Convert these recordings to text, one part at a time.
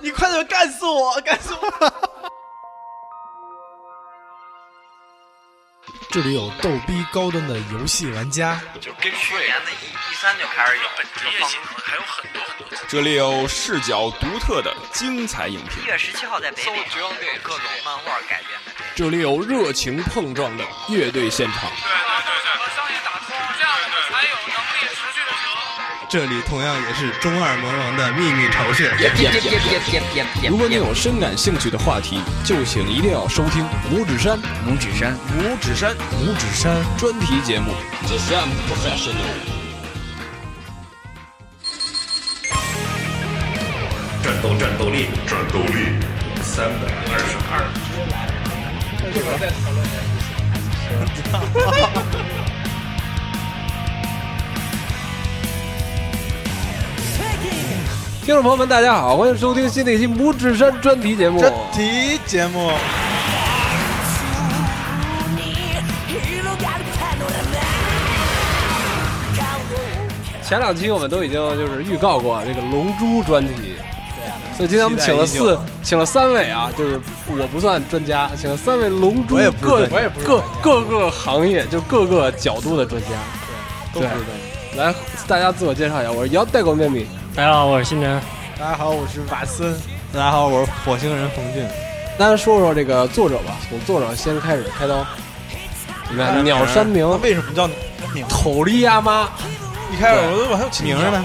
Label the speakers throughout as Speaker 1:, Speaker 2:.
Speaker 1: 你快点干死我， 干死我！
Speaker 2: 这里有逗逼高端的游戏玩家，
Speaker 3: 就跟去年的一一三就开始有职业新闻，还有很多很多。
Speaker 4: 这里有视角独特的精彩影评
Speaker 3: 一，月十七号在北美上有各种漫画改编的电影。
Speaker 5: 这里有热情碰撞的乐队现场，
Speaker 6: 对对对，把商业打通，这样我们才有能力持续的
Speaker 7: 这里同样也是中二魔王的秘密巢穴。
Speaker 5: 如果你有深感兴趣的话题，就请一定要收听拇指山
Speaker 3: 拇指山，
Speaker 4: 拇指山。
Speaker 2: 五指山。
Speaker 5: 专题节目。
Speaker 8: 战斗战斗力，战斗力三百二十二。
Speaker 5: 听众朋友们，大家好，欢迎收听新的一期拇指山专题节目。
Speaker 1: 专题节目，
Speaker 5: 前两期我们都已经就是预告过这个《龙珠》专题，所以今天我们请了
Speaker 1: 期待
Speaker 2: 啊
Speaker 1: 已
Speaker 5: 四，请了三位啊，就是我不算专家，请了三位《龙珠》
Speaker 2: 我也不是
Speaker 5: 各
Speaker 2: 专家我也不是
Speaker 5: 各各个行业就各个角度的专家。
Speaker 2: 都不是专业
Speaker 5: 来，大家自我介绍一下，我是姚代狗面米。
Speaker 9: 大家好，我是新人。
Speaker 2: 大家好，我是瓦森。
Speaker 1: 大家好，我是火星人冯俊。
Speaker 5: 大家说说这个作者吧，从作者先开始开刀。你
Speaker 2: 呃
Speaker 5: 看，鸟山明、
Speaker 1: 为什么叫名？
Speaker 5: 头利亚妈、
Speaker 1: 一开始我都往上起名儿呢。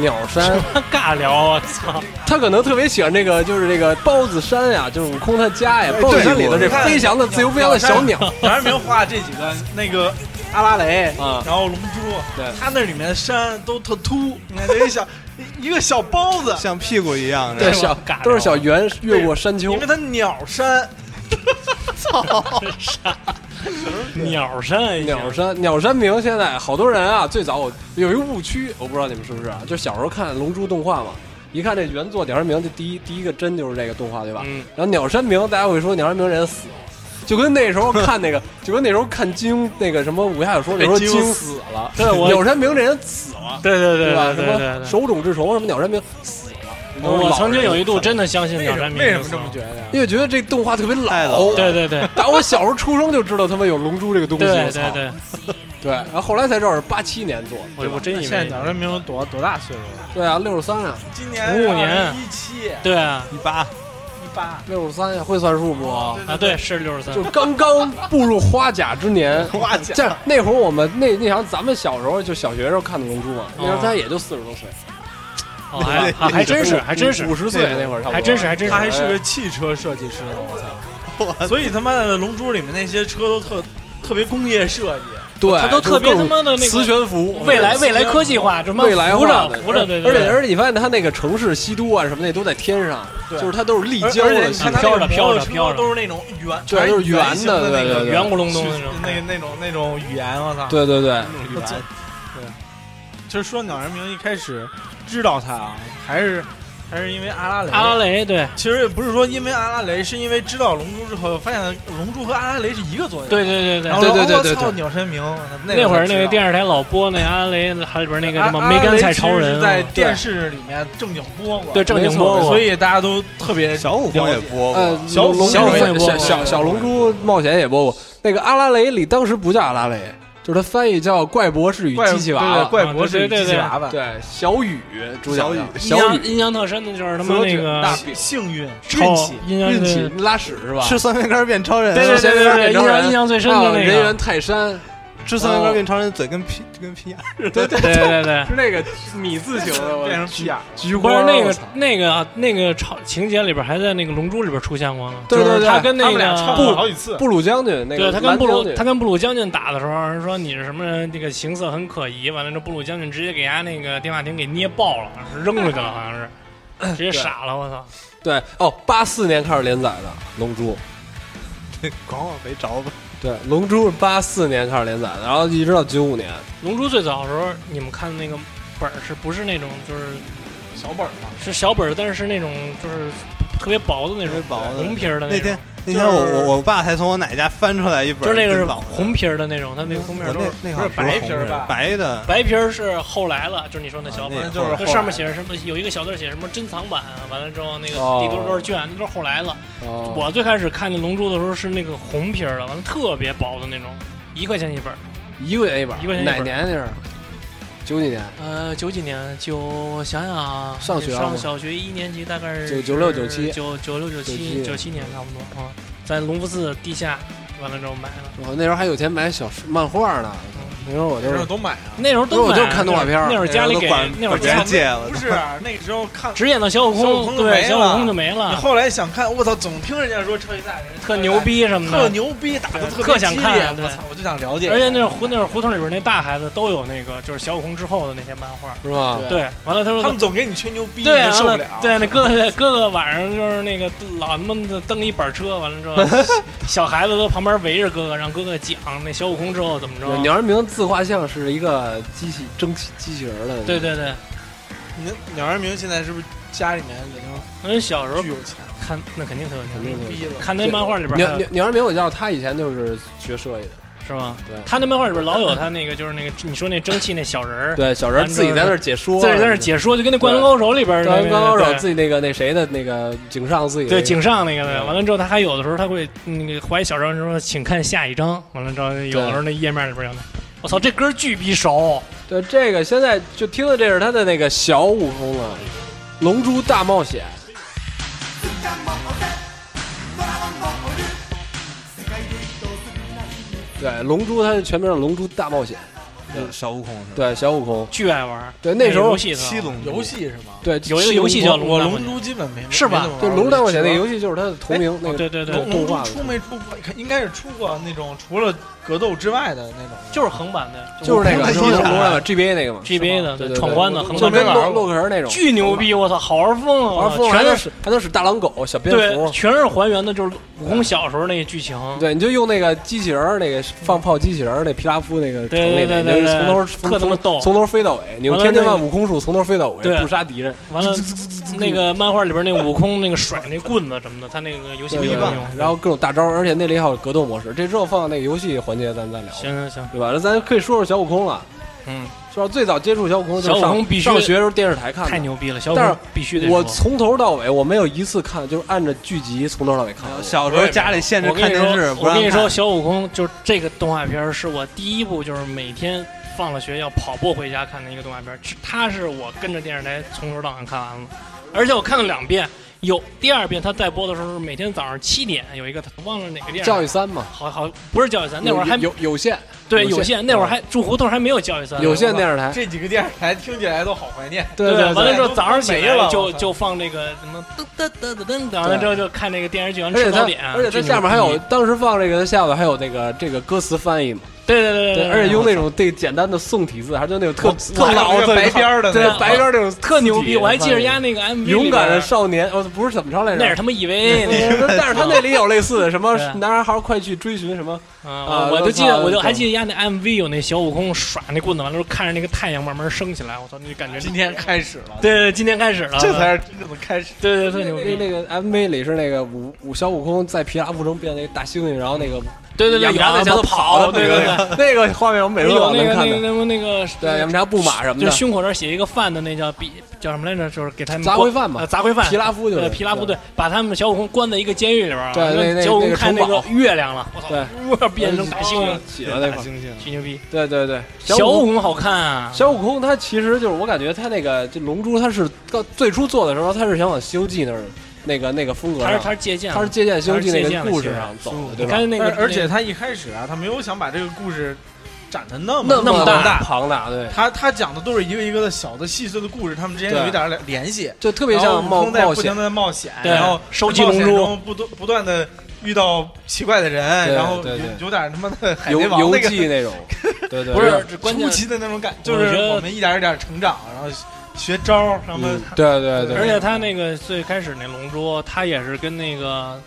Speaker 5: 鸟山，
Speaker 9: 尬聊，我操！
Speaker 5: 他可能特别喜欢这个，就是这个包子山呀，就是悟空他家呀，包子山里头这飞翔的自由飞翔的小鸟
Speaker 1: 杨世明画这几个那个阿拉蕾，
Speaker 5: 啊，
Speaker 1: 然后龙珠，
Speaker 5: 对
Speaker 1: 他那里面的山都特秃，你看这一小一个小包子，
Speaker 7: 像屁股一样的，
Speaker 5: 对小都是小
Speaker 9: 啊
Speaker 5: 圆越过山丘
Speaker 1: 因为，它鸟山，
Speaker 9: 鸟山，
Speaker 5: 鸟山鸟山明现在好多人啊，最早我有一个误区，我不知道你们是不是啊，就小时候看《龙珠》动画嘛，一看这原作鸟山明，这第一第一个帧就是这个动画对吧？
Speaker 9: 嗯，
Speaker 5: 然后鸟山明，大家会说鸟山明人死了，就跟那时候看 那个，就跟那时候看金那个什么武侠小说里说
Speaker 1: 被
Speaker 5: 金
Speaker 1: 金
Speaker 5: 死了，
Speaker 9: 对我
Speaker 5: 鸟山明这人死了，
Speaker 9: 对对对
Speaker 5: 对吧？什
Speaker 9: 对对
Speaker 5: 么
Speaker 9: 对对。
Speaker 5: 手冢治虫，什么鸟山明死了，
Speaker 9: 我曾经有一度
Speaker 5: 真，
Speaker 9: 真的相信鸟山明。
Speaker 1: 为什么这么觉
Speaker 9: 得？
Speaker 1: 得呀？
Speaker 5: 因为觉得这动画特别
Speaker 1: 太
Speaker 5: 老
Speaker 1: 老，
Speaker 9: 对对对
Speaker 5: 打我小时候出生就知道他妈有龙珠这个东西，
Speaker 9: 对
Speaker 5: 我操
Speaker 9: 对，对，
Speaker 5: 对，然后后来才知道是八七年做的，
Speaker 9: 我我真以
Speaker 1: 现在
Speaker 9: 为
Speaker 1: 鸟山明有多多大岁数了？
Speaker 5: 对啊，六十三啊，
Speaker 1: 今
Speaker 9: 05年
Speaker 1: 一七一
Speaker 9: 对啊
Speaker 1: 八一八，
Speaker 5: 六十三呀，会算数不？
Speaker 9: 啊对是六十三
Speaker 5: 就，刚刚步入花甲之 年，
Speaker 1: 花甲
Speaker 5: 这那会儿我们那那啥，咱们小时候就小学时候看的《龙珠》嘛，那时候他也就四十多岁，
Speaker 9: 哦还还还真是还真是
Speaker 5: 五十岁那会
Speaker 1: 啊
Speaker 5: 儿差不多，
Speaker 9: 还真是还真
Speaker 1: 他还
Speaker 9: 是。
Speaker 1: 是个汽车设计师呢，我操！所以他妈的《龙珠》里面那些车都特特别工业设计，
Speaker 5: 对，
Speaker 9: 他都特别
Speaker 5: 就各
Speaker 9: 他
Speaker 5: 种
Speaker 9: 妈的那
Speaker 5: 磁
Speaker 9: 个
Speaker 5: 悬浮，
Speaker 9: 未来未来科技化，什么
Speaker 5: 未来
Speaker 9: 扶
Speaker 5: 化
Speaker 9: 着
Speaker 5: 的
Speaker 9: 扶着，对对
Speaker 5: 而且
Speaker 9: 对，
Speaker 5: 而且你发现他那个城市西都啊什么的都在天上，就是它都是立
Speaker 1: 而
Speaker 5: 交
Speaker 1: 且
Speaker 5: 的
Speaker 1: 你
Speaker 5: 形
Speaker 1: 看
Speaker 9: 它
Speaker 1: 他
Speaker 5: 状，
Speaker 9: 飘
Speaker 1: 那个
Speaker 9: 着飘
Speaker 1: 摩托
Speaker 9: 着
Speaker 1: 车
Speaker 9: 飘着
Speaker 1: 都是那种圆，
Speaker 5: 对，都是
Speaker 1: 圆
Speaker 5: 圆
Speaker 1: 形
Speaker 5: 的，
Speaker 1: 的
Speaker 5: 对对对，
Speaker 9: 呃圆咕隆咚的那种。
Speaker 1: 那个那种那种语言，我操！
Speaker 5: 对对对，
Speaker 1: 那种语言， 对，就是说鸟人明一开始知道他啊，还是还是因为阿拉蕾。
Speaker 9: 阿拉蕾对
Speaker 1: 其实也不是说因为阿拉蕾，是因为知道龙珠之后，发现龙珠和阿拉蕾是一个作用。
Speaker 9: 对对对
Speaker 1: 然后
Speaker 9: 对。
Speaker 1: 说
Speaker 5: 对对对
Speaker 1: 我
Speaker 5: 对
Speaker 1: 操，
Speaker 5: 对
Speaker 1: 鸟山明，
Speaker 9: 那会儿那个
Speaker 1: 视
Speaker 9: 电视台老播那阿拉蕾，还里边那
Speaker 1: 那
Speaker 9: 个什么梅干菜超人，啊
Speaker 1: 在电视里面正经播过，
Speaker 9: 对正经
Speaker 5: 没错
Speaker 9: 播过，
Speaker 1: 所以大家都特别
Speaker 7: 小悟空也播
Speaker 5: 呃
Speaker 7: 过，，
Speaker 9: 小
Speaker 5: 龙
Speaker 9: 小
Speaker 5: 龙
Speaker 9: 龙也
Speaker 5: 小
Speaker 9: 播
Speaker 5: 小
Speaker 9: 过
Speaker 5: 小小龙珠冒险也播过，那个阿拉蕾里当时不叫阿拉蕾，就是他翻译叫怪博士与
Speaker 1: 怪
Speaker 5: 机器娃
Speaker 1: 对
Speaker 5: 娃
Speaker 1: 对，怪博
Speaker 9: 啊
Speaker 1: 士
Speaker 9: 对对对
Speaker 1: 机器娃娃，
Speaker 5: 对小雨主角叫
Speaker 9: 印
Speaker 5: 小
Speaker 9: 象
Speaker 5: 雨
Speaker 9: 印象特深的就是他们那个
Speaker 1: 大幸运
Speaker 9: 啊超
Speaker 1: 运气。
Speaker 9: 印象
Speaker 5: 运气
Speaker 9: 对
Speaker 5: 拉屎是吧？
Speaker 7: 吃酸梅干变超人，
Speaker 9: 对对对对，
Speaker 5: 人
Speaker 9: 印象印象最深
Speaker 5: 还有
Speaker 9: 的那
Speaker 5: 人
Speaker 9: 个
Speaker 5: 猿，泰山，哦
Speaker 7: 吃酸梅干变超人嘴跟屁跟屁眼儿似的，
Speaker 9: 对对对。
Speaker 5: 是那个米字形的，我
Speaker 1: 变成屁眼儿，
Speaker 5: 菊
Speaker 9: 不
Speaker 5: 花
Speaker 9: 是那
Speaker 5: 我
Speaker 9: 个
Speaker 5: 操
Speaker 9: 那个啊那个超情节里边还在那个《龙珠》里边出现过呢，
Speaker 5: 对对
Speaker 9: 就是
Speaker 5: 对
Speaker 9: 他跟那
Speaker 1: 他们俩
Speaker 9: 个
Speaker 1: 唱了好几次。
Speaker 5: 布鲁将军那
Speaker 9: 对
Speaker 5: 个
Speaker 9: 他跟布
Speaker 5: 蓝
Speaker 9: 鲁
Speaker 5: 将军
Speaker 9: 他跟布鲁将军打的时候，人说你是什么人，这个形色很可疑。完了，这布鲁将军直接给人家那个电话亭给捏爆了，扔出去了，好像是， 直接傻了，我操！
Speaker 5: 对哦，八四年开始连载的《龙珠》，
Speaker 7: 管我啊没着吧？
Speaker 5: 对，《龙珠》是八四年开始连载的，然后一直到九五年，
Speaker 9: 龙珠最早的时候，你们看那个本儿是不是那种就是小本嘛？是小本儿，但是是那种就是特别薄的那种，
Speaker 7: 薄的
Speaker 9: 红皮儿的
Speaker 7: 那
Speaker 9: 种
Speaker 7: 天那天我我我爸才从我奶家翻出来一本，
Speaker 9: 就是那个是
Speaker 7: 真老的
Speaker 9: 红皮儿的那种，它那个封面
Speaker 7: 嗯我
Speaker 9: 都是
Speaker 7: 那那
Speaker 1: 不
Speaker 7: 好
Speaker 1: 是白
Speaker 7: 像红
Speaker 1: 皮儿
Speaker 7: 的
Speaker 1: 吧
Speaker 7: 白的，
Speaker 9: 白皮儿是后来了，就是你说那小
Speaker 7: 啊那
Speaker 9: 本，
Speaker 7: 就是
Speaker 1: 后
Speaker 9: 这
Speaker 1: 来
Speaker 9: 上面写着什么，有一个小字儿写什么珍藏版，啊完了之后那个
Speaker 5: 哦
Speaker 9: 地沟多少卷，那都是后来了。
Speaker 5: 哦
Speaker 9: 我最开始看见《龙珠》的时候是那个红皮儿的，完了特别薄的那种，一块钱一本儿。
Speaker 5: 一个月一本儿，
Speaker 9: 一块钱一本
Speaker 5: 哪
Speaker 9: 儿
Speaker 5: 年那是？九几年，
Speaker 9: 呃，九几年，九我想想啊，
Speaker 5: 上学啊
Speaker 9: 上小学一年级，大概是
Speaker 5: 九96 97
Speaker 9: 九九六九七
Speaker 5: 97
Speaker 9: 九七年差不多啊，在隆福寺地下完了之后买了。
Speaker 5: 我那时候还有钱买小说漫画呢。那时候我就
Speaker 1: 那时
Speaker 5: 是
Speaker 1: 候都买啊。
Speaker 9: 那时候都
Speaker 5: 那
Speaker 9: 买
Speaker 5: 时候就看动画片儿
Speaker 9: 那会儿家里给
Speaker 7: 都管
Speaker 9: 那会儿
Speaker 7: 管别
Speaker 9: 家
Speaker 7: 人借了
Speaker 1: 不，是啊那个时候看，
Speaker 9: 只演到小悟
Speaker 1: 小悟空
Speaker 9: 空，
Speaker 1: 就
Speaker 9: 对，
Speaker 1: 没
Speaker 9: 小
Speaker 1: 了
Speaker 9: 悟空就没
Speaker 1: 你
Speaker 9: 了，
Speaker 1: 后来想看，我操，总听人家说超级赛亚人
Speaker 9: 啊特牛，逼什么
Speaker 1: 特
Speaker 9: 的。
Speaker 1: 牛逼，打的
Speaker 9: 对
Speaker 1: 特
Speaker 9: 特
Speaker 1: 别
Speaker 9: 想
Speaker 1: 激
Speaker 9: 看
Speaker 1: 烈
Speaker 9: 对
Speaker 1: 我操，我就想了解。
Speaker 9: 而且那胡那胡同里边那大孩子都有那个，就是小悟空之后的那些漫画。
Speaker 5: 是吧？
Speaker 1: 对
Speaker 9: 对，完了他说
Speaker 1: 啊他们总给你吹牛逼，你
Speaker 9: 对，完
Speaker 1: 就
Speaker 9: 了
Speaker 1: 受不了。啊
Speaker 9: 对，那哥哥哥哥晚上就是那个老他妈的蹬一板车，完了之后， 小孩子都旁边围着哥哥，让哥哥讲那小悟空之后怎么着。
Speaker 5: 鸟人明自画像是一个机器蒸汽机器人儿的，
Speaker 9: 对，对对，
Speaker 1: 你鸟人明现在是不是家里面已经
Speaker 9: 因为小时候
Speaker 1: 巨有钱了？
Speaker 9: 看那肯定特有
Speaker 5: 肯
Speaker 9: 钱
Speaker 5: 定，
Speaker 1: 逼了，
Speaker 9: 看那漫画里边还
Speaker 5: 鸟
Speaker 9: 有
Speaker 5: 鸟鸟人明，我知道他以前就是学设计的，
Speaker 9: 是吗？
Speaker 5: 对
Speaker 9: 他那漫画里边老有他那个就是那个你说那蒸汽那小人儿，
Speaker 5: 对，小人儿自己在那儿解说，
Speaker 9: 自己在那儿解说，就跟那《灌篮高手》里边儿
Speaker 5: 说，
Speaker 9: 那
Speaker 5: 灌
Speaker 9: 个
Speaker 5: 篮高手
Speaker 9: 对
Speaker 5: 自己那个那谁的那个井上自己
Speaker 9: 对井上那个的，
Speaker 5: 对
Speaker 9: 完了之后他还有的时候他会嗯那个怀疑小张说，请看下一章。完了之后有的时候那页面里边有那，我操，这歌巨逼熟，
Speaker 5: 对这个现在就听的这是他的那个小武功了，《龙珠大冒险》对，龙珠它的全名叫《龙珠大冒险
Speaker 7: 就是小悟空是》，吧？
Speaker 5: 对，小悟空，
Speaker 9: 巨爱玩。
Speaker 5: 对那时候
Speaker 9: 游戏特好
Speaker 7: 七龙珠
Speaker 1: 游戏是吗？
Speaker 5: 对，
Speaker 9: 有一个游戏叫《
Speaker 1: 我
Speaker 9: 龙
Speaker 1: 龙》，珠基本没
Speaker 9: 是吧哎哦
Speaker 5: 对《龙珠大冒险》那个游戏就是他的同名那个
Speaker 9: 对对对，
Speaker 1: 龙
Speaker 5: 动画
Speaker 1: 珠
Speaker 5: 的
Speaker 1: 出没出过？应该是出过那种除了格斗之外的那种，
Speaker 9: 就是横版的，
Speaker 5: 就是那个
Speaker 7: 我
Speaker 5: 龙珠大冒 GBA 那个嘛
Speaker 9: GBA
Speaker 5: 对对
Speaker 9: 的
Speaker 5: 对
Speaker 9: 闯关的
Speaker 5: 就
Speaker 9: 横
Speaker 5: 是
Speaker 9: 版
Speaker 5: 跟
Speaker 9: 之
Speaker 5: 洛
Speaker 9: 王，
Speaker 5: 洛克人那种，
Speaker 9: 巨牛逼，我操，好玩疯了，
Speaker 5: 玩
Speaker 9: 我
Speaker 5: 疯了，
Speaker 9: 操
Speaker 5: 还
Speaker 9: 全
Speaker 5: 能
Speaker 9: 是
Speaker 5: 使还能使大狼狗、小蝙
Speaker 9: 对，
Speaker 5: 蝠，
Speaker 9: 全是还原的，就是武功小时候那个剧情。
Speaker 5: 对，你就用那个机器人儿，那个放炮机器人儿，那皮拉夫那个城
Speaker 9: 对
Speaker 5: 里
Speaker 9: 对对
Speaker 5: 面，
Speaker 9: 对
Speaker 5: 就是从
Speaker 9: 对
Speaker 5: 头
Speaker 9: 特他妈
Speaker 5: 从
Speaker 9: 逗
Speaker 5: 从头飞到尾，你用
Speaker 9: 完了
Speaker 5: 天津
Speaker 9: 那
Speaker 5: 万
Speaker 9: 个
Speaker 5: 武功术从头飞到尾，
Speaker 9: 对
Speaker 5: 不杀敌人，
Speaker 9: 完了，那个漫画里边那悟空那个甩那棍子什么的，他那个游戏里
Speaker 5: 对
Speaker 9: 边
Speaker 5: 对
Speaker 9: 有
Speaker 5: 对然后各种大招，而且那里还有格斗模式。这之后放到那个游戏环节，咱们再聊，
Speaker 9: 行行行，
Speaker 5: 对吧？那咱可以说说小悟空了，
Speaker 9: 嗯，
Speaker 5: 说到最早接触小悟空，
Speaker 9: 小悟空必须
Speaker 5: 上学时候电视台看的
Speaker 9: 太牛逼了，小
Speaker 5: 但是
Speaker 9: 五必须得
Speaker 5: 我
Speaker 9: 说
Speaker 5: 从头到尾我没有一次看，就是按着剧集从头到尾看
Speaker 9: 哎
Speaker 5: 过。
Speaker 7: 小时候家里限制
Speaker 9: 我跟
Speaker 7: 看
Speaker 9: 你
Speaker 7: 电视，
Speaker 9: 说，
Speaker 7: 不
Speaker 9: 我
Speaker 7: 让
Speaker 9: 跟你
Speaker 7: 看
Speaker 9: 说，，小悟空就是这个动画片，是我第一部就是每天放了学要跑步回家看的一个动画片。它是我跟着电视台从头到晚看完了，而且我看了两遍。有第二遍，它在播的时候，每天早上七点有一个，忘了哪个电视
Speaker 5: 教
Speaker 9: 台，
Speaker 5: 育三嘛，
Speaker 9: 好好不是教育三，那会儿还
Speaker 5: 有有线，
Speaker 9: 对
Speaker 5: 有
Speaker 9: 有线，那会儿还住胡同还没有教育三，
Speaker 5: 有线电视台，
Speaker 1: 这几个电视台听起来都好怀念。
Speaker 5: 对
Speaker 9: 完了
Speaker 5: 对。
Speaker 9: 之后早上起
Speaker 1: 都没了
Speaker 9: 来
Speaker 1: 我
Speaker 9: 就
Speaker 1: 操
Speaker 9: 就放那个什么噔噔噔噔噔，完了之后就看那个电视剧，完了
Speaker 5: 而且
Speaker 9: 吃
Speaker 5: 它
Speaker 9: 早点，，
Speaker 5: 而且它
Speaker 9: 巨牛
Speaker 5: 下面还有，
Speaker 9: 逼
Speaker 5: 当时放这个，它下面还有那个这个歌词翻译嘛，
Speaker 9: 对对对
Speaker 5: 对，而且用那种这简单的宋体字，还是那种特
Speaker 1: 我
Speaker 5: 特
Speaker 1: 还有
Speaker 5: 老
Speaker 1: 一个
Speaker 5: 的
Speaker 1: 白边儿的那
Speaker 5: 对
Speaker 1: 个，
Speaker 5: 白边儿那种
Speaker 9: 特牛逼！我还记着
Speaker 5: 压
Speaker 9: 压那个 MV，
Speaker 5: 勇敢的
Speaker 9: 里边
Speaker 5: 少年，哦，不是怎么着来着？
Speaker 9: 那是他妈以 为那个
Speaker 5: 但是他那里有类似的什么
Speaker 9: 对
Speaker 5: 男孩儿快去追寻什么，
Speaker 9: 啊，我我就记得，我就还记得压那 MV 有那小悟空耍那棍子，完了之后看着那个太阳慢慢升起来，我操，那感觉
Speaker 1: 今天开始了，
Speaker 9: 对啊对，今天开始了，
Speaker 1: 这才是真正的开始。
Speaker 9: 对对特
Speaker 5: 那
Speaker 9: 牛
Speaker 5: 那
Speaker 9: 逼，
Speaker 5: 那个 MV 里是那个武武小悟空在皮拉布城变那个大猩猩，然后那个
Speaker 9: 对对对，
Speaker 5: 杨
Speaker 9: 有
Speaker 5: 家
Speaker 9: 在
Speaker 5: 在前头
Speaker 9: 跑，
Speaker 5: 跑
Speaker 9: 对
Speaker 5: 的那
Speaker 9: 对
Speaker 5: 个那个画面，我每
Speaker 9: 对，
Speaker 5: 次
Speaker 9: 有
Speaker 5: 都
Speaker 9: 那
Speaker 5: 能
Speaker 9: 个
Speaker 5: 看
Speaker 9: 那
Speaker 5: 的。
Speaker 9: 个那个那个
Speaker 5: 对，杨家布马什么
Speaker 9: 就是
Speaker 5: 的，
Speaker 9: 胸口那儿写一个饭的那叫比叫什么来着？就是给他们
Speaker 5: 杂
Speaker 9: 关
Speaker 5: 烩饭嘛
Speaker 9: 呃杂烩饭，
Speaker 5: 皮拉夫就是
Speaker 9: 呃皮拉夫对，把他们小悟空关在一个监狱里边儿，
Speaker 5: 对
Speaker 9: 完了
Speaker 5: 那那
Speaker 9: 小悟空
Speaker 5: 那个
Speaker 9: 看
Speaker 5: 城
Speaker 9: 那个
Speaker 5: 堡
Speaker 9: 月亮了，我操，
Speaker 5: 对
Speaker 9: 哇变成大猩猩，
Speaker 5: 起了那块儿，
Speaker 7: 星星。
Speaker 9: 巨牛逼，
Speaker 5: 对对对，
Speaker 9: 小
Speaker 5: 悟
Speaker 9: 悟空好看啊，
Speaker 5: 小悟空他其实就是我感觉他那个这龙珠他是到最初做的时候他是想往《西游记》那儿那个那个风格
Speaker 9: 他是他
Speaker 5: 上，
Speaker 9: 是借鉴了，
Speaker 5: 他是借鉴《西游记》
Speaker 9: 他是
Speaker 5: 那
Speaker 9: 借鉴
Speaker 5: 个
Speaker 9: 了
Speaker 5: 故事上走的，对
Speaker 9: 你
Speaker 5: 吧？
Speaker 9: 看那个
Speaker 1: 而，而且他一开始啊，他没有想把这个故事展的那么
Speaker 5: 那
Speaker 9: 那么大
Speaker 5: 大庞大，对，
Speaker 1: 他他讲的都是一个一个的小的细碎的故事，他们之间
Speaker 5: 对
Speaker 1: 有一点儿联系，
Speaker 5: 就特
Speaker 1: 特
Speaker 5: 别像冒
Speaker 1: 在不
Speaker 5: 冒险
Speaker 1: 停。的冒险，
Speaker 9: 对
Speaker 1: 然后
Speaker 9: 收集
Speaker 1: 冒险
Speaker 9: 龙珠
Speaker 1: 中不断不断的遇到奇怪的人，
Speaker 5: 对
Speaker 1: 然后
Speaker 5: 对对
Speaker 1: 有有点儿他妈的海
Speaker 5: 游
Speaker 1: 贼王
Speaker 5: 游
Speaker 1: 那个
Speaker 5: 记 那种，对对，
Speaker 9: 不
Speaker 5: 对
Speaker 9: 是这关
Speaker 1: 出
Speaker 9: 键，
Speaker 1: 奇的那种感，就
Speaker 9: 我觉
Speaker 1: 是
Speaker 9: 得
Speaker 1: 我们一点儿一点儿成长，然后学招儿什么。
Speaker 5: 嗯对对对，
Speaker 9: 而且他那个最开始那龙珠，他也是跟那个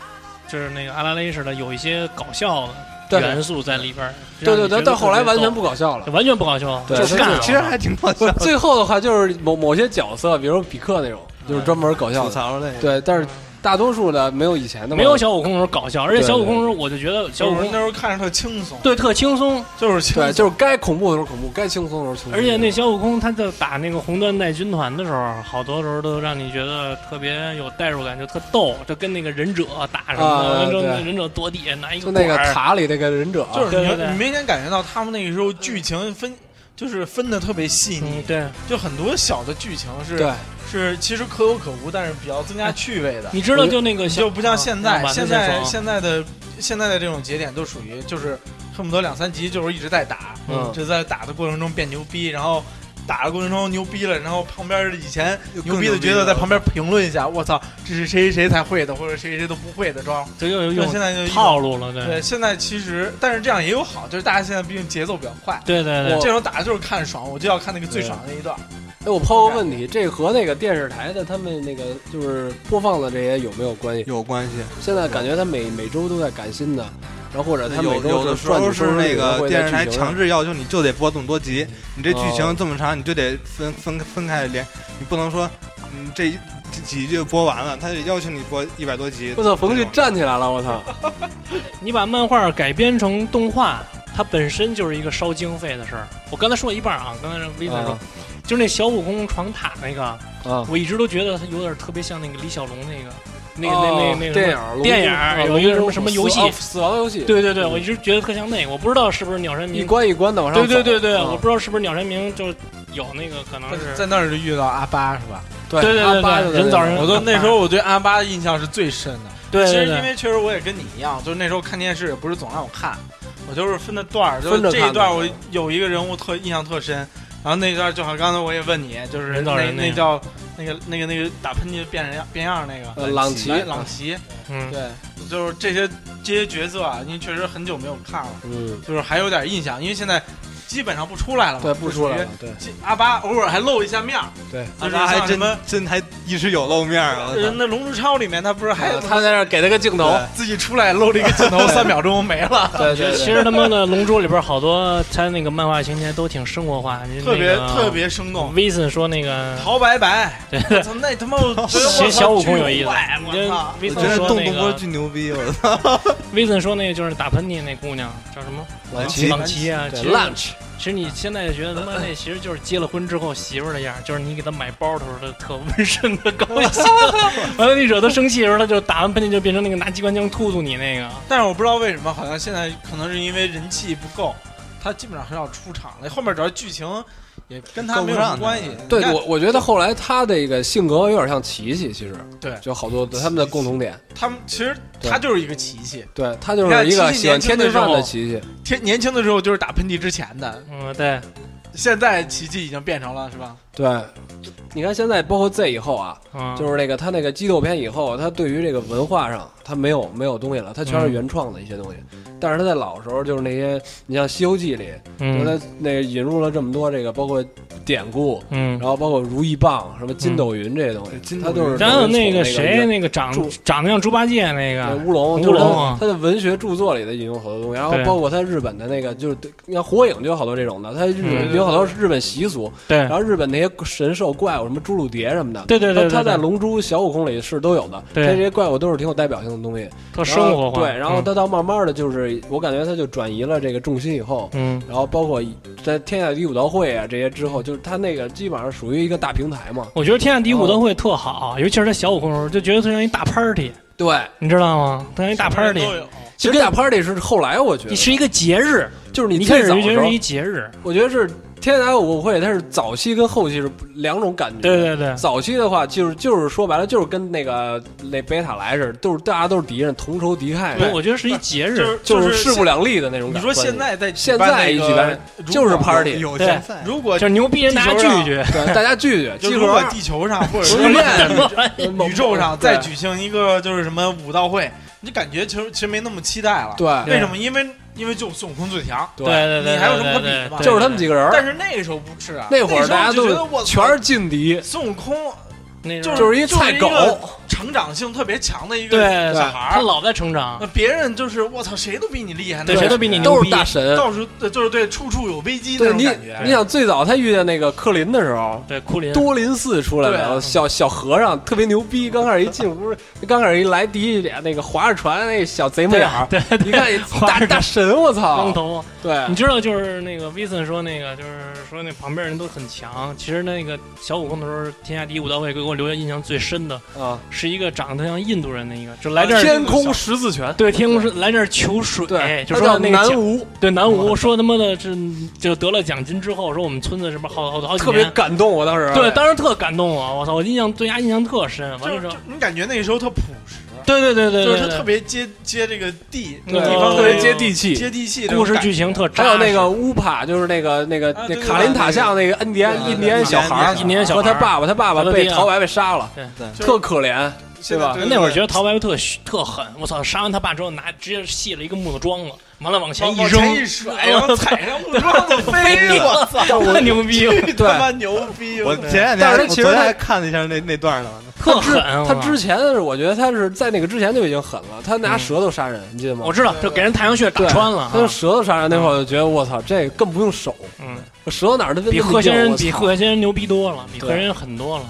Speaker 9: 就是那个阿拉蕾似的，有一些搞笑的
Speaker 5: 对
Speaker 9: 元素在里边儿，
Speaker 5: 对对
Speaker 9: 让你觉
Speaker 5: 对，
Speaker 9: 得
Speaker 5: 到后来
Speaker 9: 特别
Speaker 5: 完全
Speaker 9: 逗
Speaker 5: 不搞笑了。
Speaker 9: 完全不搞笑，
Speaker 5: 对
Speaker 9: 就是干了
Speaker 7: 其实还挺搞笑的，
Speaker 5: 最后的话就是某某些角色，比如比克那种，就是专门搞笑
Speaker 7: 吐
Speaker 5: 的。
Speaker 7: 槽那个。
Speaker 5: 对，但是大多数的没有以前那么
Speaker 9: 嗯没有小悟空的时候搞笑，而且
Speaker 5: 对
Speaker 9: 小悟空的时候我就觉得小
Speaker 1: 就
Speaker 9: 悟
Speaker 1: 是
Speaker 9: 空
Speaker 1: 那时候看着特轻松，
Speaker 9: 对特轻松，
Speaker 1: 就是轻
Speaker 5: 对，
Speaker 1: 松，
Speaker 5: 就是该恐怖的时候恐怖，该轻松的时候轻松。
Speaker 9: 而且那小悟空他在打那个红缎带军团的时候，好多时候都让你觉得特别有代入感，就特逗，就跟那个忍者打什么的，
Speaker 5: 啊
Speaker 9: 就
Speaker 5: 对
Speaker 9: 忍者躲地下拿一
Speaker 5: 就
Speaker 9: 个
Speaker 5: 那个
Speaker 9: 管儿
Speaker 5: 塔里那个忍者，
Speaker 1: 就是
Speaker 9: 对
Speaker 1: 你
Speaker 9: 对对
Speaker 1: 你明显感觉到他们那个时候剧情分就是分的特别细腻，
Speaker 9: 嗯对，
Speaker 1: 就很多小的剧情是
Speaker 5: 对，
Speaker 1: 是其实可有可无，但是比较增加趣味的。
Speaker 9: 你
Speaker 5: 嗯
Speaker 9: 知道就那个小
Speaker 1: 就不像
Speaker 9: 啊
Speaker 1: 现
Speaker 9: 啊
Speaker 1: 在，
Speaker 9: 晚
Speaker 1: 现
Speaker 9: 上
Speaker 1: 在
Speaker 9: 先说啊
Speaker 1: 现在的现在的这种节点都属于就是恨不得两三集就是一直在打，
Speaker 5: 嗯
Speaker 1: 就在打的过程中变牛逼，然后打的过程中牛逼了，然后旁边以前牛逼的角色在旁边评论一下，我操，这是谁谁谁才会的，或者谁谁谁都不会的装。
Speaker 9: 就又有一
Speaker 1: 就
Speaker 9: 种
Speaker 1: 现在就一种
Speaker 9: 套路了，对
Speaker 1: 对，现在其实但是这样也有好，就是大家现在毕竟节奏比较快，
Speaker 9: 对对对
Speaker 1: 这种打的就是看爽，我就要看那个最爽的那一段。
Speaker 5: 哎，我抛个问题，这和那个电视台的他们那个就是播放的这些有没有关系？
Speaker 7: 有关系。
Speaker 5: 现在感觉他每每周都在赶新的，然后或者他
Speaker 7: 有
Speaker 5: 每周
Speaker 7: 有的时候是那个电视台强
Speaker 5: 制
Speaker 7: 制要求你就得播这么多集，你这剧
Speaker 5: 哦
Speaker 7: 情这么长，你就得分分分开连，你不能说嗯这一这几集就播完了，他得要求你播一百多集。
Speaker 5: 我操，冯旭站起来了，我操！
Speaker 9: 你把漫画改编成动画，它本身就是一个烧经费的事儿。我刚才说一半啊，刚才是 v i 说，
Speaker 5: 啊
Speaker 9: 就是那小悟空闯塔那个，
Speaker 5: 啊，
Speaker 9: 我一直都觉得他有点特别像那个李小龙那个，那个、
Speaker 5: 哦
Speaker 9: 那那那个
Speaker 5: 电
Speaker 9: 什
Speaker 5: 影
Speaker 9: 么
Speaker 5: 儿
Speaker 9: 电影
Speaker 5: 啊
Speaker 9: 儿有一个什么什么游戏
Speaker 5: 死亡死亡游戏，
Speaker 9: 对对对，我一直觉得特像那个，我不知道是不是鸟山
Speaker 5: 一
Speaker 9: 明。
Speaker 5: 关一关的往上
Speaker 9: 对
Speaker 5: 走。
Speaker 9: 对对对，
Speaker 5: 啊
Speaker 9: 我不知道是不是鸟山明就有那个可能是。
Speaker 1: 在那儿就遇到阿巴是吧？
Speaker 5: 对
Speaker 9: 对对对
Speaker 5: 阿巴
Speaker 9: 对
Speaker 5: 的
Speaker 9: 人造人
Speaker 1: 我都那时候我对阿巴的印象是最深的。
Speaker 9: 对
Speaker 1: 其
Speaker 9: 对
Speaker 1: 实因
Speaker 9: 对，
Speaker 1: 为确实我也跟你一样，就是那时候看电视也不是总让我看，我就是分的段儿，就
Speaker 5: 分着
Speaker 1: 是
Speaker 5: 看
Speaker 1: 这一段
Speaker 5: 的嗯
Speaker 1: 我有一个人物特印象特深，然后那一段就好像刚才我也问你，就是
Speaker 9: 人造
Speaker 1: 那
Speaker 9: 人那
Speaker 1: 那叫那个那个那个打喷嚏变人样变样那个
Speaker 5: 呃朗奇
Speaker 1: 来朗奇，
Speaker 9: 嗯，
Speaker 1: 对，就是这些这些角色啊，因为确实很久没有看了，
Speaker 5: 嗯，
Speaker 1: 就是还有点印象，因为现在基本上不出来了嘛，
Speaker 5: 对，不出来了，对。
Speaker 1: 就属于。阿巴偶尔还露一下面儿，
Speaker 2: 对，
Speaker 1: 就是
Speaker 7: 他还
Speaker 1: 像什
Speaker 7: 真
Speaker 1: 么
Speaker 7: 真还一直有露面儿啊！我
Speaker 1: 呃
Speaker 7: 操
Speaker 1: 那《龙之超》里面他不是还
Speaker 5: 啊他在那儿给他个镜头，
Speaker 1: 自己出来露了一个镜 头，三秒钟没了。
Speaker 5: 对对
Speaker 9: 其
Speaker 5: 对，
Speaker 9: 实他妈的《龙珠》里边好多他那个漫画情节都挺生活化，你
Speaker 1: 特别
Speaker 9: 那个
Speaker 1: 特。别生动。
Speaker 9: Vincent 说那个
Speaker 1: 陶白白，
Speaker 9: 对
Speaker 1: 我操，那他妈 我觉得我
Speaker 9: 其实
Speaker 1: 操
Speaker 9: 小悟空有意思
Speaker 1: 巨坏，我操，
Speaker 9: 我
Speaker 7: 我觉得
Speaker 9: 说
Speaker 7: 动
Speaker 9: 那
Speaker 7: 动波
Speaker 9: 个
Speaker 7: 巨牛逼， 我操！
Speaker 9: 威森说那个就是打喷嚏那姑娘叫什么？
Speaker 5: 朗
Speaker 7: 奇
Speaker 9: 朗奇啊，
Speaker 5: 对
Speaker 9: 其实
Speaker 5: lunch，
Speaker 9: 其实你现在觉得他妈那其实就是结了婚之后媳妇儿的样儿，就是你给她买包的时候，她特温顺的高 兴，完了你惹她生气的时候，她就打完喷嚏就变成那个拿机关枪突突你那个。
Speaker 1: 但是我不知道为什么，好像现在可能是因为人气不够，他基本上很少出场了。后面主要剧情也跟他没有什么关系。
Speaker 5: 对
Speaker 1: 你看
Speaker 5: 我我觉得后来他的一个性格有点像琪琪，其实
Speaker 1: 对
Speaker 5: 就好多他们的共同点，
Speaker 1: 他们其实他就是一个琪琪，
Speaker 5: 对他就
Speaker 1: 你看
Speaker 5: 是一个
Speaker 1: 琪琪
Speaker 5: 喜欢
Speaker 1: 年轻
Speaker 5: 天
Speaker 1: 的
Speaker 5: 津
Speaker 1: 时候
Speaker 5: 饭的琪琪，
Speaker 1: 天年轻的时候就是打喷嚏之前的，
Speaker 9: 嗯，对，
Speaker 1: 现在琪琪已经变成了是吧？
Speaker 5: 对，你看现在包括 Z 以后啊，
Speaker 9: 嗯，
Speaker 5: 就是那个他那个激斗片以后，他对于这个文化上他没有没有东西了，他全是
Speaker 9: 嗯
Speaker 5: 原创的一些东西。但是他在老时候就是那些，你像《西游记》里，就是
Speaker 9: 嗯
Speaker 5: 他那个引入了这么多这个包括典故，
Speaker 9: 嗯
Speaker 5: 然，后包括如意棒、什么金斗云这些东西，他都是
Speaker 9: 然后
Speaker 5: 从那
Speaker 9: 那个谁，那个长
Speaker 5: 猪
Speaker 9: 长得像猪八戒那
Speaker 5: 对
Speaker 9: 个，
Speaker 5: 呃乌龙，
Speaker 9: 乌
Speaker 5: 就是
Speaker 9: 龙
Speaker 5: 他
Speaker 9: 啊
Speaker 5: 他的文学著作里的引用好多东西，然后
Speaker 9: 对
Speaker 5: 包括他日本的那个，就是你看《火影》就有好多这种的，他日本
Speaker 9: 嗯
Speaker 5: 有好多日本习俗，
Speaker 9: 对
Speaker 5: 然后日本那些神兽怪物，什么侏儒蝶什么的，
Speaker 9: 对对对对
Speaker 5: 他他在《
Speaker 9: 对
Speaker 5: 龙珠》《小悟空》里是都有的，
Speaker 9: 对
Speaker 5: 这些怪物都是挺有代表性的东西，
Speaker 9: 特生活化。
Speaker 5: 对，然后
Speaker 9: 嗯
Speaker 5: 他到慢慢的就是，我感觉他就转移了这个重心以后，
Speaker 9: 嗯，
Speaker 5: 然后包括在天下第一武道会啊这些之后，就是他那个基本上属于一个大平台嘛，
Speaker 9: 我觉得天下第一武斗会特好，尤其是他小悟空的时候，就觉得特像一大 party，
Speaker 5: 对，
Speaker 9: 你知道吗？特像一大 party，
Speaker 1: 都有
Speaker 5: 其实大 party 是后来我觉得
Speaker 9: 是一个节日，
Speaker 5: 就是你
Speaker 9: 你
Speaker 5: 最
Speaker 9: 开始
Speaker 5: 早
Speaker 9: 就
Speaker 5: 的
Speaker 9: 觉
Speaker 5: 时
Speaker 9: 得
Speaker 5: 候
Speaker 9: 是一节日。
Speaker 5: 我觉得是天台舞会，它是早期跟后期是不两种感觉。
Speaker 9: 对对对，
Speaker 5: 早期的话，就是就是说白了，就是跟那个那贝塔莱似的，都是大家都是敌人，同仇敌�忾
Speaker 9: 不
Speaker 5: 的，
Speaker 9: 我觉得是一节日，
Speaker 1: 就是
Speaker 5: 就是势不。两立的那种
Speaker 1: 你
Speaker 5: 感觉。
Speaker 1: 说现在在
Speaker 5: 现在一
Speaker 1: 举
Speaker 5: 举
Speaker 1: 办
Speaker 5: 办
Speaker 1: 那个
Speaker 5: 就是
Speaker 1: 如果
Speaker 5: party，
Speaker 7: 有
Speaker 9: 对
Speaker 7: 现在
Speaker 1: 如果
Speaker 9: 就是牛逼人大家
Speaker 1: 地球上
Speaker 9: 拒绝，
Speaker 5: 对大家聚聚，
Speaker 1: 就
Speaker 5: 集
Speaker 1: 如果
Speaker 5: 合
Speaker 1: 地球上或者
Speaker 5: 实
Speaker 1: 说
Speaker 5: 验，某
Speaker 1: 宇宙上再
Speaker 5: 对
Speaker 1: 举行一个就是什么武道会，你感觉其实其实没那么期待了。
Speaker 5: 对
Speaker 1: 为什么？因为因为就孙悟空最强，
Speaker 9: 对对对，
Speaker 1: 你还有什么可比的吗
Speaker 9: 对对对
Speaker 5: 就是他们几个人
Speaker 1: 但
Speaker 5: 儿，
Speaker 1: 是那个时候不是啊，
Speaker 5: 那会
Speaker 1: 时
Speaker 5: 儿
Speaker 1: 候
Speaker 5: 大家
Speaker 1: 就
Speaker 5: 都
Speaker 1: 觉得我
Speaker 5: 是全是劲敌，
Speaker 1: 孙悟空，
Speaker 9: 那
Speaker 1: 就是
Speaker 5: 就是一菜狗，
Speaker 1: 成长性特别强的一个
Speaker 9: 对，
Speaker 1: 小孩
Speaker 9: 他
Speaker 1: 儿。
Speaker 9: 老在成长
Speaker 1: 那，别人就是我操，谁都比你厉害，
Speaker 9: 对
Speaker 1: 那
Speaker 9: 谁都比你牛
Speaker 5: 都
Speaker 9: 逼
Speaker 5: 是大神。
Speaker 1: 到处对就是对处处有危机那
Speaker 5: 对
Speaker 1: 种
Speaker 5: 你
Speaker 1: 感觉，。
Speaker 5: 你想最早他遇见那个克林的时候，
Speaker 9: 对，库林
Speaker 5: 多林寺出来
Speaker 1: 对啊
Speaker 5: 的小小和尚，特别牛逼。刚开始一进屋，刚开始一来第一脸那个划着船那小贼眉眼儿，
Speaker 9: 对，对
Speaker 5: 一看一
Speaker 9: 划
Speaker 5: 大
Speaker 9: 着
Speaker 5: 大神，我操
Speaker 9: 光！头，
Speaker 5: 对
Speaker 9: 你，知道就是那个 Vison 说那个，就是说那旁边人都很强。其实那个小悟空的时候，天下第一武道会给我留下印象最深的
Speaker 5: 啊，
Speaker 9: 是一个长得特像印度人的一个，就来这儿
Speaker 5: 天空十字拳，
Speaker 9: 对天空是来这儿求水，
Speaker 5: 对，
Speaker 9: 就
Speaker 5: 他
Speaker 9: 说
Speaker 5: 叫
Speaker 9: 那个
Speaker 5: 南
Speaker 9: 奖
Speaker 5: 无，
Speaker 9: 对南
Speaker 5: 嗯
Speaker 9: 无说他妈的这就得了奖金之后，说我们村子什么好好好几
Speaker 5: 特别
Speaker 9: 年，
Speaker 5: 感动。我当时
Speaker 9: 对，当时特感动我，我操，我印象对他印象特深。完
Speaker 1: 就
Speaker 9: 了之
Speaker 1: 是
Speaker 9: 后
Speaker 1: 就，你感觉那个时候特朴实，
Speaker 9: 对对对对，
Speaker 1: 就
Speaker 9: 对
Speaker 1: 是他
Speaker 9: 对
Speaker 1: 特别接接这个地，这个
Speaker 9: 对
Speaker 1: 地
Speaker 5: 对
Speaker 1: 方
Speaker 5: 特别
Speaker 1: 这个
Speaker 5: 接地气。
Speaker 1: 接地气的
Speaker 9: 故事
Speaker 1: 感觉
Speaker 9: 剧情特
Speaker 5: 还
Speaker 9: 扎实，
Speaker 5: 有那个乌帕，就是那个那个
Speaker 1: 啊
Speaker 5: 那
Speaker 1: 对对
Speaker 5: 卡林塔像那个印第安
Speaker 2: 对对
Speaker 5: 印第安小孩儿，
Speaker 9: 印第安小孩
Speaker 5: 和
Speaker 9: 儿
Speaker 5: 他爸爸，他爸爸
Speaker 9: 格罗
Speaker 5: 被
Speaker 9: 迪亚
Speaker 5: 陶白白杀了，
Speaker 1: 就是
Speaker 5: 特可怜。
Speaker 7: 现
Speaker 5: 对吧
Speaker 7: 在对
Speaker 9: 那会儿觉得陶白白特虚特狠，我操！杀完他爸之后，拿直接卸了一个木头桩子，完了往前
Speaker 1: 往
Speaker 9: 一
Speaker 1: 往
Speaker 9: 扔，哎
Speaker 1: 前一甩，然 后踩上木桩子飞了，
Speaker 9: 特 牛逼，哦
Speaker 1: 巨他妈牛逼！
Speaker 7: 我
Speaker 1: 操
Speaker 7: 前两天
Speaker 5: 但
Speaker 7: 还
Speaker 5: 是他
Speaker 7: 我
Speaker 5: 其实
Speaker 7: 昨天
Speaker 5: 他
Speaker 7: 还看了一下那那段呢，
Speaker 9: 特
Speaker 5: 之
Speaker 9: 狠。啊
Speaker 5: 他
Speaker 9: 我操
Speaker 5: 之前是我觉得他是在那个之前就已经狠了，他拿舌头杀人，你记得吗？
Speaker 9: 我知道，就给人太阳穴打
Speaker 5: 对
Speaker 9: 穿了啊
Speaker 5: 他，用舌头杀人那会儿，我就觉得我操，这更不用手，
Speaker 9: 嗯，
Speaker 5: 我舌头哪儿都
Speaker 9: 比
Speaker 5: 贺
Speaker 9: 贺仙人比贺仙人牛逼多了，比
Speaker 5: 对
Speaker 9: 贺仙人狠多了。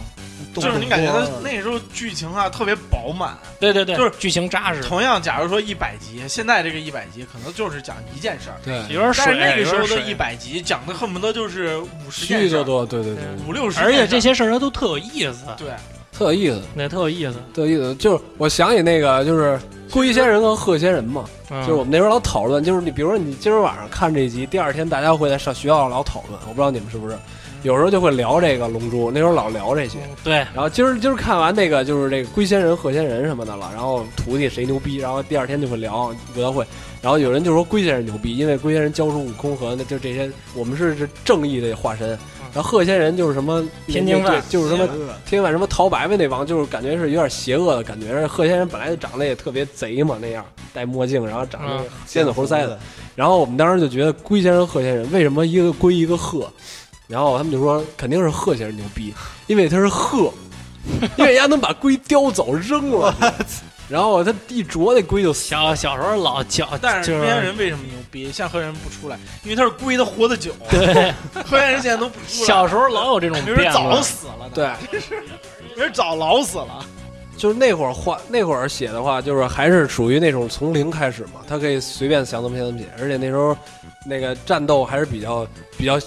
Speaker 1: 就是你感觉他那时候剧情啊特别饱满。
Speaker 9: 对对对，
Speaker 1: 就是
Speaker 9: 剧情扎实，
Speaker 1: 同样，假如说一百集，现在这个一百集可能就是讲一件事儿，
Speaker 5: 对
Speaker 9: 有点
Speaker 1: 但
Speaker 9: 水，
Speaker 1: 是那个时候
Speaker 9: 有点
Speaker 1: 的
Speaker 9: 水
Speaker 1: 一，百集讲的恨不得就是五十
Speaker 5: 虚
Speaker 1: 件事
Speaker 5: 就
Speaker 1: 儿，
Speaker 5: 多，对对对，
Speaker 1: 五六十件事儿，
Speaker 9: 而且这些事儿它都特有意思，
Speaker 1: 对
Speaker 5: 特有意思，
Speaker 9: 那特有意思。
Speaker 5: 特有意思。就是我想起那个，就是龟仙人和鹤仙人嘛，
Speaker 9: 就
Speaker 5: 就是我们那时候老讨论，就是你比如说你今儿晚上看这集，第二天大家会在上学校老讨论，我不知道你们是不是，有时候就会聊这个龙珠，那时候老聊这些。
Speaker 9: 对
Speaker 5: 然后今儿今儿看完那个就是这个龟仙人、鹤仙人什么的了，然后徒弟谁牛逼，然后第二天就会聊武道会，然后有人就说龟仙人牛逼，因为龟仙人教出悟空和那就这些我们是这正义的化身，然后鹤仙人就是什么
Speaker 9: 天津饭
Speaker 5: 对就是什么天津饭什么陶白白那帮，就是感觉是有点邪恶的感觉，而且鹤仙人本来就长得也特别贼嘛那样，戴墨镜，然后长得
Speaker 9: 嗯
Speaker 5: 尖子猴腮的，然后我们当时就觉得龟先生、鹤先生为什么一个龟一个鹤？然后他们就说肯定是鹤先生牛逼，因为他是鹤，因为人家能把龟叼走扔了。然后他一啄那龟就死，
Speaker 9: 小小时候老叫，
Speaker 1: 但是
Speaker 9: 就
Speaker 1: 黑山
Speaker 9: 是
Speaker 1: 人为什么牛逼？像黑人不出来，因为他是龟，他活得 久。
Speaker 9: 对，
Speaker 1: 黑山人现在都不出来，
Speaker 9: 小时候老有这种
Speaker 1: 没人
Speaker 9: 变
Speaker 1: 早
Speaker 9: 化。
Speaker 1: 死了呢，
Speaker 5: 对，
Speaker 1: 没人早老死了。
Speaker 5: 就是那会儿画那会儿写的话，就是还是属于那种从零开始嘛，他可以随便想怎么写怎么写，而且那时候那个战斗还是比较比较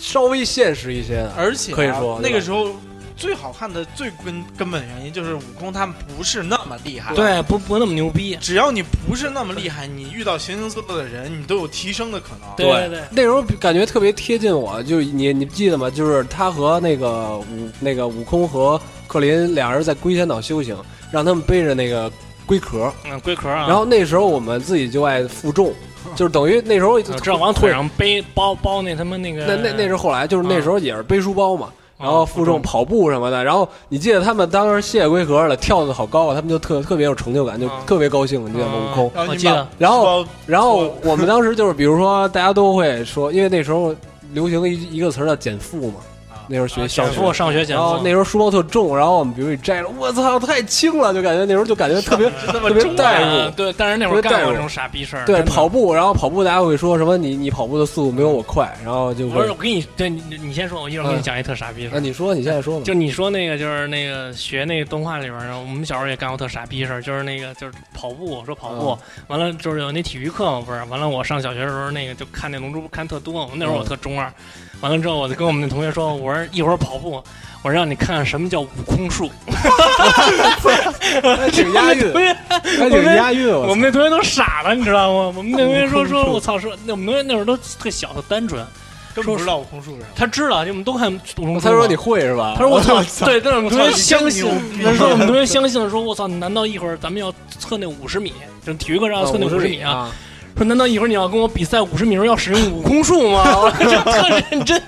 Speaker 5: 稍微现实一些的。
Speaker 1: 而且啊
Speaker 5: 可以说
Speaker 1: 那
Speaker 5: 对
Speaker 1: 个
Speaker 5: 吧
Speaker 1: 时候最好看的最根根本原因就是悟空他们不是那么厉害。，
Speaker 9: 对，不不那么牛逼。
Speaker 1: 只要你不是那么厉害，你遇到形形色色的人，你都有提升的可能。
Speaker 9: 对对对，
Speaker 5: 那时候感觉特别贴近我，就你你记得吗？就是他和那个悟那个悟空和克林俩人在龟仙岛修行，让他们背着那个龟壳。
Speaker 9: 嗯，龟壳啊，
Speaker 5: 然后那时候我们自己就爱负重，就是等于那时候
Speaker 9: 啊我知道往嗯腿上背包包那他妈那个
Speaker 5: 那那那是后来，就是那时候也是背书包嘛，
Speaker 9: 啊
Speaker 5: 然后负重跑步什么的。然后你记得他们当时卸龟壳了，跳的好高啊，他们就特特别有成就感，就
Speaker 9: 啊
Speaker 5: 特别高兴，你记得吗？悟空。
Speaker 1: 然后
Speaker 9: 我
Speaker 1: 你
Speaker 9: 记得
Speaker 5: 然后
Speaker 1: 包
Speaker 5: 然后我们当时就是，比如说大家都会说，因为那时候流行一一个词儿叫减负嘛，那时候学
Speaker 9: 啊减
Speaker 5: 上
Speaker 9: 负
Speaker 5: 学。
Speaker 9: 上学减
Speaker 5: 然后
Speaker 9: 负
Speaker 5: 那时候书包特重，然后我们比如一摘了，我操，太轻了，就感觉那时候就感觉特别特别带
Speaker 9: 啊
Speaker 5: 入，
Speaker 9: 对，但是那会儿
Speaker 5: 特别带
Speaker 9: 干过
Speaker 5: 入
Speaker 9: 这种傻逼事儿，
Speaker 5: 对
Speaker 9: 真的
Speaker 5: 跑。步，然后跑步大家会说什么你你跑步的速度没有我快，然后就
Speaker 9: 我
Speaker 5: 会
Speaker 9: 说我给你，对你你先说，我一会儿给你讲一特傻逼事
Speaker 5: 那
Speaker 9: 儿。
Speaker 5: 你说你现在说吧
Speaker 9: 就，你说那个，就是那个学那个动画里边儿的，我们小时候也干过特傻逼事儿，就是那个就是跑步，说跑
Speaker 5: 啊
Speaker 9: 步，完了就是有那体育课嘛，不是？完了我上小学的时候，那个就看那《龙珠》看特多，我那会儿我
Speaker 5: 嗯
Speaker 9: 特中二，完了之后我就跟我们那同学说，我说一会儿跑步，我让你看看什么叫悟空术，
Speaker 5: 还挺哎押 韵，还挺押韵，我
Speaker 9: 我
Speaker 5: 操
Speaker 9: 们那同学都傻了，你知道吗？我们那同学说说，我操，说那我们同学那会儿都特小，特单纯。
Speaker 1: 根本不知道悟空树是啥。
Speaker 9: 他知道，就我们都看《悟空》。
Speaker 5: 他说你，会是吧？
Speaker 9: 他说我 操，对，但是我 们同学相信
Speaker 1: 你真牛，逼
Speaker 9: 他说我们 同学相信，说我操，难道一会儿咱们要测那五十米，就是体育课上要测
Speaker 5: 五
Speaker 9: 那五十
Speaker 5: 米
Speaker 9: 米啊？，说难道一会儿你要跟我比赛五十米时候要使用悟空术吗？ 我就特认真，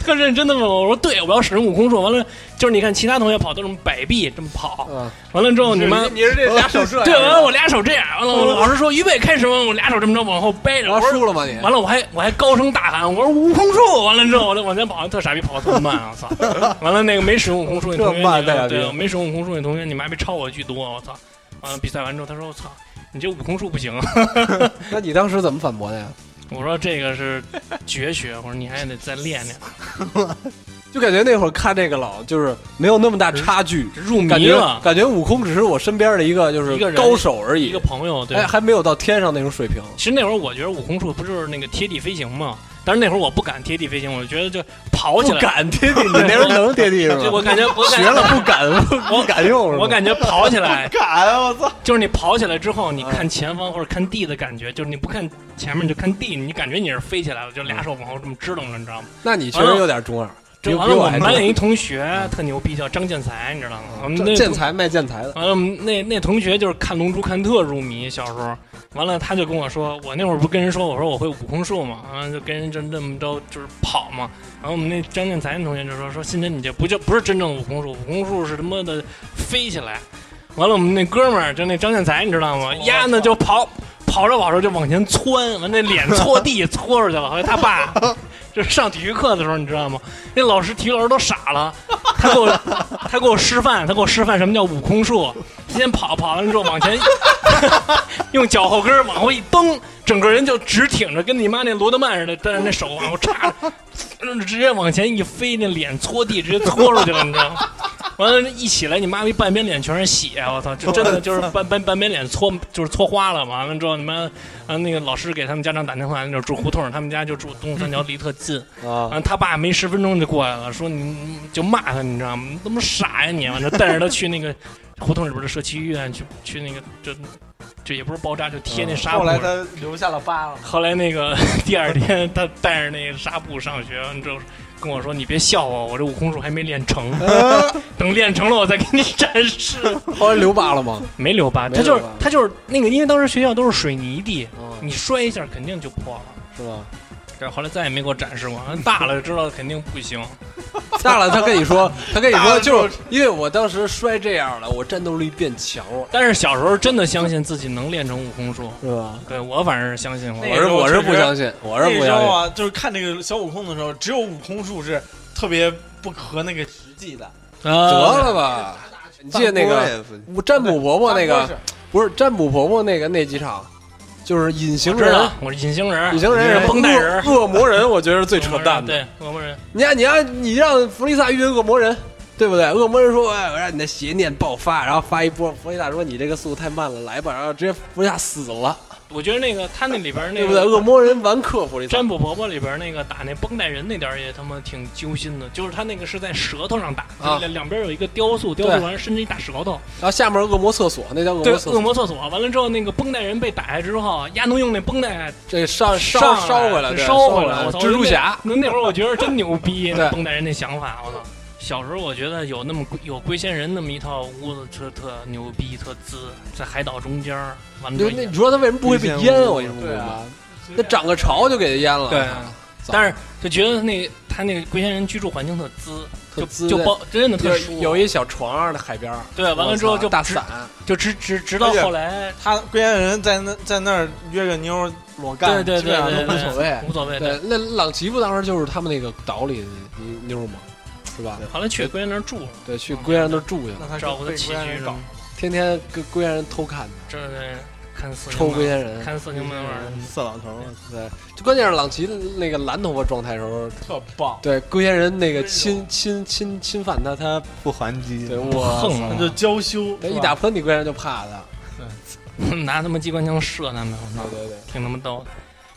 Speaker 9: 特认真的问我，我说对，我要使用悟空术。完了就是你看其他同学跑都这么摆臂这么跑，
Speaker 5: 嗯
Speaker 9: 完了之后你们
Speaker 1: 你是这 俩手这样，
Speaker 9: 对，完了我俩手这样，完了我老师说预备开始，完了我俩手这么着往后掰着，
Speaker 5: 然
Speaker 9: 我
Speaker 5: 后
Speaker 9: 说
Speaker 5: 输了吗你？
Speaker 9: 完了，我还我还高声大喊，我说悟空术！完了之后，我就往前跑，特傻逼，跑的特慢啊！我操！完了，那个没使用悟空术那同
Speaker 5: 这
Speaker 9: 学，
Speaker 5: 慢带
Speaker 9: 那
Speaker 5: 啊
Speaker 9: 个对，
Speaker 5: 这
Speaker 9: 没使用悟空术那同学，你妈逼超我巨多！我操！完了，比赛完之后，他说我操，你这悟空术不行。啊
Speaker 5: 那你当时怎么反驳的呀？
Speaker 9: 我说这个是绝学，我说你还得再练 练，
Speaker 5: 就感觉那会儿看这个老就是没有那么大差距，
Speaker 9: 入
Speaker 5: 感
Speaker 9: 迷
Speaker 5: 觉
Speaker 9: 了。
Speaker 5: 感觉悟空只是我身边的一个就
Speaker 9: 一个
Speaker 5: 是
Speaker 9: 人
Speaker 5: 高手而
Speaker 9: 一
Speaker 5: 已
Speaker 9: 个，朋友对
Speaker 5: 哎，，还没有到天上那种水平。
Speaker 9: 其实那会儿我觉得悟空术不就是那个贴地飞行吗？但是那会儿我不敢贴地飞行，我就觉得就跑起
Speaker 5: 不
Speaker 9: 来，
Speaker 5: 敢贴地，你那时候能贴地是
Speaker 9: 就我
Speaker 5: 吗？
Speaker 9: 感觉我感
Speaker 5: 学
Speaker 9: 觉
Speaker 5: 了不敢不敢用是吗？
Speaker 9: 我感觉跑起来
Speaker 1: 敢我操！
Speaker 9: 就是你跑起来之后，你
Speaker 5: 嗯
Speaker 9: 看前方或者看地的感觉，就是你不看前面，你就看地，你感觉你是飞起来了，就俩手往后这么支棱着，你知道吗？
Speaker 5: 那你确实有点中二，比
Speaker 9: 这
Speaker 5: 比
Speaker 9: 完了，
Speaker 5: 我
Speaker 9: 我
Speaker 5: 还
Speaker 9: 们
Speaker 5: 中
Speaker 9: 班有
Speaker 5: 二。
Speaker 9: 一同学特牛逼，叫张建才，你知道吗？我们那
Speaker 5: 建材卖建材的，
Speaker 9: 完了，我们那那同学就是看《龙珠》看特入迷，小时候，完了他就跟我说，我那会儿不跟人说，我说我会悟空术嘛，完了就跟人就那么着就是跑嘛。然后我们那张建才那同学就说说，新真你这不就不是真正的悟空术，悟空术是他妈的飞起来。完了，我们那哥们儿就那张建才，你知道吗？丫呢就跑跑着跑着就往前窜，完那脸搓地搓出去了。后来他爸就是上体育课的时候，你知道吗？那老师体育老师都傻了，他给我 他给我示范，他给我示范什么叫悟空术。先跑跑完之后往前， 用脚后跟儿往后一蹬，整个人就直挺着，跟你妈那罗德曼似的，但是那手往后插着， 直接往前一飞，那脸搓地，直接搓出去了，你知道吗？完了，一起来，你妈逼半边脸全是血，我操！就真的就是半半半边脸搓，就是搓花了嘛。完了之后，你妈，啊，那个老师给他们家长打电话，那就住胡同，他们家就住东三条，离特近。
Speaker 5: 啊，
Speaker 9: 完他爸没十分钟就过来了，说你就骂他，你知道吗？你怎么傻呀你？完了带着他去那个胡同里边的社区医院去去那个就就也不是包扎，就贴那纱
Speaker 1: 啊后
Speaker 9: 布。
Speaker 1: 来他留下了疤了，
Speaker 9: 后来那个 第二天他带着那个纱布上学，完之后跟我说：“你别笑我，我这悟空术还没练成， 等练成了我再给你展示。
Speaker 5: 后来留疤了吗？”
Speaker 9: 没留疤，
Speaker 5: 没
Speaker 9: 他就
Speaker 5: 留
Speaker 9: 是
Speaker 5: 疤
Speaker 9: 他就是那个，因为当时学校都是水泥地，
Speaker 5: 啊，
Speaker 9: 你摔一下肯定就破了。
Speaker 5: 是吧？
Speaker 9: 这后来再也没给我展示过，大了知道肯定不行。
Speaker 5: 大了，他跟你 说，他跟你
Speaker 1: 大
Speaker 5: 说，
Speaker 1: 了之
Speaker 5: 就
Speaker 1: 后
Speaker 5: 是因为我当时摔这样了，我战斗力变强了，
Speaker 9: 但是小时候真的相信自己能练成悟空术，
Speaker 5: 是吧？
Speaker 9: 对我反正是相信
Speaker 1: 那
Speaker 5: 我
Speaker 9: 我。
Speaker 5: 是
Speaker 1: 个时候
Speaker 5: 我是
Speaker 1: 确实
Speaker 5: 不相信，我
Speaker 1: 那
Speaker 5: 是不
Speaker 1: 时
Speaker 5: 相
Speaker 1: 候
Speaker 5: 信。
Speaker 1: 啊，就是看这个小悟空的时候，只有悟空术是特别不合那个实际的。
Speaker 5: 得
Speaker 9: 呃，
Speaker 5: 了吧，你记得那
Speaker 7: 半波
Speaker 5: 个
Speaker 7: 也不
Speaker 5: 我占卜伯伯那
Speaker 1: 当
Speaker 5: 个
Speaker 1: 时是
Speaker 5: 不是占卜伯伯那个那几场，就是隐
Speaker 9: 我
Speaker 5: 形
Speaker 9: 知
Speaker 5: 人
Speaker 9: 道。，我是啊隐形人，啊
Speaker 5: 隐形人是
Speaker 9: 绷带人
Speaker 5: 恶恶魔人，我觉得是最扯淡的。
Speaker 9: 对，恶魔人，
Speaker 5: 你看，你让你让弗利萨遇见恶魔人，对不对？恶魔人说：“哎，我让你的邪念爆发，然后发一波。”弗利萨说：“你这个速度太慢了，来吧。”然后直接弗利萨死了，
Speaker 9: 我觉得那个他那里边
Speaker 5: 对
Speaker 9: 那
Speaker 5: 不对？
Speaker 9: 个
Speaker 5: 恶魔人完克弗利萨
Speaker 9: 占，卜伯伯里边那个打那绷带人那点儿也他妈挺揪心的，就是他那个是在舌头上打，
Speaker 5: 啊
Speaker 9: 就是两两边有一个雕塑，雕
Speaker 5: 对
Speaker 9: 塑完了伸着一大舌头，
Speaker 5: 然后下面恶魔厕所，那叫恶
Speaker 9: 对
Speaker 5: 魔，厕
Speaker 9: 恶
Speaker 5: 所，
Speaker 9: 魔厕所。完了之后，那个绷带人被打下之后，丫能用那绷带
Speaker 5: 这上烧
Speaker 9: 上
Speaker 5: 啊烧回来，
Speaker 9: 就
Speaker 5: 对
Speaker 9: 烧
Speaker 5: 回
Speaker 9: 来。我操
Speaker 5: 蜘蛛侠，
Speaker 9: 那那会儿我觉得真牛 逼，
Speaker 5: 对
Speaker 9: 绷带人那想法，我操！小时候我觉得有那么龟有龟仙人那么一套屋子，特特牛逼，特滋，在海岛中间儿，完了
Speaker 5: 就
Speaker 9: 之后
Speaker 5: 那
Speaker 9: 也
Speaker 5: 你说他为什么不会被
Speaker 7: 一
Speaker 5: 淹
Speaker 7: 千
Speaker 5: 啊？
Speaker 7: 五
Speaker 5: 我跟你说
Speaker 1: 对啊
Speaker 5: 那涨个潮就给他淹了。
Speaker 9: 对啊
Speaker 5: 我操，
Speaker 9: 但是就觉得那他那个龟仙人居住环境特滋，
Speaker 5: 特
Speaker 9: 就
Speaker 5: 滋
Speaker 9: 就
Speaker 5: 对
Speaker 9: 包真的特
Speaker 5: 有
Speaker 9: 舒服
Speaker 5: 有一小床在海边儿，
Speaker 9: 对，完了之后
Speaker 5: 我
Speaker 9: 就
Speaker 5: 操大啊
Speaker 9: 直
Speaker 5: 伞，
Speaker 9: 就直直直到
Speaker 1: 而且
Speaker 9: 后来
Speaker 1: 他龟仙人在那在那儿约个妞儿裸干，
Speaker 9: 对对
Speaker 1: 基本上
Speaker 9: 对
Speaker 1: 都
Speaker 9: 对
Speaker 1: 不
Speaker 9: 对
Speaker 1: 错
Speaker 5: 无所谓。
Speaker 9: 无所谓，对
Speaker 5: 对，那朗奇夫当时就是他们那个岛里的妞嘛，是吧？
Speaker 9: 后来去龟仙人那儿住了，
Speaker 5: 对，去龟山那儿住去了，
Speaker 1: 那他
Speaker 9: 照顾
Speaker 1: 就
Speaker 9: 他
Speaker 1: 被
Speaker 9: 起
Speaker 1: 龟仙
Speaker 9: 居
Speaker 1: 人
Speaker 9: 什
Speaker 1: 搞
Speaker 9: 么，
Speaker 5: 天天跟龟山人偷看，
Speaker 9: 这看四
Speaker 5: 抽嗯龟
Speaker 9: 仙，
Speaker 5: 山人。
Speaker 9: 看四星门玩。
Speaker 7: 色老头儿，
Speaker 5: 对，就关键是朗奇那个蓝头发状态的时候，
Speaker 1: 特棒，
Speaker 5: 对龟山人那个侵侵侵侵犯他，他
Speaker 7: 不还击
Speaker 5: 对，我
Speaker 9: 横
Speaker 1: 那
Speaker 9: 了
Speaker 1: 就娇羞，
Speaker 5: 对
Speaker 1: 是
Speaker 5: 一
Speaker 1: 吧
Speaker 5: 打喷嚏龟山人就怕他。
Speaker 9: 拿他妈机关枪射他们，我操
Speaker 5: 对，对对，
Speaker 9: 挺他妈逗的。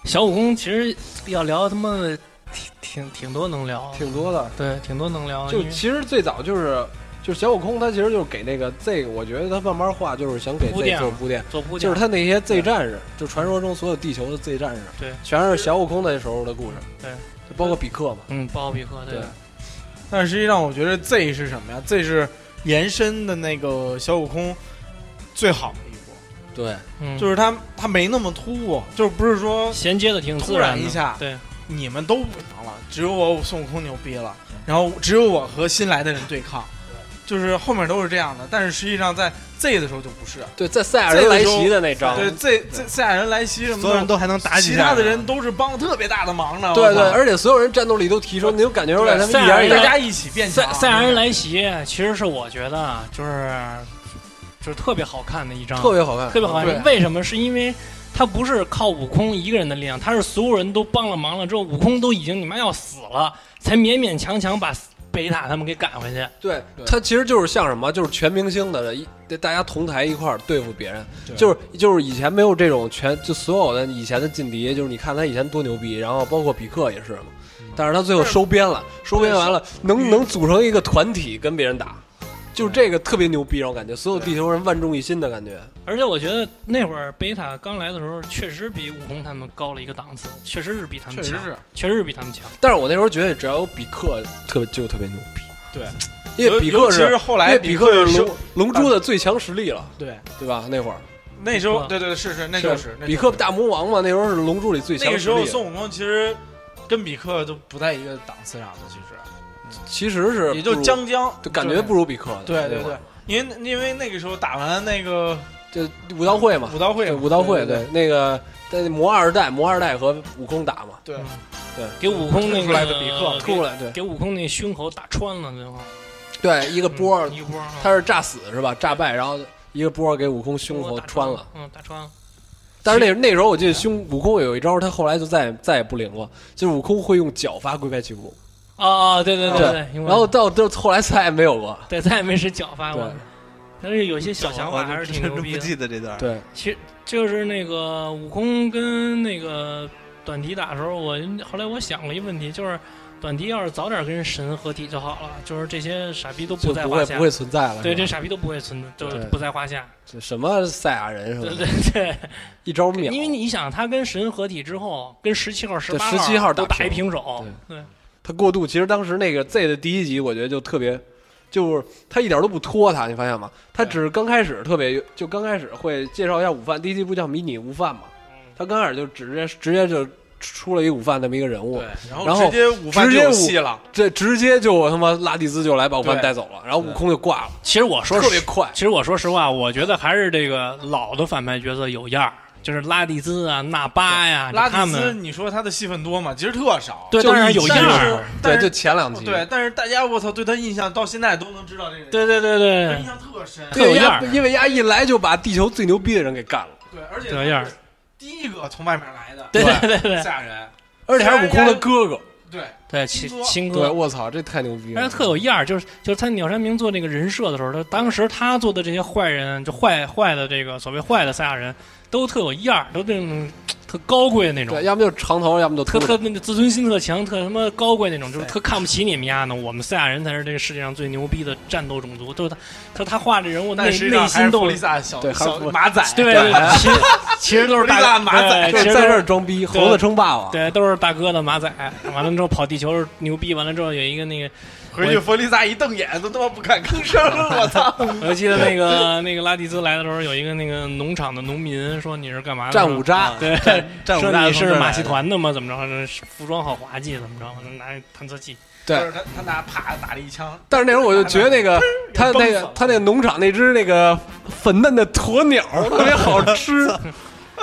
Speaker 9: 小武功其实要聊他妈的挺挺挺多能聊，
Speaker 5: 挺多的。
Speaker 9: 对，挺多能聊。
Speaker 5: 就
Speaker 9: 哦因为
Speaker 5: 其实最早就是。就是小悟空，他其实就是给那个 Z，我觉得他慢慢画就是想给
Speaker 9: 铺
Speaker 5: Z
Speaker 9: 垫
Speaker 5: 做铺垫，
Speaker 9: 做铺
Speaker 5: 就是
Speaker 9: 垫
Speaker 5: 他那些 Z 战士，就传说中所有地球的 Z 战士，
Speaker 9: 对，
Speaker 5: 全是小悟空那时候的故事，
Speaker 9: 对，
Speaker 5: 就包括比克嘛，
Speaker 9: 嗯，包皮克对
Speaker 5: 对
Speaker 1: 但实际上，我觉得 Z 是什么呀？Z 是延伸的那个小悟空最好的一波，
Speaker 5: 对，
Speaker 9: 嗯，
Speaker 1: 就是他他没那么突兀，就是不是说
Speaker 9: 衔接的挺自
Speaker 1: 突然
Speaker 9: 的
Speaker 1: 一下
Speaker 9: 对，
Speaker 1: 你们都不行了，只有我孙悟空牛逼了，
Speaker 5: 嗯
Speaker 1: 然后只有我和新来的人对抗，就是后面都是这样的，但是实际上在 Z 的时候就不是，
Speaker 5: 对，在塞尔人来袭的那招，
Speaker 1: 对 Z Z 赛亚人来袭什么的，
Speaker 7: 所有人都还能打几
Speaker 1: 其
Speaker 7: 下
Speaker 1: 他的人都是帮特别大的忙呢，
Speaker 5: 对
Speaker 1: 我
Speaker 5: 对，
Speaker 1: 操
Speaker 5: 而且所有人战斗力都提升，你有感觉出来他们一点儿一
Speaker 1: 大
Speaker 5: 点儿
Speaker 1: 家一起变
Speaker 9: 赛
Speaker 1: 强，
Speaker 9: 赛亚人来袭，其实是我觉得啊，就是就是特别好看的一张，
Speaker 5: 特别好看，
Speaker 9: 特别好
Speaker 1: 对
Speaker 9: 看。为什么？是因为他不是靠悟空一个人的力量，他是所有人都帮了忙了之后，悟空都已经你妈要死了，才勉勉强强把北塔他们给赶回去。
Speaker 5: 对，他其实就是像什么，就是全明星的，一大家同台一块儿对付别人，就是就是以前没有这种全，就所有的以前的劲敌，就是你看他以前多牛逼，然后包括比克也是嘛，
Speaker 1: 嗯
Speaker 5: 但是他最后收编了，收编完了能能组成一个团体跟别人打，就是这个特别牛逼，让我感觉所有地球人万众一心的感觉。
Speaker 9: 而且我觉得那会儿贝塔刚来的时候，确实比悟空他们高了一个档次，确实是比他们
Speaker 1: 确
Speaker 9: 强
Speaker 1: 实，是，
Speaker 9: 确实是比他们强。
Speaker 5: 但是我那时候觉得只要有比克，特别就特别牛逼，
Speaker 1: 对，
Speaker 5: 因为比
Speaker 1: 尤
Speaker 5: 克
Speaker 1: 其
Speaker 5: 是
Speaker 1: 是后
Speaker 5: 因
Speaker 1: 来
Speaker 5: 为比克是
Speaker 1: 收
Speaker 5: 龙龙珠的最强实力了，
Speaker 1: 对
Speaker 5: 对吧？那会儿。
Speaker 1: 那时
Speaker 9: 是
Speaker 1: 候
Speaker 9: 吧
Speaker 1: 对对是是那就是那
Speaker 5: 比
Speaker 1: 就是
Speaker 5: 克大魔王嘛，那时候是龙珠里最
Speaker 1: 那
Speaker 5: 强
Speaker 1: 个
Speaker 5: 实
Speaker 1: 时候
Speaker 5: 力。
Speaker 1: 孙悟空其实跟比克都不在一个档次上的，其实
Speaker 5: 其实是
Speaker 1: 也就
Speaker 5: 不如，
Speaker 1: 将将，
Speaker 5: 就感觉不如比克的。
Speaker 1: 对对
Speaker 5: 那会
Speaker 1: 对
Speaker 5: 儿，，
Speaker 1: 因为因为那个时候打完那个
Speaker 5: 这武道会嘛，
Speaker 1: 武道会
Speaker 5: 啊对
Speaker 1: 嘛，
Speaker 5: 武道会，
Speaker 1: 对
Speaker 5: 对那个在魔二代，魔二代和悟空打嘛，
Speaker 1: 对，
Speaker 9: 给悟空那个
Speaker 1: 出来的比克
Speaker 9: 给
Speaker 5: 吐出来，对
Speaker 9: 给悟空那胸口打穿了，最后
Speaker 5: 对，一个波儿
Speaker 9: 嗯，一波儿啊
Speaker 5: 他是炸死是吧？炸败，然后一个波儿给悟空胸口
Speaker 9: 打
Speaker 5: 穿了。，
Speaker 9: 嗯，打穿了。
Speaker 5: 但是那那时候我记得胸悟空有一招，他后来就再也再也不灵了，就是悟空会用脚发龟派气功，
Speaker 9: 啊啊，对对对对，因为
Speaker 5: 然后到到后来再也没有过。
Speaker 9: 对再也没使脚发
Speaker 5: 对
Speaker 9: 过。但是有些小想法还是挺
Speaker 7: 真
Speaker 9: 牛逼
Speaker 7: 不
Speaker 9: 的。
Speaker 7: 记得这段。
Speaker 5: 对，
Speaker 9: 其实就是那个悟空跟那个短笛打的时候，我后来我想了一个问题，就是短笛要是早点跟神合体就好了，就是这些傻逼都
Speaker 5: 就
Speaker 9: 在
Speaker 5: 不
Speaker 9: 话
Speaker 5: 会
Speaker 9: 下。
Speaker 5: 不会存在了。
Speaker 9: 对，这
Speaker 5: 是吧
Speaker 9: 傻逼都不会存，都
Speaker 5: 对
Speaker 9: 不在话下。
Speaker 5: 这什么赛亚人什
Speaker 9: 对
Speaker 5: 么
Speaker 9: 对
Speaker 5: 的，
Speaker 9: 对，
Speaker 5: 一招 秒。
Speaker 9: 因为你想，他跟神合体之后，跟十七号、十八
Speaker 5: 对17号
Speaker 9: 都
Speaker 5: 打
Speaker 9: 打一平手，对，
Speaker 5: 他过渡，其实当时那个 Z 的第一集，我觉得就特别，就是他一点都不拖沓，你发现吗？他只是刚开始特别，就刚开始会介绍一下午饭，第一集不叫迷你午饭嘛，
Speaker 9: 嗯
Speaker 5: 他刚开始就直接直接就出了一午饭这么一个人物
Speaker 1: 对，，
Speaker 5: 然
Speaker 1: 然后
Speaker 5: 后
Speaker 1: 直接午饭
Speaker 5: 直
Speaker 1: 就
Speaker 5: 接
Speaker 1: 有
Speaker 5: 午
Speaker 1: 戏了，
Speaker 5: 这直接就他妈拉蒂兹就来把午饭
Speaker 1: 对
Speaker 5: 带走了，然后悟空就挂了，
Speaker 9: 其实我说
Speaker 5: 特别快
Speaker 9: 其。实我说实话，我觉得还是这个老的反派角色有样儿，就是拉蒂兹啊、纳巴呀、
Speaker 1: 拉
Speaker 9: 他
Speaker 1: 蒂斯，
Speaker 9: 们
Speaker 1: 你说他的戏份多吗？其实特少，
Speaker 9: 对，
Speaker 5: 就
Speaker 9: 当然
Speaker 5: 一
Speaker 9: 有
Speaker 5: 集
Speaker 9: 样
Speaker 1: 但
Speaker 9: 儿
Speaker 1: 是，
Speaker 5: 对，
Speaker 1: 但
Speaker 5: 就是前两集，
Speaker 1: 对，但是大家我操对他印象到现在都能知道这个人，
Speaker 9: 对对对对
Speaker 1: 印，象特深，
Speaker 9: 特有
Speaker 5: 对，
Speaker 9: 样
Speaker 5: 丫
Speaker 9: 儿
Speaker 5: 因为丫一来就把地球最牛逼的人给干了，
Speaker 1: 对，而且
Speaker 9: 这样
Speaker 1: 他是第一个从外面来的，
Speaker 9: 对对对对
Speaker 1: 吓人，
Speaker 5: 而且还是悟空的哥哥。
Speaker 1: 对，
Speaker 9: 对，亲亲
Speaker 5: 对，
Speaker 9: 哥，
Speaker 5: 我操，这太牛逼
Speaker 9: 嗯但
Speaker 5: 了！
Speaker 9: 是特有样儿，就是就是他鸟山明做这个人设的时候，他当时他做的这些坏人，就坏坏的这个所谓坏的赛亚人，都特有样儿，都那种特高贵的那种
Speaker 5: 对，，要么就长头，要么就
Speaker 9: 特
Speaker 5: 秃
Speaker 9: 特
Speaker 5: 头
Speaker 9: 那个自尊心特强，特他妈高贵那种，就是特看不起你们丫的。我们赛亚人才是这个世界上最牛逼的战斗种族。就是他，他他画这人物内
Speaker 1: 但实际上
Speaker 9: 内
Speaker 1: 还
Speaker 9: 心
Speaker 1: 是
Speaker 9: 斗
Speaker 1: 弗
Speaker 9: 志
Speaker 1: 利，萨小
Speaker 5: 对还是
Speaker 1: 小
Speaker 5: 弗利
Speaker 1: 马仔，
Speaker 9: 对，其实其实都是
Speaker 1: 弗利
Speaker 9: 大
Speaker 1: 萨马仔
Speaker 9: 对
Speaker 5: 就
Speaker 9: 哎其
Speaker 5: 是
Speaker 9: 实
Speaker 5: 在
Speaker 9: 都
Speaker 5: 这
Speaker 9: 是
Speaker 5: 儿装逼，猴子称霸王。
Speaker 9: 对都是大哥的马仔。完了之后跑地球牛逼，完了之后有一个那个，
Speaker 1: 回去弗利萨一瞪眼都他妈不敢吭声，我操，
Speaker 9: 我记得那个那个拉蒂兹来的时候，有一个那个农场的农民说你是干嘛的？
Speaker 5: 战五渣，
Speaker 9: 对，
Speaker 7: 战五
Speaker 9: 说
Speaker 7: 大
Speaker 9: 你
Speaker 7: 从这
Speaker 9: 是
Speaker 7: 儿来
Speaker 9: 马
Speaker 7: 的
Speaker 9: 戏团的吗？怎么着？服装好滑稽，怎么着？完了拿着探测器，
Speaker 1: 不
Speaker 5: 对
Speaker 1: 是。他他拿啪打了一枪，
Speaker 5: 但是那时候我就觉得那个他那
Speaker 1: 崩死
Speaker 5: 个
Speaker 1: 了
Speaker 5: 他那个农场那只那个粉嫩的鸵鸟 特别好吃，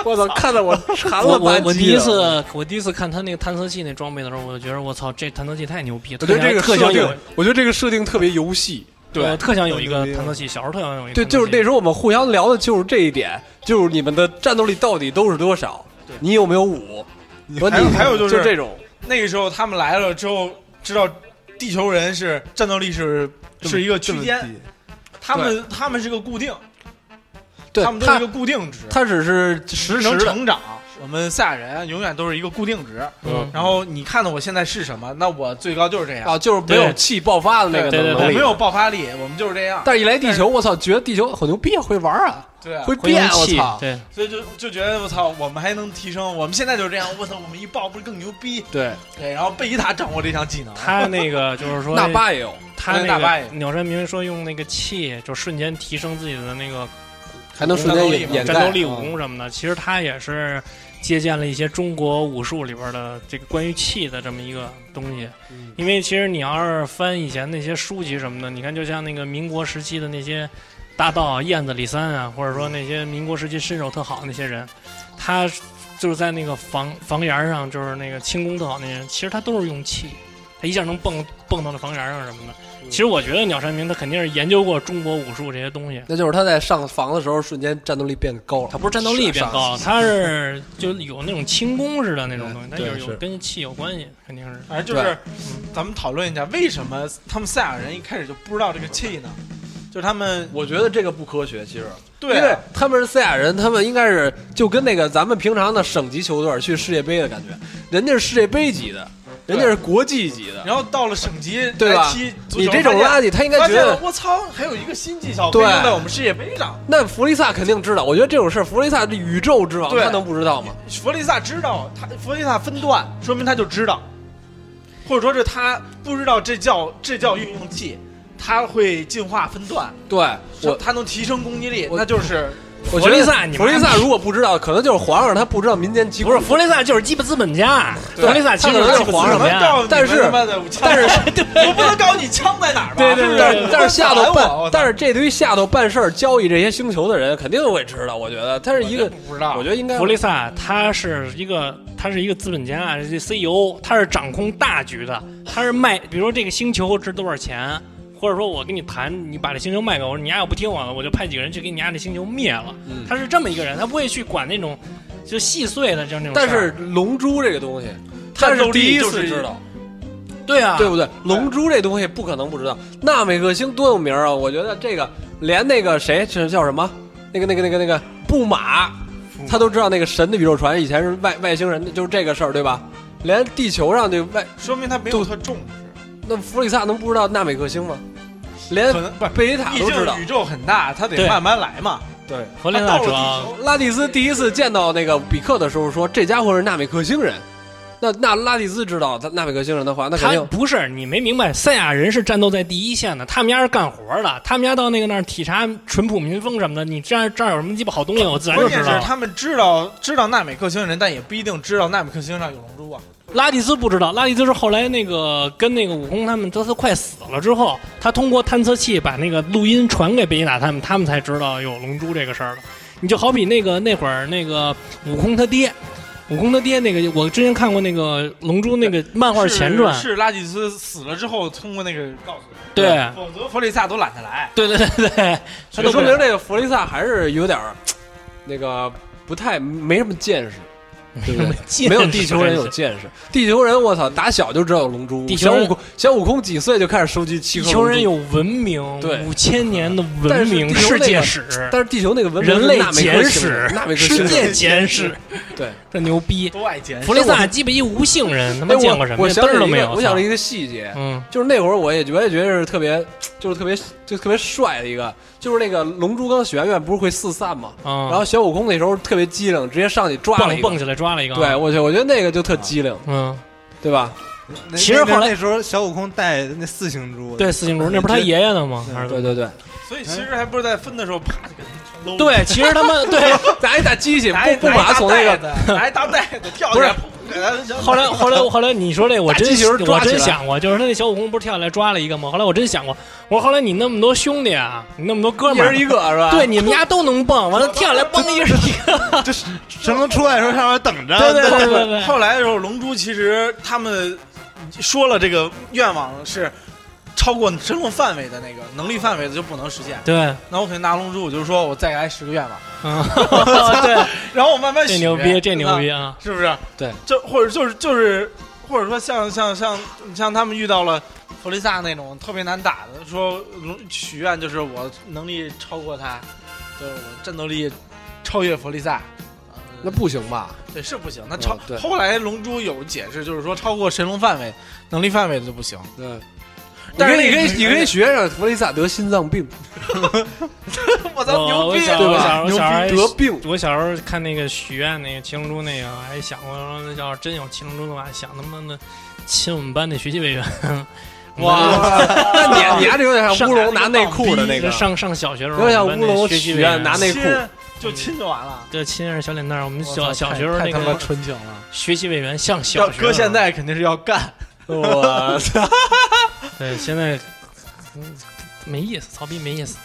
Speaker 5: 我操，看得我馋
Speaker 9: 我
Speaker 5: 了吧
Speaker 9: 我
Speaker 5: 唧的
Speaker 9: 我第一，次我第一次看他那个探测器那装备的时候，我就觉得我操，这探测器太牛逼！了！
Speaker 5: 我觉得这个
Speaker 9: 特
Speaker 5: 设
Speaker 9: 想有
Speaker 5: 定，，我觉得这个设定特别游戏。
Speaker 9: 我特想有一个
Speaker 7: 对
Speaker 9: 探测器，小时候特想有一个。
Speaker 5: 对，就是那时候我们互相聊的就是这一点，就是你们的战斗力到底都是多少？你有没有五？和
Speaker 1: 还有
Speaker 5: 你
Speaker 1: 还有就
Speaker 5: 就是这种，
Speaker 1: 那个时候他们来了之后，知道地球人是战斗力是是一个区间，他们他们是个固定，
Speaker 5: 对
Speaker 1: 他们都是一
Speaker 5: 他
Speaker 1: 个固定值，
Speaker 5: 他只是实时
Speaker 1: 能
Speaker 5: 的，
Speaker 1: 成长。我们赛亚人永远都是一个固定值，
Speaker 9: 嗯
Speaker 1: 然后你看到我现在是什么，那我最高就是这样。
Speaker 5: 啊，就是没有
Speaker 9: 对
Speaker 5: 气爆发的那个
Speaker 9: 对对
Speaker 5: 能
Speaker 9: 对
Speaker 5: 力。
Speaker 1: 我没有爆发力，我们就是这样。
Speaker 5: 但是一来地球，我操，觉得地球好牛逼啊，会玩啊，
Speaker 1: 对啊，
Speaker 5: 会
Speaker 9: 回
Speaker 5: 变，
Speaker 9: 容
Speaker 5: 我
Speaker 9: 器
Speaker 5: 操，
Speaker 9: 对，
Speaker 1: 所以就就觉得我操，我们还能提升。我们现在就是这样，我操，我们一爆不是更牛逼？
Speaker 5: 对，
Speaker 1: 对，然后贝塔掌握这项技能，
Speaker 9: 他那个就是 说，
Speaker 5: 那巴也有，
Speaker 9: 他
Speaker 1: 纳
Speaker 9: 那
Speaker 1: 巴也
Speaker 9: 个鸟山明说用那个气，就瞬间提升自己的那个
Speaker 5: 还能瞬间掩掩
Speaker 9: 战斗
Speaker 5: 盖。嗯
Speaker 9: 力武功什么的，其实他也是借鉴了一些中国武术里边的这个关于气的这么一个东西。
Speaker 5: 嗯
Speaker 9: 因为其实你要是翻以前那些书籍什么的，你看就像那个民国时期的那些大盗啊燕子李三啊，或者说那些民国时期身手特好的那些人，他就是在那个房房檐上，就是那个轻功特好那些人，其实他都是用气，他一下能蹦蹦到那房檐上什么的。
Speaker 5: 嗯
Speaker 9: 其实我觉得鸟山明他肯定是研究过中国武术这些东西，
Speaker 5: 那就是他在上房的时候，瞬间战斗力变高了。
Speaker 9: 它不是战斗力变
Speaker 5: 啊
Speaker 9: 高，它是就有那种轻功似的那种东西，它
Speaker 5: 对
Speaker 9: 有有
Speaker 5: 是
Speaker 9: 跟气有关系，肯定是。
Speaker 1: 反正就是，咱们讨论一下为什么他们赛亚人一开始就不知道这个气呢？就是他们
Speaker 5: 我觉得这个不科学，其实，
Speaker 1: 对
Speaker 5: 因为
Speaker 1: 啊
Speaker 5: 他们是赛亚人，他们应该是就跟那个咱们平常的省级球队去世界杯的感觉，人家是世界杯级的，人家是国际级的，
Speaker 1: 然后到了省级
Speaker 5: 对吧
Speaker 1: 来踢？足球，
Speaker 5: 你这种
Speaker 1: 发
Speaker 5: 垃
Speaker 1: 现
Speaker 5: 圾，他应该
Speaker 1: 发
Speaker 5: 觉
Speaker 1: 现了
Speaker 5: 得，
Speaker 1: 我操，还有一个新技巧可
Speaker 5: 对
Speaker 1: 以用在我们世界杯上。
Speaker 5: 那弗利萨肯定知道。我觉得这种事儿，弗利萨这宇宙之王，
Speaker 1: 对
Speaker 5: 他能不知道吗？
Speaker 1: 弗利萨知道，他弗利萨分段，说明他就知道，或者说是他不知道这叫这叫运用技，他会进化分段，
Speaker 5: 对我，
Speaker 1: 他能提升攻击力，
Speaker 5: 我
Speaker 1: 那就是
Speaker 5: 我觉
Speaker 9: 弗
Speaker 5: 得
Speaker 9: 利萨你
Speaker 5: 弗
Speaker 9: 妈
Speaker 5: 利萨如果不知道，可能就是皇上他不知道民间疾苦。
Speaker 9: 不是弗雷萨就是鸡巴资本家，弗雷萨其实
Speaker 5: 他可能
Speaker 9: 是
Speaker 5: 是皇上
Speaker 9: 怎么样？
Speaker 1: 告诉你
Speaker 5: 但是
Speaker 1: 他妈的，
Speaker 5: 但是
Speaker 1: 我不能告诉你枪在哪儿吧？
Speaker 9: 对对对
Speaker 5: 但是但是下头
Speaker 1: 我
Speaker 5: 办
Speaker 1: 操，
Speaker 5: 但是这堆下头办事儿交易这些星球的人肯定会知道，我觉得他是一个，
Speaker 9: 不知道
Speaker 5: 我觉得应该
Speaker 9: 弗雷萨他是一个，他是一个资本家，这 CEO，他是掌控大局的，他是卖，比如说这个星球值多少钱，或者说我跟你谈，你把这星球卖给我，你丫要不听我的，我就派几个人去给你丫这星球灭了。
Speaker 5: 嗯
Speaker 9: 他是这么一个人，他不会去管那种就细碎的这种事儿。
Speaker 5: 但是龙珠这个东西，他
Speaker 9: 战斗
Speaker 5: 是
Speaker 9: 力
Speaker 5: 第一
Speaker 9: 就
Speaker 5: 次
Speaker 9: 是
Speaker 5: 知道，
Speaker 9: 对啊，
Speaker 5: 对不对？龙珠这东西不可能不知道。纳美克星多有名啊！我觉得这个连那个谁这叫什么，那个那个那个那个布马，他都知道那个神的宇宙船以前是外外星人的，就是这个事儿，对吧？连地球上的外，
Speaker 1: 说明他没有特重 视，
Speaker 5: 那弗里萨能不知道纳美克星吗？连
Speaker 1: 可能不是。
Speaker 5: 贝塔
Speaker 1: 毕
Speaker 5: 都知道
Speaker 1: 竟宇。宙很大，他得
Speaker 9: 对
Speaker 1: 慢慢来嘛。
Speaker 5: 对，
Speaker 9: 弗雷
Speaker 1: 他
Speaker 9: 萨
Speaker 1: 到
Speaker 9: 主
Speaker 1: 了
Speaker 9: 要
Speaker 1: 地球，
Speaker 5: 拉蒂斯第一次见到那个比克的时候说：“这家伙是纳美克星人。”那那拉蒂斯知道他纳美克星人的话，那肯
Speaker 9: 他
Speaker 5: 定
Speaker 9: 不是你没明白，赛亚人是战斗在第一线的，他们家是干活的，他们家到那个那儿体察淳朴民风什么的，你这样这儿有什么鸡巴好东西，我自然就
Speaker 1: 关
Speaker 9: 知
Speaker 1: 键
Speaker 9: 道
Speaker 1: 是
Speaker 9: 了。
Speaker 1: 他们知道知道纳美克星人，但也不一定知道纳美克星上有龙珠啊。
Speaker 9: 拉蒂斯不知道，拉蒂斯是后来那个跟那个悟空他们都是快死了之后，他通过探测器把那个录音传给贝吉塔他们，他们才知道有龙珠这个事儿的。你就好比那个那会儿那个悟空他爹，悟空他爹那个，我之前看过那个龙珠那个漫画前传，
Speaker 1: 是是拉蒂斯死了之后通过那个告诉你，
Speaker 9: 对
Speaker 1: 否则弗利萨都懒得来。
Speaker 9: 对对对对，啊他
Speaker 5: 就
Speaker 9: 都
Speaker 5: 说
Speaker 9: 不
Speaker 5: 明这个弗利萨还是有点儿那个不太没什么见识，对不对？
Speaker 9: 见
Speaker 5: 没有
Speaker 9: 识
Speaker 5: 地球人有见识，地球人我操，打小就知道有龙珠。
Speaker 9: 地球
Speaker 5: 小
Speaker 9: 人
Speaker 5: 悟空，小悟空几岁就开始收集七
Speaker 9: 地
Speaker 5: 颗
Speaker 9: 球
Speaker 5: 龙珠
Speaker 9: 人有，文明，
Speaker 5: 对
Speaker 9: 五千年的
Speaker 5: 但
Speaker 9: 文
Speaker 5: 是
Speaker 9: 明
Speaker 5: 地球
Speaker 9: 世
Speaker 5: 那
Speaker 9: 界
Speaker 5: 个
Speaker 9: 史，
Speaker 5: 但是地球那个文明
Speaker 9: 人类
Speaker 5: 纳美克
Speaker 9: 简
Speaker 5: 星
Speaker 9: 史
Speaker 5: 人纳美，克星
Speaker 9: 世
Speaker 5: 人
Speaker 9: 界简史，
Speaker 5: 对。
Speaker 9: 这牛逼！
Speaker 1: 都爱捡
Speaker 9: 弗雷萨基本一无姓人，他
Speaker 5: 哎哎
Speaker 9: 妈
Speaker 5: 我
Speaker 9: 见过什么
Speaker 5: 我
Speaker 9: 呀
Speaker 5: 想
Speaker 9: 嘚
Speaker 5: 起
Speaker 9: 儿
Speaker 5: 了
Speaker 9: 都
Speaker 5: 一
Speaker 9: 没
Speaker 5: 个，
Speaker 9: 有。
Speaker 5: 我想了一个细节，
Speaker 9: 嗯，
Speaker 5: 就是那会儿我也觉得觉得是特别，就是特别就特别帅的一个，就是那个龙珠跟许愿愿不是会四散嘛，
Speaker 9: 啊
Speaker 5: 然后小悟空那时候特别机灵，直接上去抓了
Speaker 9: 蹦
Speaker 5: 一个，
Speaker 9: 蹦起来抓了一个。啊
Speaker 5: 对，我去，我觉得那个就特机灵，
Speaker 9: 嗯，
Speaker 5: 对吧？
Speaker 7: 那
Speaker 9: 其实后来
Speaker 7: 那时候小悟空带那四星珠，
Speaker 9: 对，四星珠那不是他爷爷的吗？还是
Speaker 5: 对对对，
Speaker 1: 所以其实还不是在分的时候啪就给他们全搂。，
Speaker 9: 对，其实他 们 对。
Speaker 5: 打一打机器，
Speaker 1: 拿一
Speaker 5: 不不马从那
Speaker 1: 拿一
Speaker 5: 个
Speaker 1: 大袋子拿一大袋子跳起来，砰给他
Speaker 9: 后来，后来，后来，你说这我
Speaker 5: 打
Speaker 9: 真
Speaker 5: 机器人抓
Speaker 9: 我
Speaker 5: 起来
Speaker 9: 真想过，就是他那小悟空不是跳下来抓了一个吗？后来我真想过，我说后来你那么多兄弟啊，你那么多哥
Speaker 5: 一
Speaker 9: 们儿
Speaker 5: 人，一个是吧？
Speaker 9: 对，你们家都能蹦，完了跳 下来嘣一声，
Speaker 7: 就是神龙出来的时候上面等着，
Speaker 9: 对对对对对，
Speaker 1: 后来的时候，龙珠其实他们说了这个愿望是超过神龙范围的那个能力范围的就不能实现。
Speaker 9: 对，
Speaker 1: 那我肯定拿龙珠，我就说我再来十个愿望，
Speaker 9: 嗯， 对，
Speaker 1: 然后我慢慢
Speaker 9: 这
Speaker 1: 许
Speaker 9: 牛逼，这
Speaker 1: 对
Speaker 9: 牛
Speaker 1: 吧
Speaker 9: 逼啊！
Speaker 1: 是不是？
Speaker 5: 对，
Speaker 1: 就或者就是就是，或者说像像像像他们遇到了弗利萨那种特别难打的，说龙许愿就是我能力超过他，就是我战斗力超越弗利萨。呃
Speaker 5: 那不行吧？
Speaker 1: 对是不行，那超、
Speaker 5: 哦对
Speaker 1: 后来龙珠有解释，就是说超过神龙范围、能力范围的就不行。
Speaker 5: 嗯，
Speaker 1: 但是
Speaker 5: 你可以
Speaker 1: 那个
Speaker 5: 你可以你可以学上弗雷萨得心脏病，
Speaker 1: 我操，
Speaker 9: 我
Speaker 1: 牛
Speaker 9: 我
Speaker 1: 逼
Speaker 9: 小
Speaker 1: 啊！
Speaker 5: 对
Speaker 9: 我
Speaker 5: 吧
Speaker 9: 小我小时候还
Speaker 5: 得病。
Speaker 9: 我小时候看那个许愿那个七龙珠那个，还想过说那要是真有七龙珠的话，想他妈的亲我们班那学习委员，哇，
Speaker 5: 那 你你还得有点像乌龙拿内裤的那
Speaker 9: 这
Speaker 5: 个，
Speaker 9: 上上小学时候
Speaker 5: 有点像
Speaker 9: 我们
Speaker 5: 乌龙
Speaker 9: 学习
Speaker 5: 许
Speaker 9: 委员
Speaker 5: 愿拿内裤，嗯
Speaker 1: 亲就亲就完了。
Speaker 9: 对亲着小脸蛋儿，我们
Speaker 1: 我
Speaker 9: 小
Speaker 1: 操
Speaker 9: 小
Speaker 1: 太
Speaker 9: 学时候
Speaker 1: 太
Speaker 9: 那
Speaker 1: 他妈
Speaker 9: 个
Speaker 1: 纯情了，
Speaker 9: 学习委员像小
Speaker 1: 要
Speaker 9: 学，
Speaker 1: 搁现在肯定是要干。
Speaker 5: 我操！
Speaker 9: 对现在嗯没意思，曹逼没意思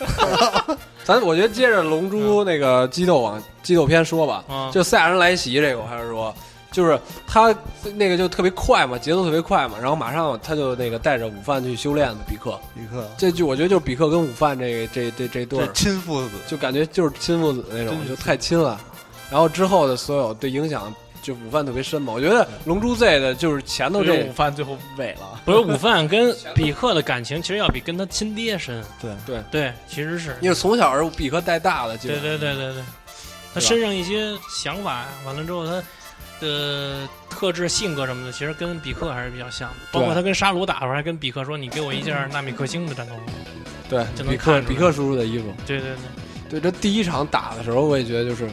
Speaker 5: 咱我觉得接着《龙珠》那个激斗往激斗篇说吧，
Speaker 9: 啊，
Speaker 5: 就赛亚人来袭这个，我还是说，就是他那个就特别快嘛，节奏特别快嘛，然后马上他就那个带着午饭去修炼的比克，
Speaker 7: 一刻，
Speaker 5: 这就我觉得就是比克跟午饭这这这这对儿
Speaker 7: 这，亲父子，
Speaker 5: 就感觉就是亲父子那种，
Speaker 7: 真是
Speaker 5: 就太亲了。然后之后的所有对影响就午饭特别深嘛，我觉得《龙珠 Z》的就是前头
Speaker 1: 这
Speaker 5: 这
Speaker 1: 午饭最后萎了，
Speaker 9: 不是午饭跟比克的感情其实要比跟他亲爹深，
Speaker 7: 对
Speaker 5: 对
Speaker 9: 对，其实是
Speaker 5: 因为从小是比克带大的，基
Speaker 9: 对
Speaker 5: 本
Speaker 9: 对对对对，他
Speaker 5: 对吧
Speaker 9: 身上一些想法，完了之后他的特质、性格什么的，其实跟比克还是比较像的。包括
Speaker 5: 对
Speaker 9: 他跟沙鲁打的时候，还跟比克说：“你给我一件纳米克星的战斗服。
Speaker 5: 对
Speaker 9: 就能
Speaker 5: 比克
Speaker 9: 看出
Speaker 5: 比
Speaker 9: 来
Speaker 5: 克叔叔的衣服。”
Speaker 9: 对对对，
Speaker 5: 对，这第一场打的时候，我也觉得就是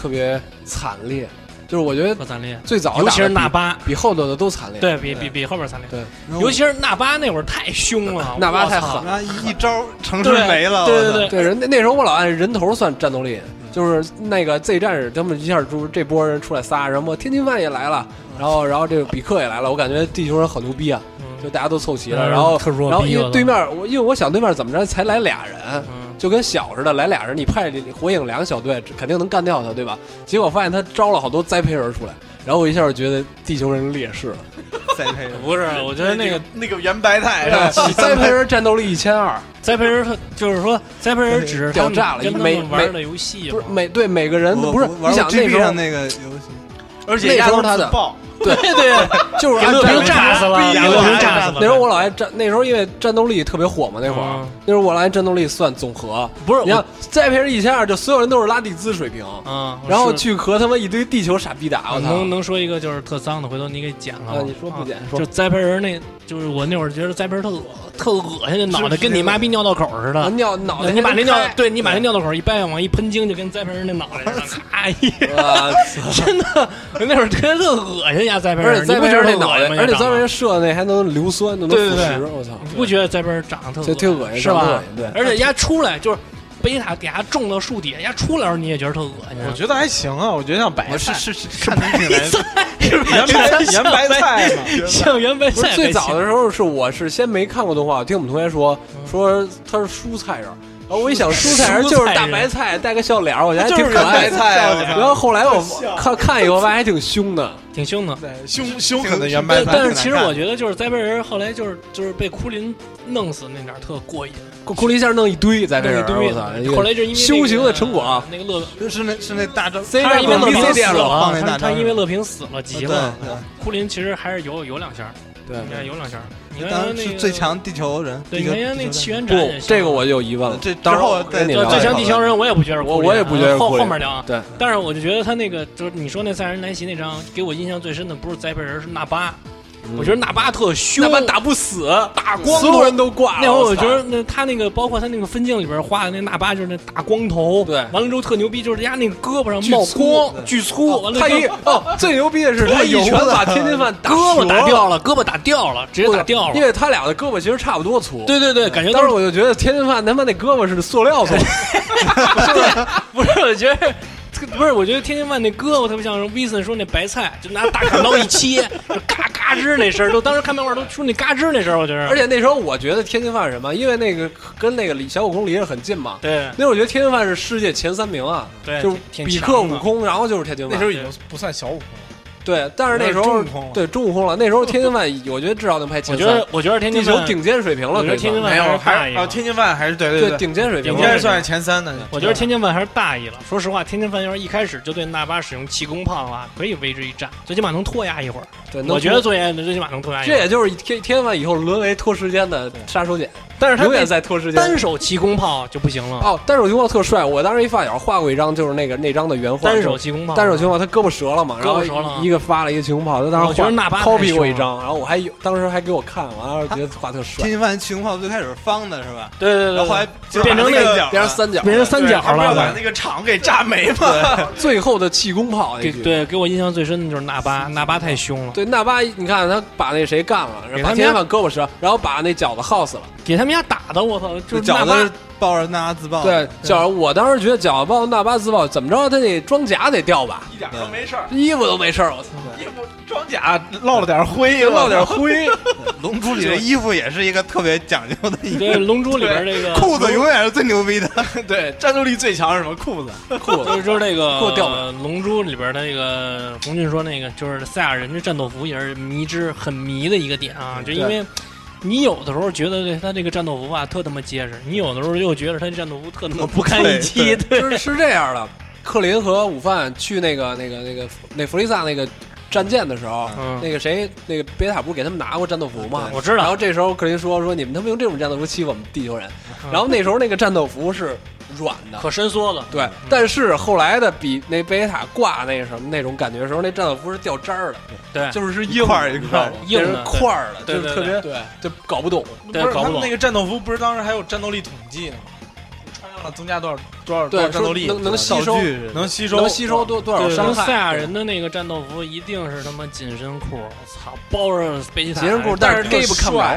Speaker 5: 特别惨烈，就是我觉得
Speaker 9: 特惨烈，
Speaker 5: 最早
Speaker 9: 嗯尤
Speaker 5: 打
Speaker 9: 其是
Speaker 5: 的
Speaker 9: 纳
Speaker 5: 比
Speaker 9: 巴，
Speaker 5: 比后头的都惨烈。
Speaker 9: 对比比比后边惨烈，
Speaker 5: 对，
Speaker 9: 尤其是纳巴那会儿太凶了，
Speaker 5: 纳巴
Speaker 9: 我操
Speaker 5: 太狠
Speaker 7: 那一一招城市
Speaker 9: 对
Speaker 7: 没了，
Speaker 9: 对
Speaker 7: 我操
Speaker 9: 对对
Speaker 5: 对人那那时候我老按人头算战斗力，就是那个 Z 战士他们一下出这波人出来仨，然后天津饭也来了，然后然后这个比克也来了，我感觉地球人好牛逼啊，
Speaker 9: 嗯
Speaker 5: 就大家都凑齐了，
Speaker 9: 嗯
Speaker 5: 然后
Speaker 9: 特弱
Speaker 5: 然后
Speaker 9: 逼
Speaker 5: 因
Speaker 9: 我
Speaker 5: 为
Speaker 9: 操
Speaker 5: 对面我因为我想对面怎么着才来俩人，
Speaker 9: 嗯，
Speaker 5: 就跟小似的，来俩人，你派火影两个小队，肯定能干掉他，对吧？结果发现他招了好多栽培人出来，然后我一下就觉得地球人劣势了。
Speaker 7: 再配
Speaker 9: 不是，我觉得那个
Speaker 1: 那个圆白 菜
Speaker 5: 哎栽培人战斗力一千二，
Speaker 9: 栽培人，就是说栽培人只是他
Speaker 5: 掉
Speaker 9: 们
Speaker 5: 炸了
Speaker 9: 跟他
Speaker 5: 每
Speaker 9: 们玩
Speaker 5: 每
Speaker 9: 的游戏
Speaker 5: 不是
Speaker 9: 嘛
Speaker 5: 每对每个人
Speaker 7: 我
Speaker 5: 不是
Speaker 7: 我
Speaker 5: 你
Speaker 7: 玩
Speaker 5: 想那
Speaker 7: GB
Speaker 5: 时候
Speaker 7: 上那个游戏，
Speaker 1: 而
Speaker 5: 那
Speaker 1: 且
Speaker 5: 时
Speaker 1: 压
Speaker 5: 候
Speaker 1: 根
Speaker 5: 他的
Speaker 1: 爆，
Speaker 5: 对对，就是
Speaker 9: 给
Speaker 5: 按
Speaker 9: 乐
Speaker 5: 战
Speaker 9: 平炸死了，
Speaker 1: 逼
Speaker 9: 给乐平炸死了。
Speaker 5: 那时候我老爱战，那时候因为战斗力特别火嘛，那会儿
Speaker 9: 嗯
Speaker 5: 那时候我老爱战斗力算总和，
Speaker 9: 不是
Speaker 5: 你看栽培人一千二，就所有人都是拉蒂兹水平，
Speaker 9: 嗯，我
Speaker 5: 然后
Speaker 9: 是嗯
Speaker 5: 去和他妈一堆地球傻逼打，我操！
Speaker 9: 啊能能说一个就是特脏的，回头你给剪了吧。
Speaker 5: 啊你说不剪
Speaker 9: 啊
Speaker 5: 说
Speaker 9: 就栽培人那，就是我那会儿觉得栽培人特恶特恶心，那脑袋跟你妈逼尿道口似的。
Speaker 5: 啊尿脑袋
Speaker 9: 啊你把那
Speaker 5: 能
Speaker 9: 尿
Speaker 5: 开，
Speaker 9: 对你把那尿道口一掰，往一喷精，就跟栽培人那脑袋 上，咔一，
Speaker 5: 我操
Speaker 9: 真的，我那会儿真的恶心呀，栽培
Speaker 5: 而
Speaker 9: 人，
Speaker 5: 且
Speaker 9: 你
Speaker 5: 栽
Speaker 9: 不
Speaker 5: 培
Speaker 9: 觉
Speaker 5: 人
Speaker 9: 得
Speaker 5: 那
Speaker 9: 特
Speaker 5: 脑
Speaker 9: 恶
Speaker 5: 袋
Speaker 9: 心吗？，
Speaker 5: 而且
Speaker 9: 这长
Speaker 5: 栽
Speaker 9: 得
Speaker 5: 培人射的那还能硫酸，都能
Speaker 9: 对
Speaker 5: 腐
Speaker 9: 对对
Speaker 5: 蚀，我操！
Speaker 9: 你不觉得栽培人长得特恶
Speaker 5: 这
Speaker 9: 心
Speaker 5: 挺恶心，
Speaker 9: 是吧
Speaker 5: 恶？心对，
Speaker 9: 而且丫出来就是贝塔给丫种到树底下，丫出来的时候你也觉得特恶心。
Speaker 1: 我觉得还行啊，我觉得像白
Speaker 7: 我
Speaker 1: 菜
Speaker 7: 是，是是看你挺来
Speaker 1: 圆 白
Speaker 9: 啊
Speaker 1: 圆白菜嘛，
Speaker 9: 像原本
Speaker 5: 哎不是最早的时候是我是先没看过动画，我听我们同学说
Speaker 9: 嗯
Speaker 5: 说他是蔬菜人，然后我一想蔬菜人
Speaker 9: 蔬
Speaker 5: 就是
Speaker 9: 菜
Speaker 5: 大
Speaker 9: 人
Speaker 5: 白菜带个笑脸儿，我觉得还
Speaker 1: 就是
Speaker 5: 挺可
Speaker 1: 圆白
Speaker 5: 爱的。
Speaker 1: 菜啊，我
Speaker 5: 然后后来我看看以后发现还挺凶 的，
Speaker 9: 挺凶的。
Speaker 1: 对，凶凶狠的圆
Speaker 7: 原
Speaker 1: 白
Speaker 9: 但
Speaker 1: 菜
Speaker 9: 但是其实我觉得就是栽培人后来就是就是被库林弄死那点儿特过瘾，
Speaker 5: 库库里一下弄一堆在这
Speaker 9: 弄
Speaker 5: 人儿，哎我
Speaker 9: 一堆
Speaker 5: 操！
Speaker 9: 的
Speaker 5: 一个
Speaker 9: 后来就是因为
Speaker 5: 修行的成果啊，哎
Speaker 9: 那个乐，
Speaker 7: 是那是那大招，
Speaker 5: C
Speaker 9: 他是因为乐
Speaker 7: 乐
Speaker 9: 平
Speaker 7: 平
Speaker 9: 死
Speaker 5: 电了，
Speaker 7: 放
Speaker 9: 了，
Speaker 7: 那
Speaker 9: 啊他
Speaker 7: 大招
Speaker 9: 他因为乐平死了急
Speaker 7: 对
Speaker 9: 了。
Speaker 7: 对
Speaker 9: 库林其实还是有有两下儿，
Speaker 5: 对。
Speaker 9: 你看有两下儿。你看
Speaker 7: 当
Speaker 9: 他
Speaker 7: 然
Speaker 9: 那
Speaker 7: 是
Speaker 9: 个
Speaker 7: 最强地球人，
Speaker 9: 对，
Speaker 7: 地
Speaker 9: 你
Speaker 7: 球
Speaker 9: 看人家那个起源斩
Speaker 5: 不
Speaker 9: 也，行
Speaker 5: 这个我就有疑问了。
Speaker 7: 这
Speaker 5: 当时
Speaker 7: 之后
Speaker 5: 我跟你
Speaker 7: 再
Speaker 5: 聊
Speaker 9: 对
Speaker 5: 一
Speaker 9: 最
Speaker 5: 下
Speaker 9: 强地球人我也不觉得是
Speaker 5: 我
Speaker 9: 库林
Speaker 5: 我也不觉得是
Speaker 9: 啊后
Speaker 5: 库林
Speaker 9: 后面聊啊。
Speaker 5: 对，
Speaker 9: 但是我就觉得他那个就是你说那赛亚人来袭那张，给我印象最深的不是栽培人，是纳巴。我觉得纳巴特凶，
Speaker 5: 那般嗯打不死，打
Speaker 9: 光头
Speaker 5: 所有人都挂了。
Speaker 9: 那会儿我
Speaker 5: 啊操
Speaker 9: 觉得那他那个包括他那个分镜里边画的那纳巴就是那大光头，
Speaker 5: 对
Speaker 9: 完了之后特牛逼，就是人家那个胳膊上
Speaker 5: 巨
Speaker 9: 冒
Speaker 5: 粗
Speaker 9: 光，巨粗，完了
Speaker 5: 他
Speaker 9: 之后
Speaker 5: 一哦，最牛逼的是他一拳把天津饭打
Speaker 9: 胳膊打
Speaker 5: 折
Speaker 9: 掉了，胳膊打掉了，直接打掉
Speaker 5: 因
Speaker 9: 了。
Speaker 5: 为他俩的胳膊其实差不多粗。
Speaker 9: 对对对，感觉
Speaker 5: 当时
Speaker 9: 都是
Speaker 5: 我就觉得天津饭他妈那胳膊是塑料做的，
Speaker 9: 不是，我觉得。这个不是，我觉得天津饭那胳膊特别像 Wilson 说那白菜，就拿大砍刀一切，就嘎嘎吱那声儿，都当时看漫画都出那嘎吱那声儿，我觉得。
Speaker 5: 而且那时候我觉得天津饭是什么？因为那个跟那个李小悟空离着很近嘛。
Speaker 9: 对
Speaker 5: 那会儿我觉得天津饭是世界前三名啊，
Speaker 9: 对
Speaker 5: 就是
Speaker 9: 挺
Speaker 5: 比
Speaker 9: 强
Speaker 5: 克、
Speaker 9: 的
Speaker 5: 悟空，然后就是天津饭。
Speaker 1: 那时候已经不算小悟空了，
Speaker 5: 对，但是那时候
Speaker 1: 那是中悟空了
Speaker 5: 对中悟空了。那时候天津饭，我觉得至少能排
Speaker 9: 我
Speaker 5: 前
Speaker 9: 觉
Speaker 5: 三
Speaker 9: 得，，我觉得天
Speaker 5: 地
Speaker 9: 津
Speaker 5: 球
Speaker 9: 饭，
Speaker 5: 顶尖水平了。
Speaker 9: 我觉
Speaker 5: 可
Speaker 9: 得
Speaker 5: 以
Speaker 9: 天津
Speaker 5: 算
Speaker 9: 饭
Speaker 1: 没有，
Speaker 9: 还
Speaker 1: 还
Speaker 9: 是
Speaker 1: 是
Speaker 9: 大
Speaker 1: 哦，
Speaker 9: 一个。
Speaker 1: 天津饭还是对
Speaker 5: 对
Speaker 1: 对，
Speaker 5: 顶尖水平
Speaker 9: 顶
Speaker 1: 应
Speaker 5: 了。
Speaker 1: 该
Speaker 9: 尖
Speaker 1: 是算是前三的。
Speaker 9: 我觉得天津饭还是大意了。说实话，天津饭要是一开始就对纳巴使用气功炮的话，可以为之一战，最起码能拖压一会儿。
Speaker 5: 对，能
Speaker 9: 我觉
Speaker 5: 突
Speaker 9: 得最最起码能拖压一
Speaker 5: 这
Speaker 9: 会
Speaker 5: 也
Speaker 9: 儿。
Speaker 5: 就是天天津饭以后沦为拖时间的杀手锏，
Speaker 9: 但是他
Speaker 5: 永远
Speaker 9: 那
Speaker 5: 在拖时间。
Speaker 9: 单手气功炮就不行了，
Speaker 5: 哦，单手熊猫特帅，我当时一发小画过一张，就是那个那张的原画，
Speaker 9: 单手气功炮，啊
Speaker 5: 单手熊猫，他胳膊折了嘛，
Speaker 9: 胳膊
Speaker 5: 然后
Speaker 9: 折了啊
Speaker 5: 一个发了一个晴空炮，他当时
Speaker 9: 我觉得
Speaker 5: 画
Speaker 9: 纳巴太
Speaker 5: copy 过
Speaker 9: 凶
Speaker 5: 一张，然后我还有，当时还给我看，完了觉得画特帅
Speaker 7: 天，津饭气功炮最开始是方的是吧？
Speaker 9: 对对
Speaker 7: 然后
Speaker 9: 对
Speaker 7: 后来
Speaker 9: 对，
Speaker 7: 就
Speaker 9: 变成
Speaker 7: 把那
Speaker 9: 那
Speaker 7: 个
Speaker 9: 个
Speaker 7: 角
Speaker 5: 变成
Speaker 7: 了，
Speaker 5: 三角，
Speaker 9: 变成三角
Speaker 1: 他不要把
Speaker 9: 了。
Speaker 1: 那个厂给炸没吗？
Speaker 5: 最后的气功炮那
Speaker 9: 给
Speaker 5: 句。
Speaker 9: 对，给我印象最深的就是纳巴，纳巴太凶了，
Speaker 5: 对，纳巴，你看他把那谁干了，然后
Speaker 9: 给他
Speaker 5: 把
Speaker 9: 们
Speaker 5: 天把胳膊折，然后把那饺子耗死了。
Speaker 9: 给他们家打的，我操，就是纳
Speaker 7: 饺
Speaker 9: 巴
Speaker 7: 子是抱着那拉自爆，
Speaker 5: 对，饺子，我当时觉得饺子爆纳巴自爆，怎么着他那装甲得掉吧，
Speaker 1: 一点都没事儿，
Speaker 5: 衣服都没事儿，我操，
Speaker 1: 衣服装甲落了点灰，
Speaker 5: 落点灰，
Speaker 7: 龙珠里的衣服也是一个特别讲究的衣服，
Speaker 9: 对《龙珠》里边这个
Speaker 7: 裤子永远是最牛 逼的。
Speaker 1: 对，战斗力最强是什么？裤子。
Speaker 5: 裤
Speaker 9: 就
Speaker 5: 子
Speaker 9: 是就是那个
Speaker 5: 给我掉了
Speaker 9: 呃龙珠》里边的那个红俊说那个，就是赛亚人的战斗服也是迷之很迷的一个点啊，就因为你有的时候觉得这他这个战斗服吧特他妈结实，你有的时候又觉得他这战斗服特他妈不堪一击，对
Speaker 5: 是是这样的。克林和午饭去那个那个那个那弗利萨那个战舰的时候，
Speaker 9: 嗯
Speaker 5: 那个谁那个贝塔不是给他们拿过战斗服吗？
Speaker 9: 我知道
Speaker 5: 然后这时候克林说说你们他妈用这种战斗服欺负我们地球人，然后那时候那个战斗服是软的，
Speaker 9: 嗯可嗯伸缩了。
Speaker 5: 对，但是后来的比那贝塔挂那什么那种感觉的时候，那战斗服是掉渣儿的，
Speaker 9: 对
Speaker 5: 就是是
Speaker 7: 一
Speaker 5: 硬
Speaker 7: 块儿一
Speaker 5: 你知
Speaker 7: 块
Speaker 5: 道
Speaker 7: 儿
Speaker 5: 吗
Speaker 9: 硬
Speaker 5: 就是
Speaker 9: 的
Speaker 5: 块儿的，
Speaker 9: 对
Speaker 5: 就是特
Speaker 9: 对
Speaker 5: 别
Speaker 1: 对对
Speaker 5: 就搞不懂。
Speaker 9: 对
Speaker 1: 不是
Speaker 9: 搞
Speaker 1: 他们
Speaker 9: 不懂
Speaker 1: 那个战斗服不是当时还有战斗力统计呢吗？穿上了增加多少多少多
Speaker 5: 对
Speaker 1: 少，战斗力，
Speaker 5: 说能能吸
Speaker 7: 道
Speaker 5: 收
Speaker 7: 具是
Speaker 1: 能吸收哦
Speaker 5: 能吸收多多少
Speaker 9: 对，
Speaker 5: 伤
Speaker 9: 说
Speaker 5: 害？
Speaker 9: 赛亚人的那个战斗服一定是他妈紧身裤，我操，包着背心
Speaker 5: 紧身裤但是 gay 不看不着，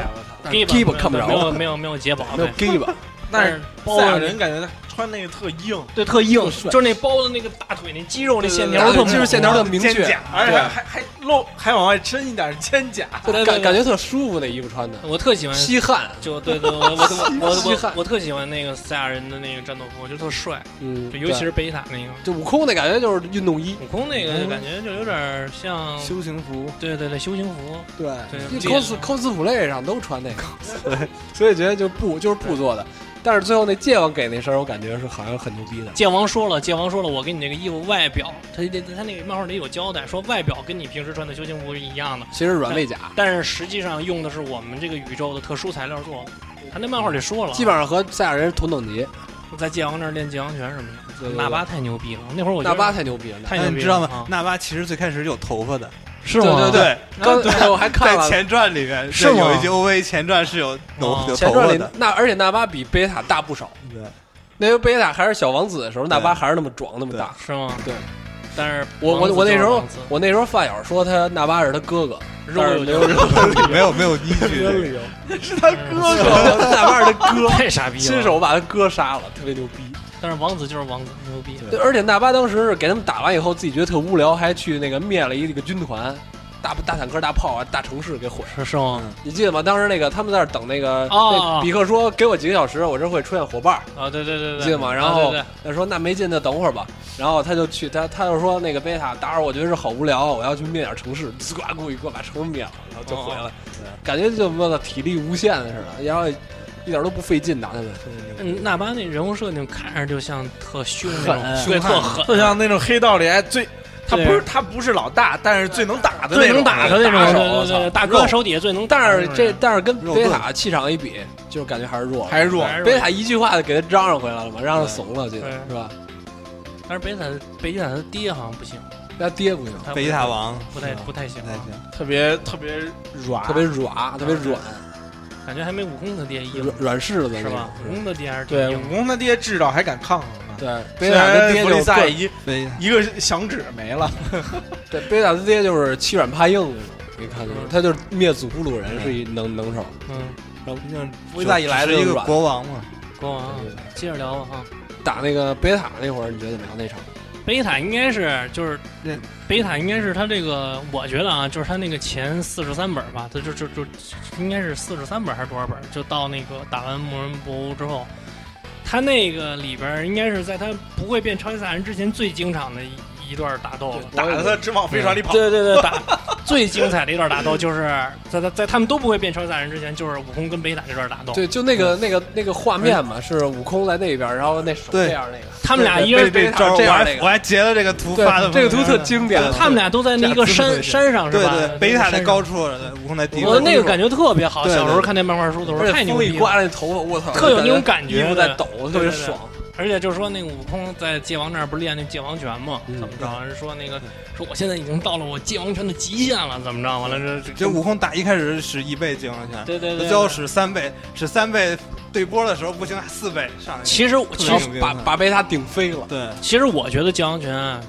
Speaker 9: 基
Speaker 5: gay 不
Speaker 9: 本
Speaker 5: 看不着
Speaker 9: 没有没有没有解绑，
Speaker 5: 没有
Speaker 9: 对
Speaker 5: gay 吧？
Speaker 1: 但
Speaker 9: 是
Speaker 1: 是
Speaker 9: 包
Speaker 1: 赛亚
Speaker 9: 着
Speaker 1: 人感觉他穿那个特硬，
Speaker 9: 对特硬，
Speaker 5: 帅
Speaker 9: 就是那包的那个大腿那肌肉那线条
Speaker 5: 对
Speaker 9: 特
Speaker 5: 对
Speaker 9: 猛，
Speaker 5: 对就是线条特明确，
Speaker 7: 肩胛
Speaker 1: 而且
Speaker 5: 对
Speaker 1: 哦还还还露还往外伸一点肩胛，
Speaker 5: 就
Speaker 9: 对对
Speaker 5: 感
Speaker 9: 对
Speaker 5: 感觉特舒服，那衣服穿的
Speaker 9: 我特喜欢
Speaker 5: 吸汗，
Speaker 9: 就对对，我我我我
Speaker 5: 稀
Speaker 9: 我
Speaker 5: 罕
Speaker 9: 我特喜欢那个赛亚人的那个战斗服，我觉得特帅，
Speaker 5: 嗯
Speaker 9: 就尤其
Speaker 5: 对
Speaker 9: 是贝塔那个。
Speaker 5: 就悟空那感觉就是运动衣，
Speaker 9: 悟空那
Speaker 5: 嗯
Speaker 9: 个感觉就有点像，
Speaker 7: 修行服，
Speaker 9: 对对对，修行服，
Speaker 5: 对
Speaker 9: 对
Speaker 5: ，cos cosplay 上都穿那个， 所以觉得就布就是布做的。但是最后那界王给那身儿，我感觉是好像很牛逼的。
Speaker 9: 剑王说了，剑王说了，我给你这个衣服外表，他他他那个漫画里有交代，说外表跟你平时穿的修行服是一样的，
Speaker 5: 其实软肋甲
Speaker 9: 但是实际上用的是我们这个宇宙的特殊材料做的。他那漫画里说了啊，
Speaker 5: 基本上和赛亚人同等级，
Speaker 9: 在剑王那儿练剑王拳什么的。
Speaker 5: 对对对
Speaker 9: 纳巴太牛逼了，那会儿我觉
Speaker 5: 纳
Speaker 9: 得
Speaker 5: 巴太牛逼了。
Speaker 9: 太
Speaker 7: 那
Speaker 9: 牛
Speaker 7: 你
Speaker 9: 逼了，
Speaker 7: 知道吗
Speaker 9: 啊？？
Speaker 7: 纳巴其实最开始是有头发的，
Speaker 9: 是
Speaker 5: 对
Speaker 9: 吗？
Speaker 5: 对对，刚才我还看
Speaker 7: 在
Speaker 5: 了
Speaker 7: 前传里面
Speaker 9: 是吗
Speaker 7: 有一集 OVA 前传是有
Speaker 9: 哦
Speaker 7: 有有
Speaker 5: 前
Speaker 7: 头
Speaker 5: 传
Speaker 7: 发
Speaker 5: 里
Speaker 7: 的，
Speaker 5: 那，而且纳巴比贝塔大不少。
Speaker 7: 对，
Speaker 5: 那时候贝塔还是小王子的时候，纳巴
Speaker 7: 对
Speaker 5: 还是那么壮那么大。
Speaker 9: 是吗？
Speaker 5: 对，
Speaker 9: 但是
Speaker 5: 我
Speaker 9: 王
Speaker 5: 我
Speaker 9: 子
Speaker 5: 我那
Speaker 9: 就是
Speaker 5: 时候
Speaker 9: 王子
Speaker 5: 我那时候发小说他纳巴是他哥哥，
Speaker 9: 肉
Speaker 5: 但是
Speaker 9: 有
Speaker 5: 没有任何
Speaker 7: 没有没有依 据。
Speaker 5: 由，
Speaker 9: 哥
Speaker 5: 纳巴是他哥，
Speaker 9: 太傻逼了，
Speaker 5: 亲手把他哥杀了，特别牛逼。
Speaker 9: 但是王子就是王子，牛逼。
Speaker 5: 对，而且纳巴当时是给他们打完以后，自己觉得特无聊，还去那个灭了一个军团，大大坦克、大炮啊，大城市给毁了。
Speaker 9: 是是吗？
Speaker 5: 你记得吗？当时那个他们在那儿等那个，
Speaker 9: 哦
Speaker 5: 那比克说给我几个小时，我这会出现伙伴儿，
Speaker 9: 啊，对对对
Speaker 5: 你
Speaker 9: 对，
Speaker 5: 记得吗？然
Speaker 9: 啊
Speaker 5: 后
Speaker 9: 对对
Speaker 5: 他说那没劲，那等会儿吧。然后他就去，他他就说那个贝塔达尔，我觉得是好无聊，我要去灭点城市， 唰故意给我把城市灭了，然后就回来了，
Speaker 9: 嗯
Speaker 5: 感觉就我操体力无限似的，然后一点都不费劲打他们。
Speaker 9: 嗯纳巴那人物设定看着就像特凶那种，
Speaker 5: 狠
Speaker 9: 对，特狠，
Speaker 1: 就像那种黑道里哎最，他
Speaker 9: 对
Speaker 1: 不是他不是老大，但是最能打的那种，
Speaker 9: 最能打的那
Speaker 1: 打手
Speaker 9: 种，对对对，大哥手底下最能打
Speaker 5: 但
Speaker 9: 的
Speaker 5: 是
Speaker 9: 那种
Speaker 5: 这
Speaker 9: 人。
Speaker 5: 但是跟
Speaker 7: 肉
Speaker 5: 贝
Speaker 7: 盾
Speaker 5: 塔气场一比，就是感觉还是弱了。
Speaker 1: 还是弱。
Speaker 9: 还是
Speaker 5: 贝塔一句话就给他嚷嚷回来了嘛，嚷嚷怂了，记得
Speaker 9: 对
Speaker 5: 是吧？
Speaker 9: 但是贝塔贝塔他爹好像不行，
Speaker 5: 他爹不行，
Speaker 9: 他 不
Speaker 7: 贝塔王
Speaker 9: 不太不太行
Speaker 7: 不
Speaker 9: 啊，
Speaker 7: 太行，
Speaker 1: 特别特别软，
Speaker 5: 特别
Speaker 9: 嗯
Speaker 5: 软，特别软，
Speaker 9: 感觉还没悟空他爹硬
Speaker 5: 软，软柿子那
Speaker 9: 嗯是
Speaker 5: 种
Speaker 9: 吧？悟空他爹还是挺
Speaker 1: 对。
Speaker 9: 硬
Speaker 1: 武
Speaker 9: 的。
Speaker 1: 功他爹至少还敢抗衡呢。
Speaker 5: 对，
Speaker 9: 嗯
Speaker 1: 虽
Speaker 5: 贝塔他
Speaker 1: 然
Speaker 5: 爹
Speaker 1: 弗
Speaker 5: 就
Speaker 1: 利
Speaker 5: 是
Speaker 1: 萨
Speaker 5: 棍
Speaker 1: 一
Speaker 7: 贝塔
Speaker 1: 一个响指没了，
Speaker 5: 对，贝塔斯爹就是欺软怕硬那种，你看就是他就是灭祖布鲁人是啊一能能手，
Speaker 9: 嗯，
Speaker 7: 毕竟
Speaker 5: 威萨一来
Speaker 7: 只是
Speaker 5: 就
Speaker 7: 一个
Speaker 5: 软
Speaker 7: 国王嘛，
Speaker 9: 国王啊，接着聊吧哈。
Speaker 5: 打那个贝塔那会儿，你觉得怎么样那场？
Speaker 9: 贝塔应该是就是
Speaker 7: 那，
Speaker 9: 贝塔应该是他这个，我觉得啊，就是他那个前四十三本吧，他就就就应该是四十三本还是多少本？就到那个打完魔人博物之后，他那个里边儿应该是在他不会变超级赛亚人之前最精场的一一段打斗了。
Speaker 1: 打
Speaker 3: 嗯
Speaker 1: 得他直往飞船里跑。
Speaker 9: 对对对，打最精彩的一段打斗就是在他在他们都不会变超级赛亚人之前，就是悟空跟贝塔这段打斗。
Speaker 5: 对，就那个那个那个画面嘛，是悟空在那边，然后那手
Speaker 7: 对
Speaker 5: 这样那个，
Speaker 9: 他们俩一
Speaker 5: 对
Speaker 9: 人
Speaker 5: 对贝
Speaker 7: 这
Speaker 5: 塔
Speaker 7: 招我
Speaker 5: 这样
Speaker 7: 还
Speaker 5: 那个
Speaker 7: 我还截了这个图发的，
Speaker 5: 对，这个图特经典，
Speaker 9: 他们俩都在那一
Speaker 7: 对
Speaker 9: 个
Speaker 7: 对
Speaker 9: 山
Speaker 7: 对
Speaker 9: 山上是
Speaker 7: 对
Speaker 9: 吧？
Speaker 7: 对，贝塔
Speaker 9: 在
Speaker 7: 在高处，呃悟空在低
Speaker 9: 我
Speaker 7: 处，
Speaker 9: 那个感觉特别好，
Speaker 7: 对对
Speaker 9: 小时候看那漫画书的时
Speaker 5: 而
Speaker 9: 候
Speaker 5: 且
Speaker 9: 太牛
Speaker 5: 风
Speaker 9: 逼
Speaker 5: 一
Speaker 9: 了，
Speaker 5: 刮那头发，我操，
Speaker 9: 特有那种感
Speaker 5: 衣
Speaker 9: 觉
Speaker 5: 服
Speaker 9: 的
Speaker 5: 在抖，特别爽。
Speaker 9: 而且就是说，那个悟空在界王那儿不是练那界王拳吗？怎么着？是说那个说我现在已经到了我界王拳的极限了，怎么着？完了这
Speaker 7: 这悟空打一开始使一倍金刚拳，
Speaker 9: 对对对
Speaker 7: 最后使三倍，使三倍对波的时候不行，四倍上去。
Speaker 9: 其实我
Speaker 7: 特
Speaker 9: 其
Speaker 7: 别
Speaker 9: 实
Speaker 7: 牛逼
Speaker 5: 把把贝塔顶飞了。
Speaker 7: 对，
Speaker 9: 其实我觉得界王拳啊，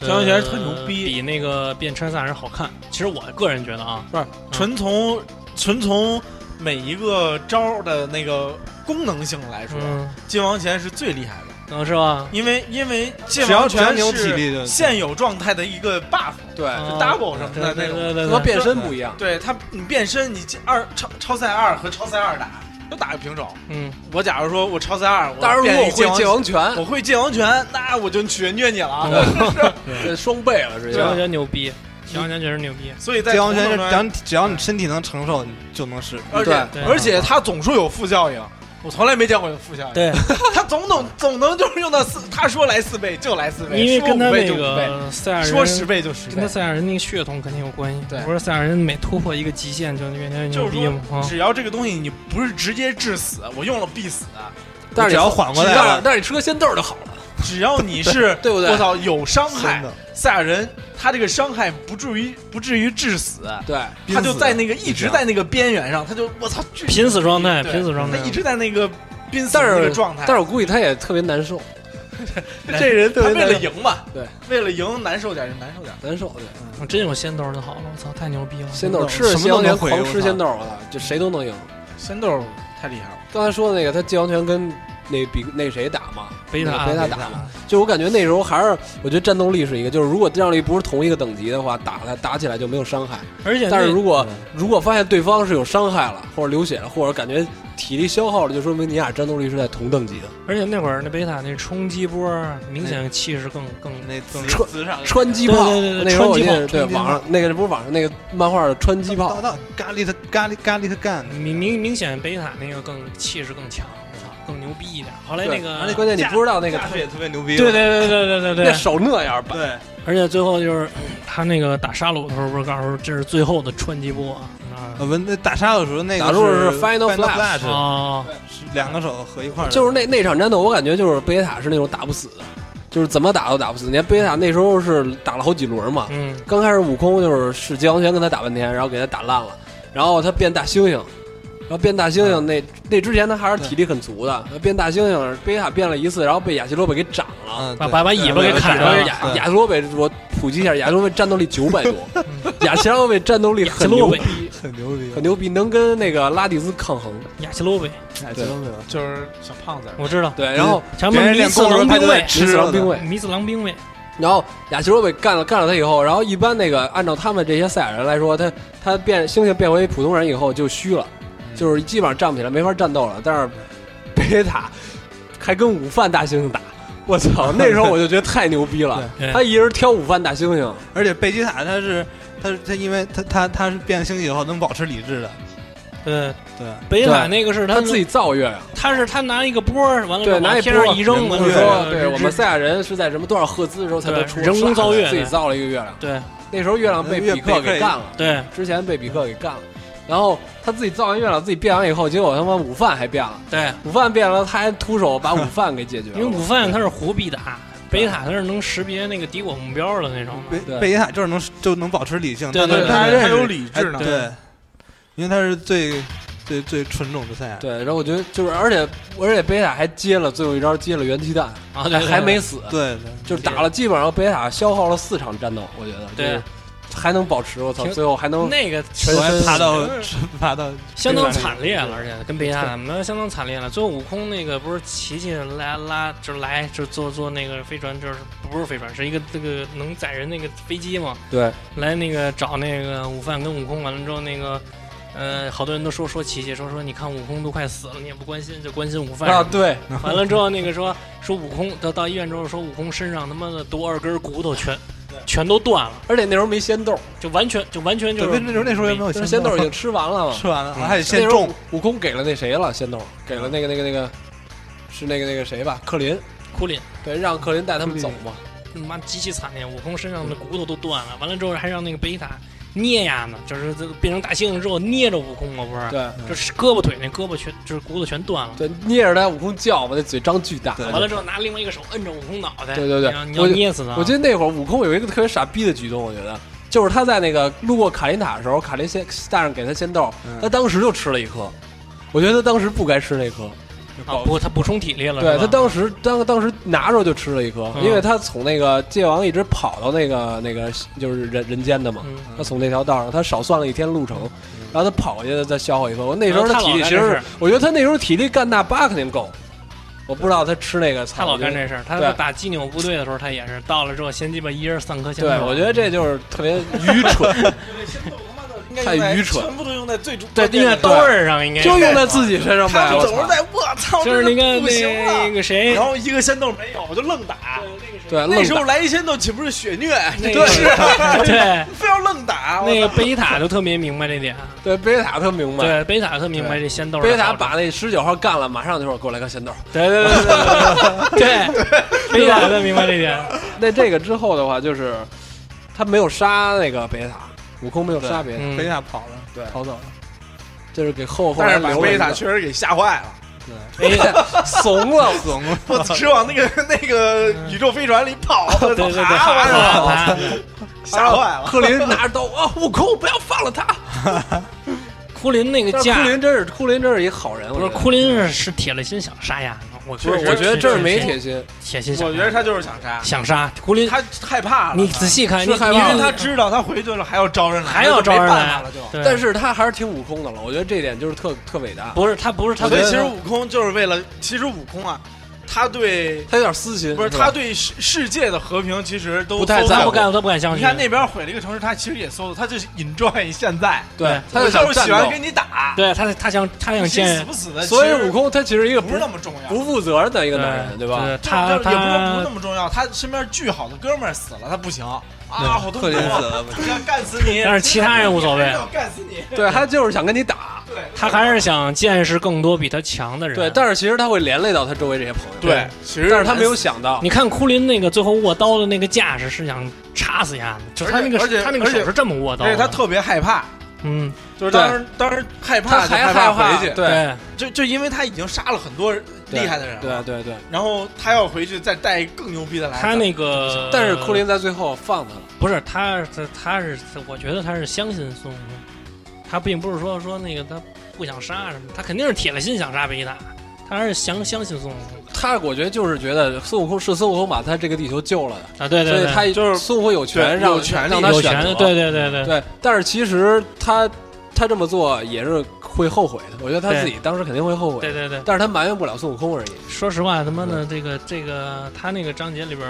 Speaker 1: 界王拳
Speaker 9: 呃
Speaker 1: 特牛逼
Speaker 9: 比那个变身赛人好看。其实我个人觉得啊，
Speaker 1: 不是纯从纯从每一个招儿的那个功能性来说，
Speaker 9: 嗯，
Speaker 1: 界王拳是最厉害的，
Speaker 9: 能是吧？
Speaker 1: 因为因为界
Speaker 7: 只要
Speaker 1: 王拳
Speaker 7: 只要你有体力就是
Speaker 1: 现有状态的一个 buff，
Speaker 5: 对，
Speaker 9: 啊
Speaker 1: double 什么的那
Speaker 9: 对
Speaker 1: 种
Speaker 9: 对对
Speaker 5: 和
Speaker 9: 对对，
Speaker 5: 变身不一样。
Speaker 1: 对他你变身你二超超赛二和超赛二打都打个平手。
Speaker 9: 嗯，
Speaker 1: 我假如说我超赛二，
Speaker 5: 当然，
Speaker 1: 变
Speaker 5: 如
Speaker 1: 一
Speaker 5: 果
Speaker 1: 界
Speaker 5: 会
Speaker 1: 王
Speaker 5: 界王拳，
Speaker 1: 我会界王拳，那我就血虐你了啊。
Speaker 5: 对双倍了直接
Speaker 9: 界。王拳牛逼，界王拳确实牛逼。
Speaker 1: 所以在
Speaker 7: 界王拳是
Speaker 1: 同等
Speaker 7: 只要
Speaker 1: 上，
Speaker 7: 你只要你身体能承受，你就能使。
Speaker 5: 呃
Speaker 1: 而且
Speaker 9: 对
Speaker 1: 而且它总说有负效应，我从来没见过有负效应。
Speaker 9: 对，
Speaker 1: 他总能总能就是用到四，他说来四倍就来四倍，
Speaker 9: 因为跟他
Speaker 1: 说五倍就
Speaker 9: 那
Speaker 1: 五倍，
Speaker 9: 个赛亚人
Speaker 1: 说十倍就十
Speaker 9: 跟他
Speaker 1: 倍。
Speaker 9: 赛亚人那个血统肯定有关系。
Speaker 1: 对
Speaker 9: 不是赛亚人每突破一个极限就越来越牛
Speaker 1: 就是
Speaker 9: 逼嘛？
Speaker 1: 说，
Speaker 9: 啊，
Speaker 1: 只要这个东西你不是直接致死，我用了必死。
Speaker 5: 但是
Speaker 7: 只要缓过来
Speaker 5: 但是
Speaker 7: 了
Speaker 5: 但是你吃个仙豆就好了。
Speaker 1: 只要你是
Speaker 5: 对不对
Speaker 1: 我操，有伤害
Speaker 7: 真的，
Speaker 1: 赛亚人他这个伤害不至于不至于致死，
Speaker 5: 对，
Speaker 1: 他就在那个一直在那个边缘上，他就我操，巨
Speaker 9: 濒死状态，
Speaker 1: 对
Speaker 9: 濒死状
Speaker 1: 他
Speaker 9: 态。
Speaker 1: 一直在那个濒死
Speaker 5: 但
Speaker 1: 的那
Speaker 5: 是
Speaker 1: 个状态。
Speaker 5: 但是我估计他也特别难受，
Speaker 1: 这人他
Speaker 5: 对
Speaker 1: 为了赢嘛，
Speaker 5: 对，
Speaker 1: 为了赢难受点儿就难受点儿。
Speaker 5: 难受。对，
Speaker 9: 我真有仙豆就好了，我操，太牛逼了！
Speaker 5: 仙豆吃着
Speaker 7: 什么
Speaker 5: 界
Speaker 7: 都
Speaker 5: 王
Speaker 7: 能
Speaker 5: 拳
Speaker 7: 毁
Speaker 5: 狂
Speaker 7: 我
Speaker 5: 吃
Speaker 7: 操
Speaker 5: 仙豆，我操，就谁都能赢。
Speaker 1: 仙豆太厉害了，
Speaker 5: 刚才说的那个，他界王拳跟那比那谁打嘛，
Speaker 9: 贝塔
Speaker 5: 那个贝塔打嘛，就我感觉那时候还是，我觉得战斗力是一个，就是如果战斗力不是同一个等级的话，打他打起来就没有伤害。
Speaker 9: 而且那
Speaker 5: 但是如果如果发现对方是有伤害了，或者流血了，或者感觉体力消耗了，就说明你俩战斗力是在同等级的。
Speaker 9: 而且那会儿那贝塔那冲击波啊明显气势更更
Speaker 7: 那磁
Speaker 5: 车
Speaker 7: 磁上
Speaker 5: 穿机炮，
Speaker 9: 对对对对
Speaker 5: 那时候我记
Speaker 9: 穿
Speaker 5: 得
Speaker 9: 机
Speaker 5: 对
Speaker 9: 炮
Speaker 7: 穿机炮
Speaker 5: 网上那个不是网上那个漫画的穿机炮
Speaker 7: 到，到咖喱的咖喱咖喱的干，
Speaker 9: 明明明显贝塔那个更气势更强，我操，更牛逼一点。后来哎那个
Speaker 5: 对关键你不知道那个
Speaker 7: 架势也特别牛逼。
Speaker 9: 对对对对对对对
Speaker 5: 那
Speaker 9: 对，
Speaker 5: 手那样摆，
Speaker 7: 对，
Speaker 9: 而且最后就是嗯他那个打沙鲁的时候，不是告诉这是最后的穿击波啊
Speaker 7: 我们呃那打杀的时候那个
Speaker 5: 打入是 Final
Speaker 7: Final
Speaker 5: Flash
Speaker 7: Flash，
Speaker 9: 哦，
Speaker 7: 是两个手合一块儿的，
Speaker 5: 就是那那场战斗，我感觉就是贝塔是那种打不死的，就是怎么打都打不死。你看贝塔那时候是打了好几轮嘛，
Speaker 9: 嗯，
Speaker 5: 刚开始悟空就是使界王拳跟他打半天，然后给他打烂了，然后他变大猩猩，然后变大猩猩那那之前他还是体力很足的，变大猩猩贝塔变了一次，然后被亚西罗北给斩了。
Speaker 7: 嗯
Speaker 9: 把
Speaker 7: 对
Speaker 9: 把把尾巴给砍
Speaker 5: 然
Speaker 9: 了
Speaker 5: 后
Speaker 7: 对
Speaker 5: 亚
Speaker 7: 对
Speaker 5: 亚西罗北，我普及一下，亚西罗北战斗力九百多，亚西罗北战斗力很牛逼，
Speaker 7: 很牛逼，
Speaker 5: 很牛逼，能跟那个拉蒂兹抗衡。
Speaker 9: 亚奇洛呗，
Speaker 7: 哎真的
Speaker 1: 就是小胖子。
Speaker 9: 我知道，
Speaker 5: 对，然后
Speaker 9: 咱
Speaker 7: 别
Speaker 9: 们
Speaker 7: 人
Speaker 9: 米
Speaker 7: 练
Speaker 9: 次
Speaker 7: 功的时候
Speaker 9: 郎
Speaker 7: 他
Speaker 9: 兵
Speaker 7: 就在
Speaker 9: 卫，
Speaker 7: 吃
Speaker 5: 死
Speaker 7: 了
Speaker 5: 狼
Speaker 7: 呢
Speaker 5: 兵。卫，
Speaker 9: 米次郎兵卫，
Speaker 5: 然后亚奇罗北干了干了他以后，然后一般那个按照他们这些赛亚人来说，他他变猩猩变回普通人以后就虚了，
Speaker 9: 嗯
Speaker 5: 就是基本上站不起来，没法战斗了。但是贝塔还跟午饭大猩猩打，我操！那时候我就觉得太牛逼了，
Speaker 9: 对
Speaker 5: 他一人挑午饭大猩猩，
Speaker 7: 而且贝吉塔他是他是他因为他他他是变了星际以后能保持理智的，
Speaker 9: 对，
Speaker 7: 对，
Speaker 9: 贝塔那个是
Speaker 5: 他自己
Speaker 9: 己，
Speaker 5: 造月啊，
Speaker 9: 他是他拿一个波儿，完了
Speaker 5: 对，
Speaker 9: 往
Speaker 5: 拿一
Speaker 9: 天
Speaker 5: 波
Speaker 9: 上一扔，
Speaker 5: 我
Speaker 9: 完
Speaker 5: 就
Speaker 9: 了
Speaker 5: 说，
Speaker 9: 就
Speaker 5: 对我们赛亚人是在什么多少赫兹的时候才能
Speaker 9: 对
Speaker 5: 出
Speaker 9: 人工造月
Speaker 5: 自己造了一个月亮。
Speaker 9: 对
Speaker 5: 那时候月亮被
Speaker 7: 月
Speaker 5: 比克
Speaker 7: 被
Speaker 5: 给干了。
Speaker 9: 对，
Speaker 5: 之前被比克给干了，然后他自己造完月亮，自己变完以后，结果他妈午饭还变了，
Speaker 9: 对，
Speaker 5: 午饭变了，他还徒手把午饭给解决了。
Speaker 9: 因为午饭它是弧必打，贝塔它是能识别那个敌我目标的那种。
Speaker 7: 贝
Speaker 5: 对
Speaker 7: 贝吉塔就是能就能保持理性，
Speaker 9: 对对
Speaker 7: 他
Speaker 9: 对
Speaker 7: 他
Speaker 1: 他
Speaker 7: 认识
Speaker 1: 还有理智呢
Speaker 7: 哎，对，因为他是最最最纯种的赛亚，
Speaker 5: 对，然后我觉得就是，而且而且贝塔还接了最后一招，接了元气弹，
Speaker 9: 啊，对，对
Speaker 5: 还没死，
Speaker 7: 对
Speaker 5: 就是打了基本上贝塔消耗了四场战斗，我觉得
Speaker 9: 对
Speaker 5: 就是还能保持，我操，
Speaker 9: 挺
Speaker 5: 最后还能
Speaker 9: 那个
Speaker 5: 全
Speaker 7: 对，
Speaker 5: 身
Speaker 7: 爬到爬到
Speaker 9: 相当惨烈了，而且跟贝塔他们相当惨烈了。最后悟空那个不是琪琪拉拉就来就坐坐那个飞船，就是不是飞船，是一个这个能载人那个飞机嘛，
Speaker 5: 对
Speaker 9: 来那个找那个午饭跟悟空完了之后那个。呃，好多人都说说琪琪，说说你看悟空都快死了，你也不关心，就关心午饭
Speaker 5: 啊对，
Speaker 9: 完了之后，那个说说悟空到到医院之后说悟空身上他妈的多少根骨头全全都断了，
Speaker 5: 而且那时候没仙豆，
Speaker 9: 就完全就完全就
Speaker 7: 对，
Speaker 9: 是
Speaker 7: 为那时候那时候也没有
Speaker 5: 就是仙豆已经吃完了嘛，
Speaker 7: 吃完了，还得
Speaker 5: 那
Speaker 7: 先
Speaker 5: 时候
Speaker 7: 种，
Speaker 5: 悟空给了那谁了仙豆，给了那个那个那个是那个那个谁吧，克林。
Speaker 9: 库林，
Speaker 5: 对，让克林带他们走嘛。
Speaker 9: 他妈极其惨烈，悟空身上的骨头都断了。完了之后还让那个贝塔捏呀呢，就是这个变成大猩猩之后捏着悟空嘛，不是？
Speaker 5: 对
Speaker 9: 就是胳膊腿那胳膊全就是骨头全断了。
Speaker 5: 对，捏着他，悟空叫吧，那嘴张巨大。
Speaker 9: 完了之后拿另外一个手摁着悟空脑袋，
Speaker 5: 对对对
Speaker 9: 你要你
Speaker 5: 我
Speaker 9: 要
Speaker 5: 就
Speaker 9: 捏死他。
Speaker 5: 我记得那会儿悟空有一个特别傻逼的举动，我觉得就是他在那个路过卡琳塔的时候，卡琳先大人给他仙豆，
Speaker 9: 嗯
Speaker 5: 他当时就吃了一颗。我觉得他当时不该吃那颗，
Speaker 9: 啊，不过他补充体力了，
Speaker 5: 对
Speaker 9: 是吧
Speaker 5: 他当时当当时拿着就吃了一颗，
Speaker 9: 嗯
Speaker 5: 因为他从那个界王一直跑到那个那个就是人人间的嘛，
Speaker 9: 嗯
Speaker 5: 他从那条道上他少算了一天路程，然后他跑过去再消耗一颗。我那时候
Speaker 9: 然后
Speaker 5: 他
Speaker 9: 他
Speaker 5: 体力
Speaker 9: 老
Speaker 5: 其
Speaker 9: 干
Speaker 5: 实
Speaker 9: 这
Speaker 5: 是
Speaker 9: 事，
Speaker 5: 我觉得他那时候体力干大巴肯定够，我不知道他吃那个
Speaker 9: 他
Speaker 5: 草。
Speaker 9: 老
Speaker 5: 我觉得
Speaker 9: 干这事儿，他
Speaker 5: 对
Speaker 9: 打基纽部队的时候，他也是到了之后先鸡巴一人三颗仙豆。
Speaker 5: 对，我觉得这就是特别愚 蠢，
Speaker 1: 应该
Speaker 5: 太
Speaker 1: 用在
Speaker 5: 愚蠢
Speaker 1: 全部都用在最主
Speaker 9: 对，
Speaker 1: 关键
Speaker 9: 应该
Speaker 1: 的
Speaker 9: 兜
Speaker 1: 地方
Speaker 9: 儿上应该是啊
Speaker 5: 就用在自己身上
Speaker 1: 他
Speaker 5: 呗。
Speaker 1: 们
Speaker 5: 我
Speaker 1: 总是
Speaker 5: 操
Speaker 1: 在我操，
Speaker 9: 就是
Speaker 1: 真
Speaker 9: 那
Speaker 1: 的
Speaker 9: 个
Speaker 1: 不行
Speaker 9: 那
Speaker 1: 了。
Speaker 9: 个谁
Speaker 1: 然，后一个仙豆没有，我就愣打。
Speaker 5: 对，
Speaker 1: 那
Speaker 5: 愣
Speaker 1: 时候
Speaker 5: 打
Speaker 1: 来一仙豆岂不是血虐？
Speaker 9: 那
Speaker 1: 真
Speaker 9: 个
Speaker 1: 是
Speaker 9: 对
Speaker 1: 非要愣打。
Speaker 9: 那个
Speaker 1: 被
Speaker 9: 贝塔就特别明白这点，啊
Speaker 5: 对贝塔特明白，
Speaker 9: 对贝塔特明白这仙豆儿的
Speaker 5: 贝塔
Speaker 9: 好处
Speaker 5: 把那十九号干了，马上就说给我来个仙豆。
Speaker 9: 对对对对对对，贝塔特明白这点，
Speaker 5: 那这个之后的话，就是他没有杀那个贝塔，悟空没有杀贝塔，
Speaker 9: 嗯
Speaker 7: 贝塔跑了，
Speaker 5: 逃走了，这是给后后
Speaker 1: 但
Speaker 5: 来
Speaker 1: 是把
Speaker 5: 留了
Speaker 1: 贝
Speaker 5: 一
Speaker 1: 塔
Speaker 5: 个
Speaker 1: 确实给吓坏了，
Speaker 9: 哎
Speaker 5: 贝塔怂了，
Speaker 7: 怂了，
Speaker 1: 我只往那个 那个宇宙飞船里跑，我
Speaker 9: 对对对，
Speaker 1: 操爬
Speaker 9: 哈
Speaker 1: 完了
Speaker 9: 哈
Speaker 1: 吓坏了。
Speaker 5: 克林拿着刀啊，悟空不要放了 他。
Speaker 9: 库林那个
Speaker 5: 但是
Speaker 9: 架
Speaker 5: 库，林真是库林真是一好人，
Speaker 9: 不是
Speaker 5: 我觉得
Speaker 9: 库林是是铁了心想杀呀，我
Speaker 5: 不是，我觉得这是没铁心，
Speaker 9: 铁心想杀，
Speaker 1: 我觉得他就是想 杀，
Speaker 9: 想杀库林，
Speaker 1: 他害怕了。
Speaker 9: 你仔细看，
Speaker 5: 是
Speaker 9: 你
Speaker 5: 害怕
Speaker 1: 因
Speaker 5: 了
Speaker 9: 你
Speaker 1: 为他知道他回去了还要招人来，
Speaker 9: 还要招人
Speaker 1: 没办法
Speaker 9: 来
Speaker 1: 了就。
Speaker 9: 对
Speaker 5: 但是他还是挺悟空的了，我觉得这点就是特特伟大，
Speaker 9: 不是他不是他
Speaker 1: 所以其实
Speaker 9: 他
Speaker 1: 悟空就是为了，其实悟空啊，他对
Speaker 5: 他有点私心，
Speaker 1: 不是
Speaker 5: 吧
Speaker 1: 他对世世界的和平其实都
Speaker 5: 不太
Speaker 1: 搜
Speaker 5: 在
Speaker 9: 他
Speaker 5: 乎
Speaker 9: 不
Speaker 1: 索
Speaker 9: 敢他不敢相
Speaker 1: 你
Speaker 9: 信，
Speaker 1: 看那边毁了一个城市，他其实也搜索，他就是 enjoy 现在，
Speaker 5: 对，他
Speaker 1: 我
Speaker 5: 就
Speaker 1: 就是
Speaker 5: 想
Speaker 1: 喜
Speaker 5: 战
Speaker 1: 欢跟
Speaker 5: 斗，
Speaker 1: 你打，
Speaker 9: 对他他想他想
Speaker 1: 谁死
Speaker 9: 见
Speaker 1: 不死的，
Speaker 5: 所以
Speaker 1: 其实
Speaker 5: 悟空他其实一个
Speaker 1: 不
Speaker 5: 不
Speaker 1: 是那么重要，
Speaker 5: 不负责任的一
Speaker 9: 这
Speaker 5: 个男人，对吧？
Speaker 9: 哎对
Speaker 1: 就
Speaker 9: 他
Speaker 1: 就也不是说不
Speaker 9: 他
Speaker 1: 是那么重要，他身边巨好的哥们儿死了，他不行啊，好痛苦
Speaker 7: 特别死
Speaker 1: 啊，
Speaker 7: 了，
Speaker 1: 我要干死你，
Speaker 9: 但是其他人无所谓
Speaker 1: 我要干死你，
Speaker 5: 对他就是想跟你打，
Speaker 1: 对，
Speaker 9: 他还是想见识更多比他强的人。
Speaker 5: 对，但是其实他会连累到他周围这些朋友，
Speaker 1: 对，其实
Speaker 5: 但是他没有想到，
Speaker 9: 你看库林那个最后握刀的那个架势是想插死丫的，就是他那个
Speaker 1: 而且
Speaker 9: 他那个
Speaker 1: 而且
Speaker 9: 手是这么握刀
Speaker 1: 而
Speaker 9: 的，
Speaker 1: 且他特别害怕，
Speaker 9: 嗯
Speaker 1: 就是当时当时害怕
Speaker 5: 他
Speaker 1: 就怕
Speaker 5: 还害怕
Speaker 1: 回去，
Speaker 5: 对
Speaker 1: 就就因为他已经杀了很多厉害的人了，
Speaker 5: 对对对。
Speaker 1: 然后他要回去再带更牛逼的来，
Speaker 9: 他那个
Speaker 5: 但是库林在最后放他了，
Speaker 9: 不是他他他是我觉得他是相信孙悟空，他并不是说说那个他不想杀什么，他肯定是铁了心想杀贝塔，他还是相相信孙悟空
Speaker 5: 他我觉得就是觉得孙悟空是孙悟空把他这个地球救了的，
Speaker 9: 啊，对对
Speaker 5: 所以
Speaker 9: 对，
Speaker 5: 他
Speaker 1: 就是
Speaker 5: 孙悟空有权
Speaker 1: 对
Speaker 5: 让
Speaker 1: 有权利
Speaker 5: 让他
Speaker 9: 有
Speaker 5: 选择，
Speaker 9: 权，对对对对
Speaker 5: 对。但是其实他他这么做也是会后悔的，我觉得他
Speaker 9: 对
Speaker 5: 自己当时肯定会后悔，
Speaker 9: 对对对，
Speaker 5: 但是他埋怨不了孙悟空而已。
Speaker 9: 说实话，他妈的这个这个他那个章节里边，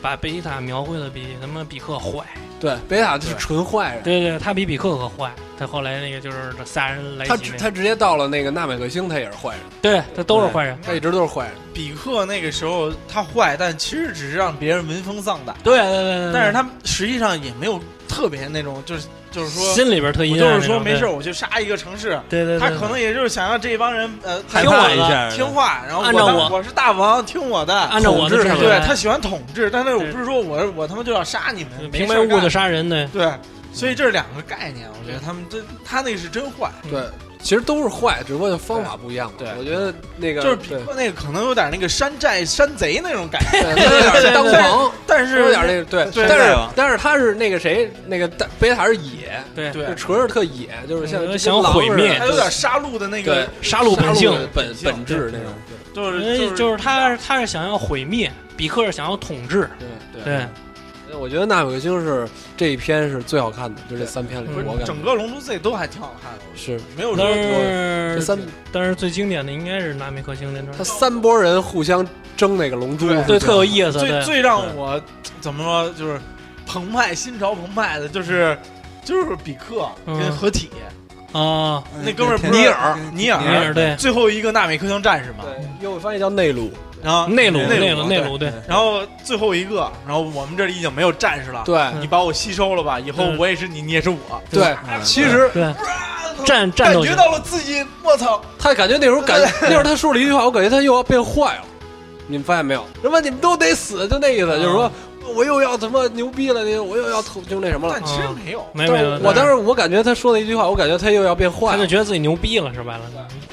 Speaker 9: 把贝塔描绘的比他妈比克坏。
Speaker 5: 对，贝塔就是纯坏人，
Speaker 9: 对对，他比比克可坏。他后来那个就是仨人来
Speaker 5: 他
Speaker 9: 袭
Speaker 5: 直
Speaker 9: 那
Speaker 5: 他直接到了那个纳美克星，他也是坏人，
Speaker 9: 对他都是坏人。
Speaker 5: 他一直都是坏人。
Speaker 1: 比克那个时候他坏，但其实只是让别人闻风丧胆，
Speaker 9: 对对对对，
Speaker 1: 但是他实际上也没有特别那种，就是就是说，
Speaker 9: 心里边特
Speaker 1: 我
Speaker 9: 阴
Speaker 1: 就
Speaker 9: 暗那种。
Speaker 1: 是说没事，
Speaker 9: 对，
Speaker 1: 我去杀一个城市。
Speaker 9: 对对，对
Speaker 1: 他可能也就是想让这帮人呃
Speaker 7: 害
Speaker 9: 害听我
Speaker 7: 怕
Speaker 9: 的
Speaker 7: 一下，
Speaker 1: 听话，然后
Speaker 9: 按照
Speaker 1: 当
Speaker 9: 我
Speaker 1: 我是大王，听我的。
Speaker 9: 按照我的
Speaker 5: 统治
Speaker 9: 这
Speaker 5: 上
Speaker 9: 个
Speaker 1: 对
Speaker 9: 来
Speaker 1: 他喜欢统治，但是我不是说我我他妈就要杀你们，
Speaker 9: 哎
Speaker 1: 没
Speaker 9: 平
Speaker 1: 事
Speaker 9: 白
Speaker 1: 儿
Speaker 9: 无故
Speaker 1: 干
Speaker 9: 的杀人对，
Speaker 1: 对，所以这是两个概念，我觉得他们这他那个是真坏，
Speaker 5: 对，其实都是坏，只不过方法不一样嘛。
Speaker 1: 对
Speaker 5: 我觉得那个
Speaker 1: 就是比
Speaker 5: 对，
Speaker 1: 克那个可能有点那个山寨山贼那种感觉，
Speaker 5: 对他有点儿当王，
Speaker 1: 但
Speaker 5: 他
Speaker 1: 是
Speaker 5: 有点儿那个对，
Speaker 1: 对
Speaker 5: 但
Speaker 7: 对
Speaker 5: 是
Speaker 7: 吧
Speaker 5: 但是他是那个谁，那个大贝塔是野，
Speaker 9: 对
Speaker 1: 对
Speaker 5: 就纯是特野，就是像
Speaker 9: 嗯
Speaker 5: 跟
Speaker 9: 想
Speaker 5: 狼
Speaker 9: 毁
Speaker 5: 似的
Speaker 9: 灭
Speaker 1: 他有点杀戮的那
Speaker 5: 对
Speaker 1: 个，
Speaker 9: 杀戮本性
Speaker 5: 的本本质那种。
Speaker 1: 就
Speaker 9: 因
Speaker 1: 是
Speaker 9: 为哎就是他是他是想要毁灭，比克是想要统治。
Speaker 5: 对
Speaker 9: 对，
Speaker 5: 对，我觉得《纳美克星》是这一篇是最好看的，就这三篇里，
Speaker 9: 嗯
Speaker 5: 我感觉
Speaker 1: 整个《龙珠 Z》都还挺好看的，
Speaker 5: 是
Speaker 1: 没有
Speaker 9: 但
Speaker 1: 说
Speaker 5: 这
Speaker 9: 是
Speaker 5: 三
Speaker 9: 但是最经典的应该是纳米克星那
Speaker 5: 他
Speaker 9: 段，
Speaker 5: 三拨人互相争那个龙珠，
Speaker 1: 对
Speaker 9: 对特有意思。
Speaker 1: 最
Speaker 9: 对
Speaker 1: 最让我怎么说就是澎湃心潮澎湃的就是。就是比克跟
Speaker 9: 嗯
Speaker 1: 合体、
Speaker 9: 啊，
Speaker 1: 那哥们儿不是
Speaker 7: 尼
Speaker 1: 尼尔
Speaker 9: 尼尔对
Speaker 1: 最后一个纳美克星战士嘛，
Speaker 5: 对，因为我发现叫内陆，
Speaker 1: 然后
Speaker 9: 内陆
Speaker 1: 内
Speaker 9: 陆
Speaker 1: 陆
Speaker 9: 内
Speaker 1: 对
Speaker 9: 陆对，
Speaker 1: 然后最后一个，然后我们这里已经没有战士了，
Speaker 5: 对
Speaker 1: 你把我吸收了吧，以后
Speaker 9: 嗯
Speaker 1: 我也是你，你也是我，
Speaker 5: 对，其实
Speaker 9: 对战
Speaker 1: 感
Speaker 9: 战斗
Speaker 1: 觉
Speaker 9: 型嗯
Speaker 1: 到了自己，我操，
Speaker 5: 他感觉那时候 感，那时候他说了一句话，我感觉他又要变坏了。你们发现没有？什么你们都得死，就那意思，就是说
Speaker 9: 嗯
Speaker 5: 我又要他妈牛逼了，那个我又要突就那什么了
Speaker 1: 但。其实没有，
Speaker 9: 没有没有，
Speaker 5: 我当时我感觉他说的一句话，我感觉他又要变坏
Speaker 9: 他就
Speaker 5: 了。
Speaker 9: 觉得自己牛逼了，说白了，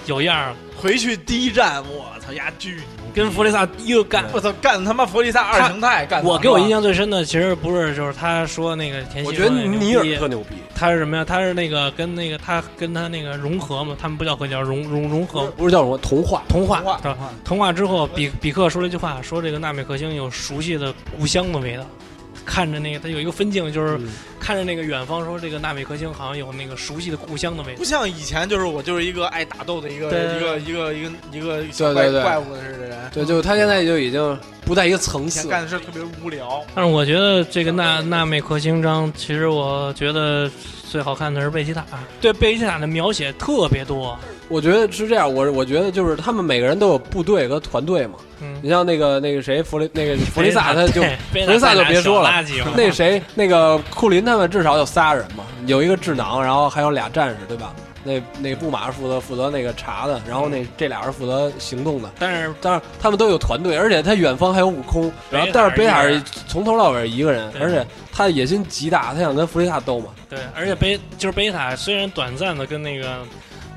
Speaker 9: 有样儿了，
Speaker 1: 回去第一站，我操，压巨，
Speaker 9: 跟弗利萨一个干。
Speaker 1: 我操，干他妈佛利萨二形态，干死
Speaker 9: 我
Speaker 1: 了
Speaker 9: 给我印，象最深的其实不是就是他说那个田曦
Speaker 5: 我
Speaker 9: 说
Speaker 5: 觉得
Speaker 9: 那牛
Speaker 5: 尼尔
Speaker 9: 逼
Speaker 5: 特牛逼，
Speaker 9: 他是什么呀？他是那个跟那个他跟他那个融合嘛，他们不叫合叫融融融合
Speaker 5: 不是叫什么童话，
Speaker 9: 同化
Speaker 1: 童话
Speaker 9: 是吧同化之后，比比克说了一句话，说这个纳米克星有熟悉的故乡的味道。看着那个，他有一个分镜，就是
Speaker 5: 嗯
Speaker 9: 看着那个远方，说这个纳米克星好像有那个熟悉的故乡的味道
Speaker 1: 不。像以前就是我就是一个爱打斗的一个
Speaker 9: 对
Speaker 1: 一个一个一个一个小怪
Speaker 5: 对对
Speaker 1: 怪物似的人，
Speaker 5: 对，就是他现在就已经不在一个层
Speaker 1: 以前
Speaker 5: 次。
Speaker 1: 干的事儿特别无聊，
Speaker 9: 但是我觉得这个纳纳美克星章，其实我觉得最好看的是贝吉塔，对贝吉塔的描写特别多。
Speaker 5: 我觉得是这样，我我觉得就是他们每个人都有部队和团队嘛。
Speaker 9: 嗯，
Speaker 5: 你像那个那个谁弗雷那个弗雷萨，他就
Speaker 9: 对贝
Speaker 5: 弗雷萨就别说了
Speaker 9: 垃圾嘛
Speaker 5: 那谁，那个库林他们至少有仨人嘛，有一个智囊，然后还有俩战士，对吧？那那布马是负责负责那个查的，然后
Speaker 9: 嗯
Speaker 5: 那这俩是负责行动的。
Speaker 9: 但是
Speaker 5: 当然，他们都有团队，而且他远方还有悟空，然后但是
Speaker 9: 北
Speaker 5: 北
Speaker 9: 海
Speaker 5: 海
Speaker 9: 尔一个
Speaker 5: 尔从头到尾一个人，
Speaker 9: 对
Speaker 5: 而且他野心极大，他想跟弗雷萨斗嘛。
Speaker 9: 对，而且贝就是贝塔，虽然短暂的跟那个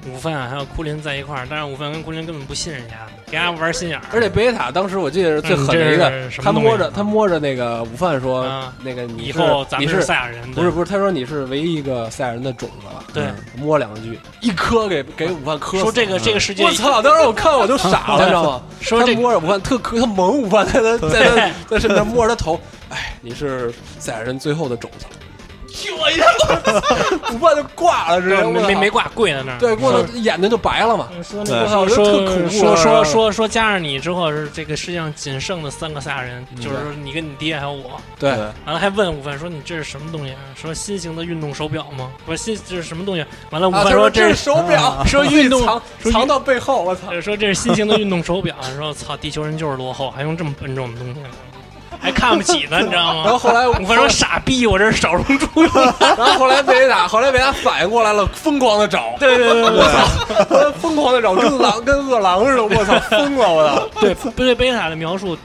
Speaker 9: 午饭还有库林在一块儿，但是午饭跟库林根本不信任家，给家玩心眼儿。
Speaker 5: 而且贝塔当时我记得是最狠的一
Speaker 9: 嗯这
Speaker 5: 个
Speaker 9: 是，什么
Speaker 5: 他
Speaker 9: 东西
Speaker 5: 摸着他摸着那个午饭说
Speaker 9: 啊，
Speaker 5: 那个你
Speaker 9: 以
Speaker 5: 是
Speaker 9: 后咱
Speaker 5: 你
Speaker 9: 们
Speaker 5: 是
Speaker 9: 赛亚人，
Speaker 5: 不是不是，他说你是唯一一个赛亚人的种子了。
Speaker 9: 对
Speaker 5: 嗯，摸两句，一磕给给午饭磕死了。
Speaker 9: 说这个这个世界
Speaker 5: 我，操！当时我看我就傻了，
Speaker 9: 对
Speaker 5: 知道吗？
Speaker 9: 说这
Speaker 5: 他摸着午饭特磕，他猛午饭在他在他在身边摸着他头，哎，你是赛亚人最后的种子。我一 下，午饭就挂了，直接
Speaker 9: 没没没
Speaker 5: 挂。
Speaker 9: 挂跪在那儿。
Speaker 5: 对，过了眼睛就白了嘛。
Speaker 9: 说
Speaker 5: 对
Speaker 9: 说
Speaker 5: 说特恐
Speaker 9: 说
Speaker 5: 怖啊
Speaker 9: 说
Speaker 5: 然后
Speaker 9: 说说说加上你之后是这个世界上仅剩的三个赛亚人，就是说你跟你爹还有我。
Speaker 5: 对，
Speaker 9: 完了还问午饭说你这是什么东西啊？说新型的运动手表吗？不是新这是什么东西？完了午
Speaker 5: 啊，
Speaker 9: 饭
Speaker 5: 他
Speaker 9: 说
Speaker 5: 这嗯
Speaker 9: 这
Speaker 5: 是手表，
Speaker 9: 说运动
Speaker 5: 藏
Speaker 9: 说运
Speaker 5: 藏到背后，我操！
Speaker 9: 呃说这是新型的运动手表，啊说操，地球人就是落后，还用这么笨重的东西呢，还看不起呢，你知道吗？
Speaker 5: 然后后来
Speaker 9: 我说傻逼，我这是少龙珠。
Speaker 5: 然后后来贝塔，后来贝塔反应过来了，疯狂的找，
Speaker 9: 对对对对
Speaker 5: 他疯狂的找，跟狼跟饿狼似的，我操，疯了，我操！
Speaker 9: 对，对 对贝塔的描述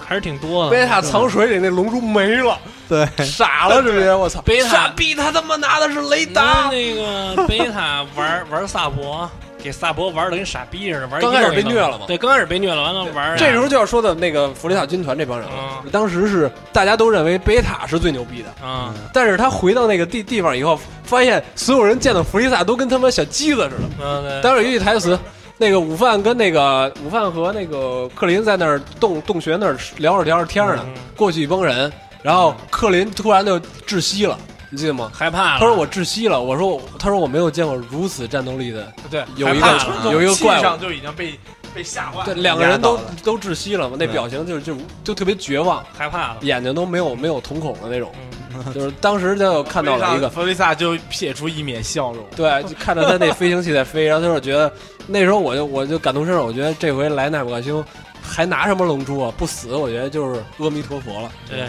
Speaker 9: 还是挺多的。
Speaker 5: 贝塔藏水里那龙珠没了，
Speaker 7: 对，
Speaker 5: 傻 了直接，我操！
Speaker 9: 贝塔
Speaker 5: 傻逼，他他妈拿的是雷
Speaker 9: 那
Speaker 5: 达。
Speaker 9: 那个贝塔玩玩萨博，给萨博玩的跟傻逼似的，玩一
Speaker 5: 刚开始被
Speaker 9: 愣一愣
Speaker 5: 虐了嘛
Speaker 9: 对，刚开始被虐了，完了玩啊
Speaker 5: 这时候就要说的那个弗雷塔军团这帮人了，当时是大家都认为贝塔是最牛逼的，
Speaker 9: 啊，
Speaker 5: 但是他回到那个地地方以后，发现所有人见到弗雷萨都跟他妈小鸡子似的。
Speaker 9: 嗯对
Speaker 5: 当时有一句台词，那个午饭跟那个午饭和那个克林在那儿洞洞穴那儿聊着聊着天儿呢
Speaker 9: 嗯，
Speaker 5: 过去一帮人，然后克林突然就窒息了，你记得吗？
Speaker 9: 害怕了。
Speaker 5: 他说我窒息了，我说我他说我没有见过如此战斗力的，
Speaker 1: 对，
Speaker 5: 有一
Speaker 9: 害
Speaker 5: 个
Speaker 9: 怕了
Speaker 5: 有一个怪
Speaker 1: 气上
Speaker 5: 物，
Speaker 1: 就已经被被吓坏
Speaker 5: 对，
Speaker 1: 了，
Speaker 5: 两个人
Speaker 7: 压倒
Speaker 5: 都
Speaker 7: 了
Speaker 5: 都窒息了嘛，那
Speaker 7: 嗯
Speaker 5: 表情就是就就特别绝望，
Speaker 9: 害怕了。
Speaker 5: 眼睛都没有没有瞳孔的那种，
Speaker 9: 嗯
Speaker 5: 就是当时就看到了一个
Speaker 1: 弗利萨就撇出一脸笑容，
Speaker 5: 对，就看着他那飞行器在飞，然后他就觉得那时候我就我就感同身受，我觉得这回来奈不克星还拿什么龙珠啊？不死，我觉得就是阿弥陀佛了。
Speaker 9: 对。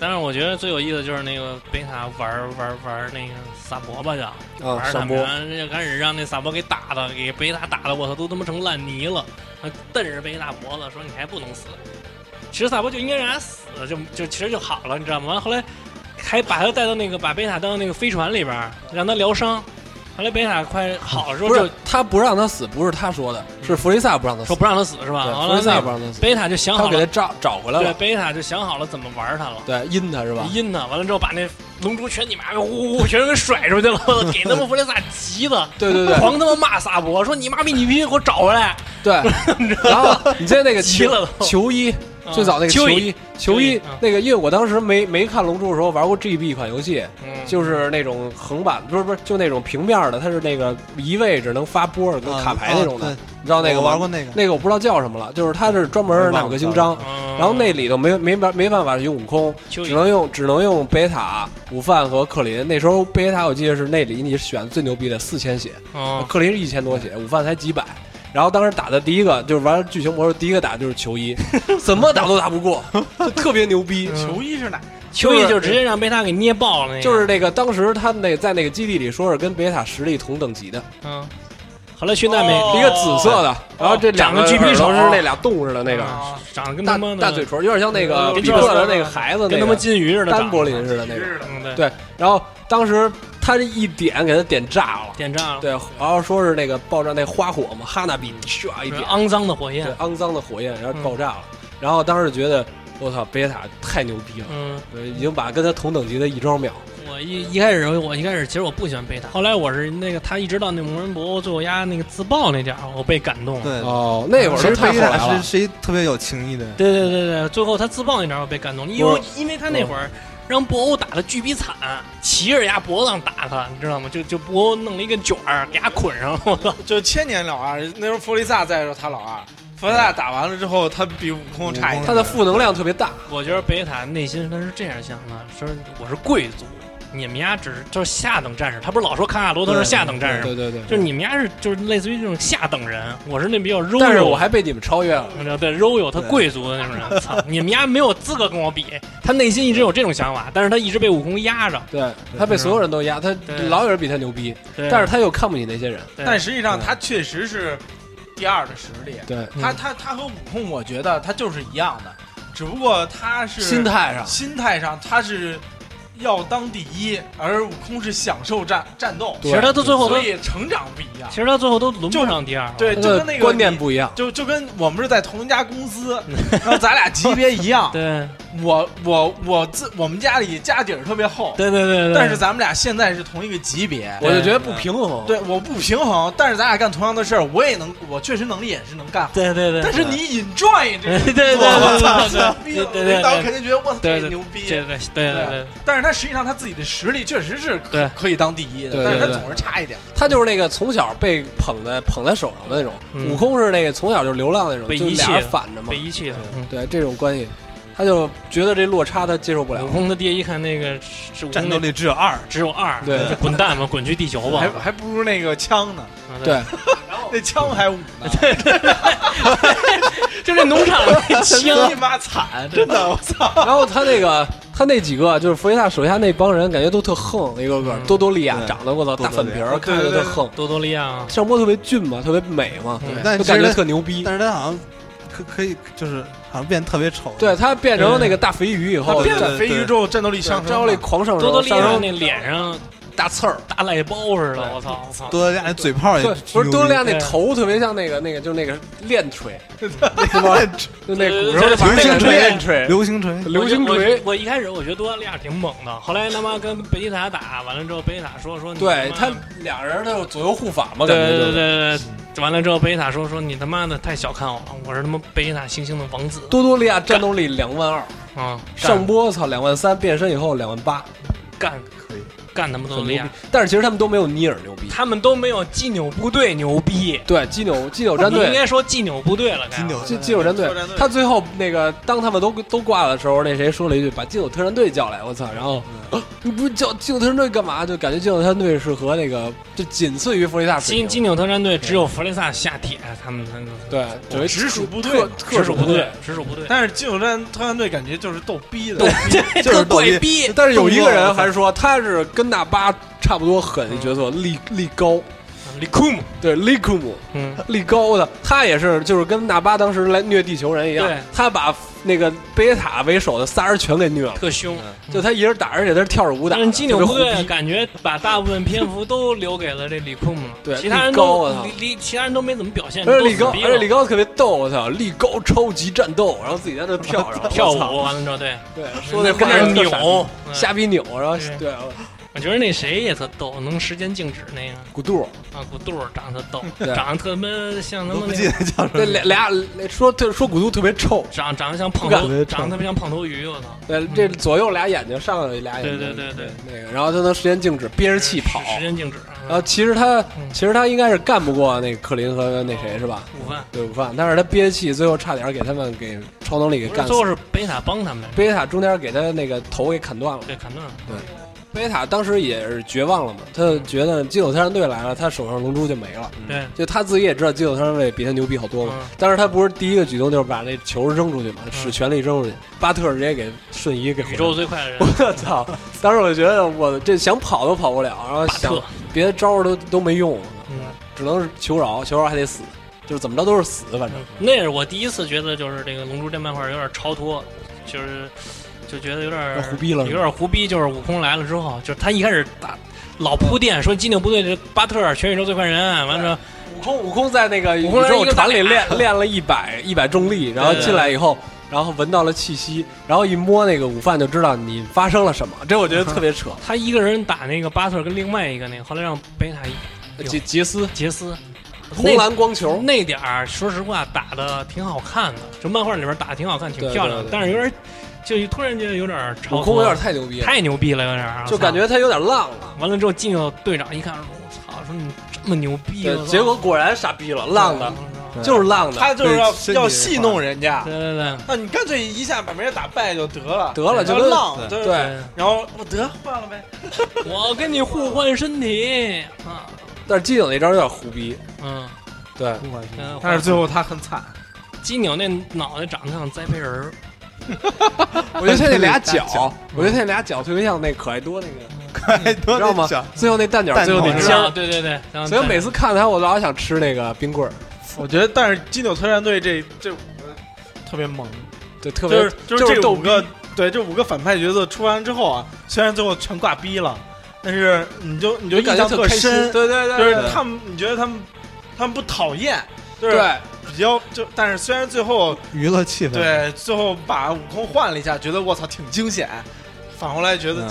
Speaker 9: 但是我觉得最有意思的就是那个贝塔玩玩玩那个萨博吧，叫
Speaker 5: 啊
Speaker 9: 玩，儿他
Speaker 5: 上
Speaker 9: 们，
Speaker 5: 波
Speaker 9: 然后就开始让那萨博给打的，给贝塔打的，我操，都他妈成烂泥了。然后瞪着贝塔脖子说：“你还不能死。”其实萨博就应该让他死，就就其实就好了，你知道吗？完了后来还把他带到那个把贝塔带到那个飞船里边儿，让他疗伤。后来贝塔快好了之后
Speaker 5: 不
Speaker 9: 就是
Speaker 5: 他不让他死，不是他说的，是弗利萨不让他死
Speaker 9: 说，不让他死是吧？
Speaker 5: 对，
Speaker 9: 完
Speaker 5: 弗利
Speaker 9: 了
Speaker 5: 萨
Speaker 9: 那
Speaker 5: 不让他死，
Speaker 9: 贝塔就想
Speaker 5: 他
Speaker 9: 好
Speaker 5: 给他
Speaker 9: 了，
Speaker 5: 找找回来
Speaker 9: 对
Speaker 5: 了，
Speaker 9: 贝塔就想好了怎么玩他了。
Speaker 5: 对，阴他是吧？
Speaker 9: 阴他，完了之后把那龙珠全你妈呼呼呼全给甩出去了，我操给他们弗雷萨急的，
Speaker 5: 对 对对
Speaker 9: 狂他妈骂萨博，说你妈逼你必须给我找回来，
Speaker 5: 对，然后你在那个
Speaker 9: 急
Speaker 5: 球
Speaker 9: 了都
Speaker 5: 球衣，
Speaker 9: 啊
Speaker 5: 嗯最早那个
Speaker 9: 秋
Speaker 5: 球
Speaker 9: 衣
Speaker 5: 衣，球
Speaker 9: 秋衣
Speaker 5: 衣
Speaker 9: 啊
Speaker 5: 那个，因为我当时没没看《龙珠》的时候玩过 GB 一款游戏，
Speaker 9: 嗯
Speaker 5: 就是那种横版，不是不是，就那种平面的，它是那个一位置能发波的，跟
Speaker 7: 啊
Speaker 5: 卡牌那种的
Speaker 9: 嗯哦
Speaker 7: 啊，
Speaker 5: 你知道那个
Speaker 7: 我
Speaker 5: 吗
Speaker 7: 玩过那个
Speaker 5: 那个我不知道叫什么了，就是它是专门纳米克星章，
Speaker 9: 然
Speaker 5: 然后那里头没没办没办法用悟空，
Speaker 9: 蚯蚓
Speaker 5: 只能用只能用贝塔、午饭和克林。那时候贝塔我记得是那里你选最牛逼的四千血，
Speaker 9: 嗯
Speaker 5: 克林是一千多血，午饭才几百。然后当时打的第一个就是玩剧情魔兽，第一个打就是球 衣，怎么打都打不过，就特别牛逼。
Speaker 9: 嗯
Speaker 1: 球衣是哪？
Speaker 9: 秋意就直接让贝塔给捏爆了，那个
Speaker 5: 就是那个当时他那在那个基地里说是跟贝塔实力同等级的，
Speaker 9: 嗯，后来薛大美
Speaker 5: 一个紫色的，然后这两个
Speaker 9: 哦长得
Speaker 5: 耳
Speaker 9: GP
Speaker 5: 朵
Speaker 9: 手
Speaker 5: 是那俩洞似的那个，
Speaker 9: 啊长得跟
Speaker 5: 大
Speaker 9: 他妈的
Speaker 5: 大嘴唇，有点像那个
Speaker 9: 跟
Speaker 5: 比
Speaker 9: 他
Speaker 5: 克
Speaker 9: 妈
Speaker 5: 的那个孩子，
Speaker 9: 跟他妈金鱼似的，
Speaker 5: 丹
Speaker 9: 长
Speaker 5: 柏
Speaker 9: 得
Speaker 5: 林似的那个。
Speaker 9: 嗯对，
Speaker 5: 对，然后当时他这一点给他点炸了，
Speaker 9: 点炸了，
Speaker 5: 对，然后说是那个爆炸那花火嘛，哈娜比唰一
Speaker 9: 对
Speaker 5: 点，
Speaker 9: 肮脏的火
Speaker 5: 对
Speaker 9: 焰，
Speaker 5: 肮脏的火焰，然后
Speaker 9: 嗯
Speaker 5: 爆炸了。然后当时觉得我操，贝塔太牛逼了，
Speaker 9: 嗯，
Speaker 5: 对，已经把跟他同等级的一招秒。
Speaker 9: 我一一开始我一开始其实我不喜欢贝塔，后来我是那个他一直到那魔人布欧最后压那个自爆那点儿，我被感动了。
Speaker 7: 对，
Speaker 5: 哦，那会儿
Speaker 7: 嗯其
Speaker 5: 都
Speaker 7: 实
Speaker 5: 太
Speaker 7: 贝
Speaker 5: 后
Speaker 7: 塔
Speaker 5: 来了啊
Speaker 7: 是。是一特别有情义的人，
Speaker 9: 对对对对，最后他自爆那点儿我被感动了，因为因为他那会儿让布欧打的巨逼惨，骑着压脖子上打他，你知道吗？就就布欧弄了一个卷儿给他捆上，我操！
Speaker 1: 就千年老二，那时候弗利萨在的时候他老二，弗利萨打完了之后，他比悟空差一
Speaker 7: 悟
Speaker 1: 点
Speaker 5: 他。的负能量特别大，
Speaker 9: 我觉得贝塔内心他是这样想的，说我是贵族，你们家只是就是下等战士，他不是老说卡卡罗特是下等战士吗？
Speaker 5: 对对对，
Speaker 9: 就是你们家是就是类似于这种下等人，我是那比较柔，
Speaker 5: 但是我还被你们超越了。
Speaker 9: 对柔有他贵族的那种 人，操，你们家没有资格跟我比。他内心一直有这种想法，但是他一直被悟空压着。
Speaker 5: 对他被所有人都压，他
Speaker 9: 对
Speaker 5: 老有人比他牛逼，但是他又看不起那些人。
Speaker 9: 对
Speaker 1: 但实际
Speaker 5: 嗯
Speaker 1: 上他确实是第二的实力，
Speaker 5: 对，
Speaker 1: 他他他和悟空，我觉得他就是一样的，只不过他是
Speaker 5: 心态上，
Speaker 1: 心态上他是要当第一，而悟空是享受战战斗，
Speaker 9: 其实他到最后都
Speaker 1: 所，以成长不一样
Speaker 9: 其。实他最后都轮不上第二。
Speaker 1: 对，
Speaker 5: 他
Speaker 1: 就跟那
Speaker 5: 的
Speaker 1: 个
Speaker 5: 观念
Speaker 1: 你
Speaker 5: 不一样。
Speaker 1: 就就跟我们是在同一家公司，然后咱俩级别一样。
Speaker 9: 对
Speaker 1: 我我我自我们家里家底儿特别厚，
Speaker 9: 对对对对，
Speaker 1: 但是咱们俩现在是同一个级别。
Speaker 5: 我就觉得不平衡。
Speaker 1: 对，我不平衡，但是咱俩干同样的事儿，我也能，我确实能力也是能干好。
Speaker 9: 对对对，
Speaker 1: 但是你 enjoy 这
Speaker 9: 对
Speaker 1: 个，
Speaker 9: 对对对
Speaker 1: 我操，
Speaker 9: 对
Speaker 1: 逼了
Speaker 9: 对对
Speaker 1: 领导
Speaker 9: 对
Speaker 1: 肯定觉得我操
Speaker 9: 对
Speaker 1: 这
Speaker 9: 对
Speaker 1: 牛
Speaker 9: 对
Speaker 1: 逼。
Speaker 9: 对对对
Speaker 1: 但是他实际上他自己的实力确实是可
Speaker 9: 对
Speaker 1: 可以当第一的，
Speaker 5: 对
Speaker 1: 但是
Speaker 5: 对
Speaker 1: 他总是差一点。
Speaker 5: 他就是那个从小被捧在捧在手上的那种。
Speaker 9: 嗯
Speaker 5: 悟空是那个从小就流浪那种，
Speaker 9: 被
Speaker 5: 就
Speaker 9: 遗弃
Speaker 5: 俩人反着嘛
Speaker 9: 被。遗弃了。
Speaker 5: 对这种关系，他就觉得这落差他接受不了
Speaker 9: 悟。空他爹一看那个是
Speaker 7: 战斗力只有二，
Speaker 9: 只有二，滚蛋吧，滚去地球吧
Speaker 1: 还。还不如那个枪呢，
Speaker 5: 对，
Speaker 1: 那枪还五呢，
Speaker 9: 就这农场那
Speaker 1: 真
Speaker 9: 枪
Speaker 1: 你，妈惨，真的，我操！
Speaker 5: 然后他那个他那几个就是弗雷萨手下那帮人，感觉都特横，一个个
Speaker 9: 嗯
Speaker 5: 多多利亚
Speaker 7: 对
Speaker 5: 长得我操
Speaker 7: 多
Speaker 5: 大
Speaker 7: 多
Speaker 5: 粉
Speaker 7: 利亚
Speaker 5: 皮
Speaker 9: 哦
Speaker 5: 儿，看着就特横。
Speaker 9: 多多利亚啊，
Speaker 5: 上坡特别俊嘛，特别美嘛，
Speaker 9: 嗯
Speaker 7: 但
Speaker 5: 就是感觉
Speaker 7: 他
Speaker 5: 特牛逼。
Speaker 7: 但是他好像可可以就是好像变得特别丑，
Speaker 5: 对他变成那个大肥鱼以
Speaker 1: 他
Speaker 5: 后，
Speaker 1: 变
Speaker 5: 战
Speaker 1: 了肥鱼之后战斗力上升
Speaker 5: 战斗力
Speaker 1: 了，
Speaker 5: 狂上
Speaker 9: 多
Speaker 5: 升，
Speaker 9: 多利
Speaker 5: 上
Speaker 9: 亚
Speaker 5: 升
Speaker 9: 那脸上
Speaker 5: 大刺儿。
Speaker 9: 大赖包似的，我操我操！
Speaker 7: 多加那嘴
Speaker 9: 哎
Speaker 7: 炮也
Speaker 5: 对，不是多利亚那
Speaker 9: 对
Speaker 5: 头特别像那个那个，就是那个链 锤，对吧？就那古时候
Speaker 9: 对对对
Speaker 5: 玩那个
Speaker 7: 流星锤
Speaker 5: 链锤、
Speaker 7: 流星锤，
Speaker 5: 流星
Speaker 9: 我
Speaker 5: 锤
Speaker 9: 我，我一开始我觉得多利亚挺猛的，后来他妈跟贝塔打完了之后，贝塔说说你
Speaker 5: 对
Speaker 9: 妈
Speaker 5: 他俩人他有左右护法嘛，
Speaker 9: 哦对
Speaker 5: 感觉
Speaker 9: 对
Speaker 5: 就
Speaker 9: 对
Speaker 5: 是。
Speaker 9: 对对，完了之后贝塔说说你他妈的太小看我了，我是他妈贝塔行星的王子
Speaker 5: 多多利亚战斗力两万二，
Speaker 9: 啊，
Speaker 5: 上波操两万三，变身以后两万八，
Speaker 9: 干
Speaker 7: 可以
Speaker 9: 干他妈多
Speaker 5: 很
Speaker 9: 利
Speaker 5: 牛
Speaker 9: 亚
Speaker 5: 逼，。但是其实他们都没有尼尔牛逼。
Speaker 9: 他们都没有基纽部队牛逼，
Speaker 5: 对，基纽基纽战
Speaker 9: 你应
Speaker 5: 队，
Speaker 9: 该说基纽部队了，该
Speaker 7: 金牛
Speaker 5: 基基 纽战队
Speaker 1: 特战队，
Speaker 5: 他最后那个当他们都都挂了的时候，那谁说了一句把基纽特战队叫来，我操！然后啊你不是叫基纽特战队干嘛？就感觉基纽特战队是和那个就仅次于弗雷萨水
Speaker 9: 基
Speaker 5: 平。
Speaker 9: 基纽特战队只有弗雷萨下铁，他们才能
Speaker 5: 对，有一
Speaker 1: 直属部队
Speaker 5: 特
Speaker 1: 嘛
Speaker 5: 特
Speaker 9: 属
Speaker 5: 部
Speaker 9: 队，，直属部队。
Speaker 1: 但是金手战特战队感觉就是逗逼的，
Speaker 5: 就是
Speaker 7: 抖音
Speaker 5: 哎逼。但是有一个人还是说他是跟大巴差不多狠一角色，力力高，
Speaker 9: 利库姆，
Speaker 5: 对利库姆
Speaker 9: 嗯，
Speaker 5: 力高的，他也是就是跟纳巴当时来虐地球人一样
Speaker 9: 对，
Speaker 5: 他把那个贝塔为首的仨人全给虐了，
Speaker 9: 特凶。
Speaker 5: 就他一人打，而且他是跳着舞打
Speaker 9: 嗯但
Speaker 5: 的，
Speaker 9: 是基
Speaker 5: 特
Speaker 9: 纽
Speaker 5: 别
Speaker 9: 部
Speaker 5: 虎
Speaker 9: 队
Speaker 5: 逼
Speaker 9: 感觉把大部分篇幅都留给了这李库姆，
Speaker 5: 对
Speaker 9: 其他人
Speaker 5: 力高
Speaker 9: 都
Speaker 5: 我操
Speaker 9: 李李其他人都没怎么表现，
Speaker 5: 而且
Speaker 9: 都
Speaker 5: 力高，
Speaker 9: 死
Speaker 5: 而
Speaker 9: 逼
Speaker 5: 且
Speaker 9: 了
Speaker 5: 力高特别逗，我操！力高超级战斗，然后自己在那跳， 然后
Speaker 9: 跳
Speaker 5: 我操
Speaker 9: 舞完了之后，对，
Speaker 5: 对，说那
Speaker 9: 跟
Speaker 5: 话
Speaker 9: 那儿
Speaker 5: 特傻
Speaker 9: 扭，
Speaker 5: 逼
Speaker 9: 嗯
Speaker 5: 瞎逼扭，然后
Speaker 9: 对
Speaker 5: 对
Speaker 9: 我觉得那谁也特逗，能时间静止那个
Speaker 5: 古 肚，
Speaker 9: 啊，古杜儿 长得特逗，
Speaker 5: 对
Speaker 9: 长得特妈像他
Speaker 7: 都
Speaker 9: 妈
Speaker 7: 不
Speaker 9: 那
Speaker 7: 记
Speaker 9: 个
Speaker 7: 得叫什
Speaker 5: 那
Speaker 7: 么
Speaker 5: 俩俩说特说古肚特别臭，
Speaker 9: 长长得像胖
Speaker 5: 不
Speaker 9: 头，
Speaker 7: 敢
Speaker 9: 长得特别像胖头鱼，我操！
Speaker 5: 对，这左右俩眼睛，上有俩眼睛，
Speaker 9: 嗯对对对对
Speaker 5: 那个，然后他能时间静止，憋着气跑啊
Speaker 9: 时。时间静止，
Speaker 5: 然后其实他
Speaker 9: 嗯
Speaker 5: 其实他应该是干不过那个克林和那谁是吧？
Speaker 9: 午饭。
Speaker 5: 对，午饭，但是他憋气，最后差点给他们给超能力给
Speaker 9: 不是
Speaker 5: 干
Speaker 9: 最
Speaker 5: 死
Speaker 9: 后。是贝塔帮他们来着，
Speaker 5: 贝塔中间给他那个头给砍断了。
Speaker 9: 对砍断了。
Speaker 5: 贝塔当时也是绝望了嘛，他就觉得基纽特战队来了，他手上龙珠就没了。
Speaker 9: 对，
Speaker 5: 就他自己也知道基纽特战队比他牛逼好多嘛
Speaker 9: 嗯，
Speaker 5: 但是他不是第一个举动就是把那球扔出去嘛，使全力扔出去，巴特尔直接给瞬移给
Speaker 9: 宇
Speaker 5: 回了
Speaker 9: 宙最快的人，
Speaker 5: 我操！当时我就觉得我这想跑都跑不了，然后
Speaker 9: 巴
Speaker 5: 想
Speaker 9: 特
Speaker 5: 别的招儿都都没用。
Speaker 9: 嗯，
Speaker 5: 只能是求饶，求饶还得死，就是怎么着都是死，反正。
Speaker 9: 那是我第一次觉得，就是这个《龙珠》这漫画有点超脱，就是就觉得有点
Speaker 5: 有点胡逼了
Speaker 9: 有点胡逼。就是悟空来了之后，就是他一开始打老铺垫，说机灵部队这巴特尔全宇宙最快人，完了
Speaker 5: 悟空，悟空在那个宇
Speaker 9: 空来一
Speaker 5: 宙
Speaker 9: 个
Speaker 5: 船
Speaker 9: 大
Speaker 5: 里
Speaker 9: 脸
Speaker 5: 练 练了一百一百重力，然后
Speaker 9: 对
Speaker 5: 进来以后，然后闻到了气息，然后一摸那个午饭就知道你发生了什么，这我觉得特别扯。
Speaker 9: 他一个人打那个巴特尔跟另外一个那个，后来让贝塔哎 呦
Speaker 5: 杰杰斯
Speaker 9: 杰斯。
Speaker 5: 红蓝光球，
Speaker 9: 那点儿，说实话打的挺好看的，就漫画里边打的挺好看，挺
Speaker 5: 对
Speaker 9: 漂亮的，
Speaker 5: 对对
Speaker 9: 但是有点，就突然间有点超脱
Speaker 5: 悟空有点太牛逼了，
Speaker 9: 太牛逼了，有点儿
Speaker 5: 就感觉他有点浪了。
Speaker 9: 完了之后进到队长一看，我操，说你这么牛逼，
Speaker 5: 对
Speaker 9: 我，操
Speaker 5: 结果果然傻逼了，浪的，就是浪的，
Speaker 1: 他就是要
Speaker 7: 对身体
Speaker 1: 要戏弄人家
Speaker 9: 对，对对
Speaker 1: 那你干脆一下把别人打败就得了，
Speaker 5: 得了就
Speaker 1: 要
Speaker 5: 跟
Speaker 1: 浪，
Speaker 7: 对
Speaker 1: 就是
Speaker 5: 对。
Speaker 1: 然后我得换了呗，
Speaker 9: 对，我跟你互换身体啊，
Speaker 5: 但是机警那招有点胡逼，
Speaker 9: 嗯，
Speaker 5: 对，
Speaker 9: 嗯
Speaker 1: 但是最后他很惨，
Speaker 9: 金牛那脑袋长得像栽培人儿，
Speaker 5: 我觉得他那俩脚，我觉得他那俩脚特别像那可爱多那个，
Speaker 7: 哎，多
Speaker 5: 知道吗
Speaker 7: 讲？
Speaker 5: 最后那蛋饺，
Speaker 7: 蛋
Speaker 5: 最后
Speaker 7: 饺
Speaker 5: 那
Speaker 7: 是
Speaker 5: 尖
Speaker 7: 吧
Speaker 5: 儿
Speaker 9: 啊，，对对对，
Speaker 1: 嗯
Speaker 9: 像
Speaker 5: 所以我
Speaker 9: 栽
Speaker 5: 每次看他，我老想吃那个冰棍儿，
Speaker 1: 我觉得，但是金九特战队这这五个特别猛，
Speaker 5: 对，特别
Speaker 1: 就是
Speaker 5: 就是
Speaker 1: 这
Speaker 5: 逗
Speaker 1: 五
Speaker 5: 逼
Speaker 1: 个对这五个反派角色出完之后啊，虽然最后全挂逼了，但是你就你就
Speaker 5: 就
Speaker 1: 印
Speaker 5: 感觉
Speaker 1: 象
Speaker 5: 特开心
Speaker 1: 深，
Speaker 5: 对对对，
Speaker 1: 就是
Speaker 5: 对
Speaker 1: 他们，你觉得他们他们不讨厌，就是
Speaker 5: 对
Speaker 1: 比较就，但是虽然最后
Speaker 7: 娱乐气氛，，
Speaker 1: 对最后把悟空换了一下，觉得我操挺惊险，反过来觉得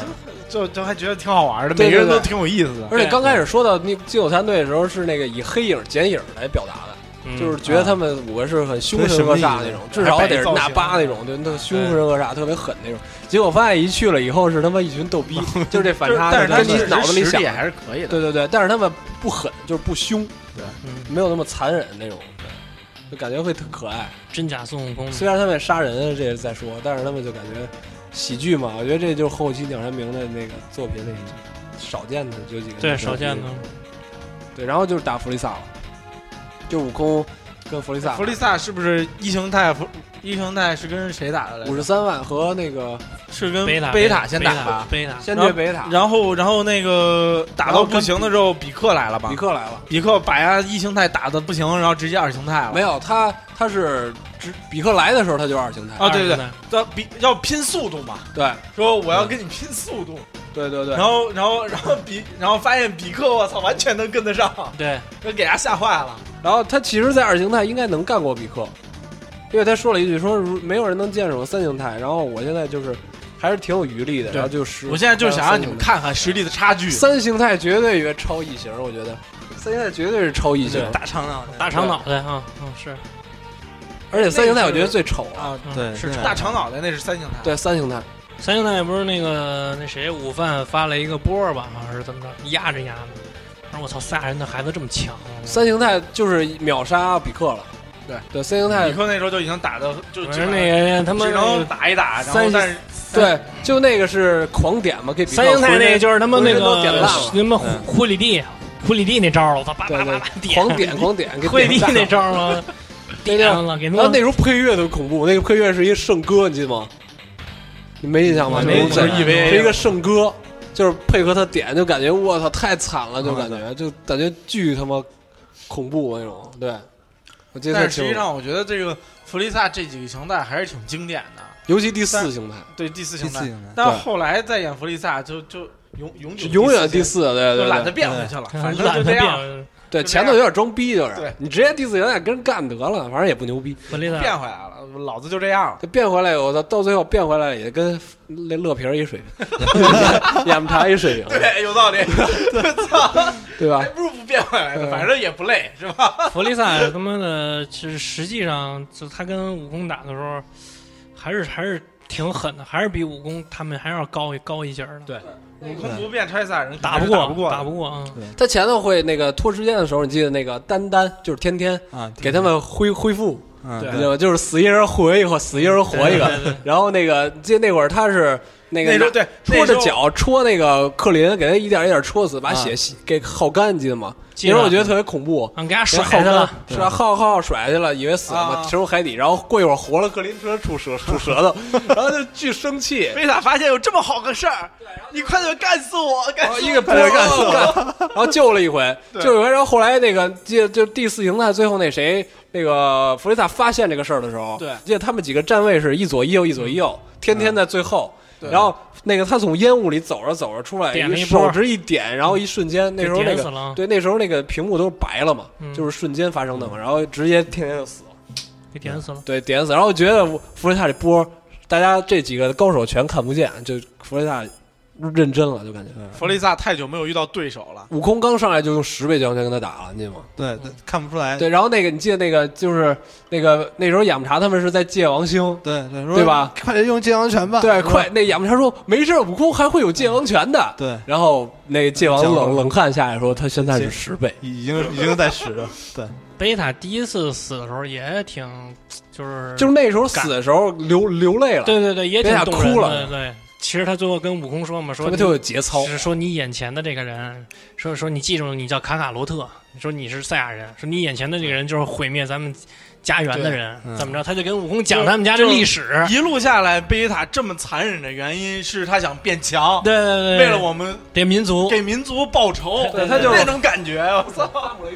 Speaker 1: 就就就还觉得挺好玩的，
Speaker 5: 嗯对
Speaker 1: 每个人
Speaker 5: 对
Speaker 1: 都
Speaker 5: 对
Speaker 1: 挺有意思的。
Speaker 5: 而且刚开始说到那劲舞团队的时候，是那个以黑影、剪影来表达的，
Speaker 9: 嗯
Speaker 5: 就是
Speaker 1: 啊
Speaker 5: 觉得他们五个是很凶神恶煞那种，
Speaker 1: 对
Speaker 5: 至少得是大巴那种，对，那凶神恶煞特别狠那种。结果发现一去了以后是他妈一群 逗逼，就是这反
Speaker 1: 就是
Speaker 5: 差，
Speaker 1: 但是
Speaker 5: 跟
Speaker 1: 他
Speaker 5: 你脑子里
Speaker 1: 实
Speaker 5: 想
Speaker 1: 力
Speaker 5: 的
Speaker 1: 还是可以的。
Speaker 5: 对对对，但是他们不狠，就是不凶，对，
Speaker 9: 嗯
Speaker 5: 没有那么残忍那种，对，就感觉会特可爱。
Speaker 9: 真假孙悟空，
Speaker 5: 虽然他们杀人啊这是在说，但是他们就感觉喜剧嘛，我觉得这就是后期鸟山明的那个作品里少见的有几个
Speaker 9: 对
Speaker 5: 少
Speaker 9: 少见的，
Speaker 5: 对，然后就是打弗利萨了，就悟空跟弗利萨
Speaker 1: 弗利萨是不是一形态？弗一形态是跟谁打的来着
Speaker 5: 五？十三万和那个
Speaker 1: 是跟
Speaker 9: 贝塔
Speaker 1: 贝塔先打
Speaker 9: 贝塔
Speaker 1: 吧。
Speaker 9: 贝塔
Speaker 5: 先对北塔，
Speaker 1: 然后，然后那个打到不行的时候，比克来了吧？
Speaker 5: 比克来了。
Speaker 1: 比克把人家一形态打的不行，然后直接二形态了。
Speaker 5: 没有他，他是只比克来的时候他就二形态，
Speaker 1: 啊，对对对
Speaker 9: 二形，
Speaker 1: 要比要拼速度嘛，
Speaker 5: 对
Speaker 1: 说我要
Speaker 5: 嗯
Speaker 1: 跟你拼速度，
Speaker 5: 对对对
Speaker 1: 然，后然后然后比然后发现比克我操完全能跟得上，
Speaker 9: 对
Speaker 1: 就给他吓坏了。
Speaker 5: 然后他其实，在二形态应该能干过比克，因为他说了一句说如没有人能见识我三形态。然后我现在就是还是挺有余力的，
Speaker 1: 对
Speaker 5: 然后就十，
Speaker 1: 我现在就是想让你们看看实力的差距。
Speaker 5: 三形态绝对远超异形，我觉得三形态绝对是超异形，
Speaker 7: 大长脑袋，
Speaker 9: 大长脑袋啊，嗯是
Speaker 5: 而且三形态我觉得最丑了。
Speaker 1: 啊，
Speaker 9: 嗯
Speaker 7: 对
Speaker 9: 是
Speaker 7: 对
Speaker 1: 大长脑袋那是三形态，
Speaker 5: 对三形态，
Speaker 9: 三星那不是那个那谁午饭发了一个波儿吧，好像是怎么着，压着压着。我说我操，赛亚人的孩子这么强啊，
Speaker 5: 三形态就是秒杀比克了。
Speaker 1: 对
Speaker 5: 对，三形态
Speaker 1: 比克那时候就已经打的就
Speaker 9: 我
Speaker 1: 就
Speaker 9: 说那个他妈
Speaker 1: 只
Speaker 9: 那
Speaker 1: 能
Speaker 9: 个
Speaker 1: 打一打，然后
Speaker 5: 三
Speaker 1: 但是
Speaker 5: 对，就那个是狂点嘛，给比克
Speaker 9: 三星
Speaker 5: 浑
Speaker 9: 菜
Speaker 5: 身
Speaker 9: 那个就是他妈那
Speaker 5: 浑身都
Speaker 9: 个
Speaker 5: 点烂了
Speaker 9: 什么库里蒂，库里蒂那招儿，我操，叭
Speaker 5: 对
Speaker 9: 叭叭
Speaker 5: 对
Speaker 9: 叭
Speaker 5: 对，狂点狂点， 给
Speaker 9: 库里蒂
Speaker 5: 点
Speaker 9: 那
Speaker 5: 炸
Speaker 9: 招儿吗？
Speaker 5: 那
Speaker 9: 点
Speaker 5: 叫
Speaker 9: 了，给他
Speaker 5: 然后
Speaker 9: 们
Speaker 5: 那时候配乐特恐怖，那个配乐是一个圣歌，你记得吗？你没印象吗？
Speaker 9: 我没印象
Speaker 5: 就是
Speaker 1: EVA
Speaker 5: 是一个圣歌，就是配合他点，就感觉我操太惨了，就感觉
Speaker 9: 嗯
Speaker 5: 就感觉巨他妈恐怖那种。对，我记得
Speaker 1: 但
Speaker 5: 特
Speaker 1: 是实
Speaker 5: 清
Speaker 1: 际
Speaker 5: 楚，
Speaker 1: 上我觉得这个弗利萨这几个形态还是挺经典的。
Speaker 5: 尤其第四形态
Speaker 1: 对第四
Speaker 7: 第
Speaker 1: 形
Speaker 7: 四
Speaker 1: 态，
Speaker 5: 嗯
Speaker 7: 形态，
Speaker 1: 但是后来再演弗利萨就就永永久
Speaker 5: 是永远
Speaker 1: 第
Speaker 5: 第
Speaker 1: 四形
Speaker 5: 四，对
Speaker 1: 态，
Speaker 5: 对
Speaker 1: 就懒得
Speaker 5: 对，
Speaker 1: 变回去了，反正
Speaker 9: 懒
Speaker 1: 就
Speaker 9: 得
Speaker 1: 这样
Speaker 9: 变，
Speaker 5: 对
Speaker 1: 就这
Speaker 5: 前头有点装逼，就
Speaker 1: 对
Speaker 5: 是你直接第四形态跟人干得了，反正也不牛逼。
Speaker 9: 弗利萨
Speaker 1: 变回来了，老子就这样了。
Speaker 5: 就变回来，我操，到最后变回来也跟那乐平儿一水平， 眼不茶一水平，
Speaker 1: 对，有道理，操，
Speaker 5: 对吧
Speaker 1: 还？哎不如不变回来呢，
Speaker 5: 嗯
Speaker 1: 反正也不累，是吧？
Speaker 9: 弗利萨他妈的，就是实际上就他跟悟空打的时候，还是还是挺狠的，还是比悟空他们还要高一高一截儿的，
Speaker 1: 悟空不变超级赛亚人，
Speaker 9: 打不
Speaker 1: 打
Speaker 9: 过
Speaker 1: 不过，
Speaker 9: 打不过啊。
Speaker 5: 他前头会那个拖时间的时候，你记得那个丹丹就是天天
Speaker 7: 啊，
Speaker 5: 给他们恢恢复，
Speaker 7: 嗯，
Speaker 5: 你知道吗？就是死一人活一个，死一人活一个。然后那个记得那会儿他是那个
Speaker 1: 那时候
Speaker 5: 拿
Speaker 1: 对那
Speaker 5: 戳
Speaker 1: 时
Speaker 5: 着
Speaker 1: 候
Speaker 5: 脚戳那个克林，给他一点一点戳死，把血吸给耗干，你记得吗？
Speaker 9: 记
Speaker 5: 那
Speaker 9: 得
Speaker 5: 时候我觉得特别恐怖，
Speaker 9: 嗯，给他
Speaker 5: 给
Speaker 9: 甩
Speaker 5: 耗
Speaker 9: 下去
Speaker 5: 干
Speaker 9: 了，
Speaker 5: 是啊，浩浩甩下去了，以为死了嘛，沉入海底，然后过一会儿活了，克林车吐舌吐舌头，然后就巨生气，
Speaker 1: 贝塔发现有这么好个事儿，你快点干死我！干
Speaker 5: 然
Speaker 9: 哦
Speaker 5: 后
Speaker 1: 死
Speaker 5: 一个 波干，哦 然后救了一回，救了一回，然后后来那个记得就第四形态最后那谁那个弗雷萨发现这个事儿的时候，
Speaker 1: 对
Speaker 5: 记得他们几个站位是一左一右一左一
Speaker 9: 嗯
Speaker 5: 右，天天在最后。然后那个他从烟雾里走着走着出来，
Speaker 9: 点了一波嗯
Speaker 5: 手指一点，然后一瞬间，那时候那
Speaker 9: 点死了嗯
Speaker 5: 个对那时候那个屏幕都是白了嘛，就是瞬间发生的嘛，然后直接天天就死了，
Speaker 9: 给点死了。
Speaker 5: 对点死。然后觉得弗雷萨这波，大家这几个高手全看不见，就弗雷萨认真了，就感觉。
Speaker 1: 弗利萨太久没有遇到对手了，
Speaker 5: 悟空刚上来就用十倍交枪跟他打了，你记得吗？
Speaker 7: 对，对看不出来。
Speaker 5: 对，然后那个你记得那个就是那个那时候亚木茶他们是在借王星，
Speaker 7: 对对
Speaker 5: 对吧？
Speaker 7: 说快点用金阳拳吧！
Speaker 5: 对，
Speaker 7: 是吧
Speaker 5: 快那亚木茶说没事儿，悟空还会有借王拳的。
Speaker 7: 对
Speaker 5: 然后那个借王
Speaker 7: 借
Speaker 9: 嗯
Speaker 7: 王
Speaker 5: 冷冷汗下来说他现在是十倍，
Speaker 7: 已经已经在使了。对，
Speaker 9: 贝塔第一次死的时候也挺，就是
Speaker 5: 就是那时候死的时候流流泪了，
Speaker 9: 对对对，也
Speaker 5: 贝
Speaker 9: 挺
Speaker 5: 塔
Speaker 9: 动人
Speaker 5: 哭
Speaker 9: 的。
Speaker 5: 了
Speaker 9: 对，其实他最后跟悟空说嘛，
Speaker 5: 特
Speaker 9: 说
Speaker 5: 别
Speaker 9: 你
Speaker 5: 特别有节操
Speaker 9: 只。是说你眼前的这个人，说说你记住，你叫卡卡罗特，你说你是赛亚人，说你眼前的这个人就是毁灭咱们家园的人，怎么着？他就跟悟空讲
Speaker 1: 就
Speaker 9: 他们家这历史。
Speaker 1: 一路下来，贝塔这么残忍的原因是他想变强，
Speaker 9: 对对对，
Speaker 1: 为了我们
Speaker 9: 这民族，
Speaker 1: 给民族报仇，
Speaker 5: 对他就
Speaker 1: 那种感觉，我操，
Speaker 9: 然后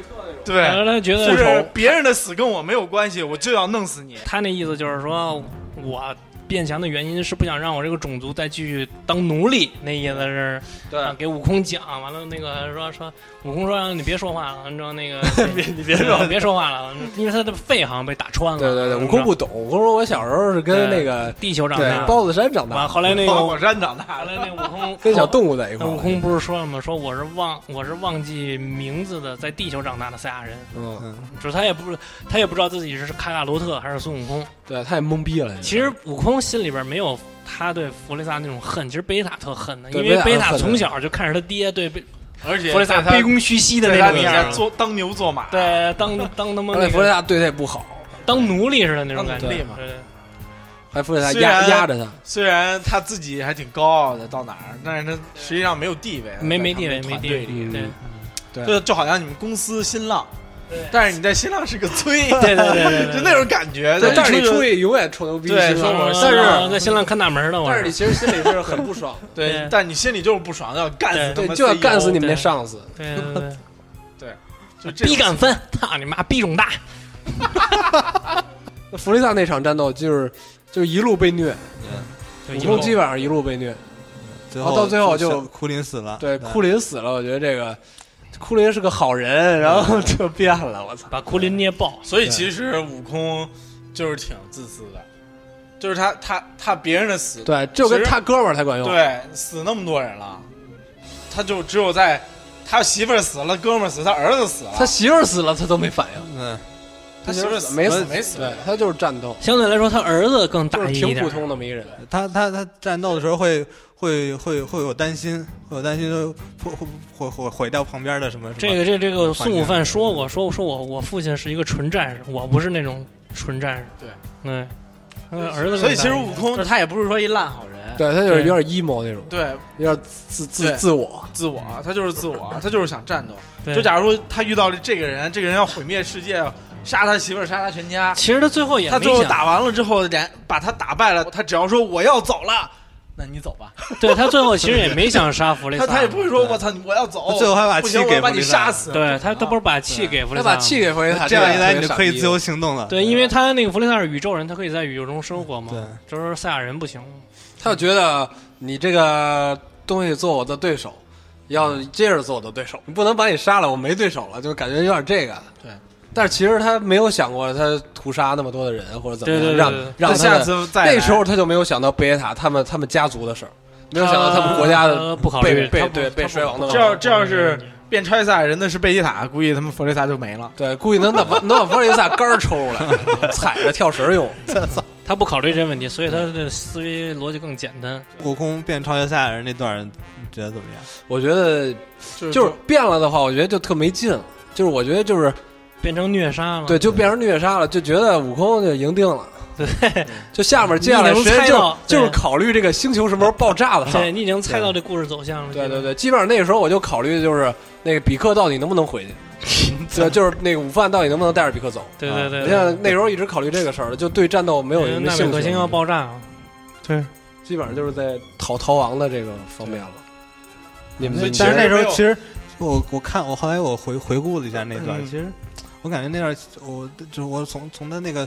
Speaker 1: 对，
Speaker 9: 他觉得
Speaker 1: 就是别人的死跟我没有关系，我就要弄死你。
Speaker 9: 他那意思就是说，我变强的原因是不想让我这个种族再继续当奴隶，那意思是。
Speaker 1: 嗯
Speaker 5: 对
Speaker 9: 啊给悟空讲完了，那个说说悟空说你别说话了，你知道那个别你别
Speaker 5: 说
Speaker 9: 别说话了，因为他的肺好像被打穿了。
Speaker 5: 对对对，悟
Speaker 9: 你知道
Speaker 5: 空不懂，悟空说我小时候是跟
Speaker 9: 对
Speaker 5: 那个
Speaker 9: 地球长
Speaker 5: 对
Speaker 9: 大，
Speaker 5: 包子山长
Speaker 9: 完
Speaker 5: 大，
Speaker 9: 啊后来那个
Speaker 1: 花
Speaker 9: 后
Speaker 1: 果山长大
Speaker 9: 来
Speaker 1: 了，
Speaker 9: 那悟空
Speaker 5: 跟小动物在一块
Speaker 9: 那
Speaker 5: 儿。
Speaker 9: 悟空不是说了吗？说我是忘我是忘记名字的，在地球长大的赛亚人，
Speaker 5: 嗯，
Speaker 9: 就是他也不他也不知道自己是卡卡罗特还是孙悟空。
Speaker 5: 对，太懵逼了。
Speaker 9: 其实悟空心里边没有他对弗利萨那种恨，其实贝塔特恨的，因
Speaker 5: 对
Speaker 9: 为
Speaker 5: 贝
Speaker 9: 贝
Speaker 5: 塔
Speaker 9: 塔
Speaker 5: 恨的
Speaker 9: 从小就看着他爹对贝
Speaker 1: 而且
Speaker 9: 弗利萨
Speaker 1: 在他
Speaker 9: 卑躬屈膝的
Speaker 1: 在
Speaker 9: 那
Speaker 1: 他
Speaker 9: 种
Speaker 1: 底
Speaker 9: 样
Speaker 1: 下
Speaker 9: 儿，
Speaker 1: 做当牛做马，，
Speaker 9: 对， 当当他妈
Speaker 5: 而且
Speaker 9: 那
Speaker 5: 弗雷
Speaker 9: 个
Speaker 5: 萨对他也不好，
Speaker 9: 当奴隶似的那种感觉，
Speaker 1: 当奴
Speaker 9: 对
Speaker 1: 隶嘛
Speaker 9: 对
Speaker 5: 还弗雷萨
Speaker 1: 虽
Speaker 5: 压
Speaker 1: 然
Speaker 5: 压着他。
Speaker 1: 虽然他自己还挺高傲的，到哪儿，但是他实际上没有地位，
Speaker 9: 没
Speaker 1: 在
Speaker 9: 没
Speaker 1: 他
Speaker 9: 地
Speaker 1: 们
Speaker 9: 位，
Speaker 1: 的
Speaker 9: 没
Speaker 1: 团
Speaker 9: 地
Speaker 1: 队
Speaker 9: 位，
Speaker 1: 里
Speaker 9: 对对
Speaker 1: 就就好像你们公司新浪，但是你在新浪是个催，
Speaker 9: 对对对 对，
Speaker 1: 就那种感觉。
Speaker 5: 对，但
Speaker 1: 但
Speaker 5: 是
Speaker 1: 是
Speaker 5: 哎你
Speaker 1: 你
Speaker 5: 出
Speaker 1: 出去，
Speaker 5: 去永远吹牛逼，
Speaker 1: 对
Speaker 5: 新
Speaker 1: 说
Speaker 5: 郎
Speaker 1: 我
Speaker 9: 嗯
Speaker 5: 但
Speaker 9: 嗯
Speaker 5: 是
Speaker 9: 在新浪看大门的，我
Speaker 5: 但是你其实心里是很不爽，
Speaker 1: 对
Speaker 9: 对，
Speaker 1: 但你心里就是不爽，要干死他
Speaker 5: 对，
Speaker 1: 们，
Speaker 5: 就要干死你们那
Speaker 9: 对
Speaker 5: 上司。
Speaker 9: 对对对
Speaker 1: E 就
Speaker 9: 对，
Speaker 1: 这
Speaker 9: 逼
Speaker 1: 种
Speaker 9: 敢分，操你妈逼种大，
Speaker 5: 那弗利萨那场战斗就是就是一路被虐，
Speaker 9: 就
Speaker 5: 悟
Speaker 9: 一
Speaker 5: 空
Speaker 9: 路
Speaker 5: 基本上一路被虐。
Speaker 7: 最
Speaker 5: 后到最后就
Speaker 7: 小库林死了。嗯
Speaker 5: 对，库林死了，我觉得这个库林是个好人，然后就变了，我操！
Speaker 9: 把库林捏爆，
Speaker 1: 所以其实悟空就是挺自私的，就是他他他别人的死，
Speaker 5: 对，就跟
Speaker 1: 其实
Speaker 5: 他哥们儿才管用。
Speaker 1: 对死那么多人了，他就只有在他媳妇儿死了，哥们儿死，他儿子死了，
Speaker 5: 他媳妇儿死了，他都没反应。
Speaker 7: 嗯，
Speaker 1: 他媳妇儿死
Speaker 5: 没死
Speaker 1: 没死，
Speaker 5: 对他就是战斗，
Speaker 9: 相对来说他儿子更大
Speaker 5: 就是
Speaker 9: 一
Speaker 5: 挺
Speaker 9: 点
Speaker 5: 普，通那么一人。
Speaker 7: 他他他战斗的时候会会会会有担心，会有担心说会会会会毁掉旁边的什么什
Speaker 9: 这
Speaker 7: 么。
Speaker 9: 个这这个孙悟饭说我说说我我父亲是一个纯战士，我不是那种纯战士，
Speaker 1: 对
Speaker 9: 对，他的嗯儿子更
Speaker 1: 所以其实
Speaker 9: 大一
Speaker 1: 悟
Speaker 9: 点
Speaker 1: 空
Speaker 9: 就是他也不是说一烂好人，
Speaker 5: 对他就是有点 emo 那种，
Speaker 1: 对
Speaker 5: 有点自自
Speaker 1: 对
Speaker 5: 自我。
Speaker 1: 自我，他就是自我，他就是想战斗。
Speaker 9: 对
Speaker 1: 就假如说他遇到了这个人，这个人要毁灭世界，杀他媳妇儿，杀他全家，
Speaker 9: 其实他最后也
Speaker 1: 他
Speaker 9: 没
Speaker 1: 最后
Speaker 9: 想
Speaker 1: 打完了之后，连把他打败了，他只要说我要走了，那你走吧。
Speaker 9: 对他最后其实也没想杀弗雷萨
Speaker 1: 他
Speaker 9: 嘛，
Speaker 1: 他也不会说我操，我要走。
Speaker 7: 他最后还把
Speaker 1: 不行
Speaker 7: 气
Speaker 1: 我
Speaker 7: 给
Speaker 1: 要把
Speaker 7: 弗
Speaker 1: 你
Speaker 7: 利萨
Speaker 1: 杀死。
Speaker 9: 对他他不是把气给弗雷
Speaker 5: 他
Speaker 9: 萨
Speaker 5: 把
Speaker 9: 吗
Speaker 5: 气给弗雷萨，
Speaker 7: 这样一来，
Speaker 5: 个
Speaker 7: 你就
Speaker 5: 特
Speaker 7: 可
Speaker 5: 别
Speaker 7: 以
Speaker 5: 傻逼哦
Speaker 7: 自由行动了。
Speaker 9: 对，因为他那个弗雷萨是宇宙人，他可以在宇宙中生活嘛。
Speaker 7: 对，
Speaker 9: 就是赛亚人不行。
Speaker 5: 他就觉得你这个东西做我的对手，要接着做我的对手，你不能把你杀了，我没对手了，就感觉有点这个。
Speaker 1: 对，
Speaker 5: 但是其实他没有想过他屠杀那么多的人或者怎么样，
Speaker 9: 对对对对
Speaker 5: 让让
Speaker 1: 他
Speaker 5: 他
Speaker 1: 下
Speaker 5: 的
Speaker 1: 次再来
Speaker 5: 那时候他就没有想到贝塔他们他们家族的事儿，没有想到他们国家
Speaker 9: 他
Speaker 5: 的
Speaker 9: 哦不考虑
Speaker 5: 被
Speaker 9: 他
Speaker 5: 被
Speaker 9: 不
Speaker 5: 对被衰亡的问
Speaker 1: 这
Speaker 5: 题。
Speaker 1: 要这要是变超级赛亚人的是贝吉塔，估计他们弗雷萨就没了。
Speaker 5: 对，故意能把能把弗雷萨杆儿抽出来， 踩着跳绳儿用。
Speaker 9: 他不考虑这问题，所以他的思维逻辑更简单。
Speaker 7: 悟空变超级赛亚人那段，你觉得怎么样？
Speaker 5: 我觉得就是变了的话，我觉得就特没劲了。就是我觉得就是
Speaker 9: 变成虐杀了。
Speaker 7: 啊
Speaker 5: 对，就变成虐杀了，就觉得悟空就赢定了。 就下面接下来
Speaker 9: 你
Speaker 5: 时
Speaker 9: 能
Speaker 5: 间
Speaker 9: 猜
Speaker 5: 就
Speaker 9: 到对
Speaker 5: 就是考虑这个星球什么时候爆炸的事
Speaker 9: 对
Speaker 5: 儿。
Speaker 9: 你已经猜到这故事走向了。
Speaker 5: 对对对，基本上那个时候我就考虑的就是那个比克到底能不能回去， 对，就是那个午饭到底能不能带着比克走。
Speaker 9: 对对对嗯
Speaker 5: 我
Speaker 9: 对
Speaker 5: 现在啊那时候一直考虑这个事儿，就对战斗没有什么
Speaker 9: 纳
Speaker 5: 兴
Speaker 9: 米
Speaker 5: 趣
Speaker 9: 克星要爆炸啊！
Speaker 5: 基本上就是在逃逃亡的这个方面了。你们
Speaker 7: 但是那时
Speaker 1: 没
Speaker 7: 候
Speaker 1: 有
Speaker 7: 其实我我看我后来我回回顾了一下那段，
Speaker 1: 嗯
Speaker 7: 其实我感觉那段我就是我从从他那个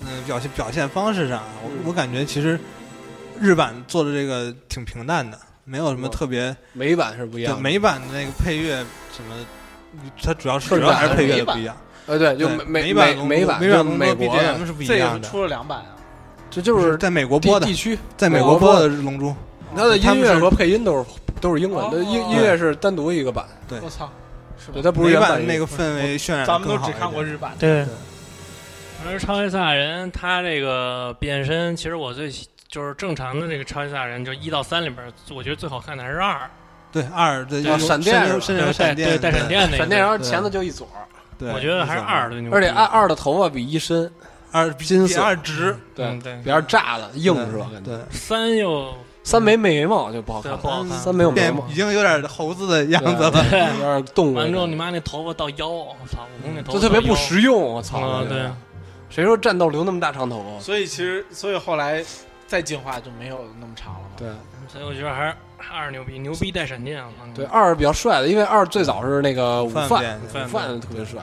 Speaker 7: 嗯、呃表现表现方式上啊，我我感觉其实日版做的这个挺平淡的，没有什么
Speaker 5: 嗯
Speaker 7: 特别。
Speaker 5: 美版是不
Speaker 7: 对
Speaker 5: 一样的，
Speaker 7: 美版的那个配乐什么，它主要是
Speaker 5: 更
Speaker 7: 主要还是
Speaker 5: 大
Speaker 7: 配乐
Speaker 1: 美
Speaker 7: 的
Speaker 1: 版
Speaker 7: 不一样。
Speaker 5: 呃对，就
Speaker 7: 对
Speaker 5: 美
Speaker 7: 美版
Speaker 5: 美
Speaker 7: 龙
Speaker 5: 美
Speaker 7: 珠
Speaker 5: 版
Speaker 7: 美
Speaker 5: 就
Speaker 7: 版龙珠
Speaker 5: 美国的，
Speaker 7: BGM 是不一
Speaker 1: 这
Speaker 7: 样
Speaker 1: 个
Speaker 7: 的，
Speaker 1: 出了两版啊，
Speaker 5: 这就
Speaker 7: 就是
Speaker 5: 是
Speaker 7: 在美国播
Speaker 5: 地
Speaker 7: 的
Speaker 5: 地，区，
Speaker 7: 在美
Speaker 5: 美
Speaker 7: 国
Speaker 5: 国
Speaker 7: 播
Speaker 5: 播
Speaker 7: 的《龙珠》，
Speaker 5: 它的音乐和配音都是都是英文
Speaker 1: 哦
Speaker 5: 的，音音乐是单独一个版，
Speaker 7: 对
Speaker 1: 我操，是
Speaker 5: 对，
Speaker 1: 吧？
Speaker 5: 它不是
Speaker 7: 美
Speaker 5: 原
Speaker 7: 版
Speaker 5: 版
Speaker 7: 的那个氛围渲染
Speaker 1: 咱们都
Speaker 7: 更好
Speaker 1: 只
Speaker 7: 一
Speaker 1: 看过
Speaker 7: 点
Speaker 1: 日版，
Speaker 9: 对，而超级赛亚人他这个变身，其实我最喜就是正常的这个超级赛亚人，就一到三里边儿，我觉得最好看的还是二，
Speaker 7: 对二对
Speaker 9: 对
Speaker 7: 有
Speaker 5: 闪电是吧
Speaker 7: 甚至
Speaker 9: 对
Speaker 7: 有闪电
Speaker 9: 对带闪，电那个，
Speaker 5: 闪电，然后
Speaker 7: 对
Speaker 5: 钳子就一撮儿，
Speaker 7: 对，
Speaker 9: 我觉得还是二最牛逼，
Speaker 5: 而且二二的头发比一深，
Speaker 7: 二
Speaker 5: 金
Speaker 7: 比
Speaker 5: 色
Speaker 7: 二直
Speaker 5: 对
Speaker 9: 嗯对
Speaker 5: 比二炸的硬是吧？感觉
Speaker 7: 对，
Speaker 9: 三又
Speaker 5: 三没眉毛就不好
Speaker 9: 对
Speaker 5: 看，
Speaker 9: 不好看，
Speaker 5: 三没有眉
Speaker 7: 变
Speaker 5: 毛
Speaker 7: 已，经有点猴子的样子了。
Speaker 5: 对啊有点动物，
Speaker 9: 完之后你妈那头发到腰，我操，悟空那头
Speaker 5: 就
Speaker 9: 发
Speaker 5: 特别
Speaker 9: 到
Speaker 5: 不
Speaker 9: 腰
Speaker 5: 实用，我操！
Speaker 9: 啊
Speaker 5: 那，个
Speaker 9: 对，
Speaker 5: 谁说战斗留那么大长头啊发？
Speaker 1: 所以其实，所以后来再进化就没有那么长了嘛。
Speaker 5: 对
Speaker 9: 所以我觉得还是二牛逼，牛逼带闪电啊！
Speaker 5: 对，，二是比较帅的，因为二最早是那个午
Speaker 7: 饭
Speaker 5: 饭，
Speaker 7: 店
Speaker 5: 午
Speaker 9: 饭
Speaker 5: 饭特别帅。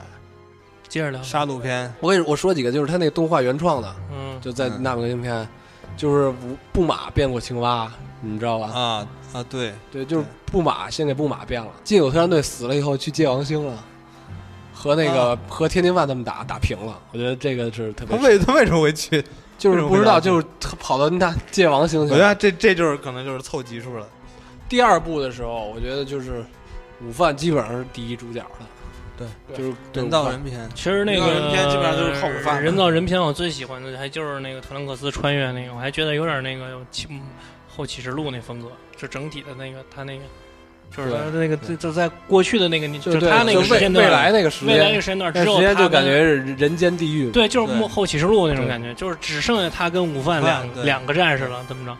Speaker 9: 接着聊，
Speaker 7: 杀戮片，
Speaker 5: 我给你我说几个，就是他那个动画原创的，
Speaker 9: 嗯，
Speaker 5: 就在
Speaker 7: 嗯
Speaker 5: 纳米克星片，就是布布马变过青蛙，你知道吧？
Speaker 7: 啊啊，对，
Speaker 5: 对，就是布马，现在布马变了。劲友特战队死了以后去界王星了，和那个、和天津饭他们打打平了。我觉得这个是特
Speaker 7: 他
Speaker 5: 别，
Speaker 7: 为他为什么会去？
Speaker 5: 就是不知道，
Speaker 7: 为什么
Speaker 5: 就是跑到那界王星
Speaker 7: 我
Speaker 5: 去
Speaker 7: 觉得
Speaker 5: 了。
Speaker 7: 这这就是可能就是凑集数了。
Speaker 5: 第二部的时候，我觉得就是午饭基本上是第一主角了。
Speaker 7: 对，
Speaker 5: 就是对
Speaker 7: 人
Speaker 5: 午
Speaker 7: 造
Speaker 5: 饭
Speaker 7: 人片，
Speaker 9: 其实那
Speaker 1: 人造
Speaker 9: 个
Speaker 1: 人篇基本上就是靠午饭的
Speaker 9: 人造人篇我最喜欢的还就是那个特兰克斯穿越那个，我还觉得有点那个有启嗯后启示录那风格，就整体的那个他那个，就是
Speaker 5: 对
Speaker 9: 他那个就就在过去的那个，
Speaker 5: 就
Speaker 9: 就是
Speaker 5: 对
Speaker 9: 他那个
Speaker 5: 就
Speaker 9: 时
Speaker 5: 未
Speaker 9: 间段，
Speaker 5: 未来那个时
Speaker 9: 未来那
Speaker 5: 间，
Speaker 9: 个时间段
Speaker 5: 那
Speaker 9: 只有
Speaker 5: 时间
Speaker 9: 他
Speaker 5: 就感
Speaker 9: 跟
Speaker 5: 觉是人间地狱。
Speaker 9: 对，就是
Speaker 7: 对
Speaker 9: 幕后启示录那种
Speaker 5: 对
Speaker 9: 感觉，就是只剩下他跟午饭
Speaker 7: 午饭
Speaker 9: 两
Speaker 7: 对
Speaker 9: 两个战士了，怎么着？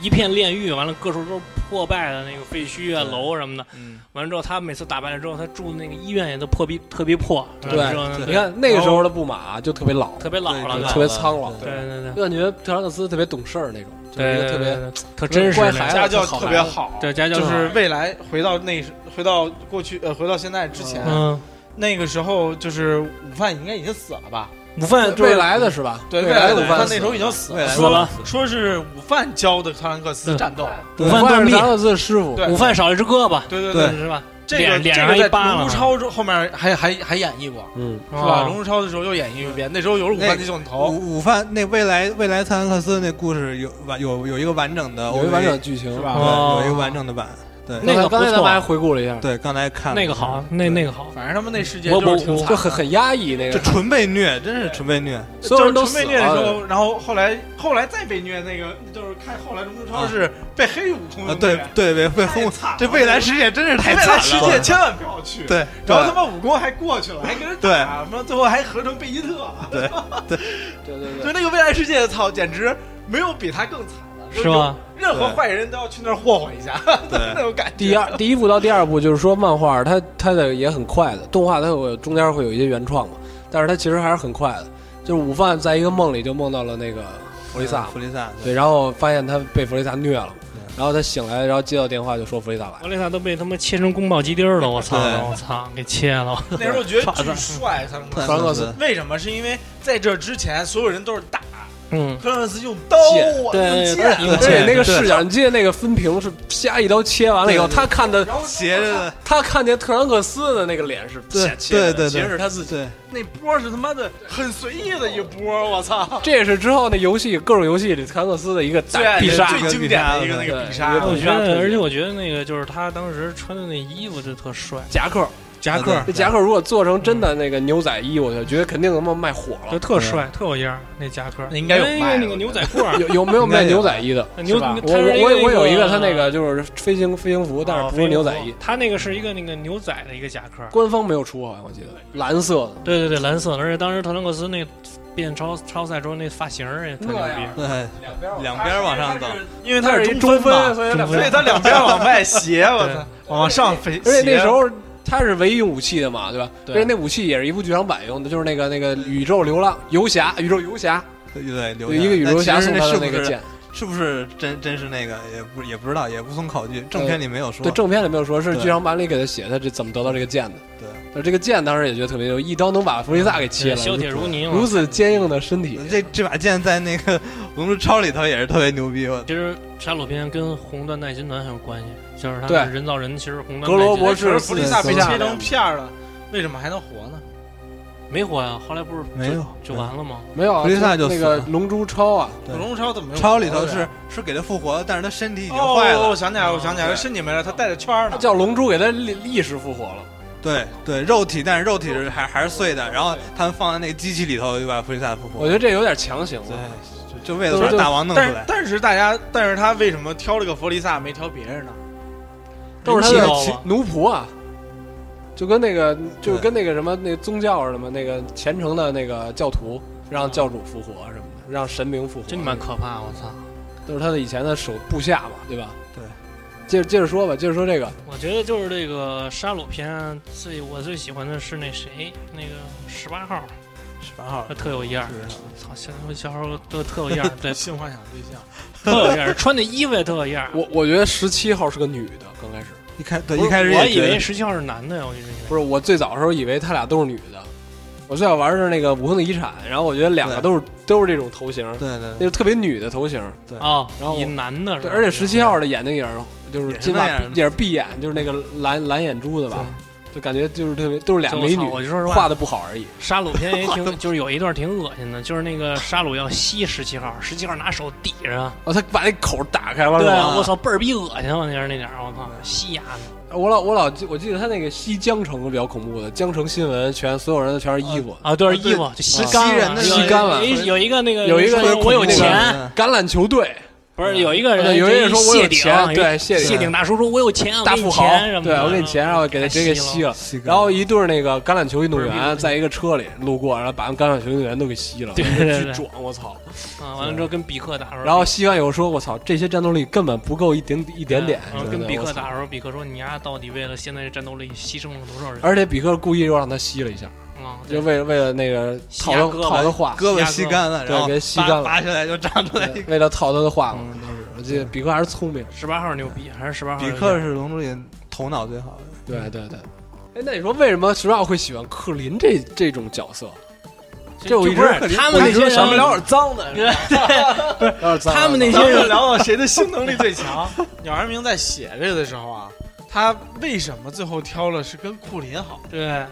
Speaker 9: 一片炼狱，完了各处都是破败的那个废墟啊、
Speaker 7: 对
Speaker 9: 楼什么的。
Speaker 7: 嗯，
Speaker 9: 完了之后，他每次打败了之后，他住的那个医院也都破逼特别破，
Speaker 5: 对
Speaker 9: 完了之后呢
Speaker 5: 你看那个时候的布马就特别老，
Speaker 9: 特别老了，
Speaker 5: 对
Speaker 9: 对
Speaker 5: 特别苍老
Speaker 9: 对对对
Speaker 5: 就感觉特兰克斯特别懂事儿那种，就是
Speaker 9: 对
Speaker 5: 一
Speaker 9: 对，
Speaker 5: 个特别
Speaker 9: 对特真实
Speaker 5: 乖
Speaker 9: 那
Speaker 5: 孩
Speaker 9: 种，
Speaker 5: 子
Speaker 1: 家教
Speaker 5: 特好
Speaker 1: 特别
Speaker 5: 孩子
Speaker 1: 好，
Speaker 9: 对家教
Speaker 1: 就是未来回到那时回到过去呃回到现在之前，
Speaker 9: 嗯，
Speaker 1: 那个时候就是午饭应该已经死了吧？
Speaker 9: 午饭就是
Speaker 5: 未来的是吧？
Speaker 1: 对，
Speaker 5: 未
Speaker 1: 未来
Speaker 5: 的
Speaker 1: 的午
Speaker 5: 午饭
Speaker 1: 饭
Speaker 5: 死
Speaker 1: 那时候已经死
Speaker 7: 未
Speaker 1: 了，
Speaker 7: 来
Speaker 9: 死了
Speaker 1: 说是午饭教的特兰克斯
Speaker 9: 对
Speaker 1: 战斗，
Speaker 9: 午
Speaker 5: 午
Speaker 9: 饭
Speaker 5: 饭
Speaker 9: 断
Speaker 5: 是
Speaker 9: 臂
Speaker 5: 达，克斯的师傅，
Speaker 1: 对
Speaker 9: 午饭少了一只胳膊，
Speaker 1: 对对
Speaker 7: 对
Speaker 9: 是吧？
Speaker 1: 这个
Speaker 9: 脸脸
Speaker 1: 这
Speaker 9: 上
Speaker 1: 个
Speaker 9: 还
Speaker 1: 在
Speaker 9: 疤
Speaker 1: 龙
Speaker 9: 了
Speaker 1: 珠超之后面还还还演绎过，
Speaker 5: 嗯，
Speaker 1: 是吧？
Speaker 9: 哦
Speaker 1: 龙珠超的时候又演绎一遍，那时候有午饭
Speaker 7: 那
Speaker 1: 弟兄头，
Speaker 7: 午午饭那未来未来特兰克斯那故事有完有有一个完整的，
Speaker 1: 嗯
Speaker 5: 有一完整的剧情
Speaker 1: 是
Speaker 7: 对
Speaker 1: 吧
Speaker 9: 哦
Speaker 7: 有一个完整的版。对
Speaker 9: 那个不错
Speaker 5: 刚才咱们还回顾了一下，
Speaker 7: 对，刚才
Speaker 5: 嗯
Speaker 7: 看了
Speaker 9: 那个好，那那个好，
Speaker 1: 反正他们那世界
Speaker 9: 我
Speaker 1: 就
Speaker 9: 我
Speaker 1: 是挺
Speaker 9: 我
Speaker 1: 惨
Speaker 5: 就
Speaker 1: 的。
Speaker 5: 很很压抑那
Speaker 7: 这
Speaker 5: 个，
Speaker 7: 纯被虐，真是纯被虐。啊
Speaker 5: 所有人都
Speaker 1: 就是
Speaker 5: 死
Speaker 1: 纯被虐的时
Speaker 5: 了。
Speaker 1: 候，然后后来后来再被虐那个，就是看后来龙珠超是被黑悟空虐
Speaker 7: 啊，对对，被被
Speaker 1: 太
Speaker 7: 轰
Speaker 1: 惨了，
Speaker 7: 这未来世界真是太
Speaker 1: 未
Speaker 7: 惨了。
Speaker 1: 来世界千万不要去。
Speaker 7: 对，
Speaker 1: 然后他
Speaker 7: 对
Speaker 1: 妈武功还过去了，还跟人打，妈最后还合成贝伊特了。
Speaker 7: 对
Speaker 5: 对对
Speaker 1: 就
Speaker 5: 对，
Speaker 1: 那个未来世界，操，简直没有比他更惨的，
Speaker 9: 是？吧？
Speaker 1: 任何坏人都要去那儿霍霍一下， 那
Speaker 7: 对
Speaker 1: 种感觉。
Speaker 5: 第二第一部到第二部就是说漫画它它的也很快的，动画它有中间会有一些原创嘛，但是它其实还是很快的。就是午饭在一个梦里就梦到了那个弗利萨
Speaker 7: 弗，利萨，
Speaker 5: 对，然后发现他被弗利萨虐了，然后他醒来，然后接到电话就说弗利萨来了
Speaker 9: 我。那萨都被他妈切成宫保鸡丁了，我操！
Speaker 7: 对
Speaker 9: 我操，给 切了！
Speaker 1: 那时候我觉得巨帅，他们
Speaker 7: 特兰
Speaker 5: 弗兰克
Speaker 7: 克
Speaker 5: 斯
Speaker 7: 斯，
Speaker 1: 为什么？是因为在这之前所有人都是打，
Speaker 9: 嗯，
Speaker 1: 克伦斯用刀
Speaker 5: 剑
Speaker 1: 啊，用
Speaker 9: 对对
Speaker 1: 剑啊，
Speaker 5: 而且那个
Speaker 7: 对
Speaker 5: 视角，你记得那个分屏是啪一刀切完了以后，
Speaker 7: 对对
Speaker 5: 他看的
Speaker 1: 然后
Speaker 7: 斜着的，
Speaker 5: 他看见特兰克斯的那个脸是
Speaker 7: 对
Speaker 5: 切切的
Speaker 7: 对对对
Speaker 5: 其实是他自己。
Speaker 7: 对，
Speaker 1: 那波是他妈的很随意的一波，我操！
Speaker 5: 这也是之后那游戏各种游戏里特兰克斯的一个大
Speaker 1: 对啊
Speaker 5: 必杀
Speaker 1: 最。经典的一个那
Speaker 5: 对
Speaker 1: 个必杀
Speaker 5: 对，
Speaker 9: 我
Speaker 5: 对
Speaker 9: 觉
Speaker 5: 杀特别
Speaker 9: 得，而且我觉得那个就是他当时穿的那衣服就特帅，
Speaker 5: 夹克，
Speaker 7: 夹克
Speaker 5: 那夹克如果做成真的那个牛仔衣，我就觉得肯定他妈卖火
Speaker 9: 就
Speaker 5: 了。
Speaker 9: 特帅，特有样儿那夹克，
Speaker 1: 那应该有
Speaker 9: 哎
Speaker 1: 卖的
Speaker 9: 那个牛仔裤儿，
Speaker 5: 有有没有卖牛仔衣的？
Speaker 9: 牛
Speaker 5: 是吧
Speaker 9: 他
Speaker 5: 我
Speaker 9: 是
Speaker 5: 我
Speaker 9: 一个
Speaker 5: 我我有一个，
Speaker 9: 那个
Speaker 5: 他那个就是飞行飞行服，但
Speaker 9: 哦
Speaker 5: 是不是牛仔衣，，
Speaker 9: 他那个是一个那个牛仔的一个夹克，
Speaker 5: 官方没有出，好啊像我记得蓝色的。
Speaker 9: 对对对，蓝色的，而且当时特伦克斯那变超超赛之后那发型儿也特牛逼，
Speaker 7: 对，两边往上走，
Speaker 1: 因为
Speaker 5: 他
Speaker 1: 他
Speaker 5: 是
Speaker 1: 是
Speaker 5: 一
Speaker 1: 中
Speaker 5: 中分
Speaker 1: 嘛，
Speaker 5: 所以两边
Speaker 1: 所以他两边往外斜，我操，往上飞。
Speaker 5: 而且那
Speaker 1: 斜
Speaker 5: 时候他是唯一用武器的嘛，对吧？
Speaker 1: 啊对
Speaker 5: 而且那武器也是一部剧场版用的，就是那个那个宇宙流浪游侠，宇宙游侠
Speaker 7: 对对，留
Speaker 5: 有一个宇宙游侠送他的那个
Speaker 7: 是
Speaker 5: 剑。
Speaker 7: 是不是真真是那个也不也不知道，也无从考据，正片里没有说
Speaker 5: 对，。正片里没有说，是
Speaker 7: 对
Speaker 5: 剧场版里给他写他这怎么得到这个剑的。
Speaker 7: 对，
Speaker 5: 那这个剑当时也觉得特别牛，一刀能把弗利萨给切
Speaker 9: 对
Speaker 5: 了，
Speaker 9: 削铁如泥嘛。
Speaker 5: 如此坚硬的身体。
Speaker 7: 这这把剑在那个《龙珠超》里头也是特别牛逼，我
Speaker 9: 其实杀戮片跟红缎带军团很有关系，就是他
Speaker 5: 对
Speaker 9: 们人造人，其实红缎
Speaker 5: 格罗博
Speaker 9: 带
Speaker 5: 士
Speaker 9: 军团
Speaker 1: 弗利萨被
Speaker 5: 下
Speaker 1: 切成片儿了，为什么还能活呢？
Speaker 9: 没活呀，后来不是
Speaker 7: 没有
Speaker 9: 就就完了吗？
Speaker 5: 没有啊，
Speaker 7: 弗利萨
Speaker 5: 就
Speaker 7: 就死
Speaker 5: 那
Speaker 7: 了
Speaker 5: 个龙珠超啊，
Speaker 7: 对
Speaker 1: 龙超怎么没有
Speaker 7: 超里头
Speaker 1: 活
Speaker 7: 是
Speaker 1: 呀
Speaker 7: 是给他复活，但是他身体已经
Speaker 1: 哦，
Speaker 7: 坏了
Speaker 1: 我，想起来，我想起来，
Speaker 7: 对
Speaker 1: 身体没了，他带着圈儿呢。
Speaker 5: 叫龙珠给他意意识复活了。
Speaker 7: 对对，肉体，但是肉体是还还是碎的，然后他们放在那个机器里头就把弗利萨复
Speaker 5: 我
Speaker 7: 活，
Speaker 5: 觉得这有点强行
Speaker 7: 对
Speaker 5: 了。，
Speaker 7: 就就为了把大王弄出
Speaker 1: 但是
Speaker 7: 来，
Speaker 1: 但是大家，但是他为什么挑这个弗利萨没挑别人呢？
Speaker 5: 都是他
Speaker 9: 人
Speaker 5: 的
Speaker 9: 气高啊
Speaker 5: 奴仆啊，就跟那个就
Speaker 7: 对
Speaker 5: 跟那个什么那个宗教什么那个虔诚的那个教徒，让教主复活什么的，让神明复活，
Speaker 9: 真他妈可怕！我操！
Speaker 5: 都是他的以前的手部下嘛，对吧？
Speaker 7: 对，
Speaker 5: 接着接着说吧，接着说这个
Speaker 9: 我觉得就是这个杀戮片最我最喜欢的是那谁，那个十八号，
Speaker 7: 十八号
Speaker 9: 他特有样儿。
Speaker 7: 是
Speaker 9: 操，小小时候都特有样 儿，对，
Speaker 1: 性幻想对象，
Speaker 9: 特有样儿，穿的衣服也特有样儿。
Speaker 5: 我我觉得十七号是个女的，刚开始
Speaker 7: 一开对
Speaker 9: 不是
Speaker 7: 一开始
Speaker 9: 我
Speaker 7: 也
Speaker 9: 以
Speaker 7: 觉
Speaker 9: 为
Speaker 7: 得
Speaker 9: 十七号是男的呀，我一直以为。
Speaker 5: 不是我最早的时候以为他俩都是女的，我最早玩的是那个《悟空的遗产》，然后我觉得两个
Speaker 7: 对
Speaker 5: 都是都是这种头型，
Speaker 7: 对对
Speaker 5: 那
Speaker 7: 对
Speaker 5: 是特别女的头型，
Speaker 9: 啊，
Speaker 5: 然后我
Speaker 9: 以男的是吧
Speaker 5: 对，而且十七号的眼睛也是，就是
Speaker 7: 也是
Speaker 5: 金发
Speaker 7: 那样的
Speaker 5: 也是闭眼，就是那个蓝蓝眼珠子吧，就感觉就是特别都是俩
Speaker 9: 就我
Speaker 5: 美
Speaker 9: 操
Speaker 5: 女，
Speaker 9: 我就说实话
Speaker 5: 画的不好而已。
Speaker 9: 杀戮片也 挺，就是有一段挺恶心的，就是那个杀戮要吸十七号，十七号拿手抵着，
Speaker 5: 哦，他把那口打开了是
Speaker 9: 对啊
Speaker 5: 吧？，啊
Speaker 9: 我操，倍儿逼恶心，我那点那点儿，我操，吸牙呢。
Speaker 5: 我老我老记我记得他那个西江城比较恐怖的，江城新闻全所有人都全是衣服，
Speaker 9: 啊，对，衣服就吸干
Speaker 7: 吸人
Speaker 9: 了，
Speaker 7: 的
Speaker 9: 有
Speaker 5: 吸干了
Speaker 9: 有一有一个那个
Speaker 5: 有一个
Speaker 9: 说我有
Speaker 5: 那个
Speaker 9: 钱，
Speaker 5: 橄榄球队
Speaker 9: 不是有一个
Speaker 5: 对
Speaker 9: 人
Speaker 5: 有一个人说我有
Speaker 9: 谢顶啊
Speaker 5: 钱
Speaker 9: 有一
Speaker 5: 对谢
Speaker 9: 谢
Speaker 5: 顶
Speaker 9: 大叔说我有钱，我
Speaker 5: 大
Speaker 9: 给你
Speaker 5: 富豪
Speaker 9: 钱什，么
Speaker 5: 对
Speaker 9: 的，
Speaker 5: 我给你钱，然后给他直接给吸
Speaker 9: 了。
Speaker 5: 了。
Speaker 7: 吸干
Speaker 5: 然后一对儿那个橄榄球运动
Speaker 9: 不是不是
Speaker 5: 员在一个车里路过，然后把橄榄球运动员都给吸了，
Speaker 9: 对对对
Speaker 5: 巨壮，我操！
Speaker 9: 啊，完了之后跟比克打时候，
Speaker 5: 然后吸完以后说：“我操，这些战斗力根本不够一点一点点。
Speaker 9: 然后
Speaker 5: 真
Speaker 9: 嗯啊跟
Speaker 5: 的
Speaker 9: 比
Speaker 5: 我
Speaker 9: 克
Speaker 5: 操
Speaker 9: 打时候，比克说你丫到底为了现在这战斗力牺牲了多少人
Speaker 5: 而且比克故意又让他吸了一下，
Speaker 9: 啊？
Speaker 5: 就
Speaker 9: 对
Speaker 5: 为了为了那个
Speaker 9: 吸
Speaker 5: 套
Speaker 9: 牙
Speaker 5: 他
Speaker 9: 胳膊
Speaker 5: 套他话，
Speaker 7: 胳膊吸
Speaker 9: 吸干
Speaker 7: 干了，然
Speaker 5: 对，
Speaker 7: 后
Speaker 5: 给吸干了，
Speaker 7: 拔下来就长出来一
Speaker 5: 对
Speaker 7: 个。
Speaker 5: 为了套他的话嘛。
Speaker 9: 嗯
Speaker 5: 当时我记得比克还是聪明，
Speaker 9: 十八号牛逼，还是十八号？
Speaker 7: 比克是龙珠里头脑最好的，
Speaker 5: 对对对。哎，那你说为什么十万会喜欢克林这这种角色？这我一直
Speaker 9: 不是他们那些人，
Speaker 5: 咱们聊点脏的，
Speaker 9: 对
Speaker 5: 有点脏的
Speaker 9: 他们那
Speaker 1: 咱
Speaker 9: 些
Speaker 1: 们
Speaker 9: 人，
Speaker 1: 聊到谁的性能力最强？鸟儿明在写这个的时候啊，他为什么最后挑了是跟库林好？
Speaker 9: 对，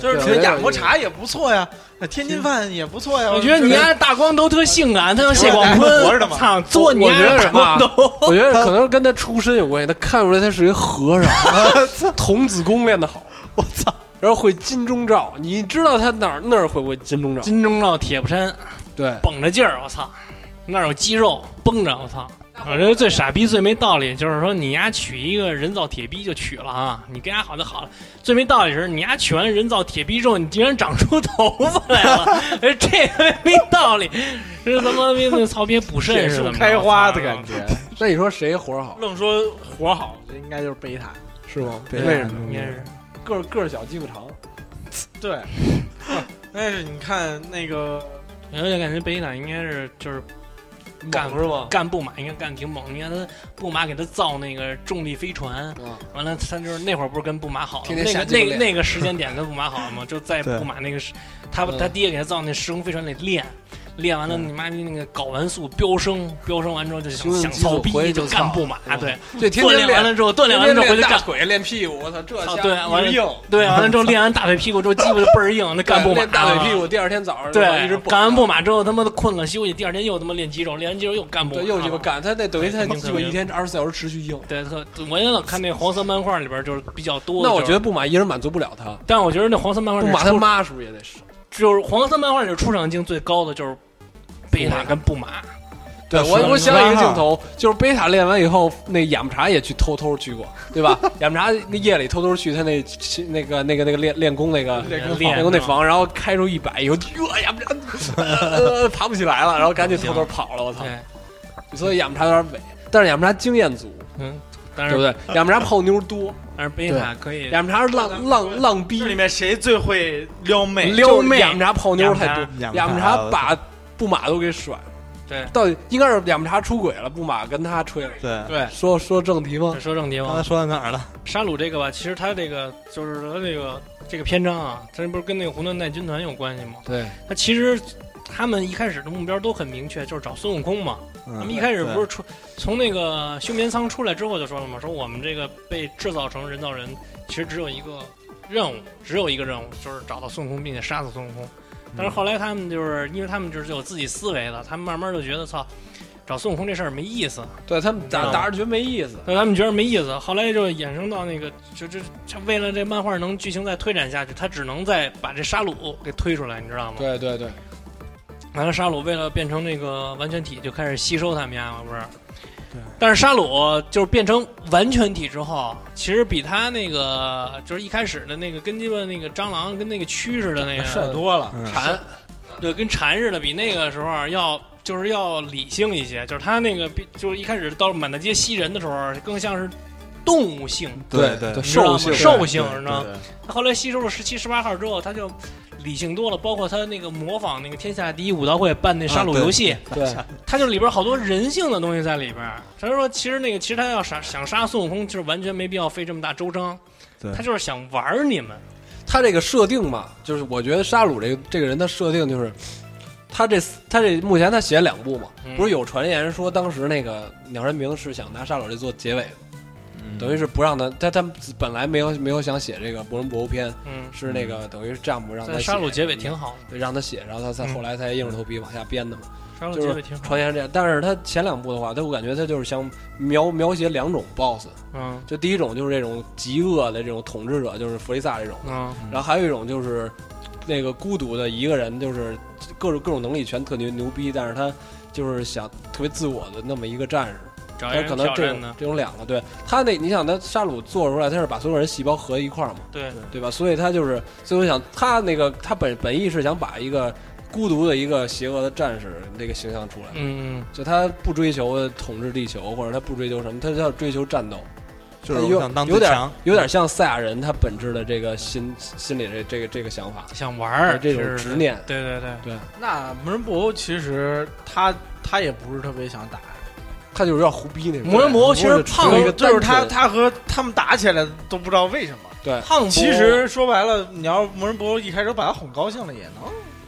Speaker 1: 就是
Speaker 5: 对
Speaker 1: 觉得
Speaker 5: 对
Speaker 1: 亚伯茶也不错呀，天津饭也不错呀。
Speaker 9: 我觉得你
Speaker 1: 就是
Speaker 9: 丫大光头特性感，他像谢广坤，
Speaker 1: 活着的嘛
Speaker 9: 操，做你
Speaker 5: 我觉
Speaker 9: 丫
Speaker 5: 得
Speaker 9: 大
Speaker 5: 什么啊
Speaker 9: 光头，
Speaker 5: 我觉得可能是跟他出身有关系，他看出来他是一和尚，童子功练得好，
Speaker 7: 我操！
Speaker 5: 然后会金钟罩，你知道他哪儿那儿会不会金钟罩？
Speaker 9: 金钟罩铁布衫，
Speaker 5: 对，
Speaker 9: 绷着劲儿，我操，那儿有肌肉绷着，我操。我觉得最傻逼、最没道理，就是说你丫娶一个人造铁逼就娶了啊！你跟丫好就好了。最没道理是，你丫娶完人造铁逼之后，你竟然长出头发来了， 哎这个没道理，这他妈跟那曹鳖补肾
Speaker 1: 铁
Speaker 9: 似
Speaker 1: 树
Speaker 9: 的，
Speaker 1: 开花的感。觉。
Speaker 5: 那你说谁活儿好
Speaker 1: 愣说活好，这应该就是贝塔。
Speaker 5: 是吗？
Speaker 7: 对
Speaker 5: 为什么？
Speaker 9: 应该是
Speaker 5: 个儿个儿小，鸡巴长。
Speaker 1: 对， 但是你看那个，
Speaker 9: 我就感觉贝塔应该是就是干
Speaker 5: 猛是吗？
Speaker 9: 干布马，应该干挺猛。你看他布马给他造那个重力飞船，
Speaker 5: 啊，
Speaker 9: 完了他就是那会儿不是跟布马好了
Speaker 5: 天天
Speaker 9: 那
Speaker 5: 下
Speaker 9: 个
Speaker 5: 鸡巴
Speaker 9: 那个
Speaker 5: 练
Speaker 9: 那个时间点跟布马好了吗？就在
Speaker 7: 对
Speaker 9: 布马那个时，他
Speaker 5: 嗯
Speaker 9: 他爹给他造那时空飞船里练，练完了你妈逼那个睾丸素飙升，飙升完之后就
Speaker 5: 兴奋
Speaker 9: 想想
Speaker 5: 激素
Speaker 9: 操逼
Speaker 5: 回去就
Speaker 9: 干
Speaker 5: 操
Speaker 9: 步马，对，
Speaker 5: 对，天
Speaker 9: 锻
Speaker 5: 天
Speaker 9: 炼完了之后，锻炼完了之后回去
Speaker 5: 大
Speaker 9: 干。
Speaker 5: 腿，练屁股，我操，这
Speaker 9: 啊
Speaker 5: 下
Speaker 9: 对，完了
Speaker 5: 硬，
Speaker 9: 对，完了之后练完大腿屁股之后，鸡巴就倍儿硬，那干步马，啊
Speaker 5: 练 大腿屁股，第二天早上
Speaker 9: 对
Speaker 5: 一直，蹦啊
Speaker 9: 干完步马之后，他妈的困了休息，第二天又他妈练肌肉，练完肌肉又干步马，
Speaker 5: 对，又鸡巴干，他那等于他
Speaker 9: 肯定
Speaker 5: 鸡巴
Speaker 9: 肯定
Speaker 5: 一天二十四小时持续硬。
Speaker 9: 对，特我也老看那黄色漫画里边就是比较多的。
Speaker 5: 那我觉
Speaker 9: 得，
Speaker 5: 得布马一人满足不了他，
Speaker 9: 但我觉得那黄色漫画
Speaker 5: 布
Speaker 9: 里
Speaker 5: 马他
Speaker 9: 出
Speaker 5: 妈是不是也得是？
Speaker 9: 就是黄色漫画里的出场镜最高的就是贝塔跟布马，
Speaker 5: 对
Speaker 7: 是
Speaker 5: 我，
Speaker 7: 的
Speaker 9: 啊
Speaker 5: 我
Speaker 7: 是的
Speaker 5: 想起一个镜头，就是贝塔练完以后，那雅木茶也去偷偷去过，对 吧？雅木茶那夜里偷偷去他那那个那个那个练练功那个
Speaker 9: 练
Speaker 5: 练功那房，然后开出一百以后， 哟，雅木茶呃爬不起来了，然后赶紧偷偷跑了，我操！
Speaker 9: 对，
Speaker 5: 所以雅木茶有点伪，但是雅木茶经验足，
Speaker 9: 嗯，但
Speaker 5: 对不
Speaker 9: 是
Speaker 5: 对？雅木茶泡妞多，
Speaker 9: 但是贝塔可以，
Speaker 5: 雅木茶是浪浪浪逼
Speaker 1: 这，里面谁最会撩妹？
Speaker 5: 撩妹，雅木茶泡妞太多，
Speaker 7: 雅木茶
Speaker 5: 雅木茶把布马都给甩。
Speaker 9: 对
Speaker 5: 到底应该是雅木茶出轨了，布马跟他吹了。
Speaker 7: 对，
Speaker 1: 对，
Speaker 5: 说说正题吗？
Speaker 9: 说正题啊
Speaker 7: 刚才
Speaker 9: 吧，
Speaker 7: 说到哪儿了？
Speaker 9: 沙鲁这个吧，其实他这个就是他这个这个篇章啊，他不是跟那个湖南带军团有关系吗？
Speaker 5: 对，
Speaker 9: 他其实他们一开始的目标都很明确，就是找孙悟空嘛。他
Speaker 7: 嗯
Speaker 9: 们一开始不是出从那个休眠舱出来之后就说了嘛，说我们这个被制造成人造人，其实只有一个任务，只有一个任务，就是找到孙悟空并且杀死孙悟空。
Speaker 5: 嗯
Speaker 9: 但是后来他们就是因为他们就是有自己思维了，他们慢慢就觉得操，找孙悟空这事儿没意思，
Speaker 5: 对他们
Speaker 9: 嗯
Speaker 5: 打打着觉得没意思。
Speaker 9: 让他们觉得没意思。后来就衍生到那个，就就就为了这漫画能剧情再推展下去，他只能再把这沙鲁给推出来，你知道吗？
Speaker 5: 对对对，
Speaker 9: 完了，沙鲁为了变成那个完全体，就开始吸收他们家嘛，不是？但是沙鲁就是变成完全体之后，其实比他那个就是一开始的那个跟鸡巴那个蟑螂跟那个蛆似的那
Speaker 1: 帅
Speaker 9: 个
Speaker 1: 多了。
Speaker 9: 蝉，对，跟蝉似的，比那个时候要就是要理性一些。就是他那个比就是一开始到满大街吸人的时候，更像是动物性，
Speaker 7: 对对，
Speaker 5: 对
Speaker 9: 你知道
Speaker 5: 兽
Speaker 9: 吗
Speaker 5: 性
Speaker 9: 兽性，你知道吗？
Speaker 1: 对
Speaker 9: 他后来吸收了十七、十八号之后，他就理性多了。包括他那个模仿那个天下第一武道会办那杀
Speaker 7: 啊
Speaker 9: 戮
Speaker 7: 对
Speaker 9: 游戏，
Speaker 5: 对
Speaker 9: 他就里边好多人性的东西在里边儿。他说，其实那个其实他要杀想杀孙悟空，就是完全没必要费这么大周章
Speaker 7: 对。
Speaker 9: 他就是想玩儿你们，
Speaker 5: 他这个设定嘛，就是我觉得沙鲁这个这个人的设定就是，他这他这目前他写了两部嘛，
Speaker 9: 嗯
Speaker 5: 不是有传言说当时那个鸟山明是想拿沙鲁这做结尾的，
Speaker 9: 嗯
Speaker 5: 等于是不让他他他本来没有没有想写这个博人博欧篇，
Speaker 9: 嗯，
Speaker 5: 是那个等于是丈夫让他
Speaker 9: 在杀
Speaker 5: 写嗯
Speaker 9: 戮结尾挺好
Speaker 5: 对让他写，然后他才
Speaker 9: 嗯
Speaker 5: 后来才硬着头皮往下编的嘛。
Speaker 9: 的，杀戮
Speaker 5: 嗯就
Speaker 9: 结尾
Speaker 5: 是
Speaker 9: 挺好，
Speaker 5: 传言是这样，但是他前两部的话，他我感觉他就是想描描写两种 BOSS，
Speaker 9: 嗯
Speaker 5: 就第一种就是这种极恶的这种统治者，就是弗利萨这种，
Speaker 9: 嗯
Speaker 5: 然后还有一种就是那个孤独的一个人，就是各种各种能力全特别牛逼，但是他就是想特别自我的那么一个战士，
Speaker 9: 找一
Speaker 5: 他
Speaker 9: 人
Speaker 5: 可能
Speaker 9: 啊挑
Speaker 5: 这
Speaker 9: 战
Speaker 5: 种
Speaker 9: 的，
Speaker 5: 这种两个，对他那你想他沙鲁做出来，他是把所有人细胞合一块儿嘛，
Speaker 9: 对，
Speaker 5: 对吧？所以他就是，所以我想他那个他本本意是想把一个孤独的一个邪恶的战士那个形象出来，
Speaker 9: 嗯，
Speaker 5: 就他不追求统治地球，或者他不追求什么，他就要追求战斗。
Speaker 7: 就是
Speaker 5: 有
Speaker 7: 我想当
Speaker 5: 有
Speaker 7: 最
Speaker 5: 点
Speaker 7: 强，
Speaker 5: 有点像赛亚人他本质的这个心心里这这个这个想法，
Speaker 9: 嗯想玩儿
Speaker 5: 这种
Speaker 9: 是
Speaker 5: 执念
Speaker 9: 对对对，
Speaker 1: 那魔人布欧其实他他也不是特别想打，
Speaker 5: 他就是有点胡逼那种。
Speaker 9: 魔人布欧其实胖
Speaker 5: 只有一个
Speaker 1: 就
Speaker 5: 单
Speaker 1: 是
Speaker 5: 纯
Speaker 1: 他他和他们打起来都不知道为什么。
Speaker 5: 对
Speaker 9: 胖
Speaker 1: 其实说白了，你要魔人布欧一开始把他哄高兴了也能。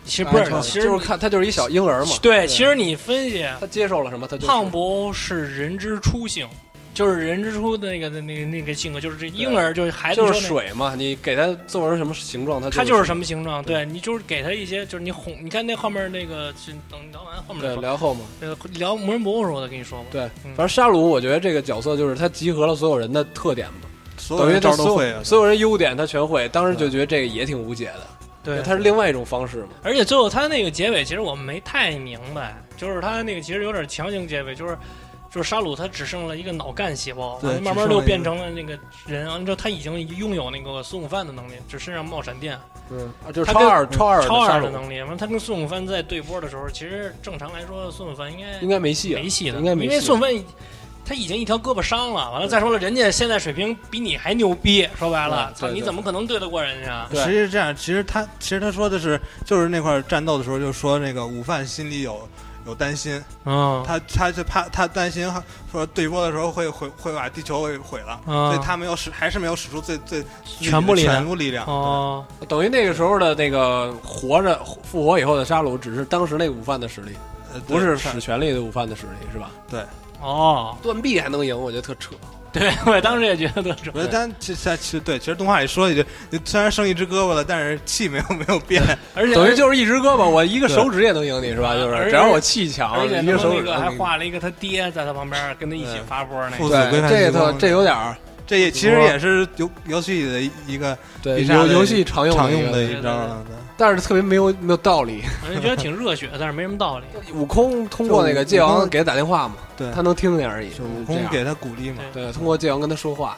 Speaker 9: 其实不是
Speaker 1: 哎，
Speaker 9: 其实
Speaker 5: 就是看他就是一小婴儿嘛，
Speaker 9: 对，其实你分析，
Speaker 5: 他接受了什么，他就是
Speaker 9: 胖不是人之初性，就是人之初的那个那个那个性格，就是这婴儿就是孩子
Speaker 5: 就是
Speaker 9: 说
Speaker 5: 水嘛，你给他做成什么形状，他
Speaker 9: 那，他就是什
Speaker 5: 么。
Speaker 9: 么形状？对你就是给他一些，就是你哄，你看那后面那个，是等聊完后面再
Speaker 5: 对，
Speaker 9: 说。
Speaker 5: 聊后嘛，
Speaker 9: 呃，聊魔人布欧时候我再跟你说吧。
Speaker 5: 对，
Speaker 9: 嗯
Speaker 5: 反正沙鲁，我觉得这个角色就是他集合了所有人的特点嘛，
Speaker 7: 所有
Speaker 5: 等于
Speaker 7: 人
Speaker 5: 他
Speaker 7: 招
Speaker 5: 所
Speaker 7: 都
Speaker 5: 有
Speaker 7: 会啊，
Speaker 5: 所有人优点他全会，当时就觉得这个也挺无解的，
Speaker 9: 对，
Speaker 5: 他是另外一种方式嘛，
Speaker 9: 而且最后他那个结尾，其实我们没太明白，就是他那个其实有点强行结尾，就是就是沙鲁他只剩了一个脑干细胞，
Speaker 7: 对
Speaker 9: 慢慢
Speaker 7: 只剩了一
Speaker 9: 就
Speaker 7: 个
Speaker 9: 变成了那个人，完之后他已经拥有那个孙悟饭的能力，只身上冒闪电，
Speaker 5: 嗯，就是
Speaker 9: 他
Speaker 5: 超
Speaker 9: 跟
Speaker 5: 二超二
Speaker 9: 超
Speaker 5: 沙
Speaker 9: 二
Speaker 5: 鲁
Speaker 9: 的能力。完了，他跟孙悟饭在对波的时候，其实正常来说，孙悟饭应该
Speaker 5: 应该没戏了，
Speaker 9: 没戏的，
Speaker 5: 应该没
Speaker 9: 因
Speaker 5: 戏
Speaker 9: 为孙悟饭已他已经一条胳膊伤了。完了，再说了，人家现在水平比你还牛逼，说白了，
Speaker 5: 对
Speaker 9: 操，
Speaker 5: 对
Speaker 9: 你
Speaker 5: 对
Speaker 9: 怎么可能对得过人家？
Speaker 5: 对
Speaker 7: 其实这样，其实他其实他说的是，就是那块儿战斗的时候就说那个午饭心里有有担心，
Speaker 9: 嗯
Speaker 7: 他他就怕他担心说对波的时候会毁会把地球给毁了，
Speaker 9: 啊
Speaker 7: 所以他没有使还是没有使出最最
Speaker 9: 全部力
Speaker 7: 嗯
Speaker 9: 量
Speaker 7: 全
Speaker 5: 啊
Speaker 7: 部力量。
Speaker 9: 哦，
Speaker 5: 等于那个时候的那个活着复活以后的沙鲁，只是当时那个午饭的实力，
Speaker 7: 呃
Speaker 5: 不是
Speaker 7: 对
Speaker 5: 使全力的午饭的实力，是吧？
Speaker 9: 哦，
Speaker 5: 断臂还能赢，我觉得特扯。
Speaker 9: 对我当时也觉得是
Speaker 7: 我觉得，但其实其实对，其实动画里说一句，你虽然剩一只胳膊了，但是气没有 没有变。
Speaker 9: 而且
Speaker 5: 等于就是一只胳膊，我一个手指也能赢你，是吧？就是
Speaker 9: 而且
Speaker 5: 只要我气强，
Speaker 9: 而且
Speaker 5: 啊一
Speaker 9: 那
Speaker 5: 个手
Speaker 9: 那
Speaker 5: 指
Speaker 9: 个
Speaker 5: 能
Speaker 9: 还
Speaker 5: 赢。
Speaker 9: 画了一个他爹在他旁边跟他一起发波那
Speaker 7: 父
Speaker 9: 个，
Speaker 7: 子规范
Speaker 5: 对，这
Speaker 7: 之
Speaker 5: 个
Speaker 7: 光
Speaker 5: 这有点儿
Speaker 7: 这也其实也是游游戏里的一个
Speaker 5: 对
Speaker 7: 必杀
Speaker 5: 游
Speaker 7: 的
Speaker 5: 游戏常用
Speaker 7: 常用
Speaker 5: 的
Speaker 7: 的
Speaker 5: 一个，
Speaker 7: 一招了。对
Speaker 5: 但是特别没有没有道理。
Speaker 9: 反正觉得挺热血，但是没什么道理。
Speaker 5: 悟空通过那个界王给他打电话嘛，
Speaker 7: 对
Speaker 5: 他能听见而已。
Speaker 7: 就悟
Speaker 5: 这
Speaker 7: 空
Speaker 5: 样
Speaker 7: 给他鼓励嘛，
Speaker 5: 对，通过界王跟他说话。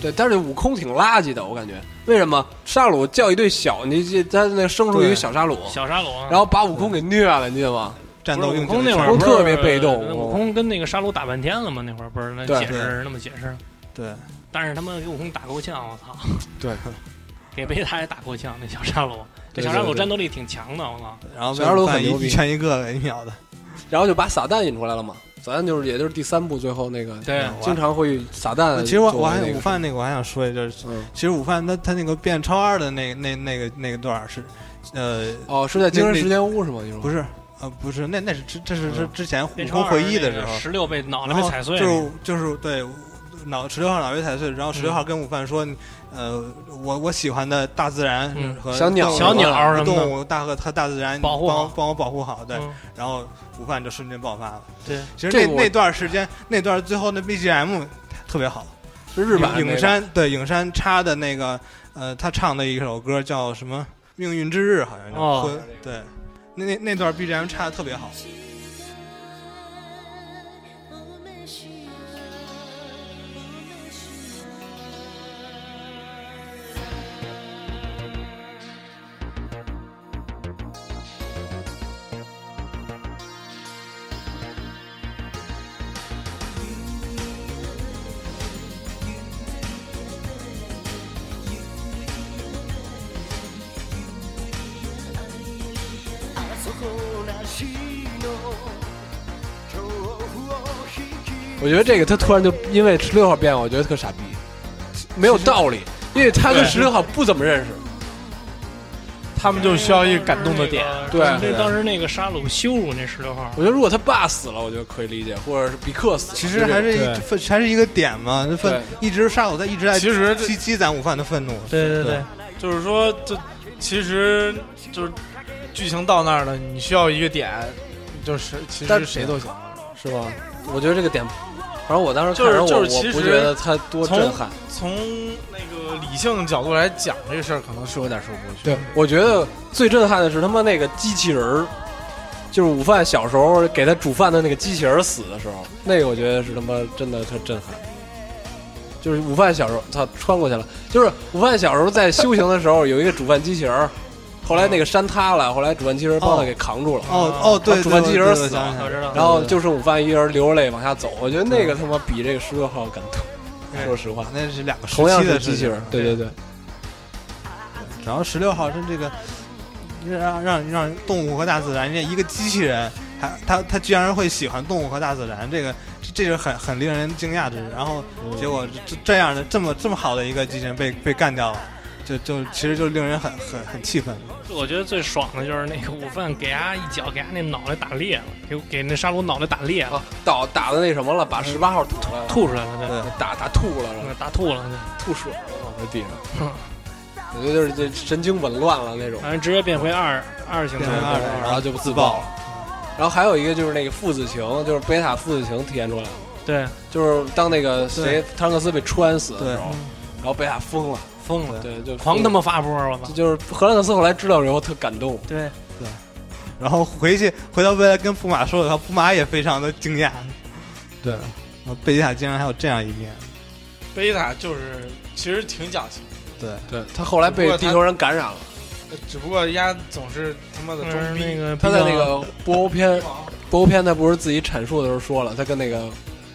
Speaker 5: 对，但是悟空挺垃圾的，我感觉。为什么沙鲁叫一对小，你这他那生出一个
Speaker 7: 对
Speaker 5: 小沙鲁，
Speaker 9: 小沙龙，啊
Speaker 5: 然后把悟空给虐了，你记得吗？
Speaker 7: 战斗
Speaker 9: 不是
Speaker 7: 用
Speaker 9: 悟空那会儿
Speaker 5: 悟空
Speaker 9: 不是
Speaker 5: 特别被动哦
Speaker 9: 悟空跟那个沙鲁打半天了嘛，那会儿不是那
Speaker 5: 对
Speaker 9: 解释
Speaker 7: 对
Speaker 9: 那么解释，
Speaker 7: 对，
Speaker 9: 但是他们给悟空打够呛，我操，
Speaker 5: 对，
Speaker 9: 给贝塔也打够呛，那小沙鲁，这
Speaker 5: 对
Speaker 9: 小沙鲁
Speaker 5: 对对
Speaker 9: 战斗力挺强的，我操，
Speaker 7: 然后被
Speaker 5: 小二楼
Speaker 7: 我看
Speaker 5: 很牛逼
Speaker 7: 一一拳一个给秒的，
Speaker 5: 然后就把撒旦引出来了嘛。撒旦就是，也就是第三部最后那个，
Speaker 9: 对
Speaker 5: 经常会撒旦。
Speaker 7: 其实我我还
Speaker 5: 呃那个
Speaker 7: 午饭那个我还想说一句，就是
Speaker 5: 嗯
Speaker 7: 其实午饭他他那个变超二的那那那个那个段儿是，呃，
Speaker 5: 哦，是在精神
Speaker 7: 那
Speaker 5: 时间屋是吗？你说
Speaker 7: 不是呃不是，那那是之这是这之前悟
Speaker 9: 变
Speaker 7: 空回忆的时候，
Speaker 9: 十六被脑袋
Speaker 7: 然
Speaker 9: 被
Speaker 7: 后
Speaker 9: 哦踩碎，
Speaker 7: 就是就是对脑十六号脑被踩碎，然后十六
Speaker 9: 嗯
Speaker 7: 号跟午饭说，呃，我我喜欢的大自然
Speaker 9: 嗯
Speaker 7: 和
Speaker 5: 小鸟
Speaker 7: 动物
Speaker 9: 小鸟什么的
Speaker 7: 动物大和和大自然，你
Speaker 9: 保护
Speaker 7: 帮
Speaker 9: 好
Speaker 7: 我帮我保护好，对，
Speaker 9: 嗯
Speaker 7: 然后午饭就瞬间爆发了。
Speaker 9: 对，
Speaker 7: 其实
Speaker 5: 这
Speaker 7: 那
Speaker 5: 个我
Speaker 7: 那段时间那段最后那 BGM 特别好。
Speaker 5: 是日版
Speaker 7: 影
Speaker 5: 那
Speaker 7: 影
Speaker 5: 个
Speaker 7: 山对影山插的那个呃，他唱的一首歌叫什么《命运之日》，好像叫、
Speaker 9: 哦
Speaker 7: 婚对，那那那段 BGM 插的特别好。
Speaker 5: 我觉得这个他突然就因为十六号变，我觉得特傻逼，没有道理，因为他跟十六号不怎么认识。
Speaker 1: 他们就需要一个感动的点。
Speaker 5: 对对
Speaker 9: 那当时那个沙鲁羞辱那十六号，
Speaker 5: 我觉得如果他爸死了，我觉得可以理解，或者是比克死了，
Speaker 7: 其实还是一
Speaker 1: 对
Speaker 7: 分还是一个点嘛，这愤一直杀我在一直在
Speaker 1: 其实这
Speaker 7: 积积攒午饭的愤怒。
Speaker 9: 对对
Speaker 7: 对，
Speaker 1: 就是说，这其实就是剧情到那儿了，你需要一个点，就是其
Speaker 5: 但
Speaker 1: 实谁都行。
Speaker 5: 是吧？我觉得这个点，反正我当时
Speaker 1: 就是
Speaker 5: 看着
Speaker 1: 就
Speaker 5: 我、
Speaker 1: 是其
Speaker 5: 我不
Speaker 1: 实
Speaker 5: 觉得他多
Speaker 1: 从
Speaker 5: 震撼。
Speaker 1: 从那个理性角度来讲，这事儿可能是有点说不过去。
Speaker 5: 对，我觉得最震撼的是他妈那个机器人儿，就是午饭小时候给他煮饭的那个机器人儿死的时候，那个我觉得是他妈真的特震撼。就是午饭小时候，操，穿过去了。就是午饭小时候在修行的时候，有一个煮饭机器人儿，后来那个山塌了，后来煮饭机器人儿帮他给扛住了。
Speaker 7: 哦哦对，对
Speaker 5: 啊煮饭机器人
Speaker 7: 对
Speaker 5: 死
Speaker 7: 对对
Speaker 5: 了
Speaker 7: 想起来
Speaker 9: 我知道
Speaker 5: 然后就剩午饭一人流着泪往下走，我觉得那个他妈比这个十六号感动。
Speaker 7: 对
Speaker 5: 说实话，
Speaker 7: 那是两个时
Speaker 5: 同样
Speaker 7: 期
Speaker 5: 是
Speaker 7: 的
Speaker 5: 机器人儿，对
Speaker 7: 对
Speaker 5: 对对，
Speaker 7: 然后十六号是这个让让让动物和大自然，人家一个机器人，他他他居然会喜欢动物和大自然，这个这这是很很令人惊讶之事。然后
Speaker 5: 嗯
Speaker 7: 结果这这这样的这么这么好的一个机器人被被干掉了，就就其实就令人很很很气愤。
Speaker 9: 我觉得最爽的就是那个午饭给他一脚给他那脑袋打裂了，给给那沙鲁脑袋打裂了，
Speaker 5: 啊，倒打的那什么了，把十八号吐了，
Speaker 9: 吐出来了，对
Speaker 7: 对
Speaker 5: 打打吐了，然后
Speaker 9: 嗯，打吐了，对
Speaker 5: 吐水了，往那地上。我觉得就是这神经紊乱了那种，
Speaker 9: 反正直接变回二二型
Speaker 7: 变成
Speaker 9: 态
Speaker 7: 二人，
Speaker 5: 然后就不自爆了。然后还有一个就是那个父子情，就是贝塔父子情体现出来了，
Speaker 9: 对，
Speaker 5: 就是当那个谁汤克斯被穿死的时候
Speaker 7: 对，
Speaker 5: 然后贝塔疯了，
Speaker 9: 疯了，
Speaker 5: 对，就
Speaker 9: 狂
Speaker 5: 疯
Speaker 9: 他
Speaker 5: 了。
Speaker 9: 妈发波，我操
Speaker 5: 这，就是荷兰克斯后来知道以后特感动，
Speaker 9: 对，
Speaker 7: 然后回去回到未来跟布马说的话，布马也非常的惊讶。对，然后贝吉塔竟然还有这样一面。
Speaker 1: 贝塔就是其实挺讲情，
Speaker 7: 对，
Speaker 5: 对他后来被地球人感染了，
Speaker 1: 只不过丫总是他妈的
Speaker 9: 就是
Speaker 1: 装逼。
Speaker 9: 那个
Speaker 5: 他嗯在那个波欧篇，波欧篇他不是自己阐述的时候说了，他跟那个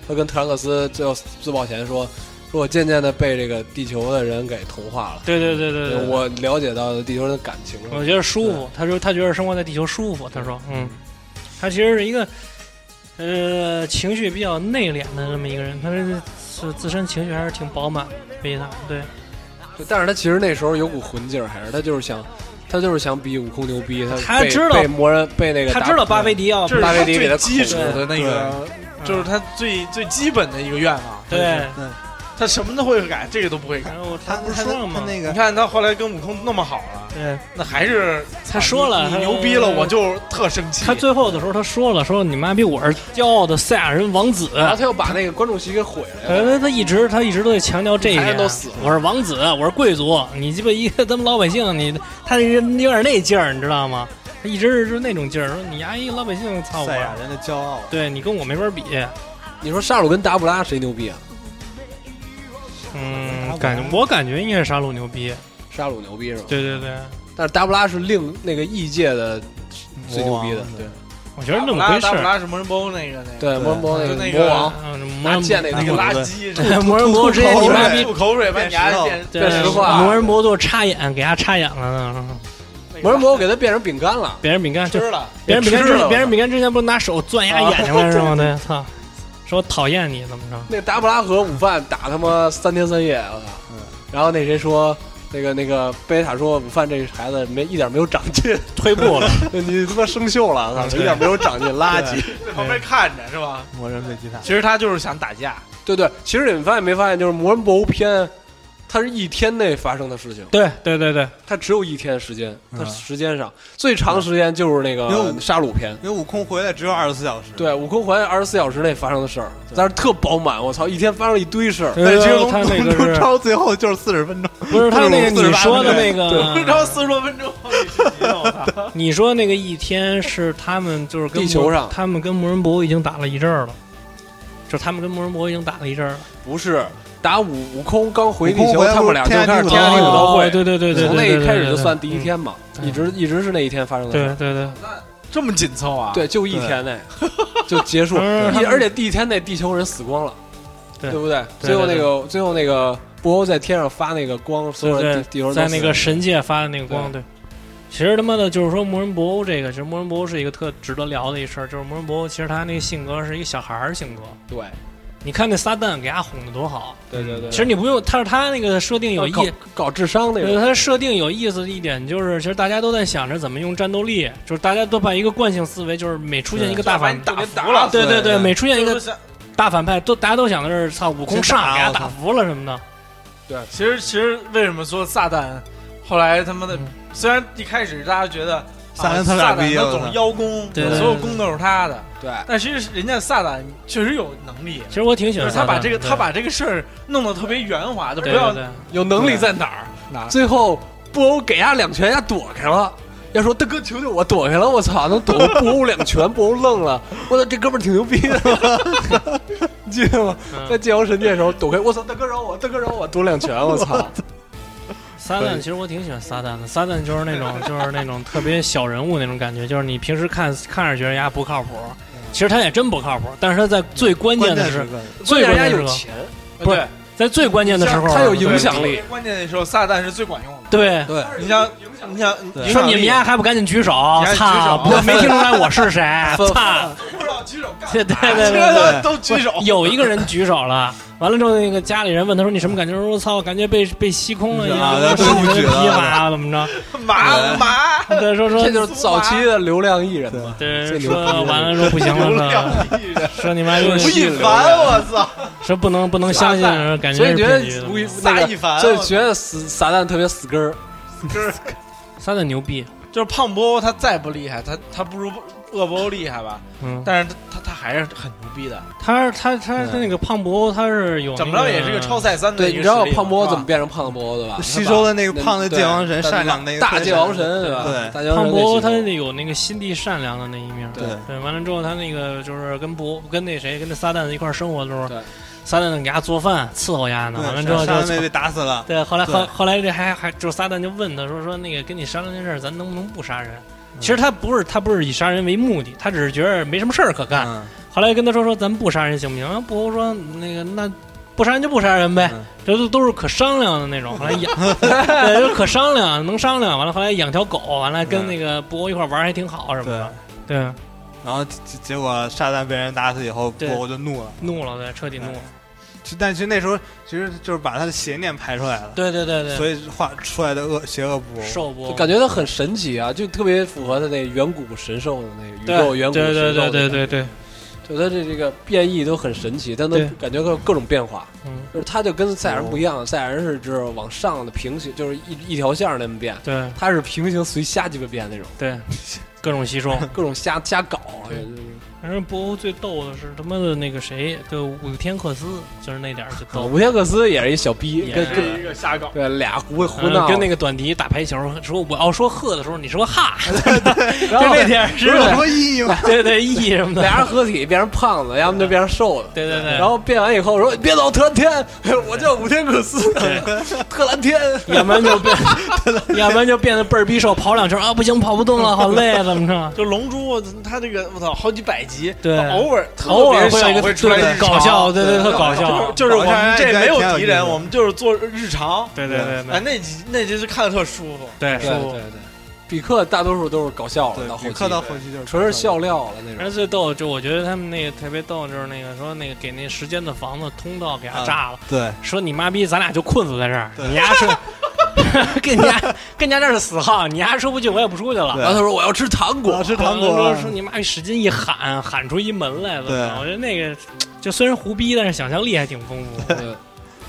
Speaker 5: 他跟特兰克斯最后自爆前说，说我渐渐的被这个地球的人给同化了，
Speaker 9: 对对对对对，
Speaker 5: 我了解到了地球人的感情了。
Speaker 9: 我觉得舒服，他说他觉得生活在地球舒服，他说嗯，他其实是一个呃情绪比较内敛的这么一个人，他是自自身情绪还是挺饱满的。贝塔对，
Speaker 5: 对但是他其实那时候有股混劲儿，还是他就是想，他就是想比悟空牛逼，他
Speaker 9: 他
Speaker 5: 被
Speaker 9: 知道
Speaker 5: 被魔人被那个
Speaker 9: 他
Speaker 5: 达
Speaker 9: 知道巴菲迪要
Speaker 1: 这是
Speaker 5: 巴菲迪给
Speaker 1: 最
Speaker 5: 他
Speaker 1: 基础
Speaker 5: 控制嗯
Speaker 1: 的那个，就是他最最基本的一个愿望。
Speaker 9: 对，
Speaker 1: 他什么都会改，这个都不会改。
Speaker 9: 然后
Speaker 7: 他
Speaker 9: 他不是
Speaker 7: 他
Speaker 9: 说了
Speaker 7: 他
Speaker 9: 吗？
Speaker 7: 那
Speaker 1: 你
Speaker 7: 个
Speaker 1: 看他后来跟悟空那么好了，
Speaker 9: 对，
Speaker 1: 那还是
Speaker 9: 他说了，
Speaker 1: 你
Speaker 9: 他
Speaker 1: 你牛逼了，我就特生气。
Speaker 9: 他最后的时候他说了，说你妈逼我是骄傲的赛亚人王子。
Speaker 5: 然后他又把那个观众席给毁了呀。
Speaker 9: 呃，他一直他一直都在强调这一
Speaker 5: 孩
Speaker 9: 点
Speaker 5: 子。都死了
Speaker 9: 我是王子，我是贵族，你鸡巴一个咱们老百姓，你他有点那劲儿，你知道吗？他一直是那种劲儿，说你阿姨老百姓，操
Speaker 7: 赛亚
Speaker 9: 我，
Speaker 7: 人的骄傲，
Speaker 9: 对你跟我没法比。
Speaker 5: 你说沙鲁跟达布拉谁牛逼啊？
Speaker 9: 嗯，感觉我感觉应该是沙鲁牛逼。
Speaker 5: 沙鲁牛逼是吧？
Speaker 9: 对对对，
Speaker 5: 但是达布拉是另那个异界的最牛逼的，对
Speaker 9: 我觉得
Speaker 1: 达
Speaker 9: 那
Speaker 1: 布
Speaker 9: 么
Speaker 1: 拉
Speaker 9: 回事
Speaker 1: 达布
Speaker 9: 儿。
Speaker 1: 拉是魔人布欧那个那个，
Speaker 5: 对，魔魔那
Speaker 1: 就
Speaker 5: 个
Speaker 1: 那个
Speaker 5: 魔王
Speaker 9: 嗯，
Speaker 5: 拿剑那
Speaker 1: 那个
Speaker 5: 个
Speaker 1: 垃圾是
Speaker 9: 对魔人魔之
Speaker 7: 那个
Speaker 9: 间，你妈逼
Speaker 1: 吐口水把你牙变
Speaker 9: 哦对
Speaker 5: 变石化
Speaker 1: 啊
Speaker 9: 魔人魔座插眼，给他插眼了呢。
Speaker 5: 魔人魔给他变成饼干了。
Speaker 9: 别人饼干就
Speaker 1: 吃了，
Speaker 9: 别人饼干
Speaker 1: 吃
Speaker 9: 之
Speaker 1: 了，
Speaker 9: 别人饼干之前不是拿手攥牙眼睛
Speaker 5: 啊
Speaker 9: 了是吗？对，操，说我讨厌你怎么着？
Speaker 5: 那达布拉和午饭打他妈三天三夜，我操！然后那谁说，那个那个贝塔说，午饭这孩子没一点没有长进，退步了， 你他妈生锈了， 我操，一点没有长进，垃圾。
Speaker 1: 在旁边看着是吧？
Speaker 7: 魔人贝吉塔，
Speaker 1: 其实他就是想打 架，
Speaker 5: 对对，其实你们发现没发现，就是《魔人布欧篇》，它是一天内发生的事情，
Speaker 9: 对对对对，
Speaker 5: 它只有一天时间，它
Speaker 7: 嗯
Speaker 5: 时间上最长时间就是那
Speaker 7: 因为
Speaker 5: 个
Speaker 7: 我
Speaker 5: 杀戮篇。
Speaker 7: 因为悟空回来只有二十四小时，
Speaker 5: 对，悟空环二十四小时内发生的事儿，但是特饱满，我操，一天发生了一堆事儿。
Speaker 7: 对，其实龙
Speaker 9: 呃他 那
Speaker 7: 龙
Speaker 9: 个
Speaker 7: 珠
Speaker 9: 是
Speaker 7: 超最后就是四十分钟，
Speaker 9: 不是他那个你说的那
Speaker 1: 不到
Speaker 9: 个？
Speaker 1: 四十多分钟，我操
Speaker 9: 你说那个一天是他们就是跟
Speaker 5: 地球
Speaker 9: 魔
Speaker 5: 上
Speaker 9: 他们跟魔人布欧已经打了一阵儿了，就是他们跟魔人布欧已经打了一阵儿了。
Speaker 5: 不是，打悟悟空刚回地
Speaker 7: 悟空
Speaker 5: 球，
Speaker 7: 回来
Speaker 5: 他们俩就开始
Speaker 7: 天
Speaker 5: 天
Speaker 7: 下
Speaker 5: 下
Speaker 7: 第
Speaker 5: 第
Speaker 7: 一
Speaker 5: 武
Speaker 7: 武
Speaker 5: 道会，
Speaker 9: 哦对对对对，
Speaker 5: 从那
Speaker 9: 对嗯
Speaker 5: 一开始就算第一。天嘛，
Speaker 9: 对对对
Speaker 5: 一直一直是那一天发生的
Speaker 9: 对
Speaker 5: 事
Speaker 9: 对
Speaker 5: 儿。
Speaker 9: 对对对，
Speaker 1: 这么紧凑啊？
Speaker 5: 对，就一天内就结束，
Speaker 9: 嗯
Speaker 5: 一而且第一天内地球人死光了，
Speaker 9: 对
Speaker 5: 对不对？
Speaker 9: 对
Speaker 5: 最后那
Speaker 9: 对
Speaker 5: 个最后那个布欧在天上发那个光，所有人
Speaker 9: 对
Speaker 5: 地地球
Speaker 9: 对，
Speaker 5: 人都
Speaker 9: 在
Speaker 5: 死
Speaker 9: 那个神界发的那个光，对。其实他妈的，就是说魔人布欧这个，其实魔人布欧是一个特值得聊的一事儿。就是魔人布欧，其实他那个性格是一个小孩儿性格。
Speaker 5: 对
Speaker 9: 你看那撒旦给他哄的多好，
Speaker 5: 对对对。
Speaker 9: 嗯其实你不用，他是他那个设定有意
Speaker 5: 搞，搞智商那
Speaker 9: 对
Speaker 5: 种，
Speaker 9: 他设定有意思的一点就是，其实大家都在想着怎么用战斗力，就是大家都把一个惯性思维，就是每出现一个大反
Speaker 1: 就把你打
Speaker 9: 打
Speaker 1: 服了
Speaker 9: 对
Speaker 5: 对
Speaker 9: 对，
Speaker 5: 对
Speaker 9: 每出现一
Speaker 1: 就是
Speaker 9: 个
Speaker 1: 想
Speaker 9: 大反派，都大家都想的是操，悟空
Speaker 5: 先打
Speaker 9: 上给
Speaker 5: 我操
Speaker 9: 他打服了什么的。
Speaker 1: 其实其实为什么说撒旦？后来他妈的
Speaker 9: 嗯，
Speaker 1: 虽然一开始大家觉得
Speaker 7: 撒
Speaker 1: 啊
Speaker 7: 旦特
Speaker 1: 撒
Speaker 7: 傻逼
Speaker 1: 旦
Speaker 7: 啊
Speaker 1: 他
Speaker 7: 我操
Speaker 1: 总邀功，
Speaker 9: 对对
Speaker 1: 所有
Speaker 9: 对
Speaker 1: 功都是他的，
Speaker 5: 对，
Speaker 1: 但其实人家撒旦确实有能力。
Speaker 9: 其实我挺喜
Speaker 1: 就
Speaker 9: 欢
Speaker 1: 是他把
Speaker 9: 撒旦
Speaker 1: 这个
Speaker 9: 的
Speaker 1: 他把这个事儿弄得特别圆滑，就不
Speaker 9: 对
Speaker 1: 要
Speaker 9: 对对
Speaker 5: 有能力在哪儿？
Speaker 1: 哪
Speaker 5: 最后布欧给他两拳，他躲开了。要说大哥，求求我躲开了！我操，能躲过布欧两拳，布欧愣了。 我操，这哥们儿挺牛逼的， 你记得吗？
Speaker 9: 嗯
Speaker 5: 在剑王神剑的时候躲开，我操，大哥饶我，大哥饶我，躲两拳，我操！
Speaker 9: 撒旦，其实我挺喜欢撒旦的。撒旦就是那种，就是那种特别小人物那种感觉，就是你平时看看着觉得人家不靠谱，其实他也真不靠谱。但是他在最关键
Speaker 7: 关
Speaker 9: 的
Speaker 7: 键
Speaker 9: 时
Speaker 7: 时
Speaker 9: 候，
Speaker 7: 刻，
Speaker 9: 最
Speaker 5: 人
Speaker 9: 关
Speaker 5: 家
Speaker 9: 键的
Speaker 5: 有
Speaker 9: 时候，
Speaker 5: 钱，
Speaker 9: 不是在最关键的时候，啊
Speaker 5: 他有影响力。
Speaker 1: 关键的时候，撒旦是最管用的。
Speaker 9: 对，
Speaker 5: 对，
Speaker 1: 你像你像
Speaker 7: 对
Speaker 1: 影
Speaker 9: 说
Speaker 1: 响
Speaker 9: 你们
Speaker 1: 力
Speaker 9: 家还不赶紧举手？
Speaker 1: 赶紧举手
Speaker 9: 操！不没听出来我是谁？
Speaker 5: 分
Speaker 9: 操！
Speaker 1: 不知道举手干嘛，
Speaker 9: 对对 对对对。
Speaker 1: 这都举手，
Speaker 9: 有一个人举手了，完了之后，那个家里人问他说：“你什么感觉？”说：“我操，感觉被被吸空了一
Speaker 7: 啊
Speaker 9: 样，
Speaker 7: 对
Speaker 9: 受你
Speaker 7: 不
Speaker 9: 的
Speaker 7: 举
Speaker 9: 疲
Speaker 7: 了
Speaker 9: 乏怎么着
Speaker 1: 麻麻？”
Speaker 9: 对，说说
Speaker 5: 这就是早期的流量艺人嘛。
Speaker 9: 对，
Speaker 5: 最牛逼
Speaker 9: 说
Speaker 5: 的
Speaker 9: 完了说不行了，说说你妈又
Speaker 5: 吴亦
Speaker 1: 一凡，我操！
Speaker 9: 说不能不能相信，说感
Speaker 5: 所
Speaker 9: 觉
Speaker 5: 以
Speaker 9: 是
Speaker 5: 觉
Speaker 9: 骗局
Speaker 5: 得
Speaker 9: 的
Speaker 5: 吴亦
Speaker 1: 撒
Speaker 5: 那
Speaker 1: 一
Speaker 5: 个，
Speaker 1: 凡
Speaker 5: 所以觉得死撒旦特别死根儿。
Speaker 9: 撒旦牛逼，
Speaker 1: 就是胖波，他再不厉害，他他不如恶波厉害吧？
Speaker 9: 嗯，
Speaker 1: 但是他他还是很牛逼的，
Speaker 9: 他他他他那个胖布欧他是有
Speaker 1: 怎么着也是个超赛三的
Speaker 5: 对，
Speaker 1: 一
Speaker 5: 你
Speaker 1: 个
Speaker 5: 知道
Speaker 1: 实力嘛
Speaker 5: 胖波怎
Speaker 1: 是
Speaker 5: 么
Speaker 1: 吧
Speaker 5: 变成胖波的吧？
Speaker 7: 吸收了那个胖的界王神，善良那个
Speaker 5: 大界王神，对吧？
Speaker 7: 对
Speaker 5: 大界王
Speaker 9: 胖
Speaker 5: 神
Speaker 9: 布欧他
Speaker 5: 那
Speaker 9: 那有那个心地善良的那一面，
Speaker 7: 对
Speaker 9: 对，完了之后他那个就是跟布跟那谁跟那撒旦一块儿生活的时候
Speaker 5: 对，
Speaker 9: 撒旦给他做饭伺候丫呢，
Speaker 7: 对，
Speaker 9: 完了之后
Speaker 7: 上上那
Speaker 9: 就
Speaker 7: 被打死了，
Speaker 9: 对，后来后
Speaker 7: 对
Speaker 9: 后来这还还就是撒旦就问他说说那个跟你商量这事儿，咱能不能不杀人？
Speaker 7: 嗯
Speaker 9: 其实他不是他不是以杀人为目的，他只是觉得没什么事儿可干，
Speaker 7: 嗯，
Speaker 9: 后来跟他说说咱不杀人行不行？然后布欧说那个那不杀人就不杀人呗，
Speaker 7: 嗯
Speaker 9: 这都都是可商量 的那种。后来养， 对，就是可商量，能商量。完了后来养条狗，完了跟那个布欧一块玩儿还挺好什
Speaker 7: 嗯
Speaker 9: 么
Speaker 7: 对
Speaker 9: 的。对，
Speaker 7: 然后结结果沙赞被人打死以后，
Speaker 9: 对
Speaker 7: 我就怒了。
Speaker 9: 怒了，对，彻底怒了。
Speaker 7: 其但其实那时候其实就是把他的邪念排出来
Speaker 5: 哎
Speaker 7: 了，
Speaker 9: 对对对对，
Speaker 7: 所以画出来的恶邪恶不
Speaker 9: 受不
Speaker 5: 就感觉他很神奇啊，就特别符合他那远古神兽的那个
Speaker 9: 对
Speaker 5: 宇宙远古
Speaker 9: 对
Speaker 5: 神兽的
Speaker 9: 对对
Speaker 5: 感觉
Speaker 9: 对对对，
Speaker 5: 就他这这个变异都很神奇，但都
Speaker 9: 对
Speaker 5: 感觉各各种变化。
Speaker 9: 嗯，
Speaker 5: 就是他就跟赛亚人不一样，赛亚人是就是往上的平行，就是一一条线儿那么变，
Speaker 9: 对
Speaker 5: 他是平行随瞎鸡巴变那种，
Speaker 9: 对， 各种吸收。
Speaker 5: 各种瞎瞎搞。哎
Speaker 9: 对反正博欧最逗的是他妈的那个谁，就武天克斯，就是那点儿就
Speaker 5: 搞
Speaker 9: 逗。
Speaker 5: 吴哦天克斯也是一小逼，
Speaker 9: 也
Speaker 5: 跟
Speaker 9: 是
Speaker 5: 跟
Speaker 1: 一个瞎搞，
Speaker 5: 对俩胡胡
Speaker 9: 嗯
Speaker 5: 闹，
Speaker 9: 跟那个短笛打排球，说我要说呵的时候，你 说哈，
Speaker 5: 然
Speaker 9: 就
Speaker 5: 后
Speaker 9: 那点儿是
Speaker 7: 有
Speaker 9: 吧
Speaker 7: 什么意义吗？
Speaker 9: 对对意什么的。
Speaker 5: 俩人合体变成胖 子，要么就变成瘦的。
Speaker 9: 对对对
Speaker 5: 然后变完以后说：“别老特蓝天， 我叫武天克斯， 特蓝天。
Speaker 9: 要不然就 变，要不然就变得倍儿逼瘦，跑两圈啊，不行，跑不 动了，好累啊，怎么着？
Speaker 1: 就龙珠，它这个我操，好几百集，
Speaker 9: 对
Speaker 1: 偶尔
Speaker 9: 偶
Speaker 1: 特别
Speaker 9: 尔会有一
Speaker 1: 少
Speaker 9: 个
Speaker 1: 会出来
Speaker 9: 对
Speaker 1: 日常
Speaker 9: 搞笑，
Speaker 5: 啊
Speaker 9: 对对，
Speaker 1: 对
Speaker 9: 特 搞笑
Speaker 1: 就，就是我们这没有敌
Speaker 7: 挺有意思
Speaker 1: 人，我们就是做日常。
Speaker 9: 对对对
Speaker 1: 哎，那集那集是看的特舒服，
Speaker 9: 对
Speaker 5: 对”对对对，比克大多数都是搞笑了，到后
Speaker 7: 对，
Speaker 5: 期
Speaker 7: 克到后期就是
Speaker 5: 纯是笑料了那
Speaker 9: 反正
Speaker 5: 种。
Speaker 9: 最逗，就我觉得他们那个特别逗，就是那个说那个给那时间的房子通道给
Speaker 7: 嗯
Speaker 9: 他炸了，
Speaker 7: 对，
Speaker 9: 说你妈逼，咱俩就困死在这儿，
Speaker 7: 对
Speaker 9: 你丫 说， 跟你丫跟你丫这儿死耗，你丫说不去，我也不出去了。
Speaker 5: 然后他说：“我要吃糖
Speaker 7: 我
Speaker 5: 果。
Speaker 7: 吃
Speaker 9: 然
Speaker 7: 糖
Speaker 9: 后
Speaker 7: 果
Speaker 9: 说，说你妈逼使劲一喊，喊出一门来了。
Speaker 7: 对
Speaker 9: 我觉得那个就虽然胡逼，但是想象力还挺丰富。
Speaker 5: 对”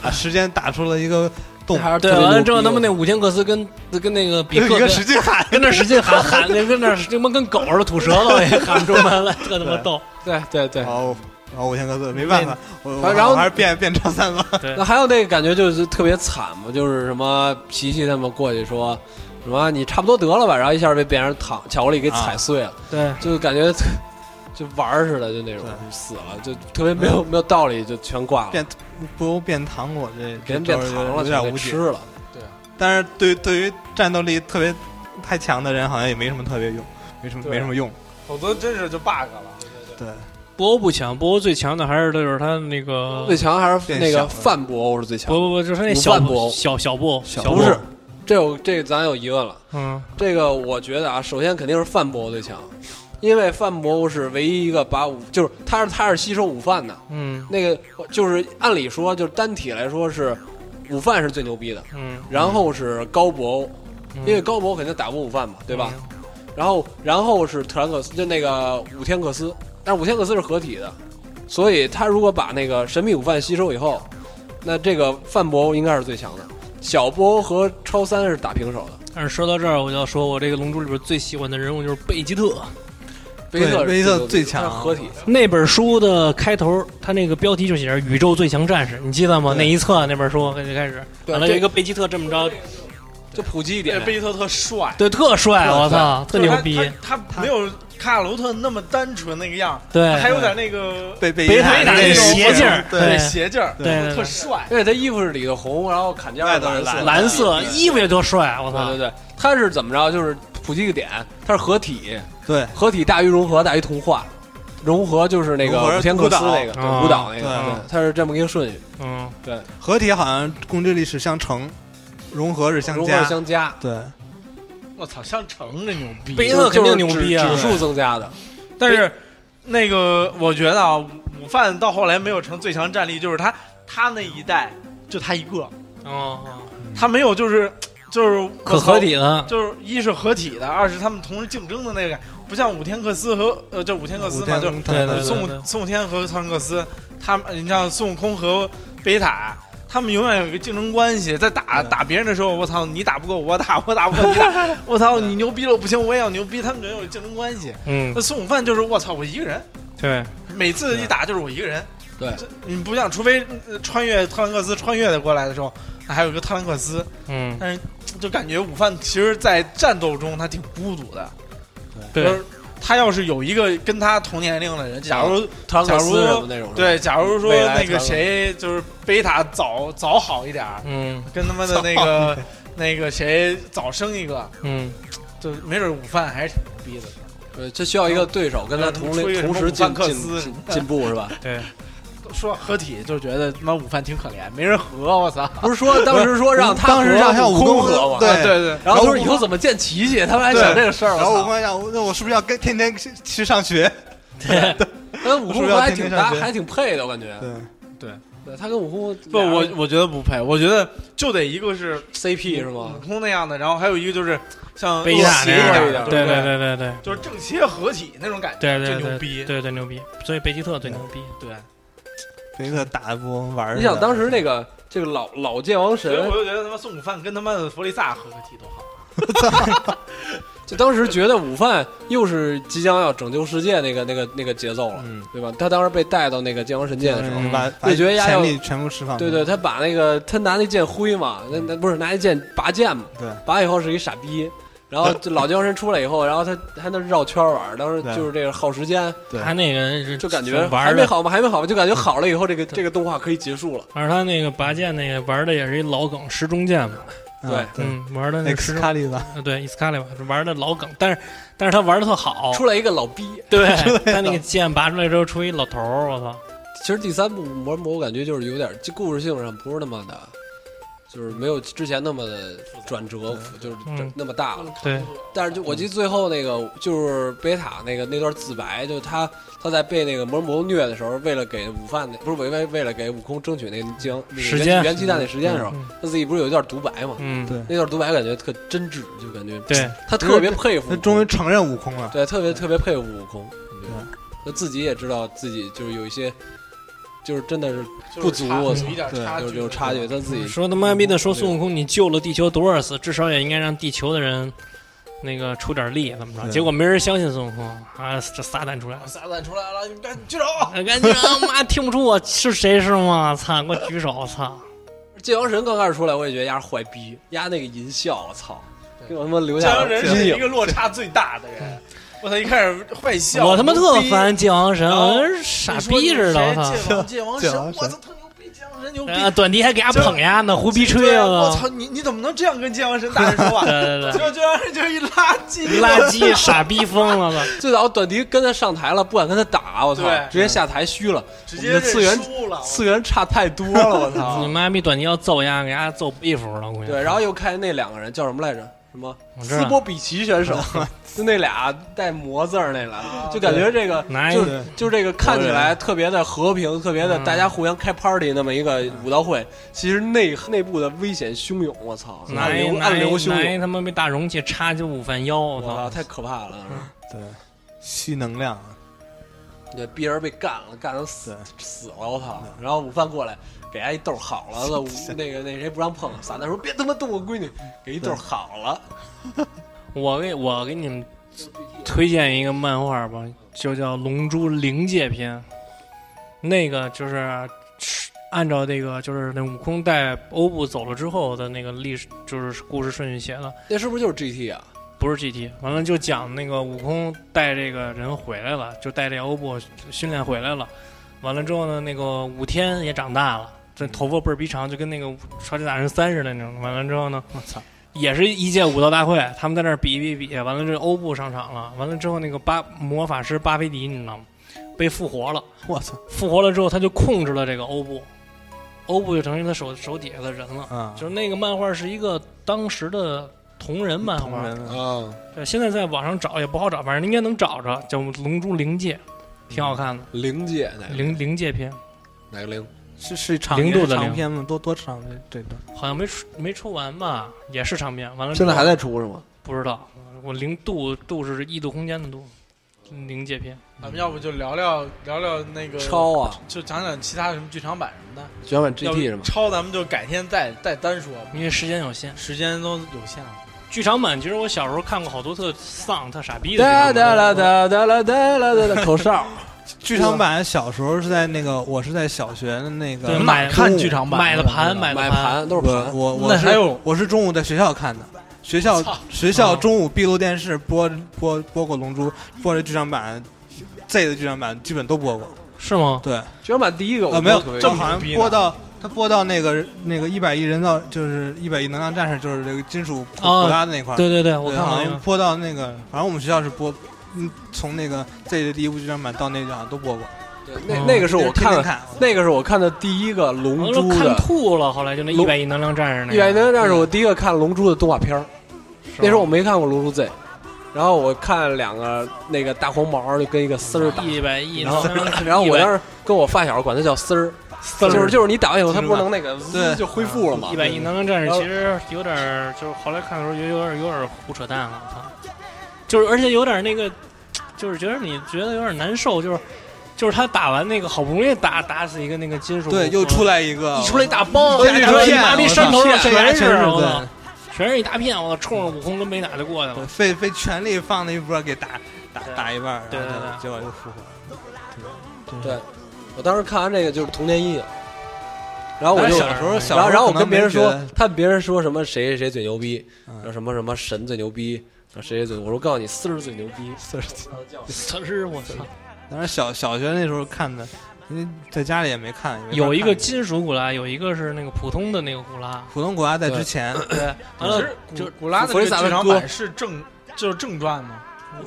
Speaker 7: 啊，时间打出了一个洞，
Speaker 5: 还是
Speaker 9: 对，
Speaker 5: 特别
Speaker 9: 完了之
Speaker 5: 牛
Speaker 9: 后，
Speaker 5: 逼
Speaker 9: 他妈那五天克斯跟跟那个比
Speaker 7: 有
Speaker 9: 克
Speaker 7: 一
Speaker 9: 跟
Speaker 7: 个使劲喊，
Speaker 9: 跟那使劲喊喊，那跟那他妈跟狗似的吐舌头，也喊不出门来， 特他妈逗。
Speaker 5: 对对对
Speaker 7: 然。后然后五千个字没办法，我我
Speaker 5: 然后
Speaker 7: 我还是变变成三个，
Speaker 9: 对
Speaker 5: 那还有那个感觉就是特别惨嘛，就是什么琪琪他们过去说什么你差不多得了吧，然后一下被别人糖巧克力给踩碎了，
Speaker 9: 对
Speaker 5: 就感觉 就玩儿似的，就那种
Speaker 7: 啊对
Speaker 5: 死了，就特别没有没有道理，就全挂了，
Speaker 7: 变不如变糖果这
Speaker 5: 给人
Speaker 7: 这
Speaker 5: 变
Speaker 7: 招
Speaker 5: 糖
Speaker 7: 有
Speaker 5: 了，
Speaker 7: 点
Speaker 5: 全
Speaker 7: 无
Speaker 5: 给
Speaker 7: 解
Speaker 5: 吃。了。
Speaker 7: 但是对于对于战斗力特别太强的人，好像也没什么特别用，没什么
Speaker 1: 对
Speaker 7: 没什么用。
Speaker 1: 否则真是就 bug 了。
Speaker 7: 对，
Speaker 9: 博欧不强，博欧最强的还是就是他那个
Speaker 5: 最强还是那
Speaker 7: 嗯变小
Speaker 5: 个
Speaker 7: 了
Speaker 5: 范博欧是最强
Speaker 9: 不
Speaker 5: 的，
Speaker 9: 不不，就是那
Speaker 5: 午
Speaker 9: 小
Speaker 5: 饭博欧
Speaker 9: 小小布小
Speaker 5: 不是？这有这个咱有疑问了。
Speaker 9: 嗯，
Speaker 5: 这个我觉得啊，首先肯定是范博欧最强，因为范博欧是唯一一个把午就是他是他是吸收午饭的，
Speaker 9: 嗯
Speaker 5: 那个就是按理说，就是单体来说是午饭是最牛逼的，
Speaker 9: 嗯，
Speaker 5: 然后是高博欧，
Speaker 9: 嗯
Speaker 5: 因为高博欧肯定打不过午饭嘛，对吧？？然后然后是特兰克斯，就那个五天克斯，但是五天克斯是合体的，所以他如果把那个神秘午饭吸收以后，那这个范博欧应该是最强的，小博欧和超三是打平手的，
Speaker 9: 但是说到这儿，我就要说我这个《龙珠》里边最喜欢的人物就是贝吉特。
Speaker 5: 贝特
Speaker 7: 贝
Speaker 5: 贝
Speaker 7: 特最强
Speaker 5: 他是合体的，
Speaker 9: 那本书的开头，它那个标题就写着“宇宙最强战士”，你记得吗？
Speaker 7: 对
Speaker 9: 那一册那本书就开始，
Speaker 5: 对
Speaker 9: 完了
Speaker 5: 这
Speaker 9: 有一个贝吉特这么着，
Speaker 5: 就普及一
Speaker 1: 这
Speaker 5: 点。
Speaker 1: 贝特特帅，
Speaker 9: 对，特帅，我操，特牛逼
Speaker 1: 就是，他他他没有卡卡罗特那么单纯那个样儿，
Speaker 9: 对
Speaker 1: 他，还有点那个
Speaker 7: 被被
Speaker 9: 哎北
Speaker 7: 银海
Speaker 9: 海
Speaker 7: 的
Speaker 9: 打
Speaker 7: 那
Speaker 9: 那
Speaker 7: 个
Speaker 9: 邪劲儿，
Speaker 1: 对
Speaker 9: 对，
Speaker 1: 邪劲儿，
Speaker 9: 对对
Speaker 1: 特帅。
Speaker 5: 因为他衣服是里头红，然后砍价
Speaker 7: 外头
Speaker 5: 蓝
Speaker 7: 是蓝
Speaker 5: 色
Speaker 7: 的
Speaker 9: 蓝色衣服也多帅，我
Speaker 5: 对
Speaker 9: 操
Speaker 5: 对，对，它是怎么着？就是普及一个点，它是合体，
Speaker 7: 对
Speaker 5: 合体大于融合大于同化，融合就是那
Speaker 7: 融合
Speaker 5: 个
Speaker 7: 是
Speaker 5: 武天克斯那个
Speaker 9: 孤岛
Speaker 5: 对孤岛那
Speaker 7: 嗯
Speaker 5: 个，啊对它是这么一个顺序，
Speaker 9: 嗯，
Speaker 7: 合体好像攻击力是相乘，融合是相
Speaker 5: 融合
Speaker 7: 加
Speaker 5: 是，相加，
Speaker 7: 对，
Speaker 1: 我操，像成这牛逼，
Speaker 9: 贝特肯定牛逼啊
Speaker 5: 就是指指数增加的，
Speaker 1: 但是那个我觉得啊，午饭到后来没有成最强战力，就是他他那一代就他一个，
Speaker 9: 哦，哦
Speaker 1: 他没有就是就是
Speaker 9: 可合，体了
Speaker 1: 我操，就是一是合体的，二是他们同时竞争的那个感，不像武天克斯和呃就武天克斯嘛，
Speaker 7: 五天
Speaker 1: 就
Speaker 9: 对对
Speaker 1: 孙悟孙悟天和特兰克斯，他们你像孙悟空和贝塔。他们永远有一个竞争关系，在打
Speaker 7: 对
Speaker 1: 打别人的时候，我操，你打不过我打，我打不过你 打，我操，你牛逼了不行，我也要牛逼，他们永远有竞争关系。
Speaker 9: 嗯
Speaker 1: 那，孙悟饭就是我操，我一个人，
Speaker 9: 对，
Speaker 1: 每次一打就是我一个人。
Speaker 5: 对
Speaker 1: 这，你不像，除非呃穿越特兰克斯穿越的过来的时候，那还有一个特兰克斯，
Speaker 9: 嗯，
Speaker 1: 但是就感觉午饭其实，在战斗中他挺孤独的。
Speaker 9: 对
Speaker 1: 就是他要是有一个跟他同年龄的人，假如
Speaker 5: 特兰克斯
Speaker 1: 假如
Speaker 5: 什么那种，，
Speaker 1: 对，假如说
Speaker 5: 未
Speaker 1: 那
Speaker 5: 来特兰
Speaker 1: 个
Speaker 5: 克斯
Speaker 1: 谁就是贝塔早早好一点儿，
Speaker 9: 嗯
Speaker 1: 跟他妈的那个 那个谁早生一个，
Speaker 9: 嗯，
Speaker 1: 就没准午饭还是挺牛逼的。
Speaker 5: 呃，这需要一个对手跟他同
Speaker 1: 出一个
Speaker 5: 龄同时
Speaker 1: 什么
Speaker 5: 进
Speaker 1: 范克
Speaker 5: 进
Speaker 1: 斯
Speaker 5: 进进步是吧？
Speaker 9: 对，
Speaker 1: 说合体，就觉得他妈午饭挺可怜，没人合，我操！
Speaker 5: 不是说当时说让他
Speaker 7: 当时让
Speaker 5: 和
Speaker 7: 让
Speaker 5: 悟
Speaker 7: 悟
Speaker 5: 空
Speaker 7: 空
Speaker 5: 合吗？
Speaker 7: 对
Speaker 1: 啊 对对，
Speaker 5: 然后他说以后怎么见琪琪，他们还想这个事儿。
Speaker 7: 然后
Speaker 5: 我
Speaker 7: 悟
Speaker 5: 操
Speaker 7: 空还想，那我是不是要跟天天去去上学？
Speaker 5: 跟悟空
Speaker 7: 是不是要
Speaker 5: 还
Speaker 7: 天
Speaker 5: 挺
Speaker 7: 天
Speaker 5: 搭，
Speaker 7: 上学
Speaker 5: 还挺配的，我感觉。
Speaker 7: 对，
Speaker 5: 对他跟悟空
Speaker 1: 不，我我觉得不配，我觉得就得一个是
Speaker 5: CP 是
Speaker 1: 悟
Speaker 5: 吗？
Speaker 1: 空那样的，然后还有一个就是像
Speaker 9: 贝塔那
Speaker 1: 恶
Speaker 9: 样
Speaker 1: 邪
Speaker 9: 的
Speaker 1: 一点的，
Speaker 9: 对
Speaker 1: 对
Speaker 9: 对
Speaker 1: 不，
Speaker 9: 对对对
Speaker 1: 就是正邪合体那种感觉，
Speaker 9: 对对
Speaker 1: 就
Speaker 9: 对
Speaker 1: 牛逼，
Speaker 9: 对对牛逼，所以贝吉特最牛逼。
Speaker 1: 对。
Speaker 7: 别个打不玩儿似的。
Speaker 5: 你想当时那个这个老老界王
Speaker 1: 所以
Speaker 5: 神
Speaker 1: 我，就觉得他妈孙悟饭跟他妈的弗利萨合个体多好。
Speaker 5: 就当时觉得午饭又是即将要拯救世界那个那个那个节奏了，
Speaker 7: 嗯，
Speaker 5: 对吧？他当时被带到那个界王神界的时候，
Speaker 9: 嗯
Speaker 7: 把把
Speaker 5: 就觉得丫要
Speaker 7: 潜力全部释放。
Speaker 5: 对对，，他把那个他拿那剑挥嘛，那那不是拿那剑拔剑嘛，
Speaker 7: 对，
Speaker 5: 拔以后是一傻逼。然后这老僵尸出来以后，然后他还能绕圈玩儿，当时
Speaker 7: 对
Speaker 5: 就是这个耗时间，
Speaker 7: 对
Speaker 9: 他那个人是
Speaker 5: 就感觉
Speaker 9: 玩
Speaker 5: 还
Speaker 9: 儿
Speaker 5: 没
Speaker 9: 的，
Speaker 5: 好吗？还没好吗？就感觉好了以后，这个这个动画可以结束了。
Speaker 9: 而他那个拔剑那个玩的也是一老梗，时钟剑嘛，
Speaker 5: 对
Speaker 7: 对
Speaker 9: 嗯，玩的那时
Speaker 7: ，X
Speaker 9: 钟，
Speaker 7: 卡利吧，
Speaker 9: 对伊斯卡利吧，玩的老梗，但是但是他玩的特好，
Speaker 5: 出来一个老逼，
Speaker 9: 对，他那个剑拔出来之后出一老头儿，我操，
Speaker 5: 其实第三部《魔魔》我感觉就是有点这故事性上不是那么的，就是没有之前那么的转折，就是这
Speaker 9: 嗯
Speaker 5: 那么大了。
Speaker 9: 对，
Speaker 5: 但是就我记得最后那个就是贝塔那个那段自白，就是他他在被那个魔魔虐的时候，为了给午饭的不是为为为了给悟空争取那个姜那个
Speaker 9: 时
Speaker 5: 元
Speaker 9: 间
Speaker 5: 元气弹那时间的时候
Speaker 9: 嗯，
Speaker 5: 他自己不是有一段独白嘛？
Speaker 9: 嗯，
Speaker 7: 对
Speaker 5: 那段独白感觉特真挚，就感觉
Speaker 9: 对，
Speaker 5: 他特别佩服悟
Speaker 7: 他
Speaker 5: 空，
Speaker 7: 终于承认悟空了。
Speaker 5: 对，特别特别佩服悟空，他自己也知道自己就是有一些，就是真的是
Speaker 1: 就是
Speaker 5: 不足
Speaker 1: 差
Speaker 5: 我
Speaker 1: 有
Speaker 5: 操
Speaker 1: 一点
Speaker 7: 对
Speaker 1: 差距
Speaker 5: 有有差距，他自己
Speaker 9: 说他妈逼的说孙悟空你救了地球多少次，至少也应该让地球的人那个出点力，怎么着？
Speaker 7: 对
Speaker 9: 结果没人相信孙悟空啊，这撒旦出来了。
Speaker 1: 撒旦出来了，你赶紧举手。
Speaker 9: 赶紧啊！妈，听不出我是谁是吗？操，给我举手！操，
Speaker 5: 界王神刚开始出来，我也觉得丫是坏逼，丫那个淫笑，我操，
Speaker 1: 对
Speaker 5: 给我他妈留
Speaker 1: 这
Speaker 5: 下
Speaker 1: 帮
Speaker 5: 了
Speaker 1: 人
Speaker 5: 阴
Speaker 1: 是一
Speaker 5: 影。
Speaker 1: 个落差最大的人。我操！一开始坏笑，
Speaker 9: 嗯我他妈特
Speaker 1: 牛逼。
Speaker 9: 烦界王神，
Speaker 1: 然后
Speaker 9: 我跟傻逼似的！我操
Speaker 1: 你说你是谁 界王界
Speaker 7: 界
Speaker 1: 王
Speaker 7: 王
Speaker 1: 神，
Speaker 7: 神
Speaker 1: 我操，特牛逼！界王神牛逼！
Speaker 9: 啊，短笛还给他捧呀呢，胡逼吹
Speaker 1: 对啊我
Speaker 9: 我操！
Speaker 1: 操！你你怎么能这样跟界王神大人说话？
Speaker 9: 对对对
Speaker 1: 就界王神就是一垃圾，
Speaker 9: 对，垃圾傻逼疯了 吧？
Speaker 5: 最早短笛跟他上台了，不敢跟他打，我操
Speaker 1: 对，
Speaker 5: 直接下台虚了，
Speaker 1: 直
Speaker 5: 我
Speaker 1: 接
Speaker 5: 们的次元
Speaker 1: 输了。
Speaker 5: 次元差太多了，我操
Speaker 1: 啊
Speaker 9: 你。妈逼短笛要揍呀，给他揍背服了，我估计。
Speaker 5: 对，然后又看那两个人叫什么来着？什么
Speaker 9: 嗯我知道
Speaker 5: 斯波比奇选 手，就那俩带魔字儿那
Speaker 9: 啊
Speaker 5: 俩，就感觉这个
Speaker 9: 拿一
Speaker 5: 就
Speaker 9: 个
Speaker 5: 是就是这个看起来特别的和平，
Speaker 9: 嗯
Speaker 5: 特别的大家互相开 party 那么一个武道会，其实内内部的危险汹涌，我操，
Speaker 9: 拿
Speaker 5: 暗
Speaker 9: 一
Speaker 5: 流
Speaker 9: 拿
Speaker 5: 暗流
Speaker 9: 一
Speaker 5: 汹
Speaker 9: 拿
Speaker 5: 涌，
Speaker 9: 一他妈逼大容器插进午饭腰，我
Speaker 5: 我操，
Speaker 9: 操！嗯
Speaker 5: 太可怕了！
Speaker 7: 对，吸能量，啊
Speaker 5: 对，逼人被干了，干到死
Speaker 7: 对
Speaker 5: 死了，我操！
Speaker 9: 嗯
Speaker 5: 然后午饭过来给挨一豆好了， 那那个那谁不让碰，撒旦说别他妈动我闺女，
Speaker 9: 嗯
Speaker 5: 给一豆好了，
Speaker 9: 我给我给你们推荐一个漫画吧，就叫《龙珠灵界篇》，那个就是按照这个就是那悟空带欧布走了之后的那个历史，就是故事顺序写的，
Speaker 5: 那是不是就是 GT 啊？
Speaker 9: 不是 GT。完了就讲那个悟空带这个人回来了，就带这欧布训练回来了。完了之后呢，那个武天也长大了，这
Speaker 7: 嗯
Speaker 9: 头发倍儿逼长，就跟那个超级大神三似的那种。完了之后呢，
Speaker 7: 我操，
Speaker 9: 也是一届武道大会，他们在那儿比比比，完了这欧布上场了，完了之后那个巴魔法师巴菲迪你知道吗？被复活了，
Speaker 7: 我操，
Speaker 9: 复活了之后他就控制了这个欧布，欧布就成为他手手底下的人了。
Speaker 7: 啊，
Speaker 9: 就是那个漫画是一个当时的同人漫
Speaker 7: 同
Speaker 9: 画，
Speaker 7: 人了
Speaker 5: 啊，
Speaker 9: 对，呃现在在网上找也不好找，反正应该能找着，叫《龙珠灵界》，挺好看的，
Speaker 5: 灵界哪个
Speaker 9: 灵灵界篇
Speaker 5: 哪个灵？
Speaker 7: 是是长
Speaker 9: 零度的零
Speaker 7: 长篇吗？多多长这这段？
Speaker 9: 好像没出没出完吧，也是长篇，完了之
Speaker 5: 现在
Speaker 9: 后
Speaker 5: 还在出是吗？
Speaker 9: 不知道，我零度度是异度空间的度，零界篇。
Speaker 1: 咱们要不就聊聊聊聊那个，
Speaker 5: 超啊，
Speaker 1: 就讲讲其他什么剧场版什么的。
Speaker 5: 绝版
Speaker 1: 要不
Speaker 5: GT 是吗？
Speaker 1: 超咱们就改天再再单说，
Speaker 9: 因为时间有限，
Speaker 1: 时间都有限了。
Speaker 9: 剧场版其实我小时候看过好多特丧、特傻逼的
Speaker 5: 哒
Speaker 9: 剧场
Speaker 5: 哒啦
Speaker 9: 版。
Speaker 5: 哒哒啦哒啦哒啦，口哨。
Speaker 7: 剧场版小时候是在那个，我是在小学的那个
Speaker 9: 对，买
Speaker 7: 看
Speaker 9: 中午
Speaker 7: 剧
Speaker 1: 场版
Speaker 9: 买了盘，
Speaker 5: 买
Speaker 9: 了
Speaker 5: 盘都是
Speaker 7: 我
Speaker 5: 盘，
Speaker 7: 我
Speaker 1: 那
Speaker 7: 我
Speaker 1: 还有
Speaker 7: 是我是中午在学校看的，学校学校
Speaker 9: 嗯
Speaker 7: 中午闭路电视播播播过《龙珠》，播这剧场版，Z 的剧场版基本都播过。
Speaker 9: 是吗？
Speaker 7: 对，
Speaker 5: 绝版第一个我
Speaker 7: 啊没有
Speaker 5: 特别，
Speaker 7: 这好像
Speaker 1: 逼呢
Speaker 7: 播到他播到那个那个一百亿人造，就是一百亿能量战士，就是这个金属普
Speaker 9: 啊
Speaker 7: 普拉的那块儿。
Speaker 9: 对对对，我
Speaker 7: 对啊好
Speaker 9: 看过那
Speaker 7: 像
Speaker 9: 个。
Speaker 7: 播到那个，反正我们学校是播，嗯，从那个 Z 的第一部剧场版到那个好像都播过。
Speaker 5: 那那个是我看
Speaker 7: 天天看
Speaker 5: 那个是我看的第一个《龙
Speaker 9: 我
Speaker 5: 珠
Speaker 9: 都》看
Speaker 5: 的。
Speaker 9: 吐了。后来就那
Speaker 5: 龙
Speaker 9: 一百亿能量战士那个，
Speaker 5: 一百年战士我第一个看《龙珠》的动画片儿，那时候我没看过《龙珠 Z》，然后我看两个那个大黄毛就跟一个丝儿打，
Speaker 9: 一百亿
Speaker 5: 然
Speaker 9: 能
Speaker 5: 后
Speaker 9: 量战士，
Speaker 5: 然后我当时跟我发小管他叫丝儿，就是就是你打完以后他不能那个
Speaker 7: 对
Speaker 5: 就恢复了嘛
Speaker 9: 一，百亿能量战士其实有点儿，就是后来看的时候有有点儿有点儿胡扯淡了，我操！就是而且有点儿那个，就是觉得你觉得有点儿难受，就是就是他打完那个好不容易打打死一个那个金属，
Speaker 7: 对，又出来一个，
Speaker 9: 一出来一大帮，
Speaker 7: 一大片
Speaker 9: 妈那
Speaker 7: 我操
Speaker 9: 山头上全
Speaker 7: 全是
Speaker 9: 我
Speaker 7: 对
Speaker 9: 操，全是一大片，我操冲着悟空跟北打就过去了。
Speaker 7: 费费全力放了一波给打打
Speaker 9: 对
Speaker 7: 打一半儿，
Speaker 9: 对
Speaker 7: 然后
Speaker 9: 对
Speaker 7: 就
Speaker 9: 对
Speaker 7: 结果又复活。
Speaker 5: 对，我当时看完这个就是童年阴影，然后我就
Speaker 7: 但是小时候，小时
Speaker 5: 然
Speaker 7: 候
Speaker 5: 后然后我
Speaker 7: 可能
Speaker 5: 跟别人
Speaker 7: 没
Speaker 5: 说
Speaker 7: 觉得，
Speaker 5: 他别人说什么谁谁谁最牛逼，
Speaker 7: 嗯
Speaker 5: 然后什么什么神最牛逼，然后谁谁最，我说告诉你丝儿最牛逼，丝儿
Speaker 9: 他 是我操，
Speaker 7: 当时小小学那时候看的，因为在家里也没看，也没法
Speaker 9: 有一个
Speaker 7: 看
Speaker 9: 金属古拉，有一个是那个普通的那个古拉，
Speaker 7: 普通国家在
Speaker 5: 对
Speaker 7: 之前，
Speaker 9: 对，完
Speaker 1: 其
Speaker 9: 了
Speaker 1: 实
Speaker 9: 就
Speaker 1: 古古拉的
Speaker 5: 弗
Speaker 1: 这
Speaker 5: 利
Speaker 1: 个
Speaker 5: 萨的
Speaker 1: 剧场
Speaker 5: 歌
Speaker 1: 版是正就是正传吗？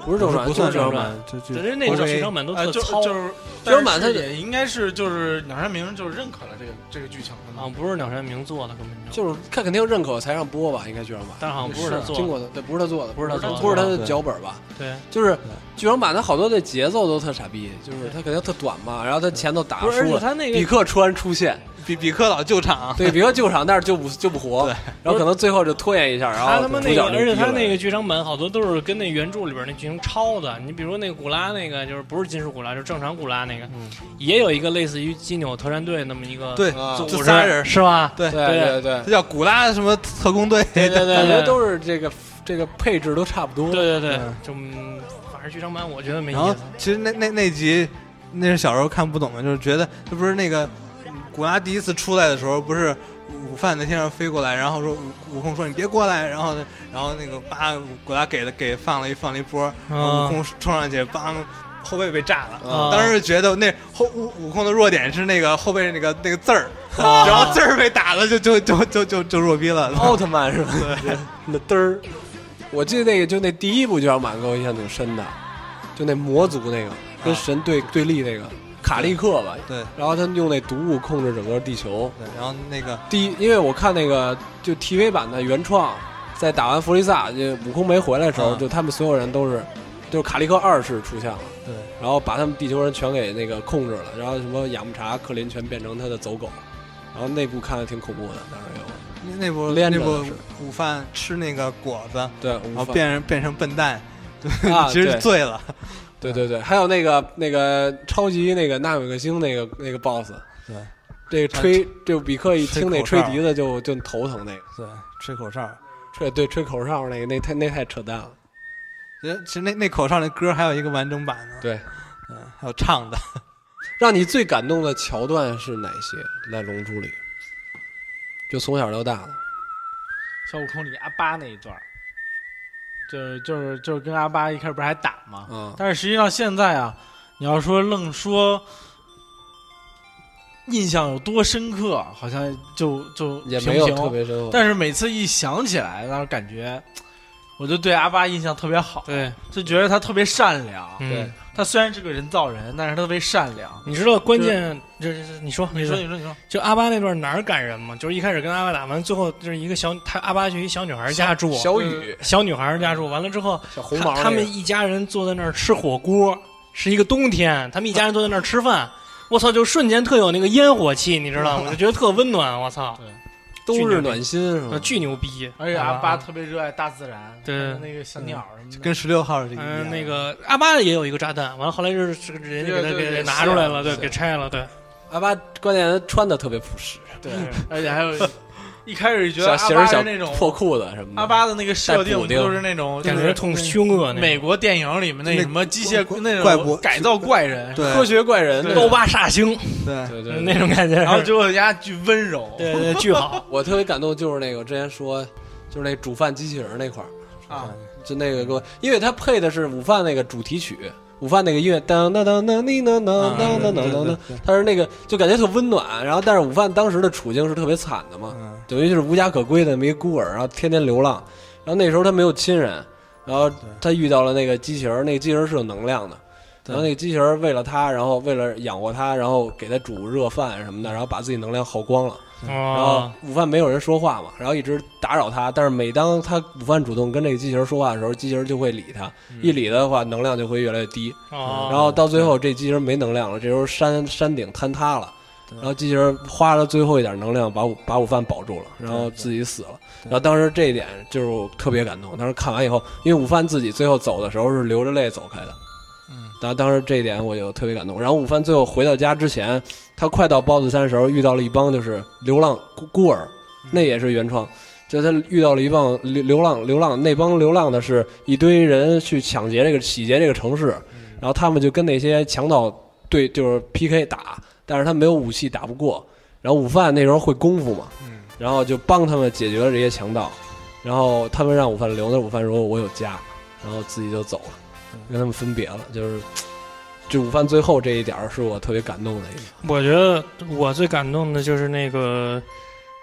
Speaker 5: 不是正传，
Speaker 7: 不算
Speaker 5: 就是正
Speaker 7: 版
Speaker 5: 版。，
Speaker 7: 就就
Speaker 9: 人家那
Speaker 7: 国
Speaker 9: 种
Speaker 7: 内
Speaker 9: 剧场版都
Speaker 1: 呃，
Speaker 9: 特
Speaker 1: 就
Speaker 9: 糙
Speaker 1: 就是
Speaker 5: 彪马他
Speaker 1: 但是也应该是就是鸟山明就是认可了这个这个剧情的
Speaker 9: 啊
Speaker 1: 嘛，，
Speaker 9: 不是鸟山明做的，根本就，
Speaker 5: 就是看肯定认可才让播吧，应该剧场版。
Speaker 9: 但是好像不是他做
Speaker 5: 经
Speaker 9: 的，
Speaker 5: 过的，对，不是他做的，
Speaker 9: 不是他做的
Speaker 5: 不是他的脚本吧？
Speaker 9: 对。
Speaker 5: 就是剧场版，它好多的节奏都特傻逼，就是它肯定特短嘛，然后它前头打
Speaker 9: 不是，而
Speaker 5: 输
Speaker 9: 且
Speaker 5: 了，
Speaker 9: 他那个
Speaker 5: 比克突然出现，
Speaker 7: 比比克老救 场，
Speaker 5: 对，比克救场，但是救不救不活
Speaker 7: 对，
Speaker 5: 然后可能最后就拖延一下，然
Speaker 9: 他他
Speaker 5: 后
Speaker 9: 妈
Speaker 5: 哦主
Speaker 9: 那
Speaker 5: 角
Speaker 9: 个，
Speaker 5: 就
Speaker 9: 而且他
Speaker 5: 毙了
Speaker 9: 那个剧场版好多都是跟那原著里边那剧情抄的。你比如那个古拉那个，就是不是金属古拉，就是正常古拉那个，也有一个类似于基纽特战队那么一个
Speaker 7: 对，
Speaker 5: 啊
Speaker 9: 组
Speaker 7: 就
Speaker 9: 织，
Speaker 7: 仨人
Speaker 9: 是吧？
Speaker 7: 对
Speaker 5: 对对对
Speaker 7: 这叫古拉什么特工队，
Speaker 5: 对对对，
Speaker 9: 对
Speaker 5: 感觉
Speaker 9: 对
Speaker 5: 都是这个这个配置都差不多。
Speaker 9: 对对对
Speaker 7: 嗯，
Speaker 9: 就嗯反正剧场版我觉得没意
Speaker 7: 然
Speaker 5: 哎
Speaker 7: 后
Speaker 9: 思。
Speaker 7: 其实那那那集那是小时候看不懂的，就是觉得这不是那个嗯古拉第一次出来的时候，不是午饭在天上飞过来，然后说悟悟空说你别过来，然后呢然后那个叭古拉给了给放了一放了一波，然
Speaker 5: 啊
Speaker 7: 后悟空冲上去，帮后背被炸了。
Speaker 9: 啊
Speaker 7: 当时觉得那后悟悟空的弱点是那个后背那个那个字 儿，然后字儿被打了就就就就就就弱逼了。
Speaker 5: 奥特曼是吧？那嘚儿，我记得那个就那第一部剧场版给我印象挺深的，就那魔族那个跟神对对立那个卡利克吧，
Speaker 7: 对
Speaker 5: 然后他们用那毒物控制整个地球。
Speaker 7: 对，然后那个
Speaker 5: 第一，因为我看那个就 TV 版的原创，在打完弗利萨，就悟空没回来的时候，
Speaker 7: 嗯
Speaker 5: 就他们所有人都是，就是卡利克二世出现了，
Speaker 7: 对，
Speaker 5: 然后把他们地球人全给那个控制了，然后什么雅木查、克林全变成他的走狗，然后那部看的挺恐怖的，当时有
Speaker 7: 那那波
Speaker 5: 连
Speaker 7: 那
Speaker 5: 着的
Speaker 7: 波
Speaker 5: 是
Speaker 7: 午饭吃那个果子，
Speaker 5: 对，
Speaker 7: 然
Speaker 5: 然
Speaker 7: 后变成变成笨 蛋，
Speaker 5: 啊，
Speaker 7: 哦其实
Speaker 5: 对
Speaker 7: 醉了。
Speaker 5: 对对对，还有那个那个超级那个纳米克星那个那个 boss，
Speaker 7: 对，
Speaker 5: 这个吹就比克一听那
Speaker 7: 吹
Speaker 5: 吹
Speaker 7: 口哨
Speaker 5: 笛子就就头疼那个，
Speaker 7: 对，吹口哨。
Speaker 5: 吹对吹口哨那个那太那太扯淡了，
Speaker 7: 其实其实那那口哨那歌还有一个完整版呢，
Speaker 5: 对，
Speaker 7: 嗯，还有唱的。
Speaker 5: 让你最感动的桥段是哪些？在《龙珠》里，就从小到大的，
Speaker 1: 小悟空里阿巴那一段儿，就是就是就是跟阿巴一开始不是还打吗？
Speaker 5: 嗯，
Speaker 1: 但是实际上现在啊，你要说愣说印象有多深刻，好像就就
Speaker 5: 也
Speaker 1: 平
Speaker 5: 没有
Speaker 1: 平
Speaker 5: 特别深刻。
Speaker 1: 但是每次一想起来，然后感觉我就对阿巴印象特别好，
Speaker 9: 对，
Speaker 1: 就觉得他特别善良。
Speaker 9: 嗯，
Speaker 1: 他虽然是个人造人，但是他特别善良。
Speaker 9: 你知道关键就是你说
Speaker 1: 你
Speaker 9: 你
Speaker 1: 说，
Speaker 9: 说
Speaker 1: 你说，你说，
Speaker 9: 就阿巴那段哪儿感人吗？就是一开始跟阿巴打完，最后就是一个小他阿巴去一小女孩家住，
Speaker 5: 小雨、
Speaker 9: 小女孩家住，完了之后
Speaker 5: 小红毛那
Speaker 9: 他
Speaker 5: 个，
Speaker 9: 他们一家人坐在那儿吃火锅，是一个冬天，他们一家人坐在那儿吃饭，我操，就瞬间特有那个烟火气，你知道吗？我就觉得特温暖，我操，
Speaker 5: 都是暖心是吗？
Speaker 9: 巨牛逼！
Speaker 1: 而哎且阿巴
Speaker 9: 巴，
Speaker 1: 特别热爱大自然，
Speaker 9: 对
Speaker 1: 那个小鸟什么的，
Speaker 7: 跟十六号是一
Speaker 9: 嗯，
Speaker 7: 样的
Speaker 9: 那个阿巴也有一个炸弹，完了后来就是这个人家给他
Speaker 1: 对对
Speaker 9: 给
Speaker 1: 对
Speaker 9: 拿出来了，
Speaker 5: 是
Speaker 9: 对，
Speaker 5: 是
Speaker 9: 给拆了，对，
Speaker 5: 阿巴关键他穿的特别朴实，
Speaker 1: 对，而且还有 一开始觉得
Speaker 5: 小
Speaker 1: 阿
Speaker 5: 鞋儿
Speaker 1: 巴
Speaker 5: 小
Speaker 1: 是那种
Speaker 5: 破裤子什么的。
Speaker 1: 阿巴的那个设定
Speaker 5: 带补
Speaker 1: 不
Speaker 5: 丁
Speaker 1: 就是那种
Speaker 9: 感觉特凶恶那
Speaker 1: 美
Speaker 9: 个
Speaker 1: 国电影里面那
Speaker 7: 那
Speaker 1: 什么机械
Speaker 7: 怪
Speaker 1: 那
Speaker 7: 怪博
Speaker 1: 种改造怪人，
Speaker 7: 对
Speaker 5: 科学怪人那
Speaker 9: 刀
Speaker 5: 种，
Speaker 9: 疤煞星
Speaker 7: 对
Speaker 5: 对对对，
Speaker 9: 那种感觉，
Speaker 1: 然后结果人家巨温柔，
Speaker 9: 对对巨 好，
Speaker 5: 我特别感动，就是那个我之前说，就是那煮饭机器人那块儿，
Speaker 1: 啊，
Speaker 5: 就那个给我，因为他配的是午饭那个主题曲，午饭那个音乐当当当当当
Speaker 7: 嗯
Speaker 5: 当当当当当当，他是那个就感觉特温暖。然后但是午饭当时的处境是特别惨的嘛，
Speaker 7: 嗯，
Speaker 5: 等于就是无家可归的那么一孤儿，然后天天流浪。然后那时候他没有亲人，然后他遇到了那个机器人，那个机器人是有能量的。然后那个机器人为了他，然后为了养活他，然后给他煮热饭什么的，然后把自己能量耗光了。然后
Speaker 9: 哦，
Speaker 5: 午饭没有人说话嘛，然后一直打扰他。但是每当他午饭主动跟这个机器人说话的时候，机器人就会理他，一理他的话，能量就会越来越低。
Speaker 9: 哦，
Speaker 5: 然后到最后，这机器人没能量了，这时候山山顶坍塌了，然后机器人花了最后一点能量把午把午饭保住了，然后自己死了。然后当时这一点就是我特别感动，当时看完以后，因为午饭自己最后走的时候是流着泪走开的，嗯，然后当时这一点我就特别感动。然后午饭最后回到家之前，他快到包子山的时候遇到了一帮就是流浪孤孤儿，那也是原创。就他遇到了一帮流流浪流浪，那帮流浪的是一堆人去抢劫这个洗劫这个城市，然后他们就跟那些强盗对就是 PK 打，但是他没有武器打不过。然后午饭那时候会功夫嘛，
Speaker 7: 嗯
Speaker 5: 然后就帮他们解决了这些强盗，然后他们让午饭留那午饭说我有家，然后自己就走了，跟他们分别了。就是这午饭最后这一点儿是我特别感动的一个。
Speaker 9: 我觉得我最感动的就是那个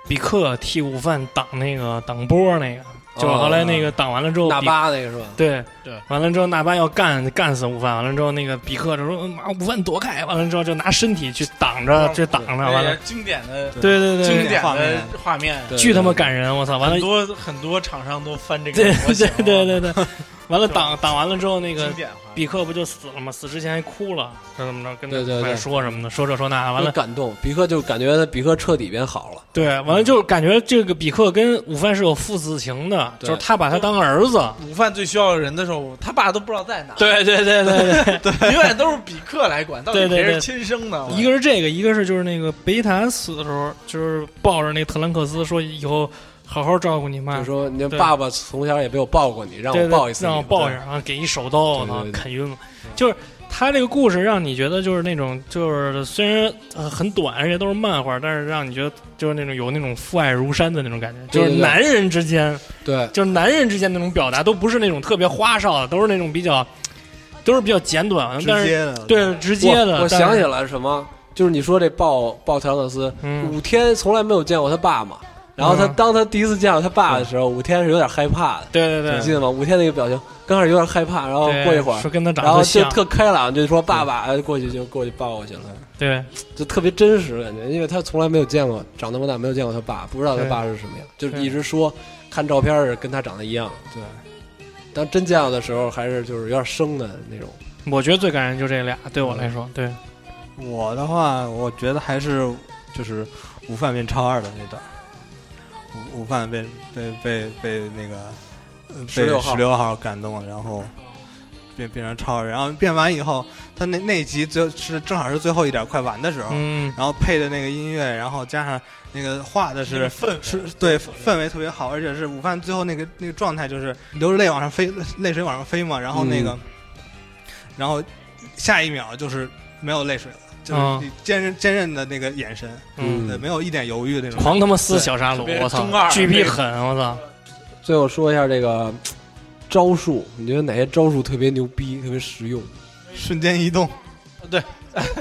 Speaker 9: 比克替午饭挡那个挡波那个，就是后来
Speaker 7: 嗯
Speaker 9: 那个挡完了之后，
Speaker 5: 大
Speaker 9: 比
Speaker 5: 巴哦那个是吧？
Speaker 9: 对
Speaker 1: 对，
Speaker 9: 完了之后纳巴要干干死午饭，完了之后那个比克就说嗯妈午饭躲开，完了之后就拿身体去挡着，去挡着，完了，
Speaker 1: 经典的
Speaker 9: 对对对，
Speaker 1: 经典
Speaker 7: 画
Speaker 1: 的
Speaker 7: 面
Speaker 1: 画面，
Speaker 5: 对
Speaker 9: 巨他妈感人，我操！完了
Speaker 1: 很，多很多厂商都翻这个
Speaker 9: 对
Speaker 1: 模型
Speaker 9: 对
Speaker 1: 啊
Speaker 9: 对对对，完了挡挡完了之后，那个
Speaker 1: 经典画面
Speaker 9: 比克不就死了吗？死之前还哭了，说怎么着，跟
Speaker 5: 对对
Speaker 9: 他
Speaker 5: 对
Speaker 9: 说什么的，说这说那，完
Speaker 5: 就
Speaker 9: 了，
Speaker 5: 感动，比克就感觉比克彻底变好了。
Speaker 9: 对，完了就感觉这个比克跟午饭是有父子情的，
Speaker 5: 对
Speaker 9: 就是他把他当儿子，
Speaker 1: 午饭最需要人的时候，他爸都不知道在哪，
Speaker 9: 对对对对对，
Speaker 1: 永远都是比克来管，到底
Speaker 9: 对对
Speaker 1: 谁是
Speaker 9: 对
Speaker 1: 亲生的？
Speaker 9: 一个是这个，一个是就是那个贝塔死的时候，就是抱着那个特兰克斯说以后好好照顾你妈
Speaker 5: 就，说你
Speaker 9: 啊对
Speaker 5: 爸爸从小也没有抱过你，让
Speaker 9: 对
Speaker 5: 我
Speaker 9: 对
Speaker 5: 抱一次你，嗯
Speaker 9: 让我抱一下，然后给一手刀，我操
Speaker 5: 对对，对
Speaker 9: 啃晕了。就是他这个故事让你觉得就是那种就是虽然呃很短，而且都是漫画，但是让你觉得就是那种有那种父爱如山的那种感觉，
Speaker 5: 对对
Speaker 9: 就
Speaker 5: 对
Speaker 9: 是男人之间，
Speaker 5: 对，
Speaker 9: 就是男人之间那种表达都不是那种特别花哨的，都是那种比较都是比较简短，
Speaker 7: 直
Speaker 9: 但
Speaker 7: 接
Speaker 9: 是
Speaker 7: 的，
Speaker 9: 对直接的。
Speaker 5: 我我
Speaker 9: 但是
Speaker 5: 想起来什么，就是你说这抱抱特兰克斯，
Speaker 9: 嗯
Speaker 5: 五天从来没有见过他爸嘛。然后他
Speaker 9: 嗯
Speaker 5: 当他第一次见到他爸的时候，五天是有点害怕的，
Speaker 9: 对对对
Speaker 5: 你记得吗？五天那个表情，刚开始有点害怕，然后
Speaker 9: 对
Speaker 5: 嗯过一会儿
Speaker 9: 说，跟他长
Speaker 5: 然
Speaker 9: 得
Speaker 5: 后
Speaker 9: 都
Speaker 5: 就
Speaker 9: 像，嗯
Speaker 5: 特开朗，就说爸爸，哎过去就过去抱过去了，
Speaker 9: 对
Speaker 5: 就特别真实感觉，因为他从来没有见过，长那么大没有见过他爸，不知道他
Speaker 9: 对
Speaker 5: 爸是什么样，就是
Speaker 9: 对
Speaker 5: 一直说看照片是跟他长得一样，
Speaker 7: 对。
Speaker 5: 当真见到的时候，还是就是有点生的那种。
Speaker 9: 我觉得最感人就这俩，对我来说，对，
Speaker 7: 我的话，我觉得还是就是午饭变超二的那段儿，午午饭被被被被那个呃
Speaker 5: 16
Speaker 7: 被
Speaker 5: 号
Speaker 7: 十六号感动了，然后变变成超二，然后变完以后，他那那集就是正好是最后一点儿快完的时候，
Speaker 9: 嗯，
Speaker 7: 然后配的那个音乐，然后加上那个画的是
Speaker 1: 氛围
Speaker 7: 是对氛围特别好，而且是午饭最后那个那个状态就是流着泪往上飞，泪水往上飞嘛，然后那个，然后下一秒就是没有泪水了，就是
Speaker 9: 嗯
Speaker 7: 你坚韧坚韧的那个眼神，
Speaker 9: 嗯
Speaker 7: 对，没有一点犹豫的那种。
Speaker 9: 狂他妈撕小沙鲁
Speaker 1: 特别，
Speaker 9: 我操
Speaker 1: 中二，
Speaker 9: 巨逼狠，我操！
Speaker 5: 最后说一下这个招数，你觉得哪些招数特别牛逼、特别实用？
Speaker 7: 瞬间移动，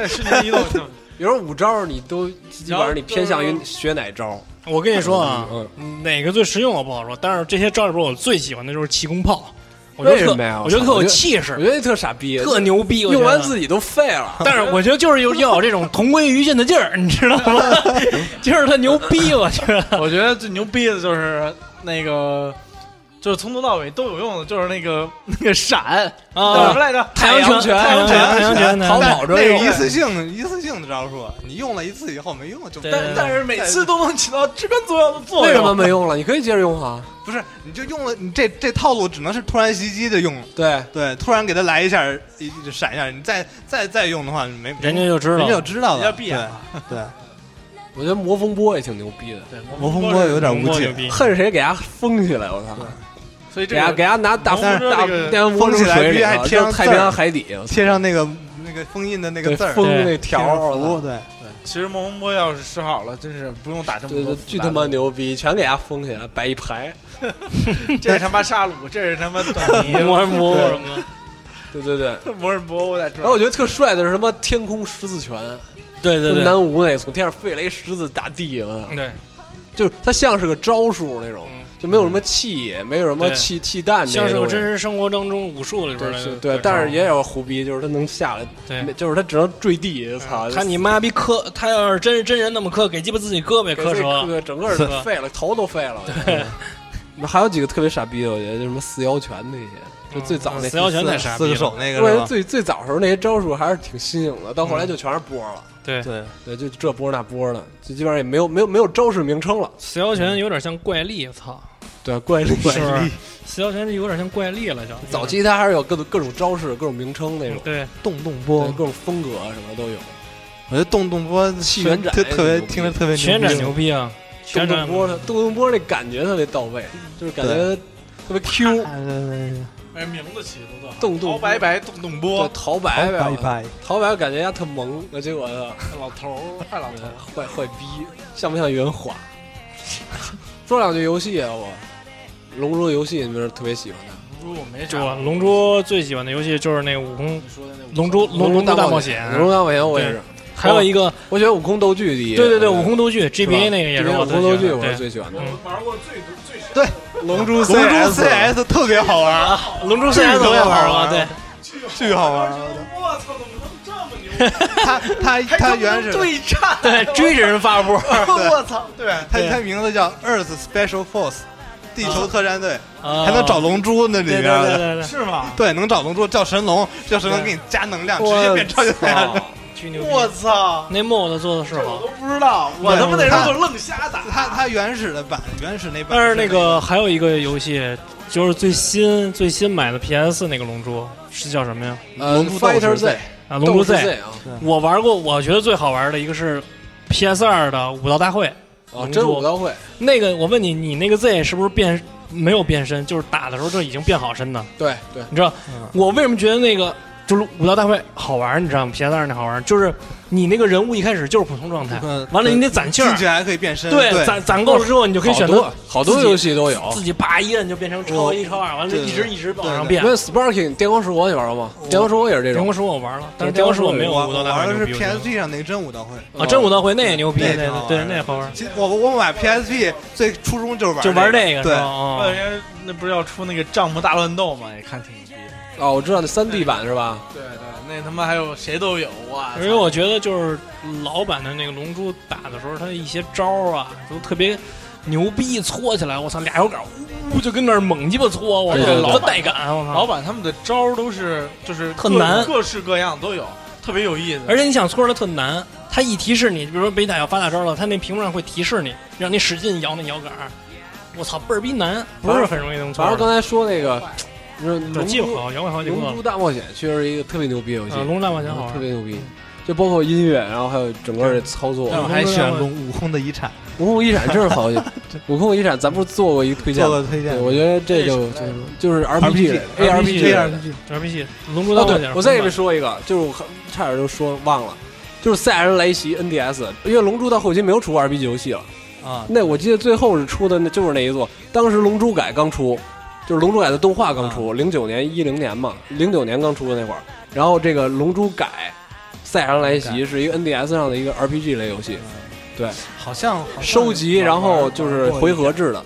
Speaker 1: 瞬间移动，
Speaker 5: 比如说五招，你都基本上你偏向
Speaker 1: 然后
Speaker 5: 于
Speaker 1: 就
Speaker 5: 学哪招？
Speaker 9: 我跟你说啊
Speaker 5: 嗯，
Speaker 9: 哪个最实用我不好说，但是这些招里边我最喜欢的就是气功炮，我觉得
Speaker 5: 为什么
Speaker 9: 特
Speaker 5: 呀，
Speaker 9: 我觉得特
Speaker 5: 我
Speaker 9: 有
Speaker 5: 觉得
Speaker 9: 气
Speaker 5: 我
Speaker 9: 势，
Speaker 5: 觉得特傻逼，
Speaker 9: 特牛逼，
Speaker 5: 用完
Speaker 9: 己。
Speaker 5: 自己都废了。
Speaker 9: 但是我觉得就是有要有这种同归于尽的劲儿，你知道吗？ 就是他牛逼，我觉 得。
Speaker 1: 我觉得最牛逼的就是那个，就是从头到尾都有用的，就是那个 那个闪叫什么
Speaker 9: 啊，
Speaker 1: 来着？
Speaker 9: 太阳拳，
Speaker 1: 太阳
Speaker 9: 拳，
Speaker 1: 拳。
Speaker 9: 太阳拳，
Speaker 5: 逃
Speaker 7: 那
Speaker 5: 跑着
Speaker 7: 是
Speaker 5: 用
Speaker 7: 一次性一次性的招数，你用了一次以后没用就
Speaker 9: 对
Speaker 1: 但但是每次都能起到至关重要的作
Speaker 5: 为什么
Speaker 1: 用。
Speaker 5: 没用了？你可以接着用啊。
Speaker 7: 不是你就用了，你这这套路只能是突然袭击的用了，
Speaker 5: 对，
Speaker 7: 对，突然给他来一下，一一闪一下，你再再再用的话没
Speaker 9: 人家就知道
Speaker 7: 人家就知道了，
Speaker 1: 人家闭眼
Speaker 7: 对
Speaker 1: 了
Speaker 7: 对。
Speaker 5: 我觉得魔风波也挺牛逼的，
Speaker 7: 魔风波有点无
Speaker 9: 我牛
Speaker 7: 解，
Speaker 9: 逼，
Speaker 5: 恨谁给他封起来，我操！
Speaker 1: 所以这
Speaker 5: 给他
Speaker 1: 个
Speaker 5: 给他拿大
Speaker 1: 魔风波
Speaker 5: 大
Speaker 1: 这个
Speaker 5: 电风
Speaker 7: 封起来
Speaker 5: 水
Speaker 7: 必
Speaker 5: 里
Speaker 7: 须还
Speaker 5: 头，
Speaker 7: 贴上
Speaker 5: 就
Speaker 7: 字
Speaker 5: 太
Speaker 7: 儿
Speaker 5: 平洋海底，我操
Speaker 7: 贴上那个那个封印的那个
Speaker 5: 对
Speaker 7: 字儿，
Speaker 5: 封
Speaker 9: 对
Speaker 5: 那
Speaker 7: 贴上
Speaker 5: 条儿，我
Speaker 7: 符，
Speaker 5: 操
Speaker 7: 对，
Speaker 1: 其实魔风波要是使好了，真是不用打这
Speaker 5: 对
Speaker 1: 么多
Speaker 5: 对，
Speaker 1: 复
Speaker 5: 巨
Speaker 1: 杂
Speaker 5: 他妈
Speaker 1: 的！
Speaker 5: 牛逼，全给他封起来，摆一排。
Speaker 1: 这是他妈沙鲁，这是他妈短尼，
Speaker 9: 魔魔什么的，
Speaker 5: 对对对，
Speaker 1: 魔人波，我在这
Speaker 5: 然后我觉得特帅的是什么天空十字拳，
Speaker 9: 对对
Speaker 5: 就
Speaker 9: 对，
Speaker 5: 南无那从天上飞来一十字打地，我操
Speaker 9: 对，
Speaker 5: 就是它像是个招数那种，
Speaker 9: 嗯
Speaker 5: 就没有什么气野，没有什么
Speaker 9: 对
Speaker 5: 气气弹这些
Speaker 9: 像是我
Speaker 5: 东西
Speaker 9: 真实生活当中武术里边
Speaker 5: 对
Speaker 9: 的
Speaker 5: 是
Speaker 9: 那个
Speaker 5: 对，
Speaker 9: 招
Speaker 5: 但是也有胡逼，就是他能下来，
Speaker 9: 对嗯
Speaker 5: 没就是他只能坠地，操，
Speaker 9: 他你妈逼磕，他要是真真人那么磕，给鸡巴自己胳膊也
Speaker 5: 给自
Speaker 9: 磕
Speaker 5: 己
Speaker 9: 折。
Speaker 5: 磕整个人都废了，头都废了。对，还有几个特别傻逼的，我觉得就什么四摇拳那些，就最早那
Speaker 9: 嗯四摇拳太傻
Speaker 7: 四
Speaker 9: 逼
Speaker 7: 个
Speaker 9: 了，
Speaker 7: 手
Speaker 9: 嗯
Speaker 7: 那
Speaker 5: 我感觉
Speaker 7: 个是吧？
Speaker 5: 最最早时候那些招数还是挺新颖的，到后来就全是波了。
Speaker 9: 对，
Speaker 7: 对，
Speaker 5: 对，就这波那波的，就基本上也没有没有没有招式名称了。
Speaker 9: 四摇拳有点像怪力，操，
Speaker 5: 对，怪力
Speaker 9: 是不是？四摇拳是有点像怪力了，就
Speaker 5: 早期它还是有各种各种招式、各种名称那
Speaker 9: 嗯
Speaker 5: 种，
Speaker 9: 对，
Speaker 7: 动动
Speaker 5: 对
Speaker 7: 波，
Speaker 5: 各种风格啊什么都有。
Speaker 7: 我觉得动动波
Speaker 5: 气旋斩
Speaker 7: 特特别
Speaker 5: 牛逼
Speaker 7: 听着特别
Speaker 9: 旋斩
Speaker 7: 逼
Speaker 9: 牛逼啊，
Speaker 5: 动
Speaker 9: 旋
Speaker 5: 动
Speaker 9: 斩
Speaker 5: 波的动动波那感觉特别到位，就是感觉特别 Q，
Speaker 7: 啊对对对
Speaker 1: 哎，名字起的都好
Speaker 5: 动动
Speaker 1: 陶白白动动
Speaker 5: 对
Speaker 1: 波，
Speaker 5: 陶白
Speaker 7: 好拜
Speaker 5: 呗，
Speaker 7: 拜。
Speaker 5: 陶白感觉人家特萌，那结果呢
Speaker 1: 老头儿，太老头儿。
Speaker 5: 坏坏逼，像不像袁华？ 说两句游戏啊，我《龙珠》游戏你们是特别喜欢的，
Speaker 1: 如果我没
Speaker 9: 就
Speaker 1: 啥，
Speaker 9: 我啊龙珠最喜欢的游戏就是那悟空
Speaker 1: 你说的那
Speaker 9: 龙珠龙珠大冒险，
Speaker 5: 龙珠大冒险我也是，
Speaker 9: 还有一个
Speaker 5: 我觉得悟空斗剧第一，
Speaker 9: 对对对悟空斗剧
Speaker 5: 是吧
Speaker 9: GBA 那个也是
Speaker 5: 对
Speaker 9: 我
Speaker 5: 悟
Speaker 9: 最
Speaker 5: 空
Speaker 9: 喜
Speaker 5: 斗剧
Speaker 9: 欢的
Speaker 5: 我是
Speaker 9: 对啊
Speaker 5: 最喜欢的，
Speaker 9: 嗯
Speaker 1: 玩过最多最 少
Speaker 5: 龙珠
Speaker 7: 龙珠 CS 特别好玩啊，
Speaker 9: 龙珠
Speaker 7: 这
Speaker 9: CS
Speaker 7: 个
Speaker 9: 我
Speaker 7: 我也
Speaker 9: 也
Speaker 7: 玩
Speaker 9: 玩
Speaker 7: 过
Speaker 9: 过，对，
Speaker 7: 巨好玩啊。
Speaker 1: 我操，怎么能这么牛？
Speaker 7: 他他他原始
Speaker 1: 对战，
Speaker 9: 对追着人发波
Speaker 1: 我操， 对，
Speaker 7: 他
Speaker 9: 对
Speaker 7: 他名字叫 Earth Special Force，地球特战队，
Speaker 9: 啊，
Speaker 7: 还能找龙珠那里
Speaker 9: 对对
Speaker 7: 边
Speaker 9: 对
Speaker 7: 的。
Speaker 9: 对对，
Speaker 1: 是吗？
Speaker 7: 对，能找龙珠，叫神龙，叫神龙
Speaker 9: 对
Speaker 7: 给你加能量，直接
Speaker 5: 我啊
Speaker 7: 变超级赛
Speaker 9: 哦
Speaker 7: 亚人。
Speaker 5: 操
Speaker 9: 巨牛逼，
Speaker 1: 我操，
Speaker 9: 那 mod 做的是
Speaker 1: 这我
Speaker 9: 好
Speaker 1: 都。不知道，我他妈那时候就愣瞎打。
Speaker 7: 他他原始的版，原始那版。
Speaker 9: 但是那个还有一个游戏，就是最新最新买的 PS 那个龙珠是叫什么呀？
Speaker 5: 呃
Speaker 7: 龙珠斗士
Speaker 5: Fighter Z
Speaker 7: 队
Speaker 9: 啊，龙珠
Speaker 5: 斗士
Speaker 9: Z。
Speaker 5: 啊，
Speaker 9: 我玩过，我觉得最好玩的一个是 PS 二的武道大会。
Speaker 5: 哦，
Speaker 9: 龙珠
Speaker 5: 真武道会，
Speaker 9: 那个我问你，你那个 Z 是不是变没有变身？就是打的时候就已经变好身的。
Speaker 5: 对对，
Speaker 9: 你知道、
Speaker 7: 嗯
Speaker 9: 我为什么觉得那个就是武道大会好玩？你知道吗？PS 二那好玩，就是你那个人物一开始就是普通状态，
Speaker 7: 嗯
Speaker 9: 完了你得攒气
Speaker 7: 进
Speaker 9: 儿，
Speaker 7: 去还可以变身，
Speaker 9: 对，
Speaker 7: 对，
Speaker 9: 攒攒够了之后你就可以选
Speaker 5: 好
Speaker 9: 择
Speaker 5: 多好多
Speaker 9: 自己
Speaker 5: 游戏都有
Speaker 9: 自。己叭一摁就变成超一、
Speaker 7: 我
Speaker 9: 超二，完了就
Speaker 7: 对
Speaker 9: 一直一直往上
Speaker 7: 对
Speaker 9: 变
Speaker 5: 那。Sparking 电光石火你玩过吗？电光石火也是这
Speaker 9: 电
Speaker 5: 种
Speaker 9: 光，石火我玩了，但是
Speaker 5: 电
Speaker 9: 电
Speaker 5: 光
Speaker 9: 光
Speaker 5: 石
Speaker 9: 石
Speaker 5: 火
Speaker 9: 火没有
Speaker 7: 我
Speaker 9: 武道
Speaker 7: 我
Speaker 9: 大会
Speaker 7: 玩的是
Speaker 9: 牛逼。我觉得
Speaker 7: PSP 上那个真武道会，
Speaker 9: 啊，真武道会那也牛逼，
Speaker 7: 那也
Speaker 9: 那
Speaker 7: 挺好玩
Speaker 9: 对
Speaker 7: 的
Speaker 9: 那也好玩，
Speaker 7: 其我我买 PSP 最初衷就是玩
Speaker 9: 就玩
Speaker 7: 这
Speaker 9: 这个是
Speaker 7: 对
Speaker 9: 吧？，哦
Speaker 1: 那人那不是要出那个帐幕大乱斗吗？也看挺牛逼的。
Speaker 5: 哦，我知道那三 D 版是吧？
Speaker 1: 对对，那他妈还有谁都有啊！
Speaker 9: 因为我觉得就是老版的那个龙珠打的时候，他一些招儿啊都特别牛逼，搓起来，我操，俩手杆儿呜就跟那儿猛鸡巴搓，我
Speaker 5: 对
Speaker 9: 操，
Speaker 5: 对对
Speaker 9: 老带感，啊我
Speaker 1: 老
Speaker 9: 操。
Speaker 1: 板他们的招儿都是就是
Speaker 9: 特
Speaker 1: 各
Speaker 9: 难
Speaker 1: 各式各样都有，特别有意思。
Speaker 9: 而且你想搓着它特难，它一提示你，比如说北塔要发大招了，它那屏幕上会提示你，让你使劲摇那摇杆儿。我操，倍儿逼难，不是很容易能
Speaker 5: 反
Speaker 9: 搓
Speaker 5: 正
Speaker 9: 的。
Speaker 5: 刚才说那个，就是
Speaker 9: 对，
Speaker 5: 龙
Speaker 9: 记
Speaker 5: 珠
Speaker 9: 好，摇过好几个
Speaker 5: 龙
Speaker 9: 了
Speaker 5: 珠。大冒险确实是一个特别牛逼的游戏嗯
Speaker 9: 啊，，龙珠大冒险好
Speaker 5: 特
Speaker 9: 玩。
Speaker 5: 别牛逼，就包括音乐，然后还有整个的操作。
Speaker 7: 我还
Speaker 1: 嗯
Speaker 7: 选龙悟空的遗产
Speaker 5: 悟空遗产真是好游戏， 悟空遗产咱不是做过一个推荐
Speaker 7: 做
Speaker 5: 吗？
Speaker 7: 个推荐
Speaker 5: 对，。我觉得这就就是就是 RPG 类
Speaker 9: RPG 类
Speaker 5: ARPG
Speaker 9: 的
Speaker 5: 类的
Speaker 7: ARPG
Speaker 9: 这 RPG 龙珠大
Speaker 5: 哦，
Speaker 9: 冒
Speaker 5: 对
Speaker 9: 险，，
Speaker 5: 我再给你们
Speaker 9: 们
Speaker 5: 说一个，就是我差点就说忘了，就是塞尔雷奇 NDS，因为《龙珠》到后期没有出 RPG 游戏了。
Speaker 7: 啊，
Speaker 5: 那我记得最后是出的，那就是那一座，当时《龙珠改》刚出，就是《龙珠改》的动画刚出，零九年一零年嘛，零九年刚出的那会儿。然后这个《龙珠改》，塞尔来袭是一个 NDS 上的一个 RPG 类游戏，
Speaker 7: 好像好像
Speaker 5: 收
Speaker 7: 啊
Speaker 5: 集，
Speaker 7: 玩
Speaker 5: 然后就是回，合制的，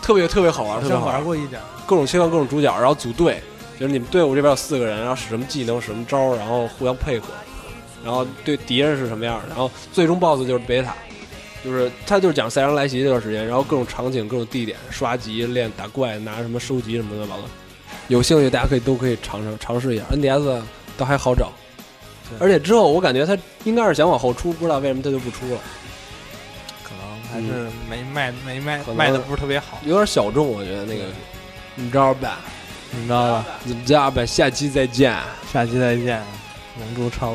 Speaker 5: 特别特别好玩，
Speaker 7: 玩过一点好
Speaker 5: 特别
Speaker 7: 像
Speaker 5: 好玩
Speaker 7: 玩。过一点。
Speaker 5: 各种切换各种主角，然后组队，就是你们队伍这边有四个人，然后使什么技能、使什么招儿，然后互相配合，然后对敌人是什么样儿，然后最终 BOSS 就是贝塔，就是他就是讲赛扬来袭这段时间，然后各种场景、各种地点刷级、练打怪、拿什么收集什么的，老的。有兴趣大家可以都可以尝尝尝试一下，NDS 倒还好找，而且之后我感觉他应该是想往后出，不知道为什么他就不出了，
Speaker 7: 可能还是没卖没卖
Speaker 5: 可能
Speaker 7: 卖的不是特别好，
Speaker 5: 有点小众，我觉得那个，你知道吧？
Speaker 7: 你知道吧？
Speaker 5: 你知道吧？下期再见。
Speaker 7: 下期再见，龙珠超。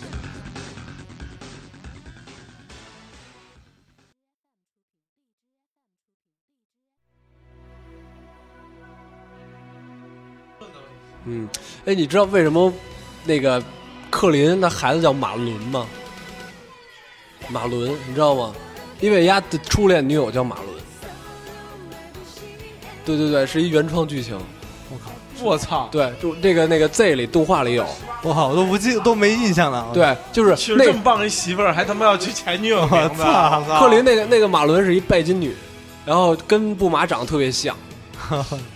Speaker 5: 嗯，哎，你知道为什么那个克林那孩子叫马伦吗？马伦，你知道吗？因为丫的初恋女友叫马伦。对对对，是一原创剧情。
Speaker 1: 我操！
Speaker 5: 对，就那个那个 Z 里动画里有，
Speaker 7: 我靠，我都不记都没印象了。我，
Speaker 5: 对，就是
Speaker 1: 娶了
Speaker 5: 那
Speaker 1: 这么棒一媳妇儿，还他妈要去前女友
Speaker 7: 我
Speaker 1: 名字，
Speaker 7: 操，
Speaker 5: 克林那个那个马伦是一拜金女，然后跟布马长得特别像，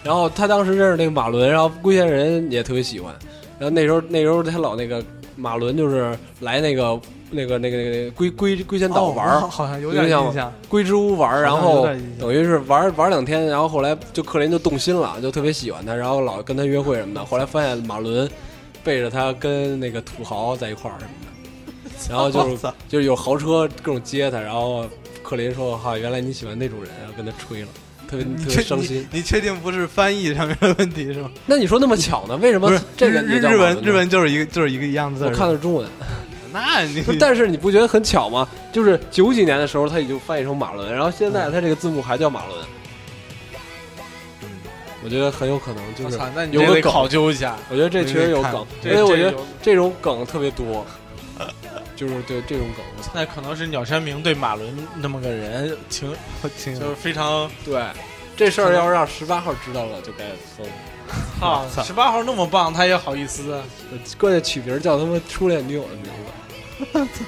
Speaker 5: 然后他当时认识那个马伦，然后龟仙人也特别喜欢，然后那时候那时候他老那个马伦就是来那个那个那个那个龟龟龟仙岛
Speaker 7: 哦
Speaker 5: 玩
Speaker 7: 我
Speaker 5: 儿。
Speaker 7: 好好像有
Speaker 5: 有
Speaker 7: 点
Speaker 5: 印象
Speaker 7: 印象。
Speaker 5: 龟之屋玩儿，然
Speaker 7: 好像有
Speaker 5: 后
Speaker 7: 点印象
Speaker 5: 等于是玩儿玩儿两天，然后后来就克林就动心了，就特别喜欢他，然后老跟他约会什么的。后来发现马伦背着他跟那个土豪在一块儿什么的，然后就
Speaker 7: 我
Speaker 5: 是
Speaker 7: 操
Speaker 5: 就是有豪车各种接他，然后克林说：“哈、原来你喜欢那种人啊。”然后跟他吹了，特别
Speaker 7: 你
Speaker 5: 特
Speaker 7: 确
Speaker 5: 别伤心。
Speaker 7: 你，你确定不是翻译上面的问题是吗？
Speaker 5: 那你说那么巧呢？为什么
Speaker 7: 不是
Speaker 5: 这个
Speaker 7: 日
Speaker 5: 也叫
Speaker 7: 日
Speaker 5: 马
Speaker 7: 文
Speaker 5: 伦呢
Speaker 7: 日文就是一个就是一个一样字儿。
Speaker 5: 我看的是中文，
Speaker 7: 那你
Speaker 5: 不是但是你不觉得很巧吗？就是九几年的时候他已经翻译成马伦，然后现在他这个字幕还叫马伦。我觉得很有可能就
Speaker 1: 我
Speaker 5: 是
Speaker 1: 操！那你
Speaker 5: 有
Speaker 1: 这
Speaker 5: 个
Speaker 1: 得
Speaker 5: 梗
Speaker 1: 考究一下，
Speaker 5: 我觉得这确实有
Speaker 7: 我
Speaker 5: 梗，因
Speaker 1: 这
Speaker 5: 为我觉
Speaker 1: 这
Speaker 5: 得
Speaker 1: 有
Speaker 5: 这种梗特 别多，就是对这种梗，我操，
Speaker 1: 那可能是鸟山明对马伦那么个人情，
Speaker 7: 我听
Speaker 1: 就是非常
Speaker 5: 对这事儿要是让十八号知道了就该疯。
Speaker 1: 操。十八号那么棒，他也好意思？啊
Speaker 5: 关键取名叫他妈初恋女友的名字，